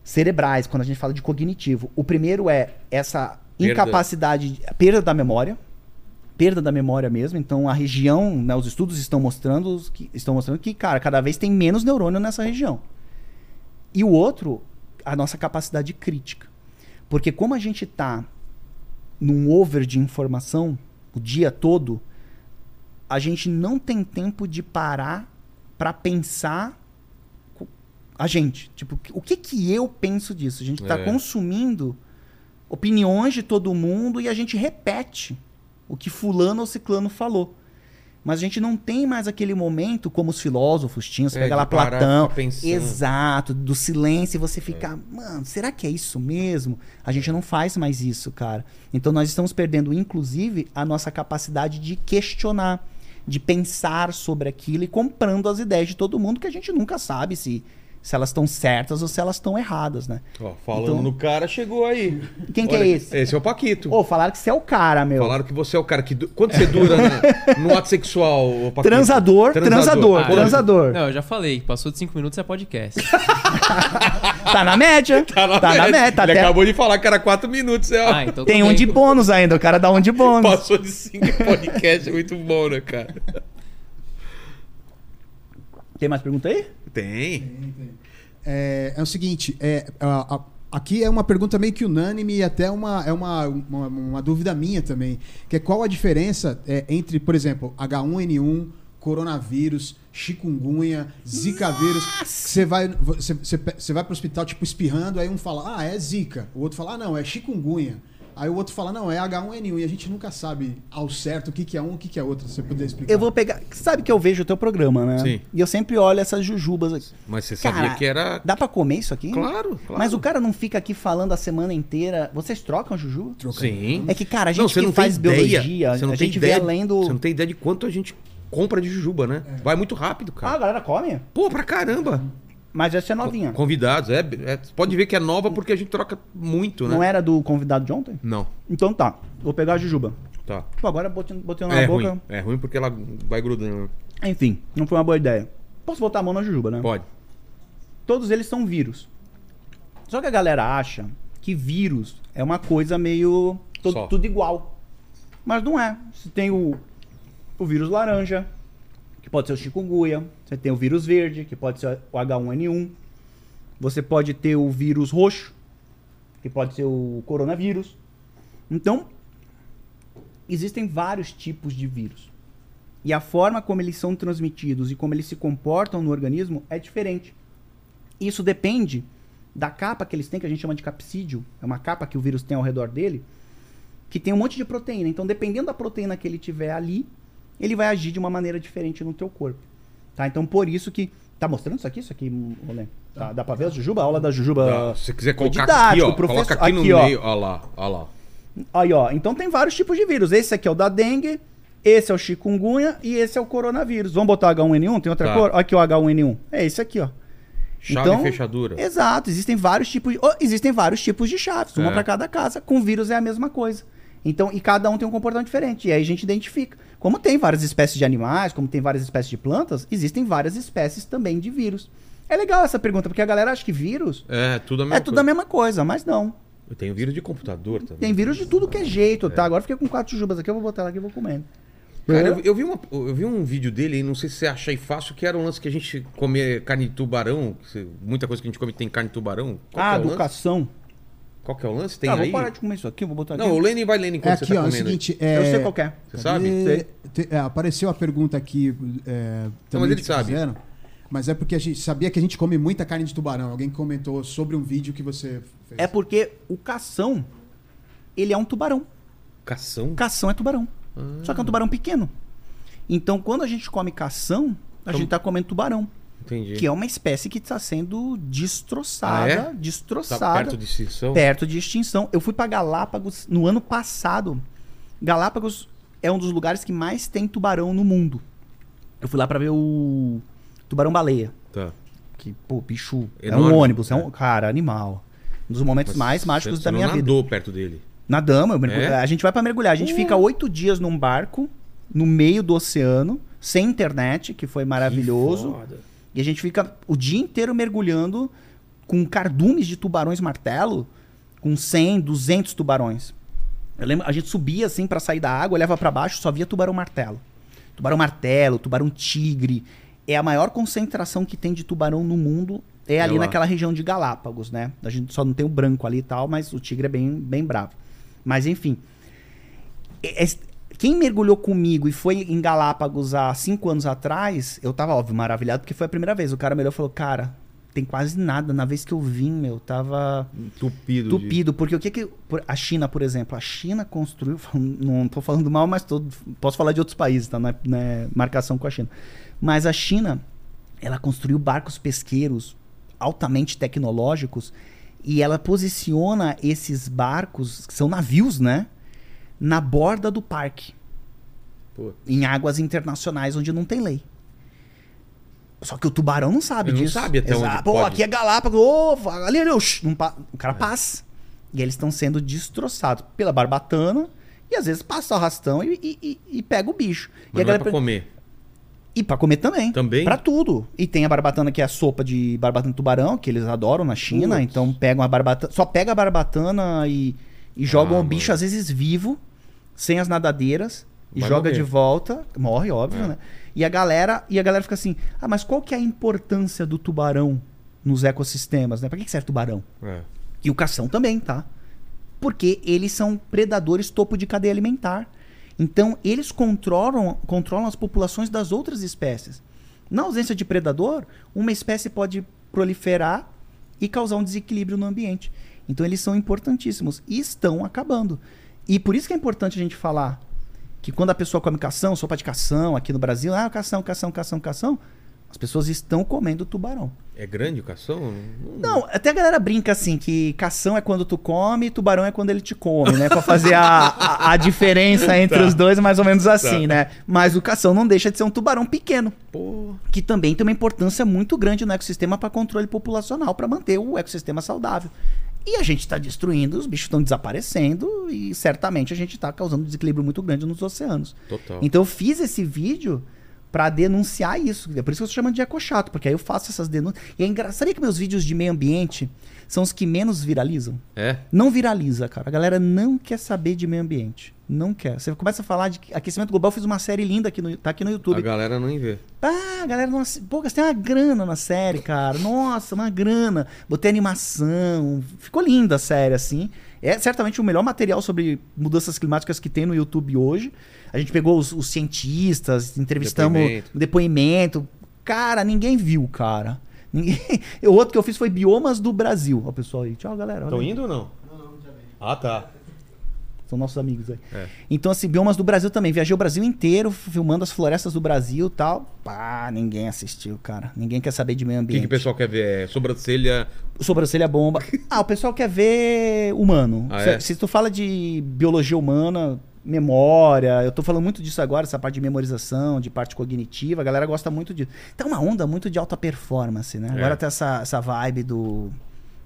[SPEAKER 3] cerebrais, quando a gente fala de cognitivo. O primeiro é essa
[SPEAKER 1] Perda.
[SPEAKER 3] incapacidade, a perda da memória, perda da memória mesmo. Então a região, né, os estudos estão mostrando que estão mostrando que, cara, cada vez tem menos neurônio nessa região. E o outro, a nossa capacidade crítica. Porque como a gente tá num over de informação o dia todo, a gente não tem tempo de parar para pensar co- a gente. Tipo, o que que eu penso disso? A gente tá
[SPEAKER 1] É.
[SPEAKER 3] consumindo opiniões de todo mundo e a gente repete o que fulano ou ciclano falou. Mas a gente não tem mais aquele momento como os filósofos tinham, você
[SPEAKER 1] É,
[SPEAKER 3] pega
[SPEAKER 1] de
[SPEAKER 3] lá
[SPEAKER 1] parar,
[SPEAKER 3] Platão,
[SPEAKER 1] ficar pensando.
[SPEAKER 3] exato, do silêncio e você fica, mano, será que é isso mesmo? A gente não faz mais isso, cara. Então nós estamos perdendo inclusive a nossa capacidade de questionar, de pensar sobre aquilo e comprando as ideias de todo mundo que a gente nunca sabe se se elas estão certas ou se elas estão erradas, né?
[SPEAKER 1] Ó, falando
[SPEAKER 3] Então-
[SPEAKER 1] no cara, chegou aí.
[SPEAKER 3] Quem que é
[SPEAKER 1] Olha,
[SPEAKER 3] esse?
[SPEAKER 1] Esse é o Paquito.
[SPEAKER 3] Ô, falaram que você é o cara, meu.
[SPEAKER 1] Falaram que você é o cara que. du- Quanto você dura na- no ato sexual, ô Paquito? Ah,
[SPEAKER 3] Transador, transador,
[SPEAKER 1] Pô,
[SPEAKER 3] transador.
[SPEAKER 4] Não, eu já falei, passou de 5 minutos
[SPEAKER 3] *laughs*
[SPEAKER 4] é podcast.
[SPEAKER 3] Tá na
[SPEAKER 1] *laughs*
[SPEAKER 3] média.
[SPEAKER 1] Tá na meta.
[SPEAKER 3] Tá
[SPEAKER 1] Ele
[SPEAKER 3] até...
[SPEAKER 1] acabou de falar que era quatro minutos. É, ó.
[SPEAKER 4] Ah, então
[SPEAKER 3] Tem
[SPEAKER 4] tudo
[SPEAKER 3] um
[SPEAKER 4] bem,
[SPEAKER 3] de
[SPEAKER 4] pô.
[SPEAKER 3] bônus ainda, o cara dá um de bônus.
[SPEAKER 1] Passou de cinco podcast. é Muito bom, né, cara?
[SPEAKER 3] Tem mais pergunta aí?
[SPEAKER 1] Tem.
[SPEAKER 2] É, é o seguinte, é, a- a- aqui é uma pergunta meio que unânime e até uma, é uma, uma, uma dúvida minha também, que é qual a diferença é, entre, por exemplo, H1N1, coronavírus, chikungunya, zika vírus, que você vai, você, você, pe- você vai pro hospital, tipo, espirrando, aí um fala, ah, é zika, o outro fala, ah, não, é chikungunya. Aí o outro fala, não, é H1N1, e a gente nunca sabe ao certo o que, que é um, o que, que é outro, se você puder explicar.
[SPEAKER 3] Eu vou pegar. Sabe que eu vejo o teu programa, né?
[SPEAKER 1] Sim.
[SPEAKER 3] E eu sempre olho essas jujubas aqui.
[SPEAKER 1] Mas você sabia
[SPEAKER 3] Cara,
[SPEAKER 1] que era.
[SPEAKER 3] Dá pra comer isso aqui?
[SPEAKER 1] Claro, claro.
[SPEAKER 3] Mas o cara não fica aqui falando a semana inteira. Vocês trocam jujuba?
[SPEAKER 1] Sim.
[SPEAKER 3] É que, cara, a gente
[SPEAKER 1] Não, você
[SPEAKER 3] que
[SPEAKER 1] não
[SPEAKER 3] faz
[SPEAKER 1] tem ideia.
[SPEAKER 3] biologia,
[SPEAKER 1] Você não
[SPEAKER 3] a
[SPEAKER 1] tem
[SPEAKER 3] gente
[SPEAKER 1] ideia,
[SPEAKER 3] vê além do.
[SPEAKER 1] Você não tem ideia de quanto a gente compra de jujuba, né? Vai muito rápido,
[SPEAKER 3] Ah, a
[SPEAKER 1] cara.
[SPEAKER 3] galera come?
[SPEAKER 1] Pô, pra caramba.
[SPEAKER 3] Mas essa é novinha.
[SPEAKER 1] Convidados, é, é, Pode ver que é nova porque a gente troca muito, né?
[SPEAKER 3] Não é? era do convidado de ontem?
[SPEAKER 1] Não,
[SPEAKER 3] Então tá, vou pegar a jujuba.
[SPEAKER 1] tá.
[SPEAKER 3] Pô, agora botei, botei um na
[SPEAKER 1] É
[SPEAKER 3] boca.
[SPEAKER 1] ruim. É ruim porque ela vai grudando.
[SPEAKER 3] Enfim, não foi uma boa ideia. Posso botar a mão na jujuba, né?
[SPEAKER 1] Pode.
[SPEAKER 3] todos eles são vírus. Só que a galera acha que vírus é uma coisa meio to-
[SPEAKER 1] Só.
[SPEAKER 3] tudo igual. Mas não é. Você tem o, o vírus laranja, que pode ser o chikungunya, você tem o vírus verde, que pode ser o H1N1. Você pode ter o vírus roxo, que pode ser o coronavírus. Então, existem vários tipos de vírus. E a forma como eles são transmitidos e como eles se comportam no organismo é diferente. Isso depende da capa que eles têm, que a gente chama de capsídio, é uma capa que o vírus tem ao redor dele, que tem um monte de proteína. Então, dependendo da proteína que ele tiver ali, ele vai agir de uma maneira diferente no teu corpo. Tá? Então, por isso que tá mostrando isso aqui, isso aqui, Rolê? Tá, dá pra ver a Jujuba, a aula da Jujuba.
[SPEAKER 1] Tá, Se você quiser
[SPEAKER 3] foi
[SPEAKER 1] colocar aqui,
[SPEAKER 3] didático,
[SPEAKER 1] ó.
[SPEAKER 3] professor-
[SPEAKER 1] Coloca aqui no
[SPEAKER 3] ó.
[SPEAKER 1] meio. Ó lá, ó lá.
[SPEAKER 3] Aí, ó. Então tem vários tipos de vírus. Esse aqui é o da dengue, esse é o chikungunya e esse é o coronavírus. Vamos botar H1N1? Tem outra
[SPEAKER 1] Tá.
[SPEAKER 3] cor? Aqui o H1N1. É esse aqui, ó.
[SPEAKER 1] Chave
[SPEAKER 3] Então,
[SPEAKER 1] e fechadura.
[SPEAKER 3] Exato. Existem vários tipos de, oh, existem vários tipos de chaves, uma
[SPEAKER 1] É.
[SPEAKER 3] para cada casa. Com vírus é a mesma coisa. Então, e cada um tem um comportamento diferente. E aí a gente identifica. Como tem várias espécies de animais, como tem várias espécies de plantas, existem várias espécies também de vírus. É legal essa pergunta, porque a galera acha que vírus
[SPEAKER 1] É, tudo a mesma
[SPEAKER 3] é tudo a mesma coisa, mas não.
[SPEAKER 1] Eu tenho vírus de computador também.
[SPEAKER 3] Tem vírus de tudo que é jeito, tá? Agora eu fiquei com quatro jujubas aqui, eu vou botar ela aqui e vou comendo. É.
[SPEAKER 1] Cara, eu, eu vi uma- eu vi um vídeo dele, não sei se você acha aí fácil, que era um lance que a gente comia carne de tubarão. que você- muita coisa que a gente come tem carne de tubarão. Qual
[SPEAKER 3] ah,
[SPEAKER 1] que é o lance?
[SPEAKER 3] educação.
[SPEAKER 1] Qual que é o lance? Tem
[SPEAKER 3] ah,
[SPEAKER 1] aí?
[SPEAKER 3] vou parar de comer isso aqui, vou botar aqui.
[SPEAKER 1] Não, o Lenin vai Lenin
[SPEAKER 2] É
[SPEAKER 1] enquanto você
[SPEAKER 2] aqui,
[SPEAKER 1] tá
[SPEAKER 2] ó. É o
[SPEAKER 1] comendo. aí.
[SPEAKER 2] seguinte.
[SPEAKER 3] Eu
[SPEAKER 2] é,
[SPEAKER 3] sei qual que é.
[SPEAKER 1] Você sabe?
[SPEAKER 2] e-
[SPEAKER 3] Sei.
[SPEAKER 2] te- é, apareceu a pergunta aqui. É, também
[SPEAKER 1] ele
[SPEAKER 2] que
[SPEAKER 1] sabe.
[SPEAKER 2] fizeram, mas é porque a gente sabia que a gente come muita carne de tubarão. Alguém comentou sobre um vídeo que você fez.
[SPEAKER 3] É porque o cação, ele é um tubarão.
[SPEAKER 1] Cação?
[SPEAKER 3] Cação é tubarão.
[SPEAKER 1] Ah.
[SPEAKER 3] Só que é um tubarão pequeno. Então, quando a gente come cação, a
[SPEAKER 1] Então-
[SPEAKER 3] gente tá comendo tubarão.
[SPEAKER 1] Entendi.
[SPEAKER 3] Que é uma espécie que está sendo destroçada.
[SPEAKER 1] Ah, é?
[SPEAKER 3] Destroçada.
[SPEAKER 1] Tá perto de extinção?
[SPEAKER 3] perto de extinção. Eu fui para Galápagos no ano passado. Galápagos é um dos lugares que mais tem tubarão no mundo. Eu fui lá para ver o tubarão-baleia,
[SPEAKER 1] Tá.
[SPEAKER 3] que, pô, bicho,
[SPEAKER 1] Enorme.
[SPEAKER 3] é um ônibus, é um cara, animal. Um dos momentos
[SPEAKER 1] Mas
[SPEAKER 3] mais mágicos
[SPEAKER 1] você-
[SPEAKER 3] da
[SPEAKER 1] você
[SPEAKER 3] minha
[SPEAKER 1] não
[SPEAKER 3] vida.
[SPEAKER 1] nadou perto dele.
[SPEAKER 3] Nadamos, eu mergulho.
[SPEAKER 1] É?
[SPEAKER 3] A gente vai pra mergulhar. A gente fica oito dias num barco, no meio do oceano, sem internet, que foi maravilhoso.
[SPEAKER 1] Que foda.
[SPEAKER 3] E a gente fica o dia inteiro mergulhando com cardumes de tubarões martelo, com 100, 200 tubarões. Eu lembro, a gente subia assim pra sair da água, olhava pra baixo, só via tubarão martelo. Tubarão martelo, tubarão tigre. É a maior concentração que tem de tubarão no mundo. É ali
[SPEAKER 1] lá.
[SPEAKER 3] naquela região de Galápagos, né? A gente só não tem o branco ali e tal, mas o tigre é bem, bem bravo. Mas enfim. É- é- quem mergulhou comigo e foi em Galápagos há cinco anos atrás, eu tava, óbvio, maravilhado, porque foi a primeira vez. O cara me olhou e falou, cara, tem quase nada. Na vez que eu vim, meu, tava
[SPEAKER 1] Entupido. de-
[SPEAKER 3] tupido. Porque o que que... por- A China, por exemplo, a China construiu... *laughs* Não tô falando mal, mas tô- posso falar de outros países, tá? Não é, não é marcação com a China. Mas a China, ela construiu barcos pesqueiros altamente tecnológicos e ela posiciona esses barcos, que são navios, né? Na borda do parque
[SPEAKER 1] Pô,
[SPEAKER 3] em águas internacionais onde não tem lei. Só que o tubarão não sabe
[SPEAKER 1] Ele não
[SPEAKER 3] disso.
[SPEAKER 1] sabe até onde
[SPEAKER 3] Exato. Pô,
[SPEAKER 1] pode. É.
[SPEAKER 3] aqui é Galápagos. Ô, ali, ali, oxi, não pa- o cara passa. E eles estão sendo destroçados pela barbatana e às vezes passa o arrastão e, e- e- e pega o bicho.
[SPEAKER 1] mas
[SPEAKER 3] e, a
[SPEAKER 1] não é
[SPEAKER 3] galera
[SPEAKER 1] pra
[SPEAKER 3] pre-
[SPEAKER 1] comer.
[SPEAKER 3] e pra comer também.
[SPEAKER 1] Também?
[SPEAKER 3] Pra tudo. E tem a barbatana que é a sopa de barbatana de tubarão, que eles adoram na China.
[SPEAKER 1] Putz.
[SPEAKER 3] Então pegam a barbatana. Só pega a barbatana e, e jogam
[SPEAKER 1] Ah,
[SPEAKER 3] o bicho,
[SPEAKER 1] mano.
[SPEAKER 3] às vezes vivo, sem as nadadeiras, e
[SPEAKER 1] Vai
[SPEAKER 3] joga
[SPEAKER 1] morrer.
[SPEAKER 3] de volta. Morre, óbvio,
[SPEAKER 1] É.
[SPEAKER 3] né? E a galera. E a galera fica assim: ah, mas qual que é a importância do tubarão nos ecossistemas, né? Pra que que serve tubarão?
[SPEAKER 1] É.
[SPEAKER 3] E o cação também, tá? Porque eles são predadores topo de cadeia alimentar. Então, eles controlam, controlam as populações das outras espécies. Na ausência de predador, uma espécie pode proliferar e causar um desequilíbrio no ambiente. Então, eles são importantíssimos e estão acabando. E por isso que é importante a gente falar que quando a pessoa come cação, sopa de cação aqui no Brasil, ah, cação, cação, cação, cação, as pessoas estão comendo tubarão.
[SPEAKER 1] É grande o cação? Hum.
[SPEAKER 3] Não, até a galera brinca assim, que cação é quando tu come e tubarão é quando ele te come, né? Pra fazer a, a, a diferença entre os dois, mais ou menos assim, né? Mas o cação não deixa de ser um tubarão pequeno,
[SPEAKER 1] Pô,
[SPEAKER 3] que também tem uma importância muito grande no ecossistema para controle populacional, para manter o ecossistema saudável. E a gente tá destruindo, os bichos estão desaparecendo e certamente a gente tá causando um desequilíbrio muito grande nos oceanos.
[SPEAKER 1] total.
[SPEAKER 3] Então eu fiz esse vídeo pra denunciar isso. É por isso que eu tô chamando de ecochato, porque aí eu faço essas denúncias. E é engraçado Sabia que meus vídeos de meio ambiente são os que menos viralizam.
[SPEAKER 1] É?
[SPEAKER 3] Não viraliza, cara. A galera não quer saber de meio ambiente. Não quer. Você começa a falar de aquecimento global, eu fiz uma série linda aqui no, tá aqui no
[SPEAKER 1] A
[SPEAKER 3] YouTube.
[SPEAKER 1] galera não vê.
[SPEAKER 3] Ah, a galera, nossa, pô, gastei uma grana na série, cara. Nossa, uma grana. Botei animação. Ficou linda a série, assim. É certamente o melhor material sobre mudanças climáticas que tem no YouTube hoje. A gente pegou os, os cientistas, entrevistamos
[SPEAKER 1] Depoimento.
[SPEAKER 3] depoimento. Cara, ninguém viu, cara. Ninguém... *laughs* O outro que eu fiz foi Biomas do Brasil. Ó, o pessoal aí. Tchau, galera.
[SPEAKER 1] Estão
[SPEAKER 3] Olha aí.
[SPEAKER 1] indo ou não? Não, não, já vem. Ah, tá.
[SPEAKER 3] São nossos amigos aí.
[SPEAKER 1] É.
[SPEAKER 3] Então, assim, Biomas do Brasil também. Viajei o Brasil inteiro, filmando as florestas do Brasil e tal. Pá, ninguém assistiu, cara. Ninguém quer saber de meio
[SPEAKER 1] O que,
[SPEAKER 3] ambiente.
[SPEAKER 1] que o pessoal quer ver? É sobrancelha.
[SPEAKER 3] Sobrancelha
[SPEAKER 1] *laughs*
[SPEAKER 3] bomba. Ah, o pessoal quer ver humano.
[SPEAKER 1] Ah,
[SPEAKER 3] se,
[SPEAKER 1] é?
[SPEAKER 3] se tu fala de biologia humana, memória, eu tô falando muito disso agora, essa parte de memorização, de parte cognitiva, a galera gosta muito disso. Tá uma onda muito de alta performance, né?
[SPEAKER 1] É.
[SPEAKER 3] Agora tem essa, essa vibe do.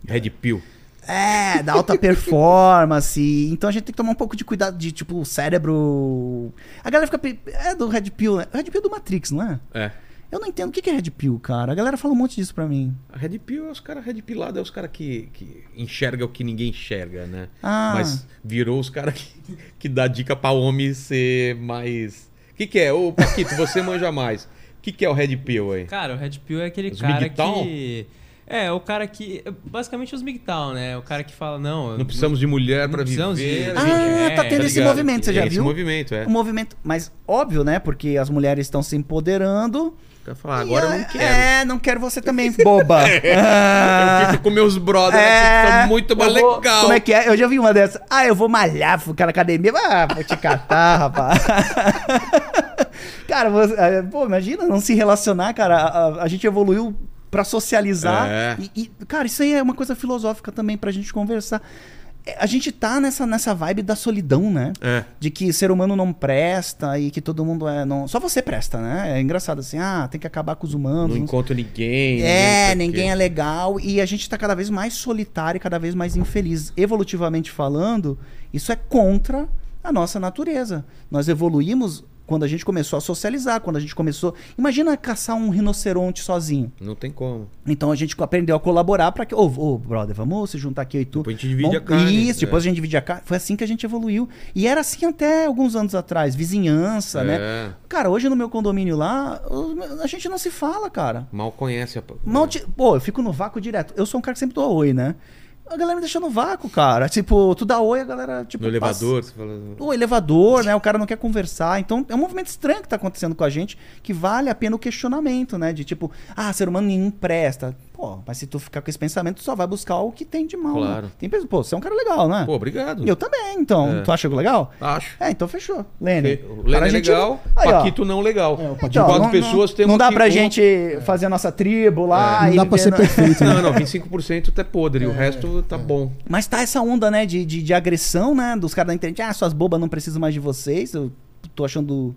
[SPEAKER 1] Red Pill.
[SPEAKER 3] É, da alta performance. *laughs* Então a gente tem que tomar um pouco de cuidado de, tipo, o cérebro. A galera fica. pe- É do Red Pill, né? Red Pill é do Matrix, não é?
[SPEAKER 1] É.
[SPEAKER 3] Eu não entendo o que que é Red Pill, cara. A galera fala um monte disso pra mim.
[SPEAKER 1] A Red Pill é os caras Red Pilado, é os caras que, que enxerga o que ninguém enxerga, né?
[SPEAKER 3] Ah.
[SPEAKER 1] Mas virou os caras que, que dá dica pra homem ser mais. O que, que é? Ô, Paquito, você manja mais. O que, que é o Red Pill aí?
[SPEAKER 4] Cara, o Red Pill é aquele
[SPEAKER 1] Os
[SPEAKER 4] cara
[SPEAKER 1] Migtal?
[SPEAKER 4] que. É, o cara que. Basicamente os MGTOW, né? O cara que fala, não.
[SPEAKER 1] Não precisamos de mulher para viver. né?"
[SPEAKER 4] precisamos de-
[SPEAKER 1] a gente-
[SPEAKER 3] Ah,
[SPEAKER 4] é,
[SPEAKER 3] tá tendo
[SPEAKER 4] tá
[SPEAKER 3] esse
[SPEAKER 1] ligado?
[SPEAKER 3] movimento, você já
[SPEAKER 1] Esse
[SPEAKER 3] viu? Um-
[SPEAKER 1] movimento, é.
[SPEAKER 3] O movimento, mas óbvio, né? Porque as mulheres estão se empoderando.
[SPEAKER 1] Quer falar, agora
[SPEAKER 3] E,
[SPEAKER 1] eu não
[SPEAKER 3] ah,
[SPEAKER 1] quero.
[SPEAKER 3] É, não quero você também, boba. *laughs* Ah,
[SPEAKER 1] *laughs* Eu fico com meus brothers aqui, né, que são muito mais
[SPEAKER 3] É, eu vou-
[SPEAKER 1] legal.
[SPEAKER 3] Como é que é? Eu já vi uma dessas. Ah, eu vou malhar, ficar na academia. Ah, vou te catar, *laughs* rapaz. cara, você- ah, pô, imagina não se relacionar, cara. A, a- a gente evoluiu pra socializar.
[SPEAKER 1] É.
[SPEAKER 3] E, e, cara, isso aí é uma coisa filosófica também pra gente conversar. É, A gente tá nessa, nessa vibe da solidão, né?
[SPEAKER 1] É.
[SPEAKER 3] de que ser humano não presta e que todo mundo é não só você presta né é engraçado assim ah tem que acabar com os humanos
[SPEAKER 1] Não
[SPEAKER 3] não
[SPEAKER 1] encontro ninguém. tá
[SPEAKER 3] é
[SPEAKER 1] não sei o quê.
[SPEAKER 3] ninguém é legal e a gente tá cada vez mais solitário e cada vez mais infeliz evolutivamente falando isso é contra a nossa natureza nós evoluímos quando a gente começou a socializar quando a gente começou imagina caçar um rinoceronte sozinho
[SPEAKER 1] Não tem como.
[SPEAKER 3] então a gente aprendeu a colaborar para que. Ô, ô, brother, vamos se juntar aqui eu e tu.
[SPEAKER 1] Depois a gente divide
[SPEAKER 3] Vamos-
[SPEAKER 1] a carne,
[SPEAKER 3] Isso, depois
[SPEAKER 1] é.
[SPEAKER 3] a gente divide a carne. Foi assim que a gente evoluiu. E era assim até alguns anos atrás vizinhança, né?
[SPEAKER 1] É.
[SPEAKER 3] Cara, hoje no meu condomínio lá, o- a gente não se fala, cara.
[SPEAKER 1] Mal conhece a. p-
[SPEAKER 3] Mal te- Pô, eu fico no vácuo direto. Eu sou um cara que sempre dou oi, né? A galera me deixa no vácuo, cara. Tipo, tu dá oi, a galera. Tipo,
[SPEAKER 1] No
[SPEAKER 3] passa-
[SPEAKER 1] elevador, você fala.
[SPEAKER 3] o elevador, né? O cara não quer conversar. Então, é um movimento estranho que tá acontecendo com a gente, que vale a pena o questionamento, né? De tipo, ah, ser humano nenhum presta. Pô, mas se tu ficar com esse pensamento, tu só vai buscar o que tem de mal. né?
[SPEAKER 1] Claro.
[SPEAKER 3] Tem pessoa, pô, você é um cara legal, né?
[SPEAKER 1] Pô, obrigado.
[SPEAKER 3] eu também, então.
[SPEAKER 1] É.
[SPEAKER 3] Tu acha que eu legal?
[SPEAKER 1] Acho.
[SPEAKER 3] É, então fechou. Lene.
[SPEAKER 1] O
[SPEAKER 3] Cara,
[SPEAKER 1] Lênin
[SPEAKER 3] a
[SPEAKER 1] é
[SPEAKER 3] gente-
[SPEAKER 1] legal,
[SPEAKER 3] Aí, ó. Então,
[SPEAKER 1] Paquito não legal.
[SPEAKER 2] É, o
[SPEAKER 1] De
[SPEAKER 2] Paquito.
[SPEAKER 1] quatro
[SPEAKER 3] não,
[SPEAKER 1] pessoas
[SPEAKER 3] não,
[SPEAKER 1] temos
[SPEAKER 3] não dá
[SPEAKER 1] que
[SPEAKER 3] pra
[SPEAKER 1] um-
[SPEAKER 3] gente fazer a nossa tribo lá.
[SPEAKER 2] É. Não
[SPEAKER 3] e
[SPEAKER 2] dá pra
[SPEAKER 3] viver
[SPEAKER 2] ser
[SPEAKER 3] na-
[SPEAKER 2] perfeito, né?
[SPEAKER 1] *laughs* Não, não, 25% tá podre,
[SPEAKER 3] É,
[SPEAKER 1] o resto tá bom.
[SPEAKER 3] Mas tá essa onda, né, de, de, de agressão, né? Dos caras da internet. Ah, suas bobas não precisam mais de vocês. Eu tô achando.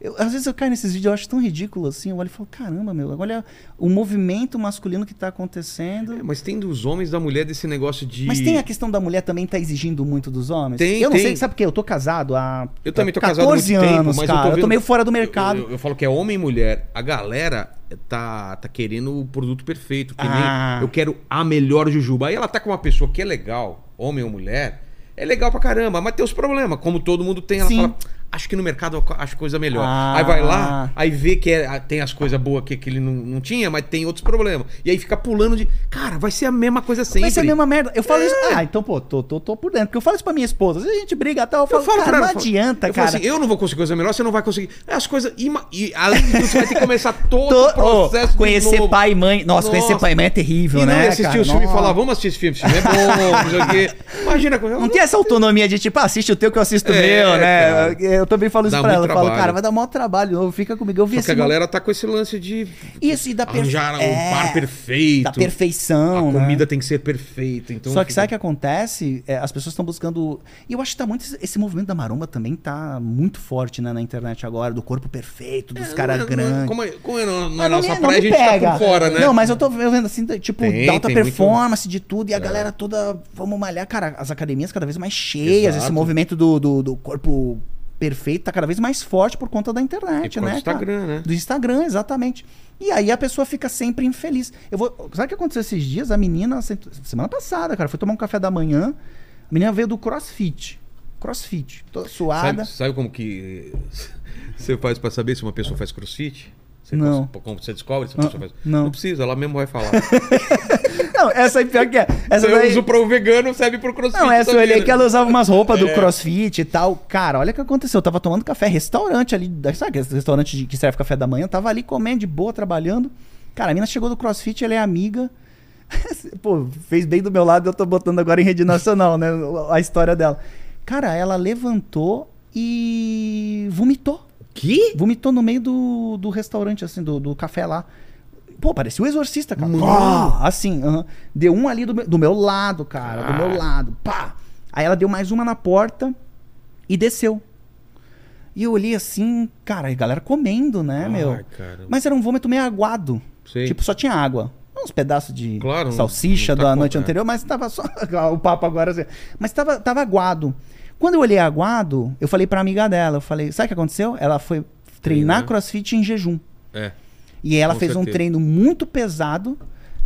[SPEAKER 3] eu- às vezes eu caio nesses vídeos, eu acho tão ridículo assim. Eu olho e falo, caramba, meu, olha o movimento masculino que tá acontecendo.
[SPEAKER 1] É, mas tem dos homens da mulher desse negócio de.
[SPEAKER 3] Mas tem a questão da mulher também tá exigindo muito dos homens?
[SPEAKER 1] Tem,
[SPEAKER 3] eu não
[SPEAKER 1] tem.
[SPEAKER 3] sei, sabe por quê? Eu tô casado há
[SPEAKER 1] Eu também tô casado há muito
[SPEAKER 3] 14
[SPEAKER 1] tempo,
[SPEAKER 3] anos,
[SPEAKER 1] mas eu tô
[SPEAKER 3] cara. Eu tô,
[SPEAKER 1] vendo-
[SPEAKER 3] meio fora do mercado.
[SPEAKER 1] Eu, eu- eu falo que é homem e mulher. A galera tá, tá querendo o produto perfeito. Que nem
[SPEAKER 3] Ah.
[SPEAKER 1] eu quero a melhor jujuba. Aí ela tá com uma pessoa que é legal, homem ou mulher. É legal pra caramba, mas tem os problemas. Como todo mundo tem, ela
[SPEAKER 3] Sim.
[SPEAKER 1] fala, acho que no mercado eu co- acho coisa melhor.
[SPEAKER 3] Ah.
[SPEAKER 1] Aí vai lá, aí vê que é- tem as coisas boas que, que ele não, não tinha, mas tem outros problemas. E aí fica pulando de, cara, vai ser a mesma coisa sempre. É.
[SPEAKER 3] Vai ser é a mesma merda. Eu falo isso. Ah, então, pô, tô, tô, tô por dentro. Porque eu falo isso pra minha esposa. Às vezes a gente briga até. Eu
[SPEAKER 1] Eu
[SPEAKER 3] falo,
[SPEAKER 1] falo
[SPEAKER 3] cara,
[SPEAKER 1] pra ela,
[SPEAKER 3] não
[SPEAKER 1] eu falo-
[SPEAKER 3] adianta,
[SPEAKER 1] eu falo
[SPEAKER 3] cara.
[SPEAKER 1] assim, eu não vou conseguir coisa melhor, você não vai conseguir. É, As coisas. ima- E além de tudo, você vai ter que começar
[SPEAKER 3] *laughs*
[SPEAKER 1] todo
[SPEAKER 3] Tô-
[SPEAKER 1] o processo.
[SPEAKER 3] ô,
[SPEAKER 1] de
[SPEAKER 3] conhecer
[SPEAKER 1] novo.
[SPEAKER 3] pai e mãe. Nossa, conhecer
[SPEAKER 1] Nossa.
[SPEAKER 3] pai e mãe é terrível,
[SPEAKER 1] E não
[SPEAKER 3] né?
[SPEAKER 1] ia assistir
[SPEAKER 3] cara?
[SPEAKER 1] o filme e
[SPEAKER 3] Nossa.
[SPEAKER 1] falar, vamos assistir esse filme, esse filme é bom, não sei o
[SPEAKER 3] *laughs*
[SPEAKER 1] quê. Imagina como.
[SPEAKER 3] Não tem essa autonomia de tipo, ah, assiste o teu que eu assisto o
[SPEAKER 1] É,
[SPEAKER 3] meu, né?
[SPEAKER 1] cara.
[SPEAKER 3] Eu, eu também falo isso
[SPEAKER 1] Dá
[SPEAKER 3] pra ela.
[SPEAKER 1] muito
[SPEAKER 3] Eu falo,
[SPEAKER 1] trabalho.
[SPEAKER 3] cara, vai dar maior trabalho, de novo, fica comigo. Eu vi
[SPEAKER 1] Só que a
[SPEAKER 3] esse mo-
[SPEAKER 1] galera tá com esse lance de
[SPEAKER 3] Isso, e da perfe-
[SPEAKER 1] arranjar
[SPEAKER 3] é,
[SPEAKER 1] o par perfeito.
[SPEAKER 3] Da perfeição.
[SPEAKER 1] a
[SPEAKER 3] né?
[SPEAKER 1] comida tem que ser perfeita. Então
[SPEAKER 3] Só que
[SPEAKER 1] fica-
[SPEAKER 3] sabe o que acontece? É, as pessoas estão buscando. E eu acho que tá muito. esse- Esse movimento da maromba também tá muito forte né, na internet agora, do corpo perfeito, dos caras
[SPEAKER 1] Não, não,
[SPEAKER 3] grandes.
[SPEAKER 1] Como, é- como é na, na
[SPEAKER 3] Mas não
[SPEAKER 1] nossa
[SPEAKER 3] me- não
[SPEAKER 1] praia, a
[SPEAKER 3] me
[SPEAKER 1] gente
[SPEAKER 3] pega.
[SPEAKER 1] tá por fora, né?
[SPEAKER 3] Não, mas eu tô vendo assim, tipo,
[SPEAKER 1] Tem,
[SPEAKER 3] da alta
[SPEAKER 1] tem muito- É.
[SPEAKER 3] performance de tudo, e a galera toda, vamos malhar, cara, as academias cada vez mais cheias,
[SPEAKER 1] Exato.
[SPEAKER 3] esse movimento do, do, do corpo perfeito tá cada vez mais forte por conta da
[SPEAKER 1] E
[SPEAKER 3] internet,
[SPEAKER 1] por
[SPEAKER 3] né?
[SPEAKER 1] causa do
[SPEAKER 3] cara?
[SPEAKER 1] Instagram, né?
[SPEAKER 3] Do Instagram, exatamente. E aí a pessoa fica sempre infeliz. Eu vou. Sabe o que aconteceu esses dias? A menina, sent- semana passada, cara, foi tomar um café da manhã. A menina veio do crossfit. Crossfit, toda suada.
[SPEAKER 1] Sabe, sabe como que eh, *laughs* você faz pra saber se uma pessoa faz crossfit? Você
[SPEAKER 3] Não.
[SPEAKER 1] cons- como você descobre se
[SPEAKER 3] Ah,
[SPEAKER 1] uma pessoa faz.
[SPEAKER 3] não.
[SPEAKER 1] não precisa, ela mesmo vai falar.
[SPEAKER 3] Não, essa aí pior que é. *laughs* Essa
[SPEAKER 1] eu
[SPEAKER 3] daí...
[SPEAKER 1] uso pro vegano, serve pro crossfit.
[SPEAKER 3] Não, essa eu
[SPEAKER 1] também,
[SPEAKER 3] olhei
[SPEAKER 1] né?
[SPEAKER 3] que ela usava umas roupas do crossfit e tal. Cara, olha o que aconteceu. Eu tava tomando café, restaurante ali. da- Sabe aquele restaurante de- que serve café da manhã? Eu tava ali comendo de boa, trabalhando. Cara, a mina chegou do crossfit, ela é amiga. *laughs* Pô, fez bem do meu lado, eu tô botando agora em rede nacional, né? A história dela. Cara, ela levantou e vomitou.
[SPEAKER 1] Que?
[SPEAKER 3] Vomitou no meio do, do restaurante, assim, do, do café lá. Pô, parecia o exorcista, cara.
[SPEAKER 1] Mano.
[SPEAKER 3] Pá, assim, aham. deu um ali do, meu- do meu lado, cara. Do meu
[SPEAKER 1] Ah.
[SPEAKER 3] lado. Pá! Aí ela deu mais uma na porta e desceu. E eu olhei assim, cara, e galera comendo, né,
[SPEAKER 1] Ai,
[SPEAKER 3] meu?
[SPEAKER 1] cara.
[SPEAKER 3] Mas era um vômito meio aguado.
[SPEAKER 1] Sei.
[SPEAKER 3] Tipo, só tinha água. Uns pedaços de
[SPEAKER 1] Claro, não-
[SPEAKER 3] salsicha
[SPEAKER 1] não tá
[SPEAKER 3] da
[SPEAKER 1] como,
[SPEAKER 3] noite
[SPEAKER 1] é.
[SPEAKER 3] anterior, mas tava só. *laughs* o papo agora assim. Mas tava, tava aguado. Quando eu olhei aguado, eu falei pra amiga dela, eu falei, sabe o que aconteceu? Ela foi treinar
[SPEAKER 1] Treinar.
[SPEAKER 3] crossfit em jejum.
[SPEAKER 1] É.
[SPEAKER 3] E ela
[SPEAKER 1] Com
[SPEAKER 3] fez um
[SPEAKER 1] certeza.
[SPEAKER 3] treino muito pesado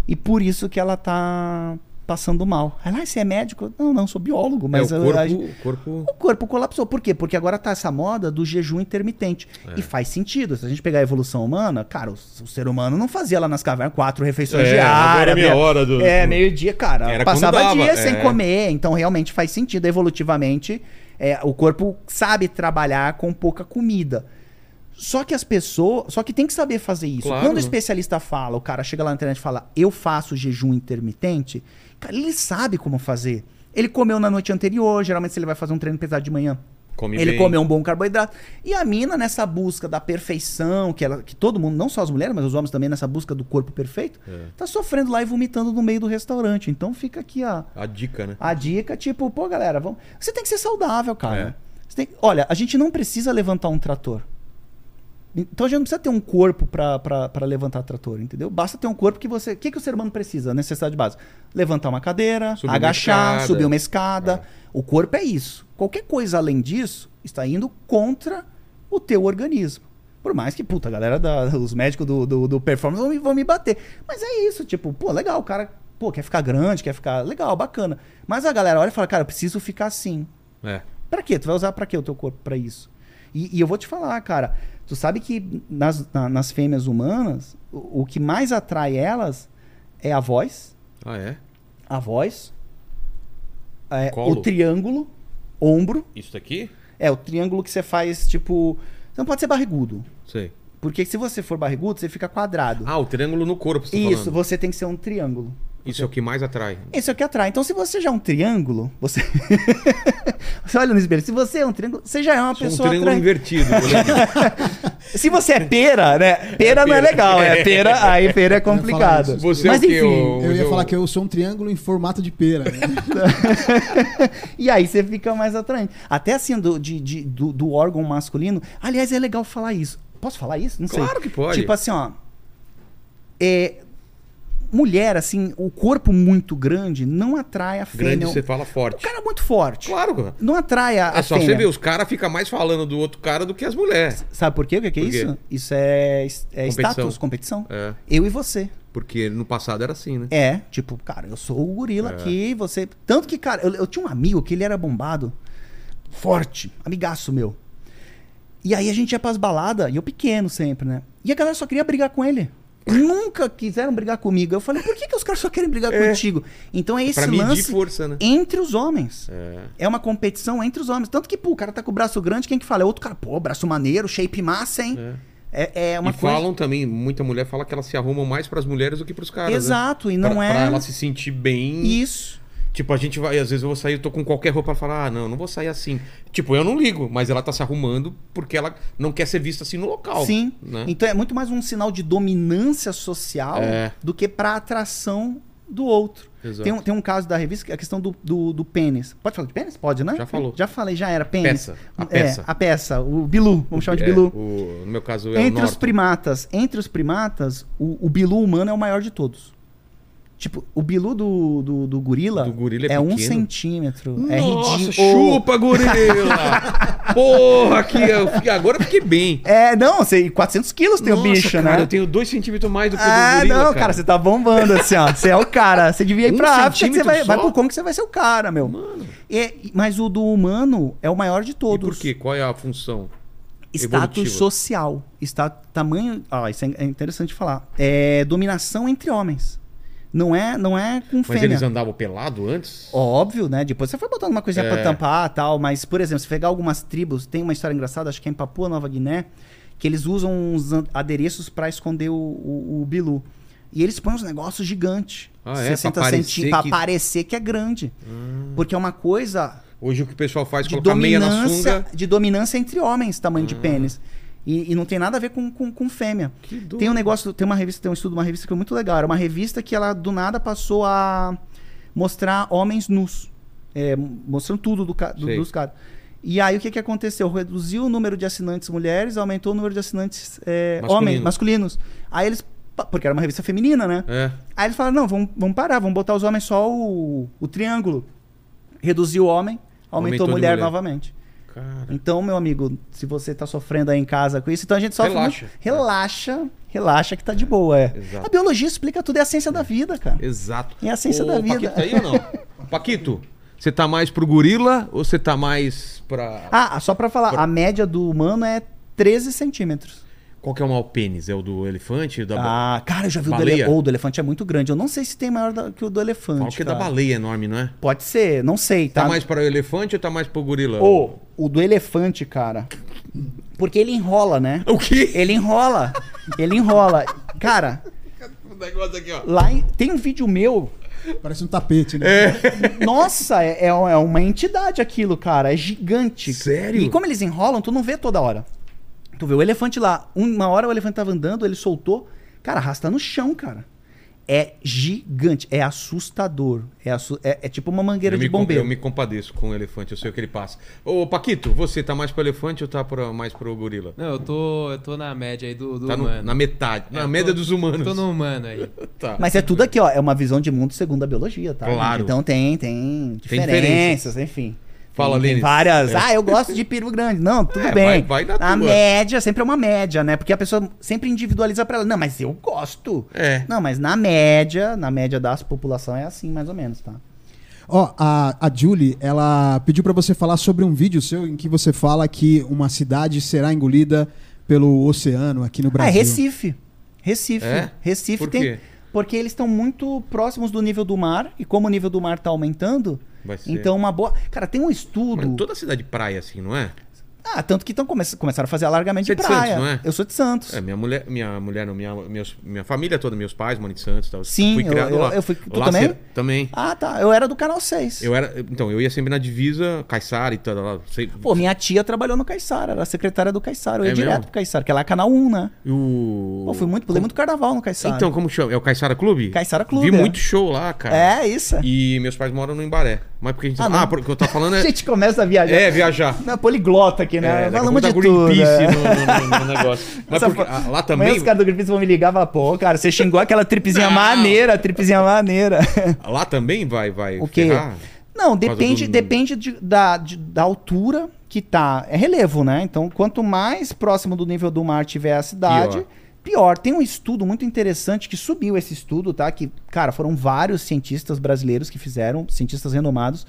[SPEAKER 3] e por isso que ela tá passando mal. Ela, ah, você é médico? Não, não, sou biólogo, mas
[SPEAKER 1] é,
[SPEAKER 3] eu-
[SPEAKER 1] o corpo,
[SPEAKER 3] a-
[SPEAKER 1] o corpo
[SPEAKER 3] o corpo colapsou. Por quê? Porque agora tá essa moda do jejum intermitente.
[SPEAKER 1] É.
[SPEAKER 3] E faz sentido. Se a gente pegar a evolução humana, cara, o, o ser humano não fazia lá nas cavernas quatro refeições
[SPEAKER 1] É, agora é
[SPEAKER 3] diárias.
[SPEAKER 1] meia hora do-
[SPEAKER 3] É,
[SPEAKER 1] do-
[SPEAKER 3] meio-dia, cara.
[SPEAKER 1] Era
[SPEAKER 3] passava
[SPEAKER 1] quando dava,
[SPEAKER 3] dia sem
[SPEAKER 1] é.
[SPEAKER 3] comer. Então, realmente faz sentido evolutivamente. é, o corpo sabe trabalhar com pouca comida. Só que as pessoas. Só que tem que saber fazer isso.
[SPEAKER 1] Claro.
[SPEAKER 3] Quando o especialista fala, o cara chega lá na internet e fala, eu faço jejum intermitente, cara, ele sabe como fazer. Ele comeu na noite anterior, geralmente se ele vai fazer um treino pesado de manhã.
[SPEAKER 1] come
[SPEAKER 3] ele
[SPEAKER 1] bem.
[SPEAKER 3] comeu um bom carboidrato. E a mina, nessa busca da perfeição, que, ela, que todo mundo, não só as mulheres, mas os homens também, nessa busca do corpo perfeito, tá sofrendo lá e vomitando no meio do restaurante. Então fica aqui a,
[SPEAKER 1] A dica, né?
[SPEAKER 3] a dica, tipo, pô, galera, vamos... você tem que ser saudável, cara. Você tem- Olha, a gente não precisa levantar um trator. Então a gente não precisa ter um corpo pra- pra pra levantar trator, entendeu? Basta ter um corpo que você. O que, que o ser humano precisa? A necessidade básica: levantar uma cadeira,
[SPEAKER 1] Subir uma
[SPEAKER 3] agachar,
[SPEAKER 1] escada.
[SPEAKER 3] subir uma escada. O corpo é isso. Qualquer coisa além disso está indo contra o teu organismo. Por mais que, puta, a galera, da, os médicos do, do, do performance vão me, vão me bater. Mas é isso, tipo, pô, legal, o cara, pô, quer ficar grande, quer ficar legal, bacana. Mas a galera olha e fala, cara, eu preciso ficar assim.
[SPEAKER 1] É.
[SPEAKER 3] Pra quê? Tu vai usar pra quê o teu corpo pra isso? E, e eu vou te falar, cara. Tu sabe que nas, na- nas fêmeas humanas, o, o que mais atrai elas é a voz,
[SPEAKER 1] Ah, é?
[SPEAKER 3] a voz, é, o
[SPEAKER 1] Colo.
[SPEAKER 3] triângulo, ombro.
[SPEAKER 1] Isso daqui?
[SPEAKER 3] É, o triângulo que você faz, tipo... Você não pode ser barrigudo.
[SPEAKER 1] Sei.
[SPEAKER 3] Porque se você for barrigudo, você fica quadrado.
[SPEAKER 1] Ah, o triângulo no corpo, você tá
[SPEAKER 3] isso,
[SPEAKER 1] falando.
[SPEAKER 3] você tem que ser um triângulo.
[SPEAKER 1] Isso é o que mais atrai.
[SPEAKER 3] Isso é o que atrai. Então, se você já é um triângulo, você. *laughs* você olha no espelho. Se você é um triângulo, você já é uma
[SPEAKER 1] Sou um
[SPEAKER 3] pessoa.
[SPEAKER 1] triângulo
[SPEAKER 3] atrai-
[SPEAKER 1] invertido. eu lembro.
[SPEAKER 3] *laughs* Se você é pera, né? Pera, não é
[SPEAKER 1] pera.
[SPEAKER 3] legal,
[SPEAKER 1] *laughs*
[SPEAKER 3] é pera, aí pera é
[SPEAKER 2] falar
[SPEAKER 3] complicado.
[SPEAKER 2] isso.
[SPEAKER 1] Você é
[SPEAKER 3] Mas
[SPEAKER 1] o quê?
[SPEAKER 3] enfim.
[SPEAKER 1] O-
[SPEAKER 2] Eu ia
[SPEAKER 1] o-
[SPEAKER 2] falar que eu sou um triângulo em formato de pera. né?
[SPEAKER 3] *laughs*
[SPEAKER 1] *laughs*
[SPEAKER 3] E aí você fica mais atraente. Até assim, do, de- de- do, do órgão masculino. Aliás, é legal falar isso. Posso falar isso? Não sei.
[SPEAKER 1] Claro que pode.
[SPEAKER 3] Tipo assim, ó. É, mulher, assim, o corpo muito grande não atrai a fêmea.
[SPEAKER 1] Grande, você fala
[SPEAKER 3] O
[SPEAKER 1] forte.
[SPEAKER 3] cara é muito forte.
[SPEAKER 1] Claro, cara.
[SPEAKER 3] Não atrai a, a
[SPEAKER 1] É só
[SPEAKER 3] fêmea.
[SPEAKER 1] você ver, os caras ficam mais falando do outro cara do que as mulheres.
[SPEAKER 3] Sabe por quê? O que que é
[SPEAKER 1] Por quê?
[SPEAKER 3] isso? Isso é, es- é
[SPEAKER 1] Competição.
[SPEAKER 3] status, competição.
[SPEAKER 1] É.
[SPEAKER 3] Eu e você.
[SPEAKER 1] Porque no passado era assim, né?
[SPEAKER 3] É, tipo, cara, eu sou o gorila
[SPEAKER 1] É.
[SPEAKER 3] aqui, você. Tanto que, cara, eu, eu tinha um amigo que ele era bombado, forte, amigaço meu. E aí a gente ia pras baladas, e eu pequeno sempre, né? E a galera só queria brigar com ele. Nunca quiseram brigar comigo. Eu falei, por que, que os caras só querem brigar contigo? Então é esse
[SPEAKER 1] pra medir
[SPEAKER 3] lance
[SPEAKER 1] força, né?
[SPEAKER 3] entre os homens.
[SPEAKER 1] É.
[SPEAKER 3] É uma competição entre os homens. Tanto que, pô, o cara tá com o braço grande, quem que fala? É outro cara, pô, braço maneiro, shape massa, hein? É, é uma
[SPEAKER 1] e
[SPEAKER 3] coisa.
[SPEAKER 1] falam também, muita mulher fala que elas se arrumam mais pras mulheres do que pros caras. né?
[SPEAKER 3] Exato, e não
[SPEAKER 1] pra,
[SPEAKER 3] é.
[SPEAKER 1] Pra ela se sentir bem.
[SPEAKER 3] Isso.
[SPEAKER 1] Tipo, a gente vai. Às vezes eu vou sair, eu tô com qualquer roupa e falar, ah, não, não vou sair assim. Tipo, eu não ligo, mas ela tá se arrumando porque ela não quer ser vista assim no local.
[SPEAKER 3] Sim.
[SPEAKER 1] Né?
[SPEAKER 3] Então é muito mais um sinal de dominância social
[SPEAKER 1] É.
[SPEAKER 3] do que pra atração do outro.
[SPEAKER 1] Exato.
[SPEAKER 3] Tem um, tem um caso da revista, que é a questão do, do, do pênis. Pode falar de pênis? Pode, né?
[SPEAKER 1] Já falou.
[SPEAKER 3] Já falei, já era. Pênis.
[SPEAKER 1] Peça, a
[SPEAKER 3] É,
[SPEAKER 1] peça.
[SPEAKER 3] a peça. O Bilu. Vamos chamar de
[SPEAKER 1] É,
[SPEAKER 3] Bilu.
[SPEAKER 1] o- no meu caso é o
[SPEAKER 3] entre os
[SPEAKER 1] norte.
[SPEAKER 3] primatas, entre os primatas, o, o Bilu humano é o maior de todos. Tipo, o Bilu do, do, do gorila
[SPEAKER 1] Do gorila é
[SPEAKER 3] um
[SPEAKER 1] pequeno?
[SPEAKER 3] centímetro. é
[SPEAKER 1] Nossa,
[SPEAKER 3] ridículo.
[SPEAKER 1] chupa,
[SPEAKER 3] *laughs*
[SPEAKER 1] gorila! Porra, que eu fiquei- agora eu fiquei bem.
[SPEAKER 3] É, não, sei, 400 quilos tem o
[SPEAKER 1] Nossa,
[SPEAKER 3] bicho,
[SPEAKER 1] cara,
[SPEAKER 3] né?
[SPEAKER 1] Eu tenho dois centímetros mais do que
[SPEAKER 3] Ah,
[SPEAKER 1] o do gorila,
[SPEAKER 3] não, cara. você tá bombando assim, ó. Você é o cara. Você devia ir
[SPEAKER 1] Um
[SPEAKER 3] pra África, que você
[SPEAKER 1] centímetro
[SPEAKER 3] vai,
[SPEAKER 1] só?
[SPEAKER 3] vai pro Congo que você vai ser o cara, meu. É, mas o do humano é o maior de
[SPEAKER 1] E
[SPEAKER 3] todos.
[SPEAKER 1] por quê? Qual é a função?
[SPEAKER 3] Status
[SPEAKER 1] Evolutiva.
[SPEAKER 3] social. Está, tamanho. Ah, isso é é interessante falar. É dominação entre homens. Não é, não é com
[SPEAKER 1] Mas
[SPEAKER 3] fêmea.
[SPEAKER 1] eles andavam pelado antes?
[SPEAKER 3] Óbvio, né? Depois você foi botando uma coisinha
[SPEAKER 1] É.
[SPEAKER 3] pra tampar tal, mas, por exemplo, se pegar algumas tribos, tem uma história engraçada, acho que é em Papua Nova Guiné, que eles usam uns an- adereços pra esconder o, o- o bilu. E eles põem uns negócios gigantes.
[SPEAKER 1] Ah, é? Pra parecer
[SPEAKER 3] pra
[SPEAKER 1] que- Hum.
[SPEAKER 3] parecer que é grande. Porque é uma coisa
[SPEAKER 1] Hoje o que o pessoal faz é
[SPEAKER 3] de
[SPEAKER 1] colocar meia na
[SPEAKER 3] dominância,
[SPEAKER 1] sunga. Ah.
[SPEAKER 3] de dominância entre homens, tamanho de pênis. E, e não tem nada a ver com, com, com fêmea.
[SPEAKER 1] Que doido.
[SPEAKER 3] Tem um negócio, tem uma revista, tem um estudo, uma revista que é muito legal. Era uma revista que ela do nada passou a mostrar homens nus. É, mostrando tudo do ca- do-
[SPEAKER 1] Sei.
[SPEAKER 3] dos caras. E aí o que, que aconteceu? Reduziu o número de assinantes mulheres, aumentou o número de assinantes é,
[SPEAKER 1] Masculino.
[SPEAKER 3] homens, masculinos. Aí eles. pa- Porque era uma revista feminina, né?
[SPEAKER 1] É.
[SPEAKER 3] Aí eles falaram: não, vamos, vamos parar, vamos botar os homens só o, o triângulo. Reduziu o homem, aumentou,
[SPEAKER 1] Aumentou de
[SPEAKER 3] a mulher,
[SPEAKER 1] mulher.
[SPEAKER 3] novamente.
[SPEAKER 1] Cara.
[SPEAKER 3] Então, meu amigo, se você tá sofrendo aí em casa com isso, então a gente sofre.
[SPEAKER 1] Relaxa.
[SPEAKER 3] muito. Relaxa, relaxa que tá de boa. É.
[SPEAKER 1] Exato.
[SPEAKER 3] A biologia explica tudo, é a ciência da vida, cara.
[SPEAKER 1] Exato.
[SPEAKER 3] É a ciência
[SPEAKER 1] Ô,
[SPEAKER 3] da vida.
[SPEAKER 1] Paquito, tá aí ou não?
[SPEAKER 3] *laughs*
[SPEAKER 1] Paquito, você tá mais pro gorila ou você tá mais pra.
[SPEAKER 3] Ah, só pra falar, a média do humano é 13 centímetros.
[SPEAKER 1] Qual que é o maior pênis? É o do elefante? Da ba-
[SPEAKER 3] Ah, cara, eu já vi
[SPEAKER 1] Baleia?
[SPEAKER 3] o do elefante. O do elefante é muito grande. Eu não sei se tem maior da- que o do elefante.
[SPEAKER 1] Qual que é da
[SPEAKER 3] cara.
[SPEAKER 1] baleia enorme, não é?
[SPEAKER 3] Pode ser, não sei,
[SPEAKER 1] Tá,
[SPEAKER 3] tá?
[SPEAKER 1] mais para o elefante ou tá mais pro gorila?
[SPEAKER 3] Ô, o do elefante, cara. Porque ele enrola, né?
[SPEAKER 1] O quê?
[SPEAKER 3] Ele enrola. ele enrola. Cara,
[SPEAKER 1] *laughs* O negócio aqui, ó.
[SPEAKER 3] lá em- tem um vídeo meu.
[SPEAKER 2] Parece um tapete, né?
[SPEAKER 1] É.
[SPEAKER 3] Nossa, é, é um- é uma entidade aquilo, cara. É gigante.
[SPEAKER 1] Sério?
[SPEAKER 3] E como eles enrolam, tu não vê toda hora. Tu vê o elefante lá. Uma hora o elefante tava andando, ele soltou. Cara, arrasta no chão, cara. É gigante. É assustador. É, assu- é- é tipo uma mangueira
[SPEAKER 1] Eu
[SPEAKER 3] de
[SPEAKER 1] me, com-
[SPEAKER 3] bombeiro.
[SPEAKER 1] eu me compadeço com o elefante, eu sei o que ele passa. Ô, Paquito, você tá mais pro elefante ou tá pra, mais pro gorila?
[SPEAKER 4] Não, eu tô, eu tô na média aí do, do
[SPEAKER 1] Tá no-
[SPEAKER 4] humano.
[SPEAKER 1] na metade, na
[SPEAKER 4] Eu tô-
[SPEAKER 1] média dos humanos.
[SPEAKER 4] Tô no humano aí.
[SPEAKER 1] Tá.
[SPEAKER 3] Mas é tudo aqui, ó. É uma visão de mundo segundo a biologia, tá?
[SPEAKER 1] Claro.
[SPEAKER 3] Então tem, tem diferenças,
[SPEAKER 1] diferenças.
[SPEAKER 3] enfim.
[SPEAKER 1] Fala,
[SPEAKER 3] Tem- tem
[SPEAKER 1] Lênis.
[SPEAKER 3] Várias.
[SPEAKER 1] É.
[SPEAKER 3] Ah, eu gosto de peru grande. Não, tudo
[SPEAKER 1] É,
[SPEAKER 3] bem.
[SPEAKER 1] vai- vai na
[SPEAKER 3] A
[SPEAKER 1] tua.
[SPEAKER 3] média sempre é uma média, né? Porque a pessoa sempre individualiza pra ela. Não, mas eu gosto.
[SPEAKER 1] É.
[SPEAKER 3] Não, mas na média, na média da população é assim, mais ou menos, tá?
[SPEAKER 2] Ó, a, a Julie, ela pediu pra você falar sobre um vídeo seu em que você fala que uma cidade será engolida pelo oceano aqui no
[SPEAKER 3] Ah, é
[SPEAKER 2] Brasil.
[SPEAKER 3] Recife. Recife.
[SPEAKER 1] É?
[SPEAKER 3] Recife
[SPEAKER 1] Por
[SPEAKER 3] tem.
[SPEAKER 1] quê?
[SPEAKER 3] Porque eles estão muito próximos do nível do mar, e como o nível do mar tá aumentando,
[SPEAKER 1] Vai ser.
[SPEAKER 3] então uma boa. Cara, tem um estudo.
[SPEAKER 1] Mas toda cidade praia assim, não é?
[SPEAKER 3] Ah, tanto que então come- começaram a fazer alargamento
[SPEAKER 1] Você é
[SPEAKER 3] de
[SPEAKER 1] de Santos,
[SPEAKER 3] praia.
[SPEAKER 1] não é?
[SPEAKER 3] Eu sou de Santos.
[SPEAKER 1] É, minha mulher, minha mulher, não, minha, meus, minha família toda, meus pais, Mano de Santos, e tal.
[SPEAKER 3] Sim,
[SPEAKER 1] fui
[SPEAKER 3] eu-
[SPEAKER 1] criado
[SPEAKER 3] eu-
[SPEAKER 1] lá.
[SPEAKER 3] eu fui- tu
[SPEAKER 1] Lá
[SPEAKER 3] também?
[SPEAKER 1] cê- também.
[SPEAKER 3] Ah, tá. Eu era do Canal 6.
[SPEAKER 1] Eu era, então, eu ia sempre na divisa, Caiçara e tal, lá, sei,
[SPEAKER 3] Pô, minha tia trabalhou no Caissara, era secretária do Caissara. Eu ia
[SPEAKER 1] É
[SPEAKER 3] direto
[SPEAKER 1] mesmo?
[SPEAKER 3] pro Caissara, que é lá é Canal 1, né?
[SPEAKER 1] e o
[SPEAKER 3] Pô, fui muito, pulei muito carnaval no Caissara.
[SPEAKER 1] Então, como chama? É o Caiçara Clube?
[SPEAKER 3] Caiçara Clube,
[SPEAKER 1] Vi
[SPEAKER 3] é.
[SPEAKER 1] muito show lá, cara.
[SPEAKER 3] É, isso.
[SPEAKER 1] E meus pais moram no Embaré. Mas porque a gente
[SPEAKER 3] Ah, não.
[SPEAKER 1] Ah, porque eu tava falando
[SPEAKER 3] *laughs* A
[SPEAKER 1] é,
[SPEAKER 3] gente começa a viajar.
[SPEAKER 1] é viajar.
[SPEAKER 3] Na poliglota aqui, né?
[SPEAKER 1] É, daqui a
[SPEAKER 3] Falamos de
[SPEAKER 1] pouco tá
[SPEAKER 3] tudo.
[SPEAKER 1] Greenpeace
[SPEAKER 3] *laughs* é.
[SPEAKER 1] no, no- no- no
[SPEAKER 3] *laughs*
[SPEAKER 1] negócio. Mas
[SPEAKER 3] Essa
[SPEAKER 1] porque,
[SPEAKER 3] fo-
[SPEAKER 1] ah, lá
[SPEAKER 3] Amanhã
[SPEAKER 1] também,
[SPEAKER 3] os caras do Greenpeace vão me ligar e falar, pô, cara, você xingou aquela tripezinha maneira, tripezinha
[SPEAKER 1] *laughs*
[SPEAKER 3] maneira.
[SPEAKER 1] lá também vai, vai
[SPEAKER 3] O quê?
[SPEAKER 1] ferrar? causa
[SPEAKER 3] Não, depende,
[SPEAKER 1] do-
[SPEAKER 3] depende de- da, de- da altura que tá. É relevo, né? Então, quanto mais próximo do nível do mar tiver a cidade,
[SPEAKER 1] Pior.
[SPEAKER 3] pior. Tem um estudo muito interessante que subiu esse estudo, tá? Que, cara, foram vários cientistas brasileiros que fizeram, cientistas renomados,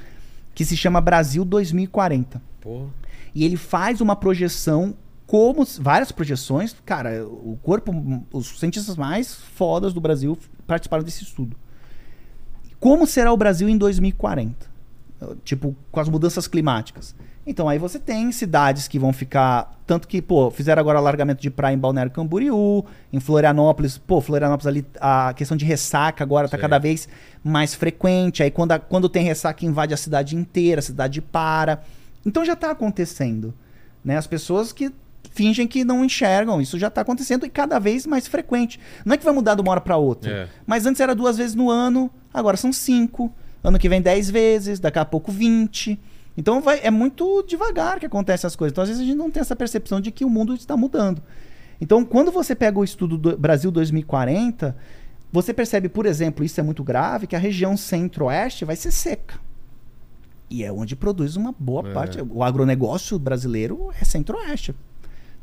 [SPEAKER 3] que se chama Brasil 2040.
[SPEAKER 1] Pô.
[SPEAKER 3] E ele faz uma projeção como s- várias projeções, cara, o corpo, os cientistas mais fodas do Brasil f- participaram desse estudo. Como será o Brasil em 2040? Eh, Tipo, com as mudanças climáticas. Então aí você tem cidades que vão ficar, tanto que, pô, fizeram agora alargamento de praia em Balneário Camboriú, em Florianópolis, pô, Florianópolis ali a questão de ressaca agora tá
[SPEAKER 1] Sim.
[SPEAKER 3] cada vez mais frequente. Aí quando, a- quando tem ressaca invade a cidade inteira, a cidade para. Então já tá acontecendo. Né? As pessoas que fingem que não enxergam, isso já tá acontecendo e cada vez mais frequente. Não é que vai mudar de uma hora para outra,
[SPEAKER 1] É.
[SPEAKER 3] mas antes era duas vezes no ano, agora são cinco. Ano que vem dez vezes, daqui a pouco vinte. Então vai, é muito devagar que acontecem as coisas. Então às vezes a gente não tem essa percepção de que o mundo está mudando. Então quando você pega o estudo do Brasil 2040, você percebe, por exemplo, isso é muito grave, que a região centro-oeste vai ser seca. E é onde produz uma boa
[SPEAKER 1] É.
[SPEAKER 3] parte. O agronegócio brasileiro é centro-oeste.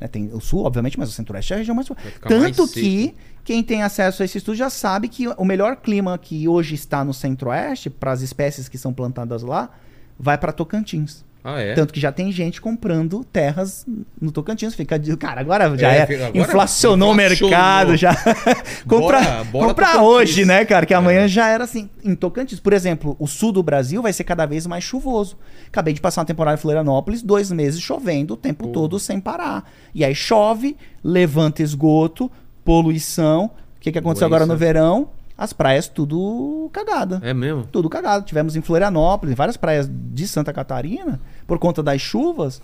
[SPEAKER 3] Né, tem o sul, obviamente, mas o centro-oeste é a região mais.
[SPEAKER 1] ficar
[SPEAKER 3] Tanto
[SPEAKER 1] mais
[SPEAKER 3] que quem tem acesso a esse estudo já sabe que o melhor clima que hoje está no centro-oeste, para as espécies que são plantadas lá, vai para Tocantins.
[SPEAKER 1] Ah, é.
[SPEAKER 3] Tanto que já tem gente comprando terras no Tocantins. Fica de. Cara, agora já
[SPEAKER 1] É,
[SPEAKER 3] é.
[SPEAKER 1] fica- agora
[SPEAKER 3] inflacionou o
[SPEAKER 1] inflacionou. *laughs*
[SPEAKER 3] mercado. Já. *laughs* compra
[SPEAKER 1] Bora- bora
[SPEAKER 3] compra
[SPEAKER 1] Tocantins.
[SPEAKER 3] hoje, né, cara? Que amanhã
[SPEAKER 1] É.
[SPEAKER 3] já era assim. Em Tocantins, por exemplo, o sul do Brasil vai ser cada vez mais chuvoso. Acabei de passar uma temporada em Florianópolis, dois meses chovendo o tempo
[SPEAKER 1] Pô.
[SPEAKER 3] todo sem parar. E aí chove, levanta esgoto, poluição. O que, que aconteceu agora no
[SPEAKER 1] Doença.
[SPEAKER 3] verão? As praias tudo cagada
[SPEAKER 1] É mesmo.
[SPEAKER 3] tudo cagado. Tivemos em Florianópolis, em várias praias de Santa Catarina, por conta das chuvas,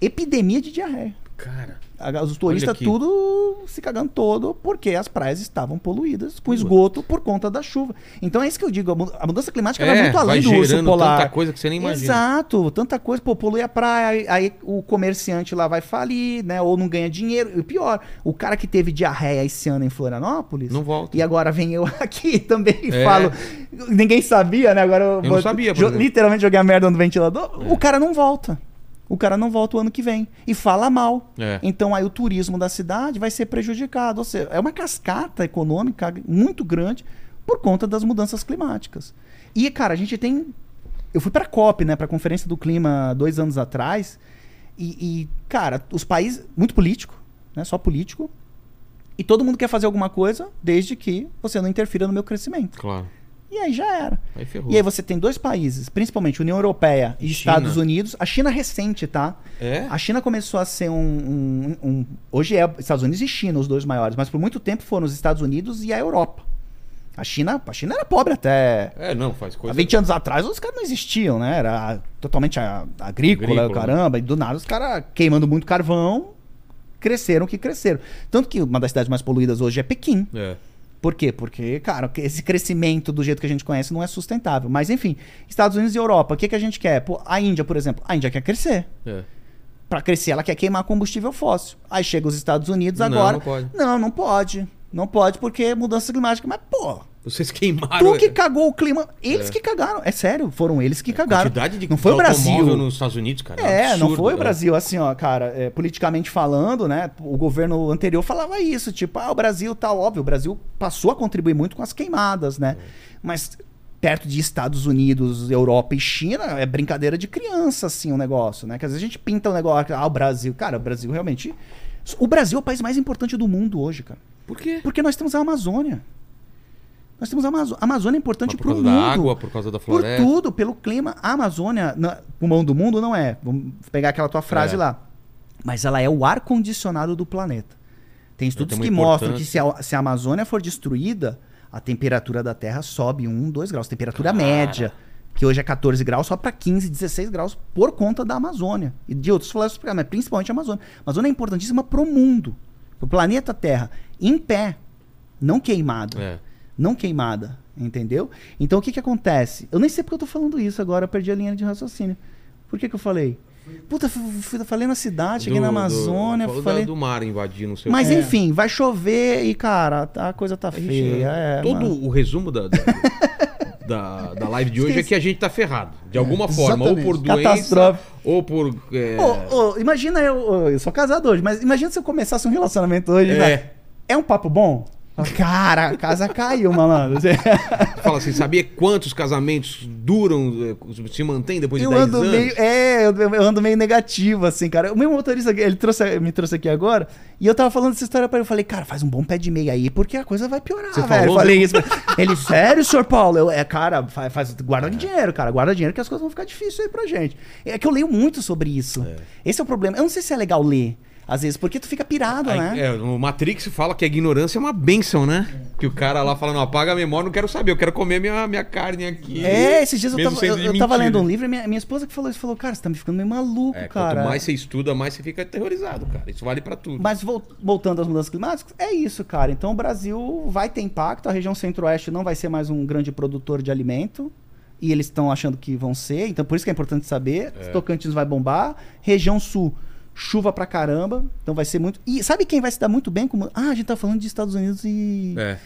[SPEAKER 3] epidemia de diarreia.
[SPEAKER 1] Cara.
[SPEAKER 3] A- Os turistas
[SPEAKER 1] aqui.
[SPEAKER 3] tudo se cagando todo porque as praias estavam poluídas com esgoto por conta da chuva. Então é isso que eu digo, a mu- a mudança climática vai muito além do urso polar.
[SPEAKER 1] É, tanta coisa que você nem imagina.
[SPEAKER 3] Exato, tanta coisa, pô, polui a praia, aí, aí o comerciante lá vai falir, né? Ou não ganha dinheiro. E o pior, o cara que teve diarreia esse ano em Florianópolis,
[SPEAKER 1] Não volta.
[SPEAKER 3] e agora vem eu *laughs* aqui também e
[SPEAKER 1] É.
[SPEAKER 3] falo. Ninguém sabia, né? Agora eu,
[SPEAKER 1] não sabia, por
[SPEAKER 3] jo-
[SPEAKER 1] exemplo.
[SPEAKER 3] literalmente joguei a merda no ventilador.
[SPEAKER 1] É.
[SPEAKER 3] O cara não volta. O cara não volta o ano que vem. E fala mal.
[SPEAKER 1] É.
[SPEAKER 3] Então aí o turismo da cidade vai ser prejudicado. Ou seja, é uma cascata econômica muito grande por conta das mudanças climáticas. E, cara, a gente tem. Eu fui para a COP, né, para a Conferência do Clima dois anos atrás. E, e, cara, os países. Muito político, né? Só político. E todo mundo quer fazer alguma coisa desde que você não interfira no meu crescimento.
[SPEAKER 1] Claro.
[SPEAKER 3] E aí já era.
[SPEAKER 1] Aí ferrou.
[SPEAKER 3] E aí você tem dois países, principalmente União Europeia e
[SPEAKER 1] China.
[SPEAKER 3] Estados Unidos. A China recente, tá?
[SPEAKER 1] É?
[SPEAKER 3] A China começou a ser um, um- um- Hoje é Estados Unidos e China, os dois maiores, mas por muito tempo foram os Estados Unidos e a Europa. A China, a China era pobre até.
[SPEAKER 1] É, não, faz
[SPEAKER 3] Há
[SPEAKER 1] coisa.
[SPEAKER 3] 20 anos atrás os caras não existiam, né? Era totalmente a- agrícola,
[SPEAKER 1] Agrícola. né?
[SPEAKER 3] o caramba, e do nada os caras queimando muito carvão, cresceram que cresceram. Tanto que uma das cidades mais poluídas hoje é Pequim.
[SPEAKER 1] É.
[SPEAKER 3] Por quê? Porque, cara, esse crescimento do jeito que a gente conhece não é sustentável. Mas, enfim, Estados Unidos e Europa, o que, que a gente quer? Pô, a Índia, por exemplo, a Índia quer crescer.
[SPEAKER 1] é.
[SPEAKER 3] Pra crescer, ela quer queimar combustível fóssil. Aí chega os Estados Unidos
[SPEAKER 1] Não,
[SPEAKER 3] agora.
[SPEAKER 1] não pode.
[SPEAKER 3] Não, não pode. Não pode porque é mudança climática. Mas, pô,
[SPEAKER 1] Vocês queimaram.
[SPEAKER 3] tu que cagou o clima. Eles que cagaram. É sério, foram eles que
[SPEAKER 1] é. a
[SPEAKER 3] cagaram.
[SPEAKER 1] quantidade de
[SPEAKER 3] não foi o
[SPEAKER 1] automóvel
[SPEAKER 3] Brasil.
[SPEAKER 1] nos Estados Unidos, cara.
[SPEAKER 3] É,
[SPEAKER 1] absurdo,
[SPEAKER 3] não foi o
[SPEAKER 1] né?
[SPEAKER 3] Brasil assim, ó, cara, é, politicamente falando, né? O governo anterior falava isso, tipo, ah, o Brasil tá óbvio, o Brasil passou a contribuir muito com as queimadas, né? Mas perto de Estados Unidos, Europa e China, é brincadeira de criança assim o negócio, né? Que às vezes a gente pinta o negócio, ah, o Brasil, cara, o Brasil realmente o Brasil é o país mais importante do mundo hoje, cara.
[SPEAKER 1] É. Por quê?
[SPEAKER 3] Porque nós temos a Amazônia. Nós temos a Amazônia. A Amazônia é
[SPEAKER 1] Mas
[SPEAKER 3] importante
[SPEAKER 1] por
[SPEAKER 3] para o
[SPEAKER 1] causa
[SPEAKER 3] mundo.
[SPEAKER 1] da água, por causa da
[SPEAKER 3] Por
[SPEAKER 1] floresta.
[SPEAKER 3] tudo, pelo clima. A Amazônia, na- pulmão do mundo, não é. Vamos pegar aquela tua frase
[SPEAKER 1] É.
[SPEAKER 3] lá. Mas ela é o ar-condicionado do planeta. Tem
[SPEAKER 1] tem
[SPEAKER 3] estudos
[SPEAKER 1] uma
[SPEAKER 3] que mostram que
[SPEAKER 1] importância.
[SPEAKER 3] se a, se a Amazônia for destruída, a temperatura da Terra sobe 1, 2 graus. Temperatura
[SPEAKER 1] Cara.
[SPEAKER 3] média, que hoje é 14 graus, só para 15, 16 graus por conta da Amazônia. E de outros florestas, mas principalmente a Amazônia. A Amazônia é importantíssima pro mundo. pro planeta Terra. Em pé. Não queimado
[SPEAKER 1] É.
[SPEAKER 3] não queimada, entendeu? Então o que que acontece? Eu nem sei porque eu tô falando isso agora, eu perdi a linha de raciocínio. Por que que eu falei? Puta, fui, fui- falei na cidade, cheguei na
[SPEAKER 1] Do- do-
[SPEAKER 3] Amazônia,
[SPEAKER 1] falou da-
[SPEAKER 3] falei...
[SPEAKER 1] do mar invadindo o seu.
[SPEAKER 3] Mas
[SPEAKER 1] É.
[SPEAKER 3] enfim, vai chover e, cara, tá- a coisa tá
[SPEAKER 1] A gente-
[SPEAKER 3] feia. é,
[SPEAKER 1] todo
[SPEAKER 3] mano.
[SPEAKER 1] o resumo da, *laughs* da, da, da live de hoje é que a gente tá ferrado.
[SPEAKER 3] É,
[SPEAKER 1] De alguma forma. Ou por
[SPEAKER 2] exatamente.
[SPEAKER 1] doença.
[SPEAKER 3] Catastrófe.
[SPEAKER 1] Ou por. é,
[SPEAKER 3] Ô, ô, imagina eu, ô, eu sou casado hoje, mas imagina se eu começasse um relacionamento hoje,
[SPEAKER 1] É.
[SPEAKER 3] vai. É um papo
[SPEAKER 1] *laughs*
[SPEAKER 3] bom? Cara, a casa caiu, malandro. *laughs*
[SPEAKER 1] Fala assim, sabia quantos casamentos duram, eh, se mantém depois de
[SPEAKER 3] Eu
[SPEAKER 1] 10
[SPEAKER 3] ando
[SPEAKER 1] anos?
[SPEAKER 3] meio. É, eu eu ando meio negativo, assim, cara. O meu motorista, ele trouxe, me trouxe aqui agora, e eu tava falando essa história pra ele. Eu falei, cara, faz um bom pé de meia aí, porque a coisa vai piorar,
[SPEAKER 1] Você
[SPEAKER 3] velho. Eu
[SPEAKER 1] falou
[SPEAKER 3] falei isso.
[SPEAKER 1] *laughs*
[SPEAKER 3] Ele, sério, senhor Paulo? Eu, é, cara, faz, faz- guarda dinheiro, cara. Guarda dinheiro que as coisas vão ficar difíceis aí pra gente. É que eu leio muito sobre isso. Esse é o problema. Eu não sei se é legal ler, às vezes, porque tu fica pirado,
[SPEAKER 1] Aí,
[SPEAKER 3] né?
[SPEAKER 1] é, o Matrix fala que a ignorância é uma benção, né? Que o cara lá fala, não, apaga a memória, não quero saber, eu quero comer minha, minha carne aqui.
[SPEAKER 3] É, esses dias eu
[SPEAKER 1] Mesmo
[SPEAKER 3] tava,
[SPEAKER 1] sendo
[SPEAKER 3] eu,
[SPEAKER 1] de
[SPEAKER 3] eu tava
[SPEAKER 1] mentira.
[SPEAKER 3] lendo um livro e minha, minha esposa que falou isso, falou, cara, você tá me ficando meio maluco,
[SPEAKER 1] É,
[SPEAKER 3] cara.
[SPEAKER 1] Quanto mais você estuda, mais você fica aterrorizado, cara. Isso vale pra tudo.
[SPEAKER 3] Mas vol- voltando às mudanças climáticas, é isso, cara. Então o Brasil vai ter impacto, a região centro-oeste não vai ser mais um grande produtor de alimento. E eles estão achando que vão ser, então por isso que é importante saber. Tocantins vai bombar. Região sul, chuva pra caramba. Então vai ser muito. E sabe quem vai se dar muito bem? Como... Ah, a gente tá falando de Estados Unidos e.
[SPEAKER 1] É.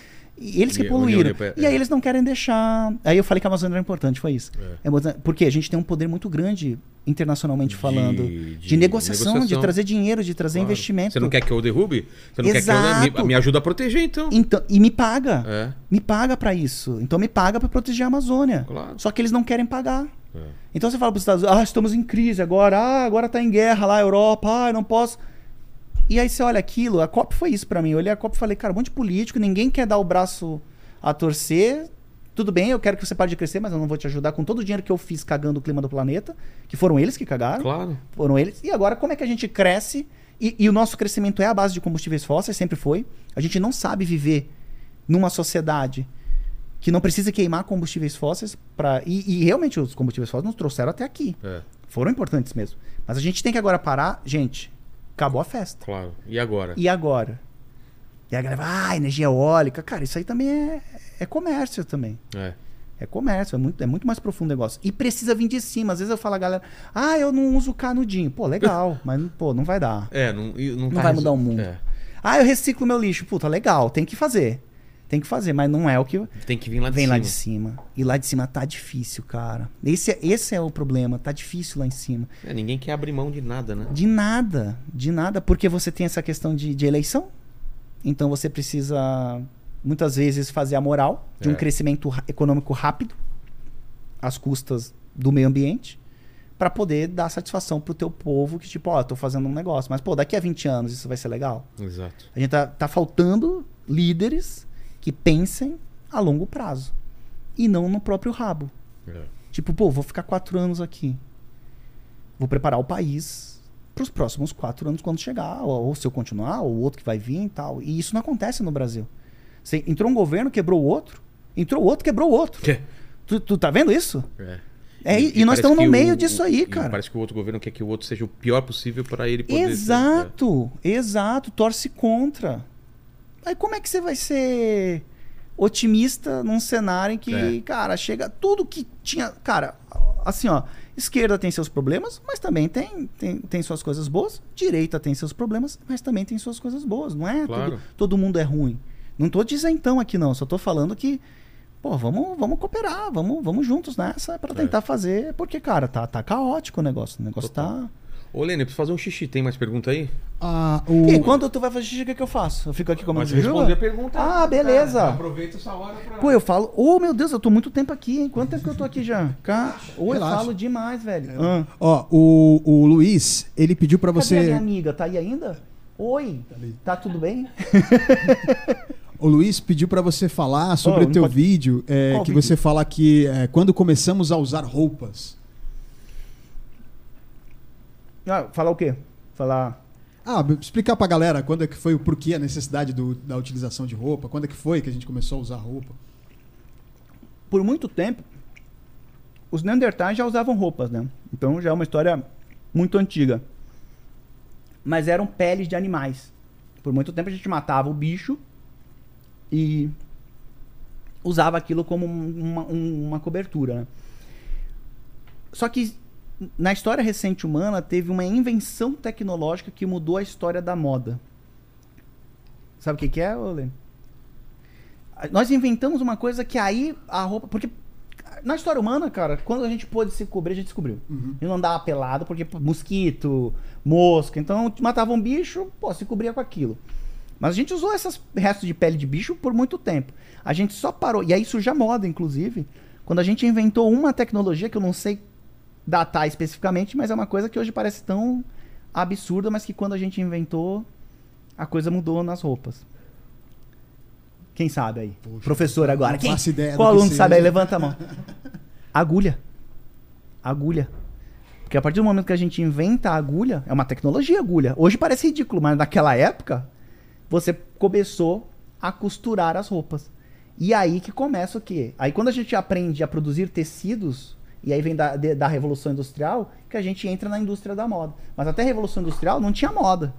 [SPEAKER 3] E eles que
[SPEAKER 1] E a União
[SPEAKER 3] poluíram.
[SPEAKER 1] Europeia,
[SPEAKER 3] E aí
[SPEAKER 1] é.
[SPEAKER 3] eles não querem deixar. Aí eu falei que a Amazônia era importante, foi isso.
[SPEAKER 1] É.
[SPEAKER 3] É importante- Porque a gente tem um poder muito grande internacionalmente falando de,
[SPEAKER 1] de
[SPEAKER 3] negociação,
[SPEAKER 1] negociação.
[SPEAKER 3] de trazer dinheiro, de trazer
[SPEAKER 1] Claro.
[SPEAKER 3] investimento.
[SPEAKER 1] Você não quer que eu derrube? Você não quer que eu... né,
[SPEAKER 3] Exato.
[SPEAKER 1] Me, me ajuda a proteger, então.
[SPEAKER 3] Então, e me paga.
[SPEAKER 1] É.
[SPEAKER 3] Me paga pra isso. Então me paga pra proteger a Amazônia.
[SPEAKER 1] Claro.
[SPEAKER 3] Só que eles não querem pagar.
[SPEAKER 1] É.
[SPEAKER 3] Então você fala pros Estados Unidos, ah, estamos em crise agora, ah, agora tá em guerra lá, Europa, ah, eu não posso. E aí você olha aquilo, a COP foi isso pra mim. Eu olhei a COP e falei, cara, um monte de político, ninguém quer dar o braço a torcer. Tudo bem, eu quero que você pare de crescer, mas eu não vou te ajudar com todo o dinheiro que eu fiz cagando o clima do planeta, que foram eles que cagaram
[SPEAKER 1] Claro.
[SPEAKER 3] foram eles. E agora, como é que a gente cresce? E, e o nosso crescimento é a base de combustíveis fósseis, sempre foi. A gente não sabe viver numa sociedade que não precisa queimar combustíveis fósseis para e, e realmente os combustíveis fósseis nos trouxeram até aqui.
[SPEAKER 1] É,
[SPEAKER 3] Foram importantes mesmo. Mas a gente tem que agora parar, gente. Acabou a festa.
[SPEAKER 1] claro. E agora?
[SPEAKER 3] E agora? E a galera, fala, ah, energia eólica. Cara, isso aí também é, é comércio também.
[SPEAKER 1] É.
[SPEAKER 3] É comércio, é muito, é muito mais profundo o negócio. E precisa vir de cima. Às vezes eu falo a galera, ah, eu não uso canudinho. Pô, legal,
[SPEAKER 1] *laughs*
[SPEAKER 3] mas pô, não vai dar.
[SPEAKER 1] É, não, e não,
[SPEAKER 3] Não
[SPEAKER 1] tá
[SPEAKER 3] vai
[SPEAKER 1] resol-
[SPEAKER 3] mudar o mundo.
[SPEAKER 1] É.
[SPEAKER 3] Ah, eu reciclo meu lixo. Puta, legal, tem que fazer. Tem que fazer, mas não é o que
[SPEAKER 1] Tem que vir lá de
[SPEAKER 3] vem
[SPEAKER 1] cima.
[SPEAKER 3] lá de cima. E lá de cima tá difícil, cara. Esse, é- esse é o problema, tá difícil lá em cima.
[SPEAKER 1] É, ninguém quer abrir mão de nada, né?
[SPEAKER 3] De nada, de nada, porque você tem essa questão de, de eleição. Então você precisa, muitas vezes, fazer a moral de um
[SPEAKER 1] É.
[SPEAKER 3] crescimento ra- econômico rápido, às custas do meio ambiente, para poder dar satisfação pro teu povo que, tipo, ó, eu tô fazendo um negócio, mas, pô, daqui a 20 anos isso vai ser legal.
[SPEAKER 1] Exato.
[SPEAKER 3] A gente tá, tá faltando líderes que pensem a longo prazo e não no próprio rabo.
[SPEAKER 1] É.
[SPEAKER 3] Tipo, pô, vou ficar quatro anos aqui. Vou preparar o país para os próximos quatro anos quando chegar, ou, ou se eu continuar, ou outro que vai vir e tal. E isso não acontece no Brasil. Você entrou um governo, quebrou o outro, entrou outro, quebrou o outro. Tu, tu tá vendo isso?
[SPEAKER 1] É.
[SPEAKER 3] É, e- e
[SPEAKER 1] parece
[SPEAKER 3] nós estamos no
[SPEAKER 1] que o-
[SPEAKER 3] meio disso aí,
[SPEAKER 1] e
[SPEAKER 3] cara.
[SPEAKER 1] Parece que o outro governo quer que o outro seja o pior possível pra ele poder. ser- né?
[SPEAKER 3] Exato, exato, torce contra. Aí como é que você vai ser otimista num cenário em que,
[SPEAKER 1] É.
[SPEAKER 3] cara, chega tudo que tinha. Cara, assim, ó, esquerda tem seus problemas, mas também tem, tem, tem suas coisas boas. Direita tem seus problemas, mas também tem suas coisas boas. Não é
[SPEAKER 1] Claro.
[SPEAKER 3] tudo- todo mundo é ruim. Não tô então aqui, não. Só tô falando que, pô, vamos, vamos cooperar, vamos, vamos juntos nessa
[SPEAKER 1] É.
[SPEAKER 3] pra tentar fazer. Porque, cara, tá, tá caótico o negócio. O negócio
[SPEAKER 1] Total.
[SPEAKER 3] tá.
[SPEAKER 1] é. Ô, Lênin, eu preciso fazer um xixi. Tem mais pergunta aí?
[SPEAKER 2] Ah,
[SPEAKER 3] E
[SPEAKER 2] o...
[SPEAKER 3] quando tu vai fazer xixi, o que, que eu faço? Eu fico aqui com a mão
[SPEAKER 1] Pode
[SPEAKER 3] de
[SPEAKER 1] responder a
[SPEAKER 3] juba?
[SPEAKER 1] pergunta.
[SPEAKER 3] Ah, beleza.
[SPEAKER 1] Cara, aproveita essa hora pra.
[SPEAKER 3] Pô, eu falo. Ô, meu Deus, eu tô muito tempo aqui, hein? Quanto tempo que eu tô aqui já? Ca- Ô, eu
[SPEAKER 2] relaxa.
[SPEAKER 3] falo demais, velho. Ah.
[SPEAKER 2] Ó, o, o Luiz, ele pediu pra
[SPEAKER 3] Cadê a minha
[SPEAKER 2] você.
[SPEAKER 3] amiga? Tá aí ainda? Oi, tá tudo bem?
[SPEAKER 2] O Luiz pediu pra você falar sobre
[SPEAKER 3] Oh,
[SPEAKER 2] o
[SPEAKER 3] não
[SPEAKER 2] teu
[SPEAKER 3] pode-
[SPEAKER 2] vídeo, é,
[SPEAKER 3] Qual
[SPEAKER 2] que
[SPEAKER 3] vídeo?
[SPEAKER 2] você fala que é, quando começamos a usar roupas.
[SPEAKER 3] Ah, falar o quê? Falar.
[SPEAKER 2] Ah, b- explicar pra galera quando é que foi o porquê a necessidade do- da utilização de roupa, quando é que foi que a gente começou a usar roupa.
[SPEAKER 3] Por muito tempo, os Neandertais já usavam roupas, né? Então já é uma história muito antiga. Mas eram peles de animais. Por muito tempo a gente matava o bicho e usava aquilo como um- uma, um- uma cobertura. né? Só que na história recente humana teve uma invenção tecnológica que mudou a história da moda. Sabe o que, que é, Ole? Nós inventamos uma coisa que aí a roupa. Porque na história humana, cara, quando a gente pôde se cobrir, a gente descobriu. E não andava pelado, porque pô, mosquito, mosca. Então matava um bicho, pô, se cobria com aquilo. Mas a gente usou esses restos de pele de bicho por muito tempo. A gente só parou. E aí surgiu a moda, inclusive, quando a gente inventou uma tecnologia que eu não sei datar especificamente, mas é uma coisa que hoje parece tão absurda, mas que quando a gente inventou, a coisa mudou nas roupas. Quem sabe aí? Professor agora.
[SPEAKER 2] não
[SPEAKER 3] Quem?
[SPEAKER 2] faço ideia do
[SPEAKER 3] Qual
[SPEAKER 2] que
[SPEAKER 3] aluno
[SPEAKER 2] seja.
[SPEAKER 3] sabe aí? Levanta a mão. Agulha. Agulha. Porque a partir do momento que a gente inventa a agulha, é uma tecnologia agulha. Hoje parece ridículo, mas naquela época você começou a costurar as roupas. E aí que começa o quê? Aí quando a gente aprende a produzir tecidos, e aí vem da, de- da Revolução Industrial, que a gente entra na indústria da moda. Mas até a Revolução Industrial não tinha moda.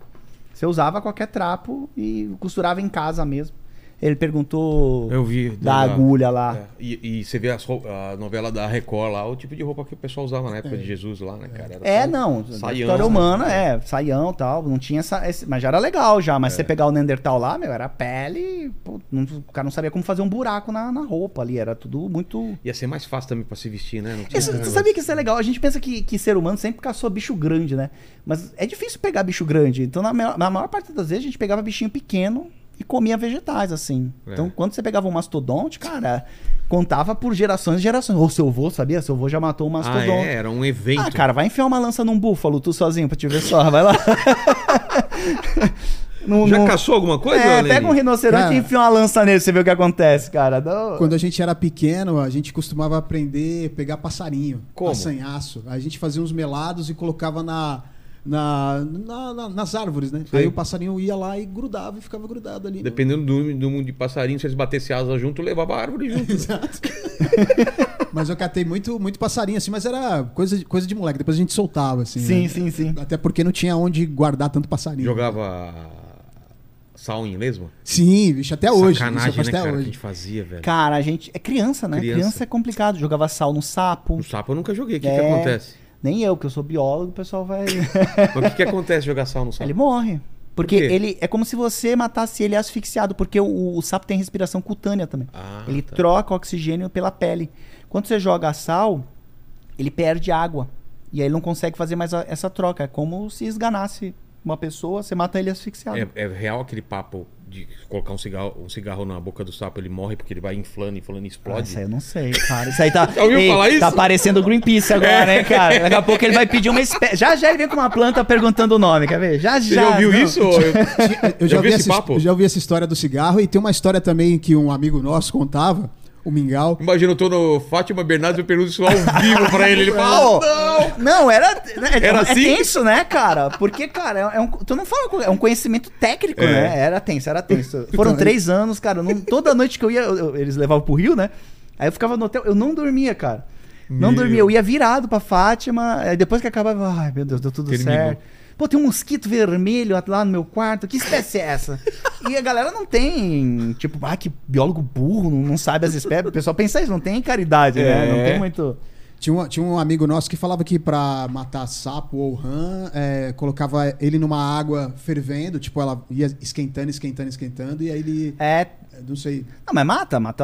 [SPEAKER 3] Você usava qualquer trapo e costurava em casa mesmo. Ele perguntou
[SPEAKER 1] Eu vi.
[SPEAKER 3] da agulha lá.
[SPEAKER 1] É, E, e você vê as rou- a novela da Record lá, o tipo de roupa que o pessoal usava na época de Jesus lá, né, cara? Era
[SPEAKER 3] É,
[SPEAKER 1] só um
[SPEAKER 3] não. a
[SPEAKER 1] Saião,
[SPEAKER 3] história
[SPEAKER 1] né?
[SPEAKER 3] humana, é, saião e tal. Não tinha essa. esse- mas já era legal já.
[SPEAKER 1] É.
[SPEAKER 3] Mas você pegar o Neandertal lá, meu, era pele. pô, não- o cara não sabia como fazer um buraco na, na roupa ali. Era tudo muito.
[SPEAKER 1] Ia ser mais fácil também pra se vestir, né? Não tinha esse
[SPEAKER 3] Isso, você
[SPEAKER 1] negócio.
[SPEAKER 3] sabia que isso é legal? A gente pensa que, que ser humano sempre caçou bicho grande, né? Mas é difícil pegar bicho grande. Então, na maior, na maior parte das vezes, a gente pegava bichinho pequeno e comia vegetais, assim.
[SPEAKER 1] É.
[SPEAKER 3] Então, quando você pegava um mastodonte, cara, contava por gerações e gerações. Ou seu avô, sabia? Seu avô já matou um
[SPEAKER 1] Ah,
[SPEAKER 3] mastodonte.
[SPEAKER 1] é, era um evento.
[SPEAKER 3] Ah, cara, vai enfiar uma lança num búfalo, tu sozinho, pra te ver só,
[SPEAKER 1] *laughs*
[SPEAKER 3] vai lá. Não-
[SPEAKER 1] Já
[SPEAKER 3] não-
[SPEAKER 1] caçou alguma coisa,
[SPEAKER 3] É,
[SPEAKER 1] Lene?
[SPEAKER 3] pega um rinoceronte
[SPEAKER 2] Cara.
[SPEAKER 3] e enfia uma lança nele, você vê o que acontece, cara. um- Não-
[SPEAKER 2] Quando a gente era pequeno, a gente costumava aprender a pegar passarinho,
[SPEAKER 1] Como?
[SPEAKER 2] assanhaço. A gente fazia uns melados e colocava na, na, na- na- nas árvores, né?
[SPEAKER 1] Sei.
[SPEAKER 2] Aí o passarinho ia lá e grudava e ficava grudado ali. né?
[SPEAKER 1] Dependendo do, do mundo de passarinho, se eles batessem asa junto, levava a árvore junto.
[SPEAKER 2] Mas eu catei muito, muito passarinho, assim, mas era coisa, de- coisa de moleque. Depois a gente soltava, assim.
[SPEAKER 3] Sim,
[SPEAKER 2] né?
[SPEAKER 3] sim, sim.
[SPEAKER 2] Até porque não tinha onde guardar tanto passarinho.
[SPEAKER 1] Jogava sal em lesma?
[SPEAKER 2] Sim, bicho, até hoje.
[SPEAKER 1] Sacanagem,
[SPEAKER 2] bicho, eu faço
[SPEAKER 1] né,
[SPEAKER 2] até
[SPEAKER 1] cara, que a
[SPEAKER 2] hoje.
[SPEAKER 1] gente fazia, velho.
[SPEAKER 3] Cara, a gente. É criança, né?
[SPEAKER 1] Criança.
[SPEAKER 3] Criança, é complicado. Jogava sal no sapo.
[SPEAKER 1] No sapo eu nunca joguei. O que, que
[SPEAKER 3] um É.
[SPEAKER 1] acontece?
[SPEAKER 3] Nem eu, que eu sou biólogo, o pessoal vai.
[SPEAKER 1] Mas o
[SPEAKER 3] *laughs*
[SPEAKER 1] que, que acontece jogar sal no sapo?
[SPEAKER 3] Ele morre. Porque
[SPEAKER 1] Por quê?
[SPEAKER 3] ele é como se você matasse ele asfixiado, porque o, o sapo tem respiração cutânea também.
[SPEAKER 1] Ah,
[SPEAKER 3] ele
[SPEAKER 1] tá.
[SPEAKER 3] troca o oxigênio pela pele. Quando você joga sal, ele perde água. E aí ele não consegue fazer mais a- essa troca. É como se esganasse uma pessoa, você mata ele asfixiado.
[SPEAKER 1] É, é real aquele papo de colocar um cigarro, um cigarro na boca do sapo, ele morre porque ele vai inflando, inflando e explode.
[SPEAKER 3] Nossa, Ah, eu não sei, cara. Isso aí tá.
[SPEAKER 1] *laughs* Já ouviu falar isso?
[SPEAKER 3] Tá parecendo o Greenpeace agora,
[SPEAKER 1] *laughs*
[SPEAKER 3] né, cara? Daqui a pouco ele vai pedir uma espécie. Já já ele vem com uma planta perguntando o nome, quer ver? Já já.
[SPEAKER 1] Você já ouviu
[SPEAKER 3] não.
[SPEAKER 1] isso? ou eu- *laughs*
[SPEAKER 2] Eu já,
[SPEAKER 1] Já
[SPEAKER 2] ouvi
[SPEAKER 1] ouviu
[SPEAKER 2] vi
[SPEAKER 1] esse
[SPEAKER 2] essa,
[SPEAKER 1] papo?
[SPEAKER 2] eu já ouvi essa história do cigarro e tem uma história também que um amigo nosso contava, o Mingau.
[SPEAKER 1] Imagina, eu tô no Fátima Bernardes, eu pergunto isso ao vivo pra ele. Ele fala,
[SPEAKER 3] Não, não, era. É,
[SPEAKER 1] Era
[SPEAKER 3] é
[SPEAKER 1] assim?
[SPEAKER 3] tenso, né, cara? Porque, cara, é um, tu não fala. co- É um conhecimento técnico,
[SPEAKER 1] É.
[SPEAKER 3] né? Era tenso, era tenso. Foram três anos, cara. eu não- toda noite que eu ia. eu- eu- eles levavam pro Rio, né? Aí eu ficava no hotel. Eu não dormia, cara. Não
[SPEAKER 1] Meu.
[SPEAKER 3] dormia. Eu ia virado pra Fátima. Aí depois que acabava. Ai, meu Deus, deu tudo
[SPEAKER 1] Terminou.
[SPEAKER 3] certo. Pô, tem um mosquito vermelho lá no meu quarto. Que espécie é essa? E a galera não tem. Tipo, ah, que biólogo burro, não, não sabe as espécies. O pessoal pensa isso, não tem caridade, né? Não
[SPEAKER 1] É.
[SPEAKER 3] tem muito.
[SPEAKER 2] Tinha um, tinha um amigo nosso que falava que pra matar sapo ou rã, é, colocava ele numa água fervendo, tipo, ela ia esquentando, esquentando, esquentando, e aí ele.
[SPEAKER 3] É
[SPEAKER 2] é, Não sei.
[SPEAKER 3] Não, mas mata, mata.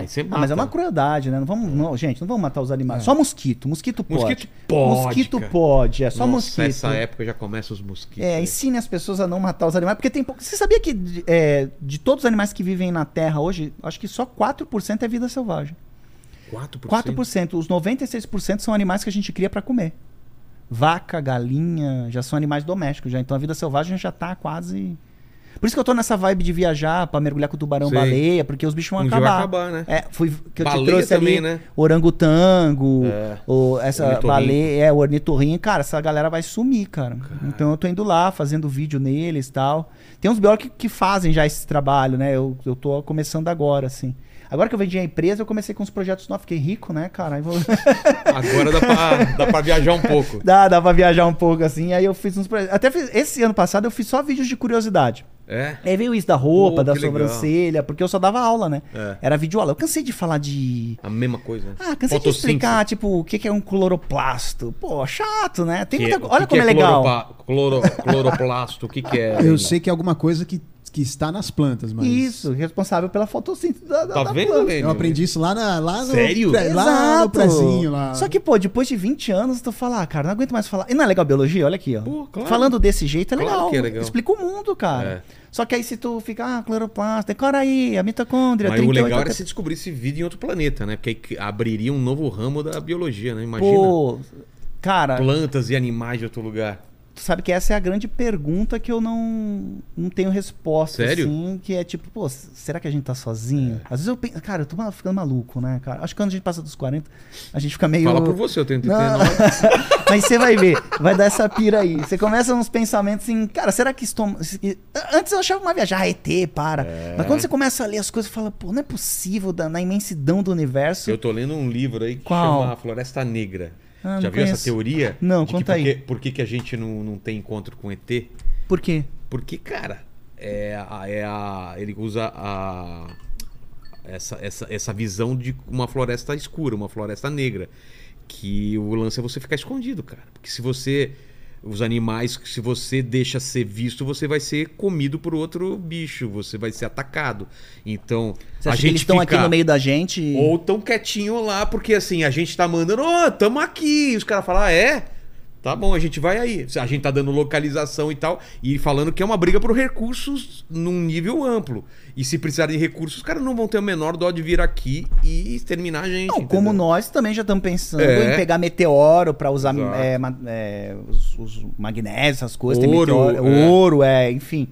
[SPEAKER 1] É, isso é
[SPEAKER 3] Ah, mas
[SPEAKER 1] mata. É.
[SPEAKER 3] é uma crueldade, né? Não vamos, não, gente, não vamos matar os animais. Só mosquito, mosquito pode.
[SPEAKER 1] Mosquito pode,
[SPEAKER 3] Mosquito
[SPEAKER 1] cara.
[SPEAKER 3] pode, é só
[SPEAKER 1] Nossa,
[SPEAKER 3] mosquito.
[SPEAKER 1] Nessa época já começa os mosquitos.
[SPEAKER 3] É,
[SPEAKER 1] né?
[SPEAKER 3] ensine as pessoas a não matar os animais, porque tem pouco. Você sabia que de- é, de todos os animais que vivem na Terra hoje, acho que só 4% é vida selvagem.
[SPEAKER 1] 4%.
[SPEAKER 3] 4%, os 96% são animais que a gente cria pra comer. Vaca, galinha, já são animais domésticos já, então a vida selvagem já tá quase Por isso que eu tô nessa vibe de viajar pra mergulhar com tubarão,
[SPEAKER 1] Sei.
[SPEAKER 3] baleia, porque os bichos vão
[SPEAKER 1] Um dia vai
[SPEAKER 3] acabar.
[SPEAKER 1] acabar, né?
[SPEAKER 3] É, foi que eu
[SPEAKER 1] Baleia
[SPEAKER 3] te trouxe
[SPEAKER 1] também,
[SPEAKER 3] ali,
[SPEAKER 1] né?
[SPEAKER 3] Orangotango,
[SPEAKER 1] É.
[SPEAKER 3] ou essa
[SPEAKER 1] Ornitorrinco.
[SPEAKER 3] baleia, é, o ornitorrinho, cara, essa galera vai sumir, cara. Então eu tô indo lá, fazendo vídeo neles e tal. Tem uns biólogos que, que fazem já esse trabalho, né? Eu, eu tô começando agora, assim. Agora que eu vendi a empresa, eu comecei com uns projetos novos, fiquei rico, né, cara? Aí vou... *laughs*
[SPEAKER 1] Agora dá pra, dá pra viajar um pouco.
[SPEAKER 3] dá, dá pra viajar um pouco, assim. Aí eu fiz uns projetos. Até fiz- esse ano passado eu fiz só vídeos de curiosidade.
[SPEAKER 1] É?
[SPEAKER 3] Aí veio isso da roupa,
[SPEAKER 1] Pô,
[SPEAKER 3] da
[SPEAKER 1] que legal.
[SPEAKER 3] sobrancelha, porque eu só dava aula, né?
[SPEAKER 1] É.
[SPEAKER 3] Era videoaula. Eu cansei de falar de.
[SPEAKER 1] A mesma coisa. né?
[SPEAKER 3] Ah, cansei de
[SPEAKER 1] Fotossíntese.
[SPEAKER 3] explicar, tipo, o que que é um cloroplasto. Pô, chato, né? Tem
[SPEAKER 1] Que-
[SPEAKER 3] muita...
[SPEAKER 1] o
[SPEAKER 3] Olha
[SPEAKER 1] que
[SPEAKER 3] como é,
[SPEAKER 1] que
[SPEAKER 3] legal.
[SPEAKER 1] cloropa- cloro- cloroplasto, o que, que é?
[SPEAKER 2] Eu sei que é alguma coisa que, que está nas plantas, mas.
[SPEAKER 3] Isso, responsável pela fotossíntese da, da,
[SPEAKER 1] Tá
[SPEAKER 3] da
[SPEAKER 1] vendo,
[SPEAKER 3] planta.
[SPEAKER 1] Lênio?
[SPEAKER 2] Eu aprendi isso lá, na, lá no.
[SPEAKER 1] Sério?
[SPEAKER 2] pré- Lá no
[SPEAKER 3] Exato.
[SPEAKER 2] prezinho lá.
[SPEAKER 3] Só que, pô, depois de 20 anos, tu fala, ah, cara, não aguento mais falar. E não é legal a biologia? Olha aqui, ó.
[SPEAKER 1] Pô, claro.
[SPEAKER 3] Falando desse jeito é
[SPEAKER 1] Claro
[SPEAKER 3] legal.
[SPEAKER 1] que é legal.
[SPEAKER 3] Explica o mundo, cara.
[SPEAKER 1] É.
[SPEAKER 3] Só que aí se tu fica, ah, cloroplasto, decora aí, a mitocôndria,
[SPEAKER 1] Mas o
[SPEAKER 3] 38,
[SPEAKER 1] legal é era se descobrir esse vídeo em outro planeta, né? Porque aí que- abriria um novo ramo da biologia, né? Imagina.
[SPEAKER 3] Pô, cara,
[SPEAKER 1] Plantas e animais de outro lugar.
[SPEAKER 3] tu sabe que essa é a grande pergunta que eu não, não tenho resposta.
[SPEAKER 1] Sério? É.
[SPEAKER 3] Assim, que é tipo, pô, s- será que a gente tá sozinho? Às vezes eu penso, cara, eu tô ma- ficando maluco, né, cara? Acho que quando a gente passa dos 40, a gente fica meio.
[SPEAKER 1] Fala por você, eu tenho
[SPEAKER 3] Não.
[SPEAKER 1] 39.
[SPEAKER 3] *laughs* Mas você vai ver, vai dar essa pira aí. Você começa uns pensamentos assim, cara, será que estou. se- Antes eu achava uma viajar, ah, ET, para.
[SPEAKER 1] É.
[SPEAKER 3] Mas quando você começa a ler as coisas, fala, pô, não é possível da- na imensidão do universo.
[SPEAKER 1] Eu tô lendo um livro aí que
[SPEAKER 3] Qual?
[SPEAKER 1] chama A Floresta Negra.
[SPEAKER 3] Ah,
[SPEAKER 1] Já
[SPEAKER 3] não
[SPEAKER 1] viu essa
[SPEAKER 3] conheço.
[SPEAKER 1] teoria?
[SPEAKER 3] Não,
[SPEAKER 1] De
[SPEAKER 3] conta
[SPEAKER 1] que
[SPEAKER 3] aí.
[SPEAKER 1] por que- Por que, que a gente não, não tem encontro com ET?
[SPEAKER 3] Por quê?
[SPEAKER 1] Porque, cara, é a, é a- ele usa a, essa, essa, essa visão de uma floresta escura, uma floresta negra. Que o lance é você ficar escondido, cara. Porque se você. Os animais, se você deixa ser visto, você vai ser comido por outro bicho, você vai ser atacado. Então,
[SPEAKER 3] Você
[SPEAKER 1] a
[SPEAKER 3] acha que eles
[SPEAKER 1] gente
[SPEAKER 3] estão
[SPEAKER 1] fica...
[SPEAKER 3] aqui no meio da gente? e-
[SPEAKER 1] Ou tão quietinho lá, porque assim, a gente tá mandando, ó, tamo aqui. E os caras falam, ah, é? Tá bom, a gente vai aí. A gente tá dando localização e tal, e falando que é uma briga por recursos num nível amplo. E se precisar de recursos, os caras não vão ter o menor dó de vir aqui e exterminar a gente.
[SPEAKER 3] Não, como
[SPEAKER 1] entendeu?
[SPEAKER 3] nós também já estamos pensando
[SPEAKER 1] É.
[SPEAKER 3] em pegar meteoro para usar
[SPEAKER 1] Exato.
[SPEAKER 3] é, ma- é, os, os magnésios, essas coisas,
[SPEAKER 1] Ouro,
[SPEAKER 3] tem meteoro,
[SPEAKER 1] é.
[SPEAKER 3] ouro, é, enfim.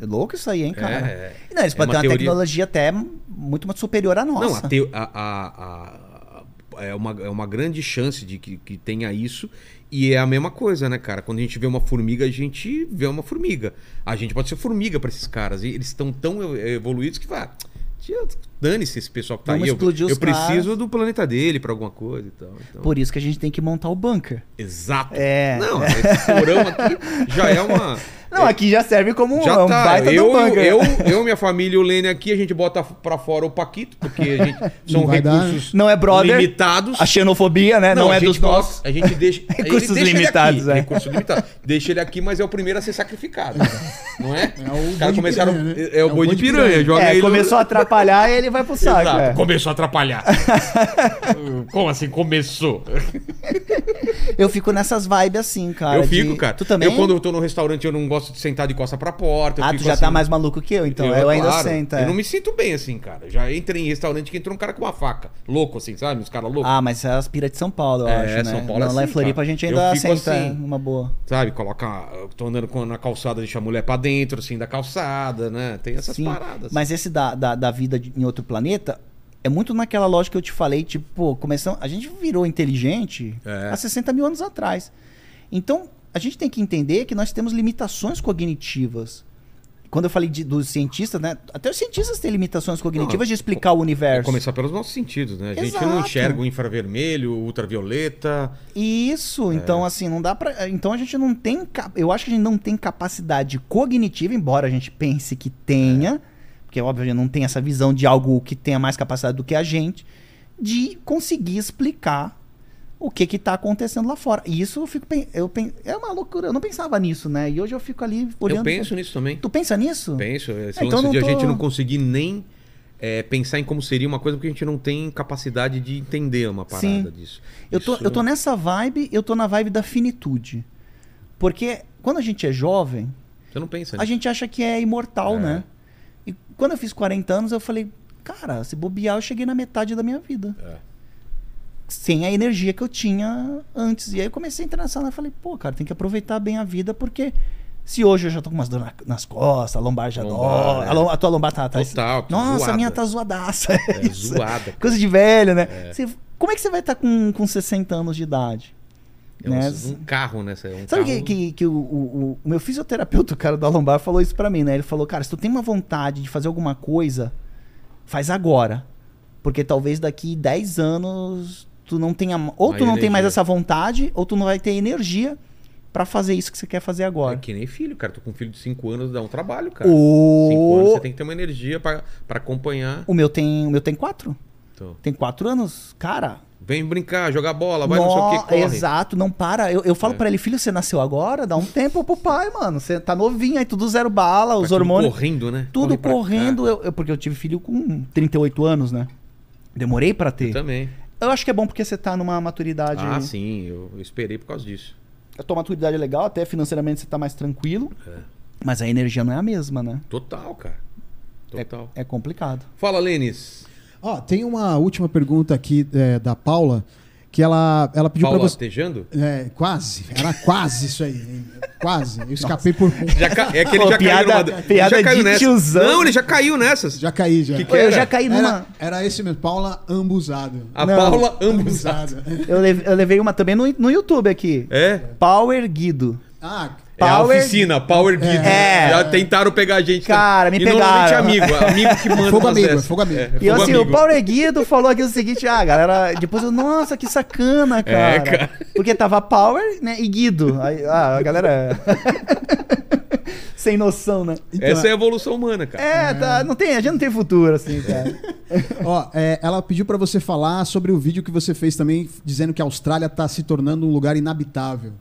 [SPEAKER 3] É louco isso aí, hein, cara?
[SPEAKER 1] É, é.
[SPEAKER 3] Não, eles
[SPEAKER 1] É
[SPEAKER 3] podem ter
[SPEAKER 1] uma
[SPEAKER 3] uma
[SPEAKER 1] teoria.
[SPEAKER 3] tecnologia até muito mais superior à nossa.
[SPEAKER 1] Não, a teo- a- a- a- é, uma, é uma grande chance de que, que tenha isso. E é a mesma coisa, né, cara? Quando a gente vê uma formiga, a gente vê uma formiga. A gente pode ser formiga pra esses caras. E eles estão tão eh, evoluídos que fala. "Tio, dane-se esse pessoal que tá
[SPEAKER 3] Vamos
[SPEAKER 1] aí. Eu,
[SPEAKER 3] explodir os
[SPEAKER 1] eu preciso
[SPEAKER 3] caras.
[SPEAKER 1] do planeta dele pra alguma coisa e tal. Então...
[SPEAKER 3] Por isso que a gente tem que montar o bunker.
[SPEAKER 1] Exato.
[SPEAKER 3] É.
[SPEAKER 1] Não, esse porão aqui já é
[SPEAKER 3] *laughs*
[SPEAKER 1] uma.
[SPEAKER 3] Não, aqui já serve como um,
[SPEAKER 1] Já
[SPEAKER 3] é um
[SPEAKER 1] tá.
[SPEAKER 3] baita
[SPEAKER 1] eu,
[SPEAKER 3] do bunker.
[SPEAKER 1] eu, eu, minha família e o Lene aqui, a gente bota pra fora o Paquito, porque a
[SPEAKER 3] *laughs*
[SPEAKER 1] gente são
[SPEAKER 2] Não vai dar, né?
[SPEAKER 1] recursos
[SPEAKER 3] *laughs* Não é brother.
[SPEAKER 1] limitados.
[SPEAKER 3] A xenofobia, né? Não,
[SPEAKER 1] a
[SPEAKER 3] é
[SPEAKER 1] gente
[SPEAKER 3] dos
[SPEAKER 1] bota-
[SPEAKER 3] nossos.
[SPEAKER 1] A gente
[SPEAKER 3] *laughs*
[SPEAKER 1] deixa. ele
[SPEAKER 3] Recursos
[SPEAKER 1] deixa ele
[SPEAKER 3] limitados,
[SPEAKER 1] aqui,
[SPEAKER 3] é.
[SPEAKER 1] Recursos limitados. Deixa ele aqui, mas é o primeiro a ser sacrificado. não é?
[SPEAKER 2] É o
[SPEAKER 1] Os
[SPEAKER 2] boi
[SPEAKER 1] caras
[SPEAKER 2] de
[SPEAKER 1] começaram.
[SPEAKER 2] piranha, né?
[SPEAKER 1] É o boi de piranha. Joga
[SPEAKER 3] É,
[SPEAKER 1] ele no-
[SPEAKER 3] começou a atrapalhar e ele vai pro
[SPEAKER 1] *laughs*
[SPEAKER 3] saco.
[SPEAKER 1] Exato,
[SPEAKER 3] é.
[SPEAKER 1] Começou a
[SPEAKER 3] *laughs*
[SPEAKER 1] atrapalhar. Como assim começou?
[SPEAKER 3] Eu fico nessas vibes assim, cara.
[SPEAKER 1] eu
[SPEAKER 3] de-
[SPEAKER 1] fico, cara.
[SPEAKER 3] Tu também?
[SPEAKER 1] Eu quando eu tô no restaurante, eu não gosto de sentar de costa pra porta. eu
[SPEAKER 3] Ah, tu
[SPEAKER 1] fico
[SPEAKER 3] já tá
[SPEAKER 1] assim.
[SPEAKER 3] mais maluco que eu, então. Eu, ainda
[SPEAKER 1] claro,
[SPEAKER 3] sento. é.
[SPEAKER 1] Eu não me sinto bem assim, cara. Já entrei em restaurante que entrou um cara com uma faca. Louco, assim, sabe? Uns caras loucos.
[SPEAKER 3] Ah, mas é as pira de São Paulo, eu
[SPEAKER 1] É,
[SPEAKER 3] acho, né?
[SPEAKER 1] São Paulo é
[SPEAKER 3] Não, lá em
[SPEAKER 1] assim,
[SPEAKER 3] Floripa
[SPEAKER 1] cara.
[SPEAKER 3] a gente
[SPEAKER 1] Eu
[SPEAKER 3] ainda
[SPEAKER 1] fico
[SPEAKER 3] senta é
[SPEAKER 1] assim.
[SPEAKER 3] uma boa.
[SPEAKER 1] Sabe? Coloca. Eu tô andando com- na calçada, deixa a mulher pra dentro, assim, da calçada, né? Tem essas
[SPEAKER 3] Sim,
[SPEAKER 1] paradas.
[SPEAKER 3] Mas esse da, da, da vida de- em outro planeta é muito naquela lógica que eu te falei, tipo, pô, começamos, a gente virou inteligente
[SPEAKER 1] É.
[SPEAKER 3] há 60 mil anos atrás. Então, a gente tem que entender que nós temos limitações cognitivas. Quando eu falei de- dos cientistas, né? Até os cientistas têm limitações cognitivas
[SPEAKER 1] Não,
[SPEAKER 3] de explicar o
[SPEAKER 1] É
[SPEAKER 3] universo.
[SPEAKER 1] começar pelos nossos sentidos, né? A gente não
[SPEAKER 3] Exato.
[SPEAKER 1] enxerga o infravermelho, o ultravioleta.
[SPEAKER 3] Isso,
[SPEAKER 1] É.
[SPEAKER 3] então assim, não dá pra. Então a gente não tem. cap- Eu acho que a gente não tem capacidade cognitiva, embora a gente pense que
[SPEAKER 1] É.
[SPEAKER 3] tenha, porque é óbvio a gente não tem essa visão de algo que tenha mais capacidade do que a gente, de conseguir explicar o que que tá acontecendo lá fora. E isso eu fico. pen- Eu pen- é uma loucura, eu não pensava nisso, né? E hoje eu fico ali olhando.
[SPEAKER 1] Eu penso nisso também.
[SPEAKER 3] Tu pensa nisso?
[SPEAKER 1] Penso. Esse
[SPEAKER 3] É, então
[SPEAKER 1] lance
[SPEAKER 3] não
[SPEAKER 1] de
[SPEAKER 3] tô-
[SPEAKER 1] a gente não conseguir nem é, pensar em como seria uma coisa, porque a gente não tem capacidade de entender uma parada
[SPEAKER 3] Sim.
[SPEAKER 1] disso.
[SPEAKER 3] Eu tô,
[SPEAKER 1] Isso-
[SPEAKER 3] eu tô nessa vibe, eu tô na vibe da finitude. Porque quando a gente é jovem,
[SPEAKER 1] Você não pensa né?
[SPEAKER 3] a gente acha que é imortal,
[SPEAKER 1] É.
[SPEAKER 3] né? E quando eu fiz 40 anos, eu falei, cara, se bobear, eu cheguei na metade da minha vida.
[SPEAKER 1] É.
[SPEAKER 3] Sem a energia que eu tinha antes. E aí eu comecei a entrar na sala e falei, pô, cara, tem que aproveitar bem a vida, porque se hoje eu já tô com umas dor na- nas costas, a lombar já
[SPEAKER 1] Lombar,
[SPEAKER 3] dói,
[SPEAKER 1] é.
[SPEAKER 3] a, lom- a tua lombar tá, tá
[SPEAKER 1] Total, tá
[SPEAKER 3] Nossa,
[SPEAKER 1] zoada.
[SPEAKER 3] a minha tá zoadaça. É
[SPEAKER 1] É,
[SPEAKER 3] *laughs* isso.
[SPEAKER 1] zoada. cara.
[SPEAKER 3] Coisa de velho, né? Você- como é que você vai estar com, com 60 anos de idade?
[SPEAKER 1] É
[SPEAKER 3] Né?
[SPEAKER 1] um, um carro, né? É um carro...
[SPEAKER 3] Sabe que, que, que o, o- o meu fisioterapeuta, o cara da lombar, falou isso pra mim, né? Ele falou, cara, se tu tem uma vontade de fazer alguma coisa, faz agora. Porque talvez daqui 10 anos tu não tenha. Ou
[SPEAKER 1] Aí
[SPEAKER 3] tu não tem mais
[SPEAKER 1] energia.
[SPEAKER 3] essa vontade, ou tu não vai ter energia pra fazer isso que você quer fazer
[SPEAKER 1] É
[SPEAKER 3] agora.
[SPEAKER 1] que nem filho, cara. Tô com um filho de 5 anos, dá um trabalho, cara. 5 anos
[SPEAKER 3] O...
[SPEAKER 1] você tem que ter uma energia pra, pra acompanhar.
[SPEAKER 3] o meu tem. O meu tem quatro.
[SPEAKER 1] Então,
[SPEAKER 3] Tem quatro anos? Cara.
[SPEAKER 1] vem brincar, jogar bola, vai não sei o
[SPEAKER 3] nó-
[SPEAKER 1] que, corre.
[SPEAKER 3] Exato, não para. Eu, eu falo
[SPEAKER 1] É.
[SPEAKER 3] pra ele, filho, você nasceu agora? Dá um tempo pro pai, mano. Você tá novinho, aí tudo zero bala,
[SPEAKER 1] Tá
[SPEAKER 3] os
[SPEAKER 1] tudo
[SPEAKER 3] hormônios.
[SPEAKER 1] Correndo, né?
[SPEAKER 3] Tudo
[SPEAKER 1] Corre pra cá.
[SPEAKER 3] correndo, eu- eu- porque eu tive filho com 38 anos, né? Demorei pra ter.
[SPEAKER 1] Também.
[SPEAKER 3] Eu acho que é bom porque você tá numa maturidade.
[SPEAKER 1] Então? Ah, sim, eu, eu esperei por causa disso.
[SPEAKER 3] A tua maturidade é legal, até financeiramente você tá mais tranquilo.
[SPEAKER 1] É.
[SPEAKER 3] Mas a energia não é a mesma, né?
[SPEAKER 1] Total, cara. Total.
[SPEAKER 3] É complicado.
[SPEAKER 1] Fala, Lênis.
[SPEAKER 2] Ó, tem uma última pergunta aqui é, da Paula, que ela, ela pediu
[SPEAKER 1] Paulo
[SPEAKER 2] pra você.
[SPEAKER 1] Artejando?
[SPEAKER 2] É, quase, era quase isso aí. hein? Quase. Eu escapei por pouco.
[SPEAKER 1] Já ca... É que ele
[SPEAKER 3] Ô,
[SPEAKER 1] já
[SPEAKER 3] piada-
[SPEAKER 1] caiu numa...
[SPEAKER 3] piada
[SPEAKER 1] já caiu
[SPEAKER 3] de
[SPEAKER 1] nessa.
[SPEAKER 3] tiozão.
[SPEAKER 1] Não, ele já caiu nessas.
[SPEAKER 2] Já caí, já.
[SPEAKER 1] Que é? que
[SPEAKER 3] Ô, eu
[SPEAKER 1] era?
[SPEAKER 3] já caí
[SPEAKER 2] Era,
[SPEAKER 3] numa.
[SPEAKER 2] era esse mesmo, Paula Ambusado.
[SPEAKER 1] A
[SPEAKER 3] Não. tá
[SPEAKER 1] Paula Ambusada. *laughs*
[SPEAKER 3] Eu, leve- eu levei uma também no, no YouTube aqui.
[SPEAKER 1] É?
[SPEAKER 3] Power Guido.
[SPEAKER 2] Ah,
[SPEAKER 1] É a
[SPEAKER 3] Power-
[SPEAKER 1] oficina, Power Guido.
[SPEAKER 3] É.
[SPEAKER 1] Já tentaram pegar a gente.
[SPEAKER 3] Cara, me
[SPEAKER 1] e normalmente
[SPEAKER 3] pegaram.
[SPEAKER 1] amigo, amigo que manda
[SPEAKER 2] fogo
[SPEAKER 1] umas
[SPEAKER 2] amigo, é
[SPEAKER 1] dessas.
[SPEAKER 2] fogo amigo.
[SPEAKER 1] É,
[SPEAKER 3] E eu,
[SPEAKER 1] fogo
[SPEAKER 3] assim,
[SPEAKER 1] amigo.
[SPEAKER 3] o Power Guido falou aqui o seguinte: ah, galera, depois eu, nossa, que sacana, cara.
[SPEAKER 1] É, cara.
[SPEAKER 3] Porque tava Power né, e Guido. Aí, ah, a galera. *laughs* Sem noção, né?
[SPEAKER 1] Essa é a evolução humana, cara.
[SPEAKER 3] É, tá, não tem, a gente não tem futuro, assim, cara.
[SPEAKER 2] Ó, é, ela pediu pra você falar sobre o vídeo que você fez também, dizendo que a Austrália tá se tornando um lugar inabitável.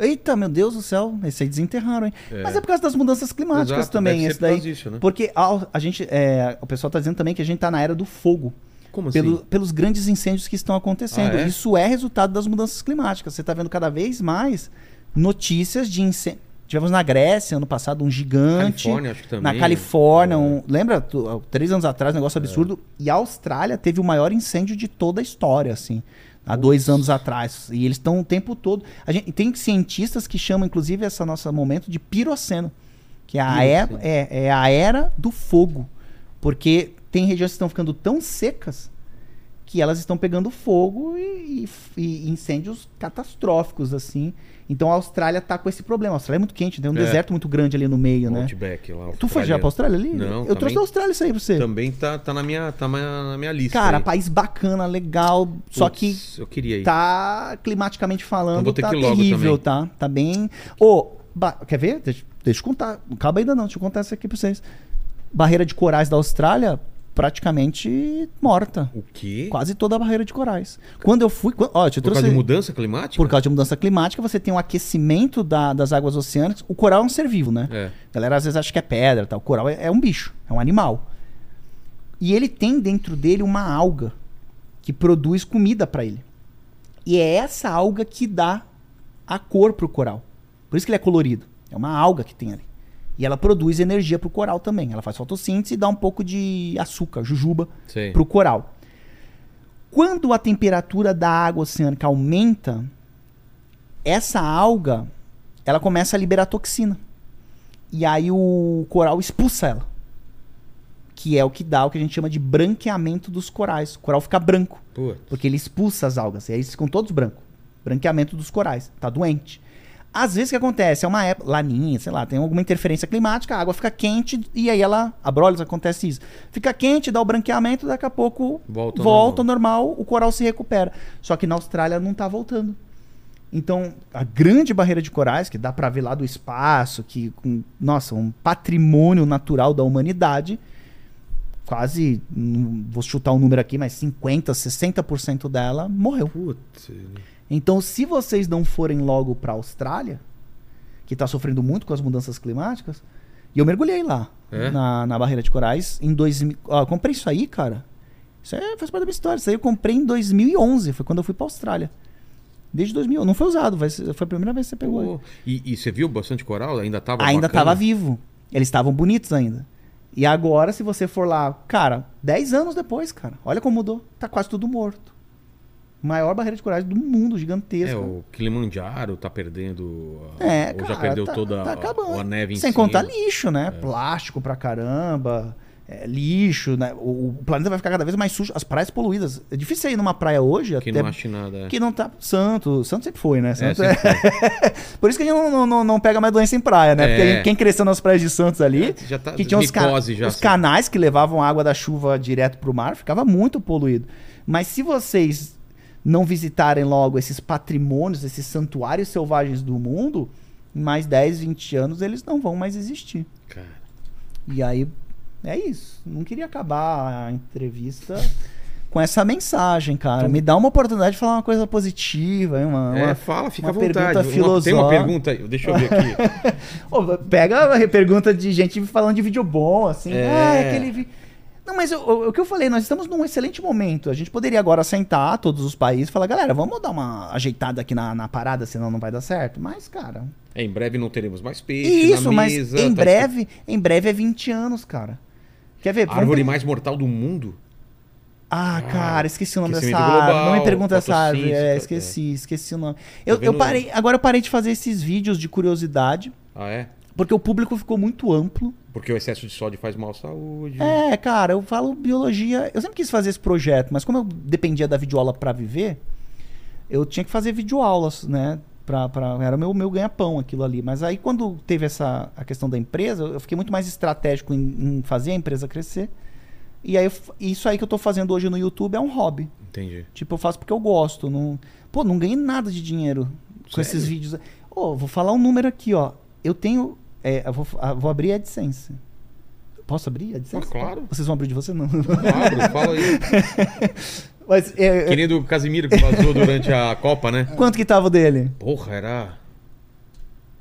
[SPEAKER 3] Eita, meu Deus do céu, esse aí desenterraram, hein?
[SPEAKER 1] É.
[SPEAKER 3] Mas é por causa das mudanças climáticas
[SPEAKER 1] Exato,
[SPEAKER 3] também,
[SPEAKER 1] deve ser
[SPEAKER 3] esse
[SPEAKER 1] por causa
[SPEAKER 3] daí.
[SPEAKER 1] disso, né?
[SPEAKER 3] Porque a, a gente. é, o pessoal tá dizendo também que a gente tá na era do fogo.
[SPEAKER 1] Como assim?
[SPEAKER 3] pelo- pelos grandes incêndios que estão acontecendo.
[SPEAKER 1] Ah, é?
[SPEAKER 3] Isso é resultado das mudanças climáticas. Você está vendo cada vez mais notícias de incêndio. Tivemos na Grécia ano passado um gigante.
[SPEAKER 1] Califórnia, acho que também. É.
[SPEAKER 3] Na Califórnia, um- lembra? tu- Três anos atrás, um negócio absurdo. E a Austrália teve o maior incêndio de toda a história, assim. Há dois anos atrás. E eles estão o tempo todo. A gente, tem cientistas que chamam, inclusive, esse nosso momento de piroceno. Que é a, era,
[SPEAKER 1] Piroceno.
[SPEAKER 3] é, é a era do fogo. Porque tem regiões que estão ficando tão secas que elas estão pegando fogo e, e- e incêndios catastróficos, assim. Então a Austrália tá com esse problema. A Austrália é muito quente, tem um
[SPEAKER 1] É.
[SPEAKER 3] deserto muito grande ali no meio, né?
[SPEAKER 1] Outback lá.
[SPEAKER 3] Tu foi já pra Austrália ali?
[SPEAKER 1] Não,
[SPEAKER 3] Eu
[SPEAKER 1] também-
[SPEAKER 3] trouxe da Austrália isso aí pra você.
[SPEAKER 1] Também tá, tá, na, minha, tá na, na minha lista.
[SPEAKER 3] Cara,
[SPEAKER 1] aí.
[SPEAKER 3] país bacana, legal, só
[SPEAKER 1] Putz,
[SPEAKER 3] que
[SPEAKER 1] Eu queria ir.
[SPEAKER 3] tá climaticamente
[SPEAKER 1] Então
[SPEAKER 3] falando,
[SPEAKER 1] vou ter
[SPEAKER 3] tá
[SPEAKER 1] que ir logo
[SPEAKER 3] terrível, tá? Tá bem. Ô, ba- quer ver? Deixa, deixa eu contar. Não acaba ainda não, deixa eu contar isso aqui pra vocês. Barreira de corais da Austrália praticamente morta.
[SPEAKER 1] O quê?
[SPEAKER 3] Quase toda a barreira de corais. Quando eu fui. quan- Ó, eu te
[SPEAKER 1] Por
[SPEAKER 3] trouxe.
[SPEAKER 1] causa de mudança climática?
[SPEAKER 3] por causa de mudança climática, você tem um aquecimento da- das águas oceânicas. O coral é um ser vivo, né?
[SPEAKER 1] É.
[SPEAKER 3] A galera às vezes acha que é pedra, tal. O coral é, é um bicho, é um animal. E ele tem dentro dele uma alga que produz comida pra ele. E é essa alga que dá a cor pro coral. Por isso que ele é colorido. É uma alga que tem ali. E ela produz energia pro coral também. Ela faz fotossíntese e dá um pouco de açúcar, jujuba,
[SPEAKER 1] Sei.
[SPEAKER 3] pro coral. Quando a temperatura da água oceânica aumenta, essa alga ela começa a liberar toxina. E aí o coral expulsa ela. Que é o que dá o que a gente chama de branqueamento dos corais. O coral fica branco,
[SPEAKER 1] Pô,
[SPEAKER 3] porque ele expulsa as algas. E aí eles ficam todos brancos. Branqueamento dos corais. Tá doente. Às vezes o que acontece? É uma época, laninha, sei lá, tem alguma interferência climática, a água fica quente e aí ela, a brolis acontece isso. Fica quente, dá o branqueamento, daqui a pouco
[SPEAKER 1] Volta
[SPEAKER 3] volta,
[SPEAKER 1] ao
[SPEAKER 3] ao normal, o coral se recupera. Só que na Austrália não tá voltando. Então, a grande barreira de corais, que dá pra ver lá do espaço, que, com- nossa, um patrimônio natural da humanidade, quase, hum, vou chutar um número aqui, mas 50%, 60% dela morreu.
[SPEAKER 1] putz.
[SPEAKER 3] Então, se vocês não forem logo pra Austrália, que tá sofrendo muito com as mudanças climáticas, e eu mergulhei lá,
[SPEAKER 1] É?
[SPEAKER 3] na, na barreira de corais, em 2000. Ó, eu comprei isso aí, cara. Isso aí faz parte da minha história. Isso aí eu comprei em 2011, foi quando eu fui pra Austrália. Desde 2000, não foi usado, vai ser- foi a primeira vez que você pegou.
[SPEAKER 1] Pô, E, e você viu bastante coral? Ainda tava
[SPEAKER 3] ainda
[SPEAKER 1] bacana?
[SPEAKER 3] tava vivo. Eles estavam bonitos ainda. E agora, se você for lá, cara, 10 anos depois, cara, olha como mudou. Tá quase tudo morto. Maior barreira de corais do mundo, gigantesca.
[SPEAKER 1] É, o Kilimanjaro tá perdendo. a-
[SPEAKER 3] É,
[SPEAKER 1] ou
[SPEAKER 3] cara,
[SPEAKER 1] já perdeu
[SPEAKER 3] tá-
[SPEAKER 1] toda
[SPEAKER 3] tá
[SPEAKER 1] a-
[SPEAKER 3] acabando.
[SPEAKER 1] a neve em cima.
[SPEAKER 3] Sem
[SPEAKER 1] É.
[SPEAKER 3] contar lixo, né? Plástico pra caramba, é, lixo, né? O, o planeta vai ficar cada vez mais sujo, as praias poluídas. É difícil você ir numa praia hoje,
[SPEAKER 1] Que
[SPEAKER 3] até
[SPEAKER 1] não acha é. nada.
[SPEAKER 3] que não tá. Santo, Santo sempre foi, né? Santo *laughs*
[SPEAKER 1] sempre
[SPEAKER 3] é- Por isso que a gente não, não- não, não pega mais doença em praia, né? Porque a
[SPEAKER 1] É.
[SPEAKER 3] gente- quem cresceu nas praias de Santos ali,
[SPEAKER 1] É, já tá
[SPEAKER 3] que tinha os, ca-
[SPEAKER 1] micose já,
[SPEAKER 3] os
[SPEAKER 1] assim.
[SPEAKER 3] canais que levavam água da chuva direto pro mar, ficava muito poluído. Mas se vocês não visitarem logo esses patrimônios, esses santuários selvagens do mundo, em mais 10, 20 anos eles não vão mais existir.
[SPEAKER 1] Cara,
[SPEAKER 3] E aí, é isso. Não queria acabar a entrevista com essa mensagem, cara. Me dá uma oportunidade de falar uma coisa positiva, hein, mano?
[SPEAKER 1] Então é,
[SPEAKER 3] Uma-
[SPEAKER 1] fala, fica
[SPEAKER 3] uma
[SPEAKER 1] à vontade.
[SPEAKER 3] pergunta
[SPEAKER 1] Uma- Tem uma
[SPEAKER 3] filosófica.
[SPEAKER 1] pergunta aí, deixa eu ver
[SPEAKER 3] *laughs*
[SPEAKER 1] aqui.
[SPEAKER 3] Ô, pega a pergunta de gente falando de vídeo bom, assim.
[SPEAKER 1] É.
[SPEAKER 3] Ah, aquele vi... Não, mas eu- eu- o que eu falei, nós estamos num excelente momento. A gente poderia agora sentar, todos os países, e falar, galera, vamos dar uma ajeitada aqui na, na parada, senão não vai dar certo. Mas, cara.
[SPEAKER 1] É, em breve não teremos mais peixe.
[SPEAKER 3] Isso,
[SPEAKER 1] na
[SPEAKER 3] mas
[SPEAKER 1] mesa,
[SPEAKER 3] em
[SPEAKER 1] tá-
[SPEAKER 3] breve, em breve é 20 anos, cara. Quer ver?
[SPEAKER 1] A
[SPEAKER 3] Vamos
[SPEAKER 1] árvore
[SPEAKER 3] ter-
[SPEAKER 1] mais mortal do mundo?
[SPEAKER 3] Ah, cara, esqueci o nome dessa
[SPEAKER 1] aquecimento
[SPEAKER 3] árvore.
[SPEAKER 1] global,
[SPEAKER 3] Não me pergunta essa árvore.
[SPEAKER 1] fotossíntese,
[SPEAKER 3] É,
[SPEAKER 1] tá-
[SPEAKER 3] esqueci, esqueci o nome. Eu, eu
[SPEAKER 1] vendo-
[SPEAKER 3] parei, agora eu parei de fazer esses vídeos de curiosidade,
[SPEAKER 1] Ah, é?
[SPEAKER 3] porque o público ficou muito amplo.
[SPEAKER 1] Porque o excesso de sódio faz mal à saúde.
[SPEAKER 3] É, cara, eu falo biologia. Eu sempre quis fazer esse projeto, mas como eu dependia da videoaula pra viver, eu tinha que fazer videoaulas, né? Pra, pra, era o meu, meu ganha-pão aquilo ali. Mas aí, quando teve essa a questão da empresa, eu fiquei muito mais estratégico em, em fazer a empresa crescer. E aí, eu f- isso aí que eu tô fazendo hoje no YouTube é um hobby.
[SPEAKER 1] Entendi.
[SPEAKER 3] Tipo, eu faço porque eu gosto. Não... Pô, não ganhei nada de dinheiro com
[SPEAKER 1] Sério?
[SPEAKER 3] esses vídeos. Ô, vou falar um número aqui, ó. Eu tenho. é, eu vou, ah, vou abrir a AdSense. Posso abrir a AdSense?
[SPEAKER 1] Ah, claro.
[SPEAKER 3] Vocês vão abrir de você? Não. *laughs*
[SPEAKER 1] Abro, fala aí.
[SPEAKER 3] Mas é, é,
[SPEAKER 1] Querido Casimiro que vazou durante a Copa, né?
[SPEAKER 3] quanto que tava o dele?
[SPEAKER 1] Porra, era.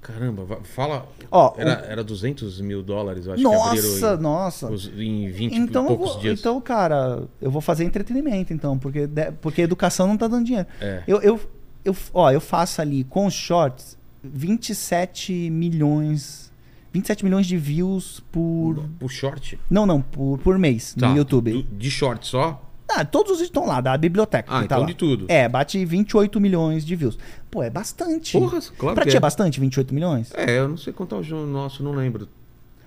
[SPEAKER 1] Caramba, va- fala.
[SPEAKER 3] Ó,
[SPEAKER 1] Era, era 200 mil dólares, eu acho que
[SPEAKER 3] nossa,
[SPEAKER 1] abriram
[SPEAKER 3] nossa.
[SPEAKER 1] em, os- em 20 e
[SPEAKER 3] Então, eu
[SPEAKER 1] poucos
[SPEAKER 3] vou,
[SPEAKER 1] dias.
[SPEAKER 3] então, cara, eu vou fazer entretenimento, então, porque, de- porque educação não tá dando dinheiro.
[SPEAKER 1] É.
[SPEAKER 3] Eu, eu, eu, ó, eu faço ali com os shorts 27 milhões. 27 milhões de views por.
[SPEAKER 1] Por short?
[SPEAKER 3] Não, não, por, por mês
[SPEAKER 1] Tá.
[SPEAKER 3] no YouTube.
[SPEAKER 1] Do- de short só?
[SPEAKER 3] Ah, todos os vídeos estão lá, da biblioteca.
[SPEAKER 1] Ah,
[SPEAKER 3] que tá
[SPEAKER 1] então
[SPEAKER 3] lá.
[SPEAKER 1] de tudo.
[SPEAKER 3] É, bate 28 milhões de views. Pô, é bastante.
[SPEAKER 1] Porra, claro
[SPEAKER 3] pra
[SPEAKER 1] que
[SPEAKER 3] ti é
[SPEAKER 1] é.
[SPEAKER 3] bastante 28 milhões?
[SPEAKER 1] É, eu não sei quanto é o jo- nosso, não lembro.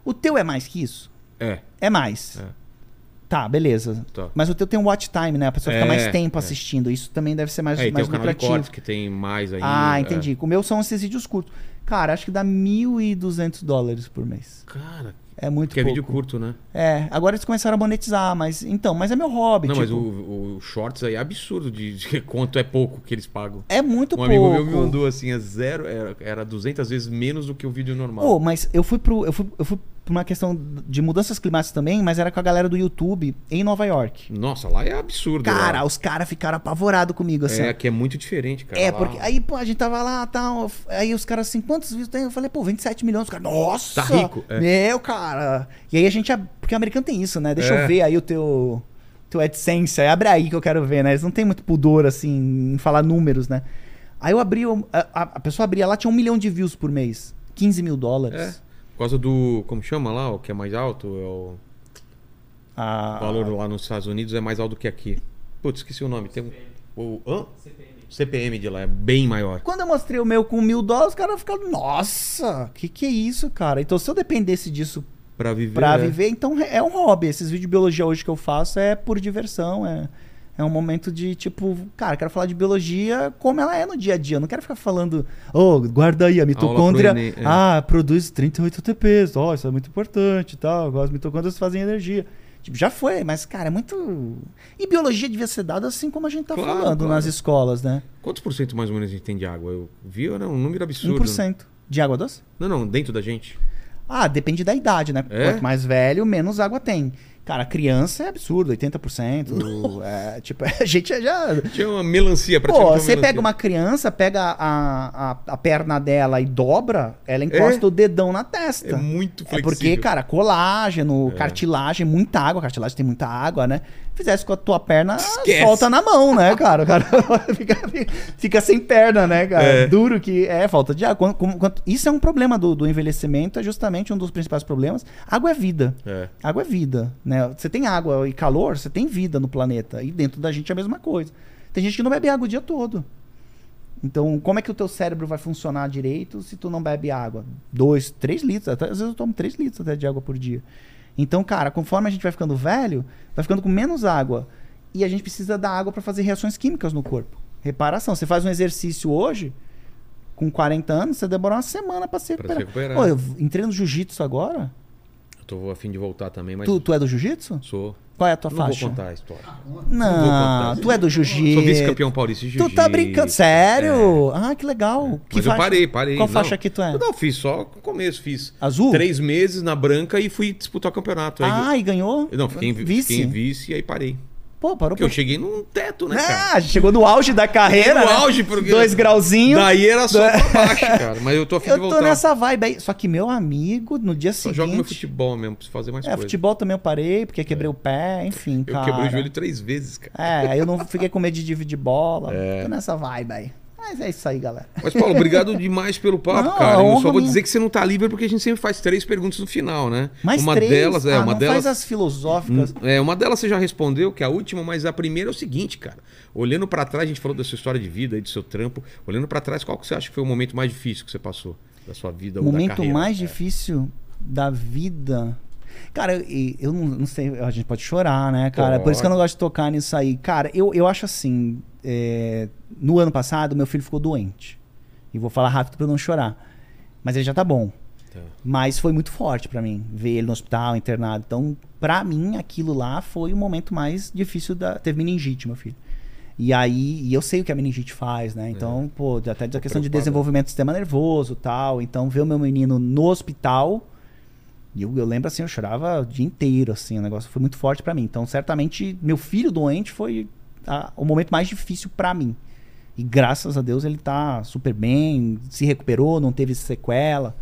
[SPEAKER 3] O teu é mais que isso?
[SPEAKER 1] É.
[SPEAKER 3] É mais.
[SPEAKER 1] É.
[SPEAKER 3] Tá, beleza.
[SPEAKER 1] Tá.
[SPEAKER 3] Mas o teu tem um watch time, né? A pessoa fica
[SPEAKER 1] É,
[SPEAKER 3] mais
[SPEAKER 1] é.
[SPEAKER 3] tempo assistindo. Isso também deve ser mais,
[SPEAKER 1] É, e tem
[SPEAKER 3] mais
[SPEAKER 1] o canal de
[SPEAKER 3] lucrativo.
[SPEAKER 1] cortes que tem mais ainda.
[SPEAKER 3] Ah,
[SPEAKER 1] é.
[SPEAKER 3] entendi. O meu são esses vídeos curtos. Cara, acho que dá 1.200 dólares por mês.
[SPEAKER 1] Cara,
[SPEAKER 3] É muito
[SPEAKER 1] porque é
[SPEAKER 3] pouco.
[SPEAKER 1] vídeo curto, né?
[SPEAKER 3] É, agora eles começaram a monetizar, mas então, mas é meu hobby,
[SPEAKER 1] Não,
[SPEAKER 3] tipo,
[SPEAKER 1] mas o, o Shorts aí é absurdo de, de *laughs* quanto é pouco que eles pagam.
[SPEAKER 3] é muito
[SPEAKER 1] um
[SPEAKER 3] pouco.
[SPEAKER 1] amigo meu me mandou assim, é zero, era, era 200 vezes menos do que o vídeo normal.
[SPEAKER 3] Pô, mas eu fui pro eu fui, eu fui pra uma questão de mudanças climáticas também, mas era com a galera do YouTube em Nova York.
[SPEAKER 1] Nossa, lá é absurdo.
[SPEAKER 3] Cara,
[SPEAKER 1] lá.
[SPEAKER 3] os caras ficaram apavorados comigo assim.
[SPEAKER 1] é que é muito diferente, cara.
[SPEAKER 3] É,
[SPEAKER 1] lá.
[SPEAKER 3] porque aí, pô, a gente tava lá, tal. Aí os caras assim, quantos vídeos tem? Eu falei, pô, 27 milhões. Os caras,
[SPEAKER 1] Tá
[SPEAKER 3] nossa!
[SPEAKER 1] rico, é.
[SPEAKER 3] Meu, cara. E aí a gente. ab- Porque o americano tem isso, né? Deixa
[SPEAKER 1] É.
[SPEAKER 3] eu ver aí o teu. Teu AdSense. Aí abre aí que eu quero ver, né? Eles não têm muito pudor, assim, em falar números, né? Aí eu abri. o- A, a- a pessoa abria lá, tinha um milhão de views por mês. 15 mil
[SPEAKER 1] É.
[SPEAKER 3] dólares.
[SPEAKER 1] Por causa do. Como chama lá? O que é mais alto? É o
[SPEAKER 3] Ah,
[SPEAKER 1] valor lá nos Estados Unidos é mais alto do que aqui. Putz, esqueci o nome. Tem um. O, hã? CPM de lá é bem maior.
[SPEAKER 3] Quando eu mostrei o meu com mil dólares, os caras ficaram, nossa, que que é isso, cara? Então se eu dependesse disso
[SPEAKER 1] Pra viver.
[SPEAKER 3] Pra
[SPEAKER 1] é.
[SPEAKER 3] viver, então é um hobby. Esses vídeos de biologia hoje que eu faço é por diversão, é, é um momento de tipo, cara, quero falar de biologia como ela é no dia a dia. Eu não quero ficar falando, oh, guarda aí a mitocôndria.
[SPEAKER 1] pro Enem, é.
[SPEAKER 3] Ah, produz 38 TPs, ó, isso é muito importante e tal. As mitocôndrias fazem energia. Tipo, já foi, mas, cara, é muito. E biologia devia ser dada assim como a gente tá
[SPEAKER 1] Claro,
[SPEAKER 3] falando
[SPEAKER 1] claro.
[SPEAKER 3] nas escolas, né?
[SPEAKER 1] Quantos por cento mais ou menos a gente tem de água? Eu vi ou não? Um número absurdo.
[SPEAKER 3] 1% de água doce?
[SPEAKER 1] Não, não, dentro da gente.
[SPEAKER 3] Ah, depende da idade, né?
[SPEAKER 1] É?
[SPEAKER 3] Quanto mais velho, menos água tem. Cara, criança é absurdo, 80%. É, tipo, *laughs* a gente é já.
[SPEAKER 1] Tinha uma melancia pra um
[SPEAKER 3] Pô, você pega uma criança, pega a, a, a perna dela e dobra, ela encosta o dedão na
[SPEAKER 1] É
[SPEAKER 3] testa.
[SPEAKER 1] muito
[SPEAKER 3] É
[SPEAKER 1] flexível. É.
[SPEAKER 3] porque, cara, colágeno, cartilagem, muita água, cartilagem tem muita água, né? Fizesse com a tua perna,
[SPEAKER 1] Esquece.
[SPEAKER 3] solta na mão, né, cara? O cara *laughs* fica, fica- fica sem perna, né, cara?
[SPEAKER 1] É.
[SPEAKER 3] Duro que é, falta de água. Quando- como- quanto- isso é um problema do, do envelhecimento, é justamente um dos principais problemas. Água é vida.
[SPEAKER 1] É.
[SPEAKER 3] Água é vida, né? Você tem água e calor, você tem vida no planeta. E dentro da gente é a mesma coisa. Tem gente que não bebe água o dia todo. Então, como é que o teu cérebro vai funcionar direito se tu não bebe água? Dois, três litros. Até, às vezes eu tomo três litros até de água por dia. Então, cara, conforme a gente vai ficando velho, vai ficando com menos água. E a gente precisa da água para fazer reações químicas no corpo. Reparação. Você faz um exercício hoje, com 40 anos, você demora uma semana para se
[SPEAKER 1] Pra se
[SPEAKER 3] recuperar.
[SPEAKER 1] recuperar.
[SPEAKER 3] Pô, eu entrei no jiu-jitsu agora.
[SPEAKER 1] Eu tô a fim de voltar também, mas.
[SPEAKER 3] Tu, tu é do jiu-jitsu?
[SPEAKER 1] Sou.
[SPEAKER 3] Qual é a tua
[SPEAKER 1] Não
[SPEAKER 3] faixa?
[SPEAKER 1] vou contar a história. Não vou
[SPEAKER 3] Não,
[SPEAKER 1] contar.
[SPEAKER 3] tu é do
[SPEAKER 1] Sou
[SPEAKER 3] jiu-jitsu.
[SPEAKER 1] vice-campeão paulista de
[SPEAKER 3] Tu
[SPEAKER 1] jiu-jitsu. É.
[SPEAKER 3] tá brincando? Sério? Ah, que legal. Que
[SPEAKER 1] Mas eu parei, parei,
[SPEAKER 3] Qual
[SPEAKER 1] não.
[SPEAKER 3] faixa que tu é?
[SPEAKER 1] Eu não fiz, só no começo fiz.
[SPEAKER 3] Azul?
[SPEAKER 1] Três meses na branca e fui disputar o campeonato. Aí-
[SPEAKER 3] Ah, e ganhou?
[SPEAKER 1] não, fiquei em,
[SPEAKER 3] vice.
[SPEAKER 1] vice. fiquei em vice e aí parei.
[SPEAKER 3] Pô, parou
[SPEAKER 1] Porque eu
[SPEAKER 3] por...
[SPEAKER 1] cheguei num teto, né, cara?
[SPEAKER 3] Ah, chegou no auge da carreira.
[SPEAKER 1] No
[SPEAKER 3] né?
[SPEAKER 1] auge, porque-
[SPEAKER 3] Dois grauzinhos.
[SPEAKER 1] Daí era só pra
[SPEAKER 3] *laughs*
[SPEAKER 1] baixo, cara. Mas eu tô a fim de
[SPEAKER 3] Eu
[SPEAKER 1] voltar.
[SPEAKER 3] tô nessa vibe aí. Só que meu amigo, no dia
[SPEAKER 1] Só
[SPEAKER 3] seguinte.
[SPEAKER 1] jogo meu futebol mesmo, preciso fazer mais
[SPEAKER 3] É,
[SPEAKER 1] coisa.
[SPEAKER 3] futebol também eu parei, porque quebrei o pé, enfim.
[SPEAKER 1] Eu
[SPEAKER 3] cara.
[SPEAKER 1] quebrei o joelho três vezes, cara.
[SPEAKER 3] É, aí eu não fiquei com medo de dividir bola.
[SPEAKER 1] É.
[SPEAKER 3] Tô nessa vibe aí. Mas é isso aí, galera.
[SPEAKER 1] Mas, Paulo, obrigado demais pelo papo,
[SPEAKER 3] Não,
[SPEAKER 1] cara. Eu
[SPEAKER 3] honra
[SPEAKER 1] só vou
[SPEAKER 3] minha.
[SPEAKER 1] dizer que você não tá livre porque a gente sempre faz três perguntas no final, né?
[SPEAKER 3] Mais
[SPEAKER 1] uma
[SPEAKER 3] três.
[SPEAKER 1] delas, é,
[SPEAKER 3] Ah,
[SPEAKER 1] uma
[SPEAKER 3] não
[SPEAKER 1] delas.
[SPEAKER 3] Faz assim. as filosóficas.
[SPEAKER 1] É, uma delas você já respondeu, que é a última, mas a primeira é o seguinte, cara. Olhando pra trás, a gente falou da sua história de vida e do seu trampo. Olhando pra trás, qual que você acha que foi o momento mais difícil que você passou da sua vida
[SPEAKER 3] O
[SPEAKER 1] ou da
[SPEAKER 3] momento
[SPEAKER 1] carreira?
[SPEAKER 3] mais
[SPEAKER 1] É.
[SPEAKER 3] difícil da vida. Cara, eu, e- eu não, não sei, a gente pode chorar, né, cara? Por isso que eu não gosto de tocar nisso aí. Cara, eu, eu acho assim. é, no ano passado, meu filho ficou doente. E vou falar rápido pra eu não chorar. Mas ele já tá bom.
[SPEAKER 1] Tá.
[SPEAKER 3] Mas foi muito forte pra mim ver ele no hospital, internado. Então, pra mim, aquilo lá foi o momento mais difícil da. Teve meningite, meu filho. E aí, e eu sei o que a meningite faz, né? Então, pô, até da questão de
[SPEAKER 1] preocupado.
[SPEAKER 3] desenvolvimento do sistema nervoso e tal. Então, ver o meu menino no hospital. E eu, eu lembro assim, eu chorava o dia inteiro, assim, o negócio foi muito forte pra mim. Então, certamente, meu filho doente foi a- o momento mais difícil pra mim. E graças a Deus ele tá super bem, se recuperou, não teve sequela.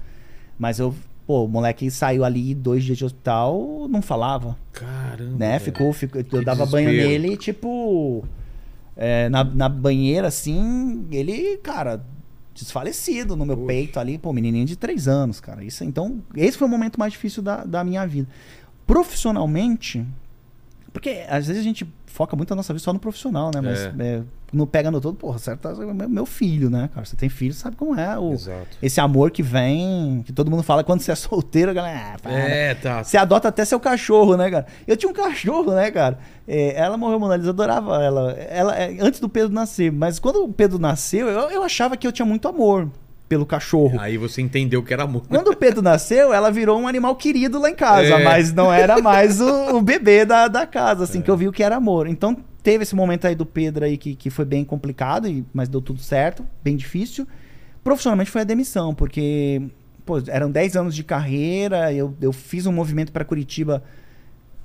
[SPEAKER 3] Mas eu, pô, o moleque saiu ali dois dias de hospital, não falava,
[SPEAKER 1] É. Caramba.
[SPEAKER 3] né?
[SPEAKER 1] velho.
[SPEAKER 3] Ficou, ficou eu
[SPEAKER 1] Que
[SPEAKER 3] dava banho
[SPEAKER 1] desespero.
[SPEAKER 3] nele, tipo, é, na, na banheira, assim, ele, cara, desfalecido no meu
[SPEAKER 1] Poxa.
[SPEAKER 3] peito ali, pô, menininho de três anos, cara. Isso, então, esse foi o momento mais difícil da, da minha vida. Profissionalmente, Porque às vezes a gente foca muito a nossa vida só no profissional, né? Mas
[SPEAKER 1] É.
[SPEAKER 3] é, não pega no todo, porra, certo? é meu- Meu filho, né, cara? Você tem filho, sabe como é o,
[SPEAKER 1] Exato.
[SPEAKER 3] esse amor que vem, que todo mundo fala quando você é solteiro, a galera. Ah, para.
[SPEAKER 1] É, tá.
[SPEAKER 3] Você adota até seu cachorro, né, cara? Eu tinha um cachorro, né, cara? É, ela morreu, Mona Lisa, eu adorava ela. ela é, antes do Pedro nascer. Mas quando o Pedro nasceu, eu, eu achava que eu tinha muito amor pelo cachorro.
[SPEAKER 1] Aí você entendeu que era amor.
[SPEAKER 3] Quando o Pedro nasceu, ela virou um animal querido lá em casa,
[SPEAKER 1] É.
[SPEAKER 3] mas não era mais o, o bebê da, da casa, assim, que eu vi o que era amor. Então teve esse momento aí do Pedro aí que, que foi bem complicado, e- mas deu tudo certo, bem difícil. Profissionalmente foi a demissão, porque pô, eram 10 anos de carreira, eu, eu fiz um movimento para Curitiba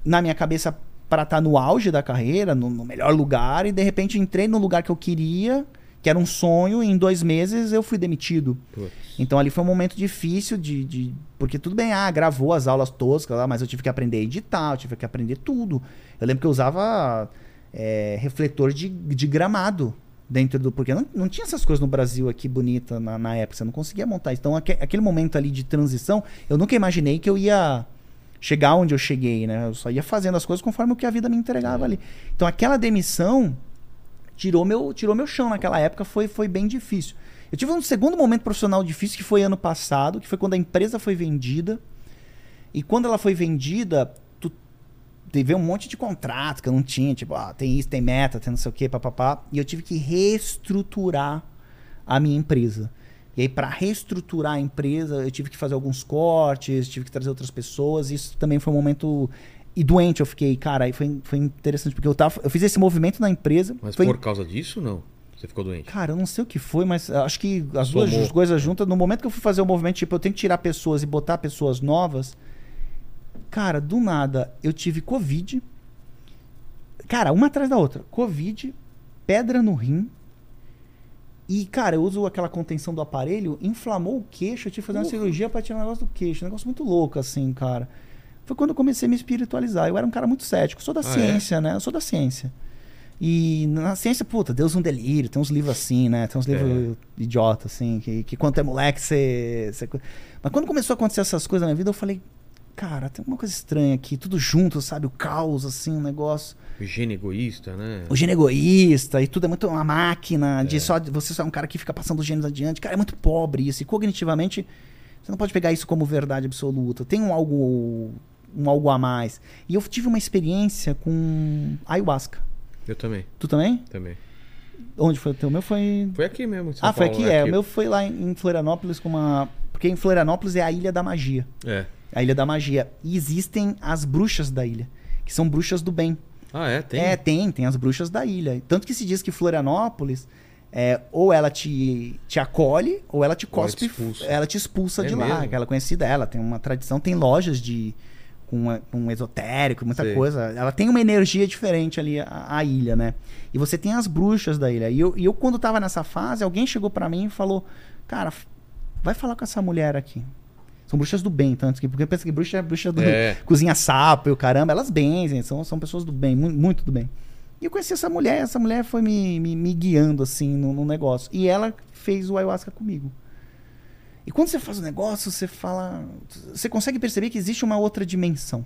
[SPEAKER 3] na minha cabeça para estar no auge da carreira, no, no melhor lugar, e de repente entrei no lugar que eu queria, que era um sonho, e em dois meses eu fui demitido.
[SPEAKER 1] *laughs* Putz.
[SPEAKER 3] Então ali foi um momento difícil de, de- Porque tudo bem, ah, gravou as aulas toscas lá, mas eu tive que aprender a editar, eu tive que aprender tudo. Eu lembro que eu usava é, refletor de, de gramado dentro do. Porque não, não tinha essas coisas no Brasil aqui bonita na, na época, você não conseguia montar. Então aque- aquele momento ali de transição, eu nunca imaginei que eu ia chegar onde eu cheguei, né? Eu só ia fazendo as coisas conforme o que a vida me entregava ali. Então aquela demissão tirou meu, tirou meu chão naquela época, foi, foi bem difícil. Eu tive um segundo momento profissional difícil que foi ano passado, que foi quando a empresa foi vendida. E quando ela foi vendida, tu teve um monte de contrato que eu não tinha, tipo, ah, tem isso, tem meta, tem não sei o quê, papapá. E eu tive que reestruturar a minha empresa. E aí, para reestruturar a empresa, eu tive que fazer alguns cortes, tive que trazer outras pessoas. Isso também foi um momento. E doente eu fiquei, cara, aí foi, foi interessante, porque eu, tava, eu fiz esse movimento na empresa.
[SPEAKER 1] Mas
[SPEAKER 3] foi
[SPEAKER 1] por causa disso, não? Você ficou doente?
[SPEAKER 3] Cara, eu não sei o que foi, mas acho que as duas
[SPEAKER 1] Somou. É.
[SPEAKER 3] ju- coisas juntas, no momento que eu fui fazer o movimento, tipo, eu tenho que tirar pessoas e botar pessoas novas. Cara, do nada, eu tive Covid. Cara, uma atrás da outra. Covid, pedra no rim. E, cara, eu uso aquela contenção do aparelho, inflamou o queixo, eu tive que fazer uma cirurgia pra tirar um negócio do queixo. Um negócio muito louco, assim, cara. Foi quando eu comecei a me espiritualizar. Eu era um cara muito cético. Sou da
[SPEAKER 1] Ah, é?
[SPEAKER 3] ciência, né? Eu sou da ciência. E na ciência, puta, Deus é um delírio. Tem uns livros assim, né? Tem uns livros idiota, assim, que, que quando é moleque você. você co- Mas quando começou a acontecer essas coisas na minha vida, eu falei, cara, tem uma coisa estranha aqui, tudo junto, sabe? O caos, assim, um negócio.
[SPEAKER 1] Higiene egoísta, né?
[SPEAKER 3] O gene egoísta e tudo é muito uma máquina de só você só é um cara que fica passando os genes adiante. Cara, é muito pobre isso. E cognitivamente, você não pode pegar isso como verdade absoluta. Tem um algo um algo a mais. E eu tive uma experiência com ayahuasca.
[SPEAKER 1] Eu também,
[SPEAKER 3] Tu também?
[SPEAKER 1] também.
[SPEAKER 3] Onde foi o teu? O meu foi
[SPEAKER 1] Foi aqui mesmo. em São
[SPEAKER 3] Ah, foi
[SPEAKER 1] Paulo,
[SPEAKER 3] aqui,
[SPEAKER 1] né?
[SPEAKER 3] é. O meu foi lá em em Florianópolis com uma porque em Florianópolis é a Ilha da Magia.
[SPEAKER 1] É.
[SPEAKER 3] A Ilha da Magia. E existem as bruxas da ilha, que são bruxas do bem.
[SPEAKER 1] Ah, é? Tem?
[SPEAKER 3] É, tem, tem as bruxas da ilha. Tanto que se diz que Florianópolis, é, ou ela te, te acolhe, ou ela te
[SPEAKER 1] Ou ela te
[SPEAKER 3] cospe,
[SPEAKER 1] expulsa.
[SPEAKER 3] ela te expulsa
[SPEAKER 1] É
[SPEAKER 3] de lá.
[SPEAKER 1] mesmo?
[SPEAKER 3] que Ela é conhecida, ela tem uma tradição, tem lojas de com, a- com esotérico, muita
[SPEAKER 1] Sei.
[SPEAKER 3] coisa. Ela tem uma energia diferente ali, a, a ilha, né? E você tem as bruxas da ilha. E eu, e eu quando tava nessa fase, alguém chegou pra mim e falou, cara, f- vai falar com essa mulher aqui. São bruxas do bem, tanto que porque pensa que bruxa é bruxa do,
[SPEAKER 1] É.
[SPEAKER 3] *laughs* cozinha sapo e o caramba, elas benzem, são, são pessoas do bem, mu- muito do bem. E eu conheci essa mulher, essa mulher foi me, me, me guiando assim no, no negócio. E ela fez o ayahuasca comigo. E quando você faz o negócio, você fala. Você consegue perceber que existe uma outra dimensão.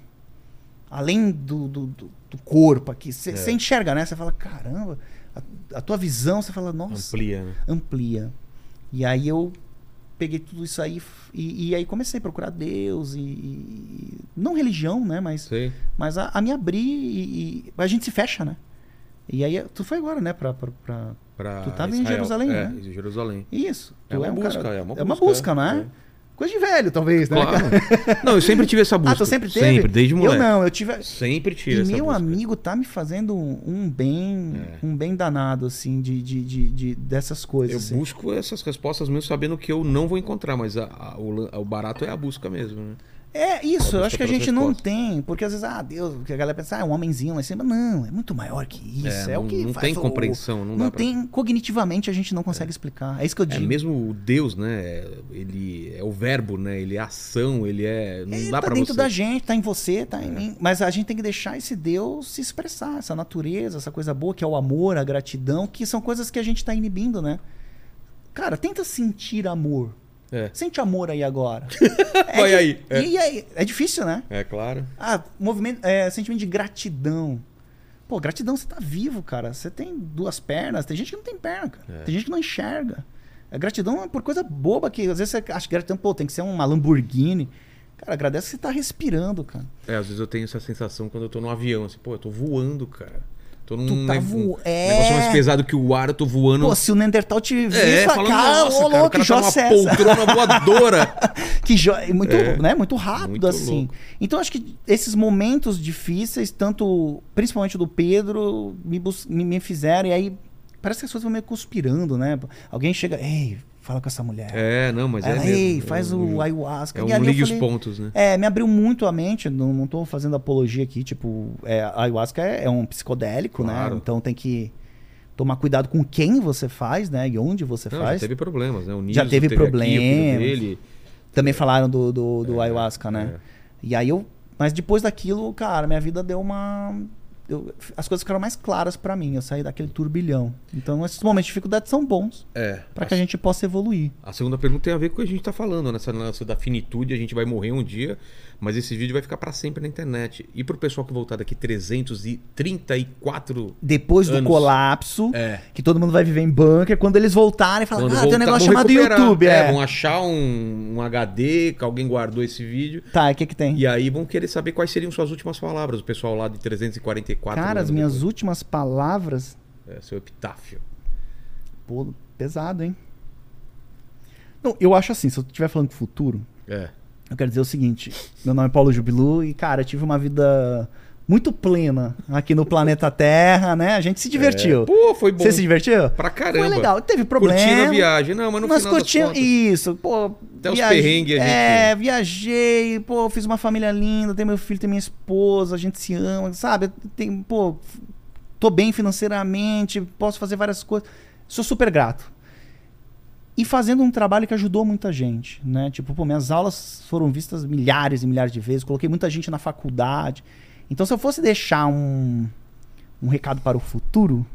[SPEAKER 3] Além do, do, do- do corpo aqui. Você
[SPEAKER 1] É.
[SPEAKER 3] você enxerga, né? Você fala, caramba, a, a tua visão, você fala, nossa
[SPEAKER 1] Amplia, né?
[SPEAKER 3] amplia. E aí eu peguei tudo isso aí f- e, e aí comecei a procurar Deus e, e- não religião, né? Mas,
[SPEAKER 1] Sei.
[SPEAKER 3] mas a, a me abrir e, e a gente se fecha, né? E aí tu foi agora, né? Pra, pra, pra-
[SPEAKER 1] Pra
[SPEAKER 3] Tu tava em Jerusalém,
[SPEAKER 1] é,
[SPEAKER 3] né?
[SPEAKER 1] em
[SPEAKER 3] *laughs*
[SPEAKER 1] Jerusalém.
[SPEAKER 3] Isso.
[SPEAKER 1] É
[SPEAKER 3] Tu
[SPEAKER 1] uma
[SPEAKER 3] um
[SPEAKER 1] busca,
[SPEAKER 3] cara-
[SPEAKER 1] é uma busca,
[SPEAKER 3] busca,
[SPEAKER 1] é.
[SPEAKER 3] né? Coisa de velho, talvez, né?
[SPEAKER 1] Claro. Não, eu sempre tive essa busca.
[SPEAKER 3] Ah, tu sempre teve?
[SPEAKER 1] Sempre, desde moleque.
[SPEAKER 3] Eu não, eu tive...
[SPEAKER 1] Sempre tive
[SPEAKER 3] E
[SPEAKER 1] essa
[SPEAKER 3] meu
[SPEAKER 1] busca. É.
[SPEAKER 3] amigo tá me fazendo um um bem, um bem danado, assim, de, de, de, de- dessas
[SPEAKER 1] Eu
[SPEAKER 3] coisas. assim.
[SPEAKER 1] busco essas respostas mesmo sabendo que eu não vou encontrar, mas a- a- o, lan- o barato é a busca mesmo, né?
[SPEAKER 3] É isso,
[SPEAKER 1] Uma
[SPEAKER 3] eu
[SPEAKER 1] busca
[SPEAKER 3] acho que a
[SPEAKER 1] pelas
[SPEAKER 3] gente não
[SPEAKER 1] respostas.
[SPEAKER 3] tem, porque às vezes, ah, Deus, porque a galera pensa, ah, é um homenzinho lá em cima. Não, é muito maior que isso. É,
[SPEAKER 1] não,
[SPEAKER 3] o que
[SPEAKER 1] não
[SPEAKER 3] faz
[SPEAKER 1] tem
[SPEAKER 3] o-
[SPEAKER 1] compreensão, não,
[SPEAKER 3] Não,
[SPEAKER 1] dá pra-
[SPEAKER 3] tem, cognitivamente a gente não consegue explicar. É isso que eu
[SPEAKER 1] É
[SPEAKER 3] digo.
[SPEAKER 1] mesmo o Deus, né? Ele é o verbo, né? Ele é ação, ele é. Não
[SPEAKER 3] Ele
[SPEAKER 1] dá
[SPEAKER 3] tá
[SPEAKER 1] pra
[SPEAKER 3] dentro
[SPEAKER 1] você. É.
[SPEAKER 3] da gente, tá em você, tá em mim. Mas a gente tem que deixar esse Deus se expressar, essa natureza, essa coisa boa, que é o amor, a gratidão, que são coisas que a gente tá inibindo, né? Cara, tenta sentir amor.
[SPEAKER 1] É.
[SPEAKER 3] Sente amor aí agora. É
[SPEAKER 1] Vai
[SPEAKER 3] di-
[SPEAKER 1] aí, *laughs* é.
[SPEAKER 3] E, e aí? É difícil, né?
[SPEAKER 1] É claro.
[SPEAKER 3] Ah, movimento, é, sentimento de gratidão. Pô, gratidão, você tá vivo, cara. Você tem duas pernas. Tem gente que não tem perna, cara.
[SPEAKER 1] É.
[SPEAKER 3] Tem gente que não enxerga. A gratidão é por coisa boba que às vezes você acha que gratidão, pô, tem que ser uma Lamborghini. Cara, agradece que você tá respirando, cara.
[SPEAKER 1] É, às vezes eu tenho essa sensação quando eu tô num avião, assim, pô, eu tô voando, cara. Tô num
[SPEAKER 3] tá
[SPEAKER 1] nev-
[SPEAKER 3] vo-
[SPEAKER 1] um
[SPEAKER 3] é.
[SPEAKER 1] negócio mais pesado que o ar, eu tô voando.
[SPEAKER 3] Pô, se o Neandertal te vê,
[SPEAKER 1] é,
[SPEAKER 3] fala,
[SPEAKER 1] falando,
[SPEAKER 3] cara,
[SPEAKER 1] nossa,
[SPEAKER 3] "Ah, ô,
[SPEAKER 1] cara,
[SPEAKER 3] louco,
[SPEAKER 1] o cara
[SPEAKER 3] que
[SPEAKER 1] tá
[SPEAKER 3] jossa é
[SPEAKER 1] numa
[SPEAKER 3] essa?
[SPEAKER 1] poltrona voadora.
[SPEAKER 3] *laughs* que jo... é muito,
[SPEAKER 1] É.
[SPEAKER 3] né? muito rápido
[SPEAKER 1] Muito
[SPEAKER 3] assim.
[SPEAKER 1] louco.
[SPEAKER 3] Então acho que esses momentos difíceis, tanto principalmente do Pedro, me, bus- me, me fizeram e aí parece que as coisas vão meio conspirando, né? Alguém chega, ei, fala com essa mulher.
[SPEAKER 1] É, não, mas
[SPEAKER 3] Ela,
[SPEAKER 1] é mesmo.
[SPEAKER 3] ei,
[SPEAKER 1] É
[SPEAKER 3] faz
[SPEAKER 1] um-
[SPEAKER 3] o
[SPEAKER 1] É
[SPEAKER 3] ayahuasca. E
[SPEAKER 1] um
[SPEAKER 3] ali eu
[SPEAKER 1] ligue os
[SPEAKER 3] falei,
[SPEAKER 1] pontos, né?
[SPEAKER 3] é, me abriu muito a mente. Não, não tô fazendo apologia aqui. Tipo, é, a ayahuasca é, é um psicodélico,
[SPEAKER 1] Claro.
[SPEAKER 3] né? Então tem que tomar cuidado com quem você faz, né? E onde você
[SPEAKER 1] Não, já
[SPEAKER 3] faz.
[SPEAKER 1] teve problemas, né? O Nilson
[SPEAKER 3] Já teve
[SPEAKER 1] aqui, o filho
[SPEAKER 3] problemas.
[SPEAKER 1] dele.
[SPEAKER 3] Também falaram do, do, do
[SPEAKER 1] É,
[SPEAKER 3] ayahuasca, né? E aí eu. Mas depois daquilo, cara, minha vida deu uma. eu- as coisas ficaram mais claras pra mim. Eu saí daquele turbilhão. Então, esses momentos de dificuldade são bons
[SPEAKER 1] É.
[SPEAKER 3] pra que a gente possa evoluir.
[SPEAKER 1] A segunda pergunta tem a ver com o que a gente tá falando, nessa lance da finitude, a gente vai morrer um dia, mas esse vídeo vai ficar pra sempre na internet. E pro pessoal que voltar daqui 334
[SPEAKER 3] Depois do
[SPEAKER 1] Anos.
[SPEAKER 3] colapso,
[SPEAKER 1] É.
[SPEAKER 3] que todo mudo vai viver em bunker, quando eles voltarem, falam,
[SPEAKER 1] Quando
[SPEAKER 3] ah, tem
[SPEAKER 1] voltar,
[SPEAKER 3] um negócio
[SPEAKER 1] vão
[SPEAKER 3] chamado
[SPEAKER 1] recuperar.
[SPEAKER 3] YouTube. É.
[SPEAKER 1] vão achar um, um HD que alguém guardou esse vídeo.
[SPEAKER 3] Tá, o que que tem?
[SPEAKER 1] E aí vão querer saber quais seriam suas últimas palavras, o pessoal lá de 344.
[SPEAKER 3] Cara, as
[SPEAKER 1] anos
[SPEAKER 3] minhas
[SPEAKER 1] depois.
[SPEAKER 3] últimas palavras.
[SPEAKER 1] É, seu epitáfio.
[SPEAKER 3] Pô, pesado, hein? Não, eu acho assim, se eu estiver falando com o futuro,
[SPEAKER 1] É.
[SPEAKER 3] Eu quero dizer o seguinte: meu nome é Paulo Jubilu e, cara, eu tive uma vida muito plena aqui no planeta Terra, né? A gente se divertiu.
[SPEAKER 1] É, Pô, foi bom.
[SPEAKER 3] Você se divertiu?
[SPEAKER 1] *laughs* Pra caramba.
[SPEAKER 3] Foi legal, teve problema.
[SPEAKER 1] Curtindo a viagem. Não, mas no
[SPEAKER 3] Nós
[SPEAKER 1] final das
[SPEAKER 3] curtimos.
[SPEAKER 1] contas-
[SPEAKER 3] Isso, pô.
[SPEAKER 1] Até os perrengues a gente-
[SPEAKER 3] É, viajei, pô, fiz uma família linda, tenho meu filho, tenho minha esposa, a gente se ama, sabe? Tem, pô, f- tô bem financeiramente, posso fazer várias coisas. Sou super grato. E fazendo um trabalho que ajudou muita gente, né? Tipo, pô, minhas aulas foram vistas milhares e milhares de vezes, coloquei muita gente na faculdade. Então, se eu fosse deixar um, um recado para o futuro,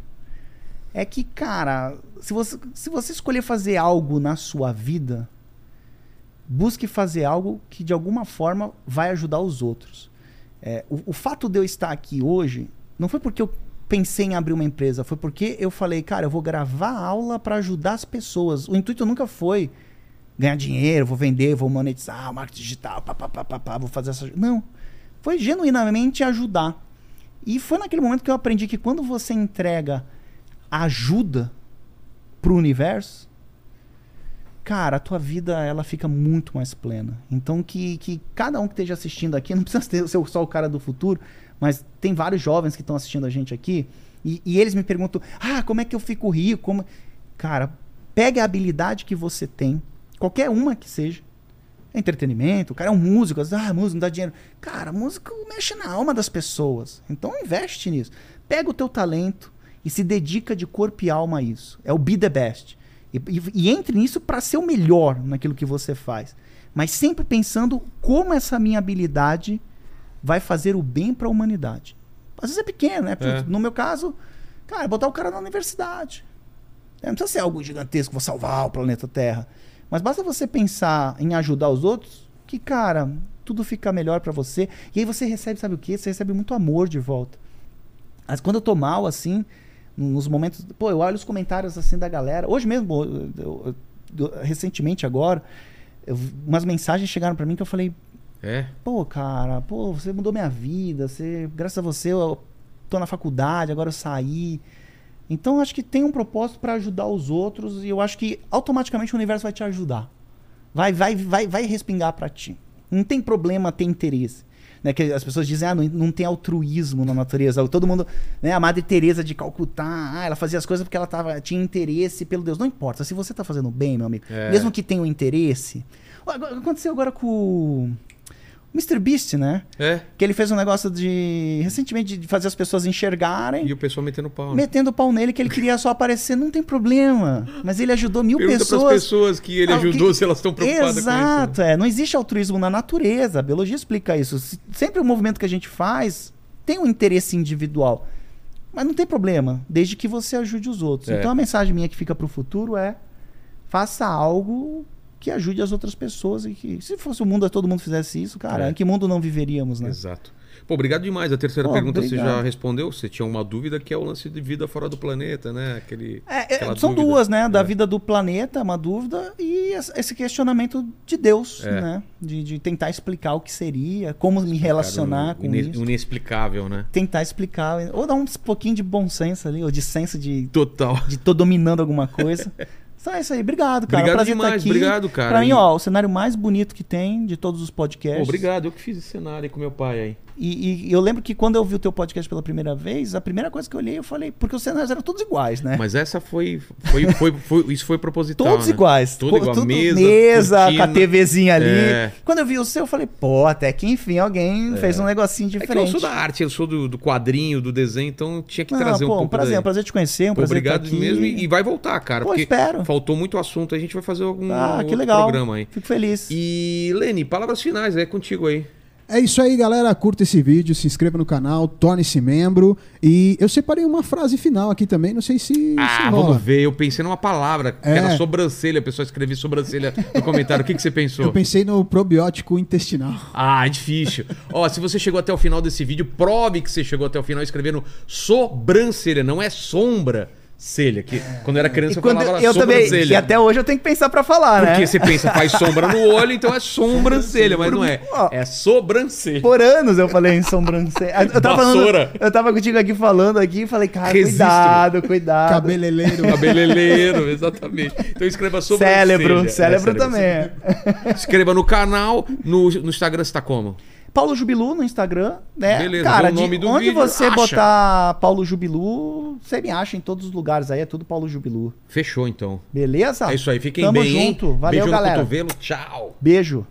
[SPEAKER 3] é que, cara, se você, se você escolher fazer algo na sua vida, busque fazer algo que de alguma forma vai ajudar os outros. É, o, o fato de eu estar aqui hoje não foi porque eu pensei em abrir uma empresa, foi porque eu falei, cara, eu vou gravar aula para ajudar as pessoas. O intuito nunca foi ganhar dinheiro, vou vender, vou monetizar, marketing digital, pá, pá, pá, pá, pá, vou fazer essa. Não. Foi genuinamente ajudar. E foi naquele momento que eu aprendi que quando você entrega ajuda pro universo, cara, a tua vida ela fica muito mais plena. Então que, que cada um que esteja assistindo aqui, *laughs* não precisa ser- ser só o cara do futuro, mas tem vários jovens que estão assistindo a gente aqui e, e eles me perguntam: "Ah, como é que eu fico rico?" Como Cara, pegue a habilidade que você tem, qualquer uma que seja, é entretenimento, o cara é um músico, às vezes, ah, músico não dá dinheiro. Cara, músico mexe na alma das pessoas. Então investe nisso. Pega o teu talento e se dedica de corpo e alma a isso. É o be the best. E, e- e entre nisso para ser o melhor naquilo que você faz. Mas sempre pensando como essa minha habilidade vai fazer o bem para a humanidade. Às vezes é pequeno, né?
[SPEAKER 1] É.
[SPEAKER 3] No meu caso, cara, botar o cara na universidade. É, Não precisa ser algo gigantesco, vou salvar o planeta Terra. Mas basta você pensar em ajudar os outros, que, cara, tudo fica melhor pra você. E aí você recebe, sabe o quê? Você recebe muito amor de volta. Mas quando eu tô mal, assim, nos momentos. Pô, eu olho os comentários assim da galera. Hoje mesmo, eu- eu- eu- recentemente agora, eu- umas mensagens chegaram pra mim que eu falei,
[SPEAKER 1] É.
[SPEAKER 3] pô, cara, pô, você mudou minha vida, você, graças a você eu tô na faculdade, agora eu saí. Então eu acho que tem um propósito pra ajudar os outros e eu acho que automaticamente o universo vai te ajudar. Vai vai vai vai respingar pra ti. Não tem problema ter interesse. Né, que as pessoas dizem, ah, não, não tem altruísmo na natureza. Todo mundo, né, a Madre Teresa de Calcutá, ah, ela fazia as coisas porque ela tava, tinha interesse pelo Deus. Não importa, se você tá fazendo bem, meu amigo,
[SPEAKER 1] É.
[SPEAKER 3] mesmo que tenha um interesse. Ó, agora- Aconteceu agora com o Mr. Beast, né?
[SPEAKER 1] É.
[SPEAKER 3] Que ele fez um negócio de. recentemente de fazer as pessoas enxergarem,
[SPEAKER 1] E o pessoal metendo pau. Né?
[SPEAKER 3] metendo o pau nele, que ele queria só aparecer, não tem problema. Mas ele ajudou mil
[SPEAKER 1] Pergunta pras
[SPEAKER 3] pessoas.
[SPEAKER 1] pessoas que ele
[SPEAKER 3] Ah,
[SPEAKER 1] ajudou
[SPEAKER 3] que-
[SPEAKER 1] se elas estão preocupadas com né?
[SPEAKER 3] Exato, é. Não existe altruísmo na natureza. A biologia explica isso. Se- Sempre o movimento que a gente faz tem um interesse individual. Mas não tem problema, desde que você ajude os outros.
[SPEAKER 1] É.
[SPEAKER 3] Então a mensagem minha que fica pro futuro é: faça algo que ajude as outras pessoas e que se fosse o mundo todo mundo fizesse isso, cara,
[SPEAKER 1] É.
[SPEAKER 3] em que mundo não viveríamos,
[SPEAKER 1] isso.
[SPEAKER 3] né?
[SPEAKER 1] Exato. Pô, obrigado demais. A terceira
[SPEAKER 3] Pô,
[SPEAKER 1] pergunta você
[SPEAKER 3] obrigado.
[SPEAKER 1] já respondeu. Você tinha uma dúvida que é o lance de vida fora do planeta, né? Aquele,
[SPEAKER 3] É, é,
[SPEAKER 1] aquela
[SPEAKER 3] são
[SPEAKER 1] dúvida.
[SPEAKER 3] duas, né? Da
[SPEAKER 1] É.
[SPEAKER 3] vida do planeta, uma dúvida, e es- esse questionamento de Deus,
[SPEAKER 1] É.
[SPEAKER 3] né? De, de tentar explicar o que seria, como me
[SPEAKER 1] Cara,
[SPEAKER 3] relacionar
[SPEAKER 1] o
[SPEAKER 3] com
[SPEAKER 1] ine- um
[SPEAKER 3] isso.
[SPEAKER 1] o Inexplicável, né?
[SPEAKER 3] Tentar explicar, ou dar um pouquinho de bom senso ali, ou de senso de,
[SPEAKER 1] Total.
[SPEAKER 3] de tô dominando alguma
[SPEAKER 1] *laughs*
[SPEAKER 3] coisa. Só isso aí, obrigado, cara.
[SPEAKER 1] Obrigado
[SPEAKER 3] Prazer
[SPEAKER 1] demais,
[SPEAKER 3] estar aqui.
[SPEAKER 1] obrigado, cara.
[SPEAKER 3] Pra mim,
[SPEAKER 1] E-
[SPEAKER 3] ó, o cenário mais bonito que tem de todos os
[SPEAKER 1] Pô,
[SPEAKER 3] podcasts.
[SPEAKER 1] obrigado, eu que fiz esse cenário aí com meu pai aí.
[SPEAKER 3] E, e eu lembro que quando eu vi o teu podcast pela primeira vez, a primeira coisa que eu olhei, eu falei, porque os cenários eram todos iguais, né?
[SPEAKER 1] Mas essa foi, foi, foi, foi- Isso foi proposital.
[SPEAKER 3] Todos
[SPEAKER 1] né?
[SPEAKER 3] iguais.
[SPEAKER 1] Tudo
[SPEAKER 3] Co-
[SPEAKER 1] igual. Mesa,
[SPEAKER 3] mesa com
[SPEAKER 1] cortina.
[SPEAKER 3] a TVzinha ali.
[SPEAKER 1] É.
[SPEAKER 3] Quando eu vi o seu, eu falei, pô, até que enfim alguém fez um negocinho
[SPEAKER 1] É que eu
[SPEAKER 3] diferente.
[SPEAKER 1] sou da arte, eu sou do, do quadrinho, do desenho, então eu tinha que
[SPEAKER 3] Não,
[SPEAKER 1] trazer
[SPEAKER 3] pô,
[SPEAKER 1] um
[SPEAKER 3] um
[SPEAKER 1] pouco
[SPEAKER 3] prazer,
[SPEAKER 1] daí.
[SPEAKER 3] um prazer te conhecer, um
[SPEAKER 1] Pô,
[SPEAKER 3] prazer
[SPEAKER 1] obrigado
[SPEAKER 3] estar aqui.
[SPEAKER 1] mesmo e, e vai voltar, cara.
[SPEAKER 3] Pô,
[SPEAKER 1] porque
[SPEAKER 3] espero.
[SPEAKER 1] Faltou muito assunto, a gente vai fazer algum
[SPEAKER 3] Ah, que
[SPEAKER 1] um outro
[SPEAKER 3] legal.
[SPEAKER 1] programa aí.
[SPEAKER 3] Fico feliz.
[SPEAKER 1] E, Leni, palavras finais, é contigo aí.
[SPEAKER 2] É isso aí, galera. Curta esse vídeo, se inscreva no canal, torne-se membro. E eu separei uma frase final aqui também, não sei se.
[SPEAKER 3] é
[SPEAKER 2] se
[SPEAKER 1] Ah,
[SPEAKER 2] rola.
[SPEAKER 1] vamos ver. Eu pensei numa palavra, que
[SPEAKER 2] É.
[SPEAKER 1] era sobrancelha. A pessoa escreveu sobrancelha no comentário. O que, que você pensou?
[SPEAKER 2] Eu pensei no probiótico intestinal.
[SPEAKER 1] Ah, é difícil. Ó, se você chegou até o final desse vídeo, prove que você chegou até o final escrevendo sobrancelha, não é sombra. Celha, que quando eu era
[SPEAKER 3] E
[SPEAKER 1] criança eu
[SPEAKER 3] quando
[SPEAKER 1] falava
[SPEAKER 3] eu também,
[SPEAKER 1] sobrancelha.
[SPEAKER 3] que até hoje eu tenho que pensar pra falar, né?
[SPEAKER 1] Porque você pensa, faz sombra no olho, então é sobrancelha, mas não é.
[SPEAKER 3] Ó.
[SPEAKER 1] É sobrancelha.
[SPEAKER 3] Por anos eu falei em sobrancelha. Eu tava,
[SPEAKER 1] Vassoura.
[SPEAKER 3] falando, eu tava contigo aqui falando aqui e falei, cara,
[SPEAKER 1] Resisto.
[SPEAKER 3] cuidado, cuidado.
[SPEAKER 2] Cabeleleiro.
[SPEAKER 1] É Cabeleireiro, exatamente. Então escreva sobrancelha.
[SPEAKER 3] Cérebro,
[SPEAKER 1] É,
[SPEAKER 3] cérebro também.
[SPEAKER 1] Escreva no canal, no, no Instagram você tá como?
[SPEAKER 3] Paulo Jubilu no Instagram, né?
[SPEAKER 1] Beleza,
[SPEAKER 3] Cara,
[SPEAKER 1] dá o nome
[SPEAKER 3] de
[SPEAKER 1] do
[SPEAKER 3] onde
[SPEAKER 1] vídeo,
[SPEAKER 3] você
[SPEAKER 1] acha.
[SPEAKER 3] botar Paulo Jubilu, você me acha em todos os lugares aí, é tudo Paulo Jubilu.
[SPEAKER 1] Fechou então.
[SPEAKER 3] Beleza?
[SPEAKER 1] É isso aí, fiquem
[SPEAKER 3] Tamo
[SPEAKER 1] bem,
[SPEAKER 3] junto.
[SPEAKER 1] hein?
[SPEAKER 3] Valeu,
[SPEAKER 1] Beijo
[SPEAKER 3] galera.
[SPEAKER 1] no cotovelo, tchau.
[SPEAKER 3] Beijo.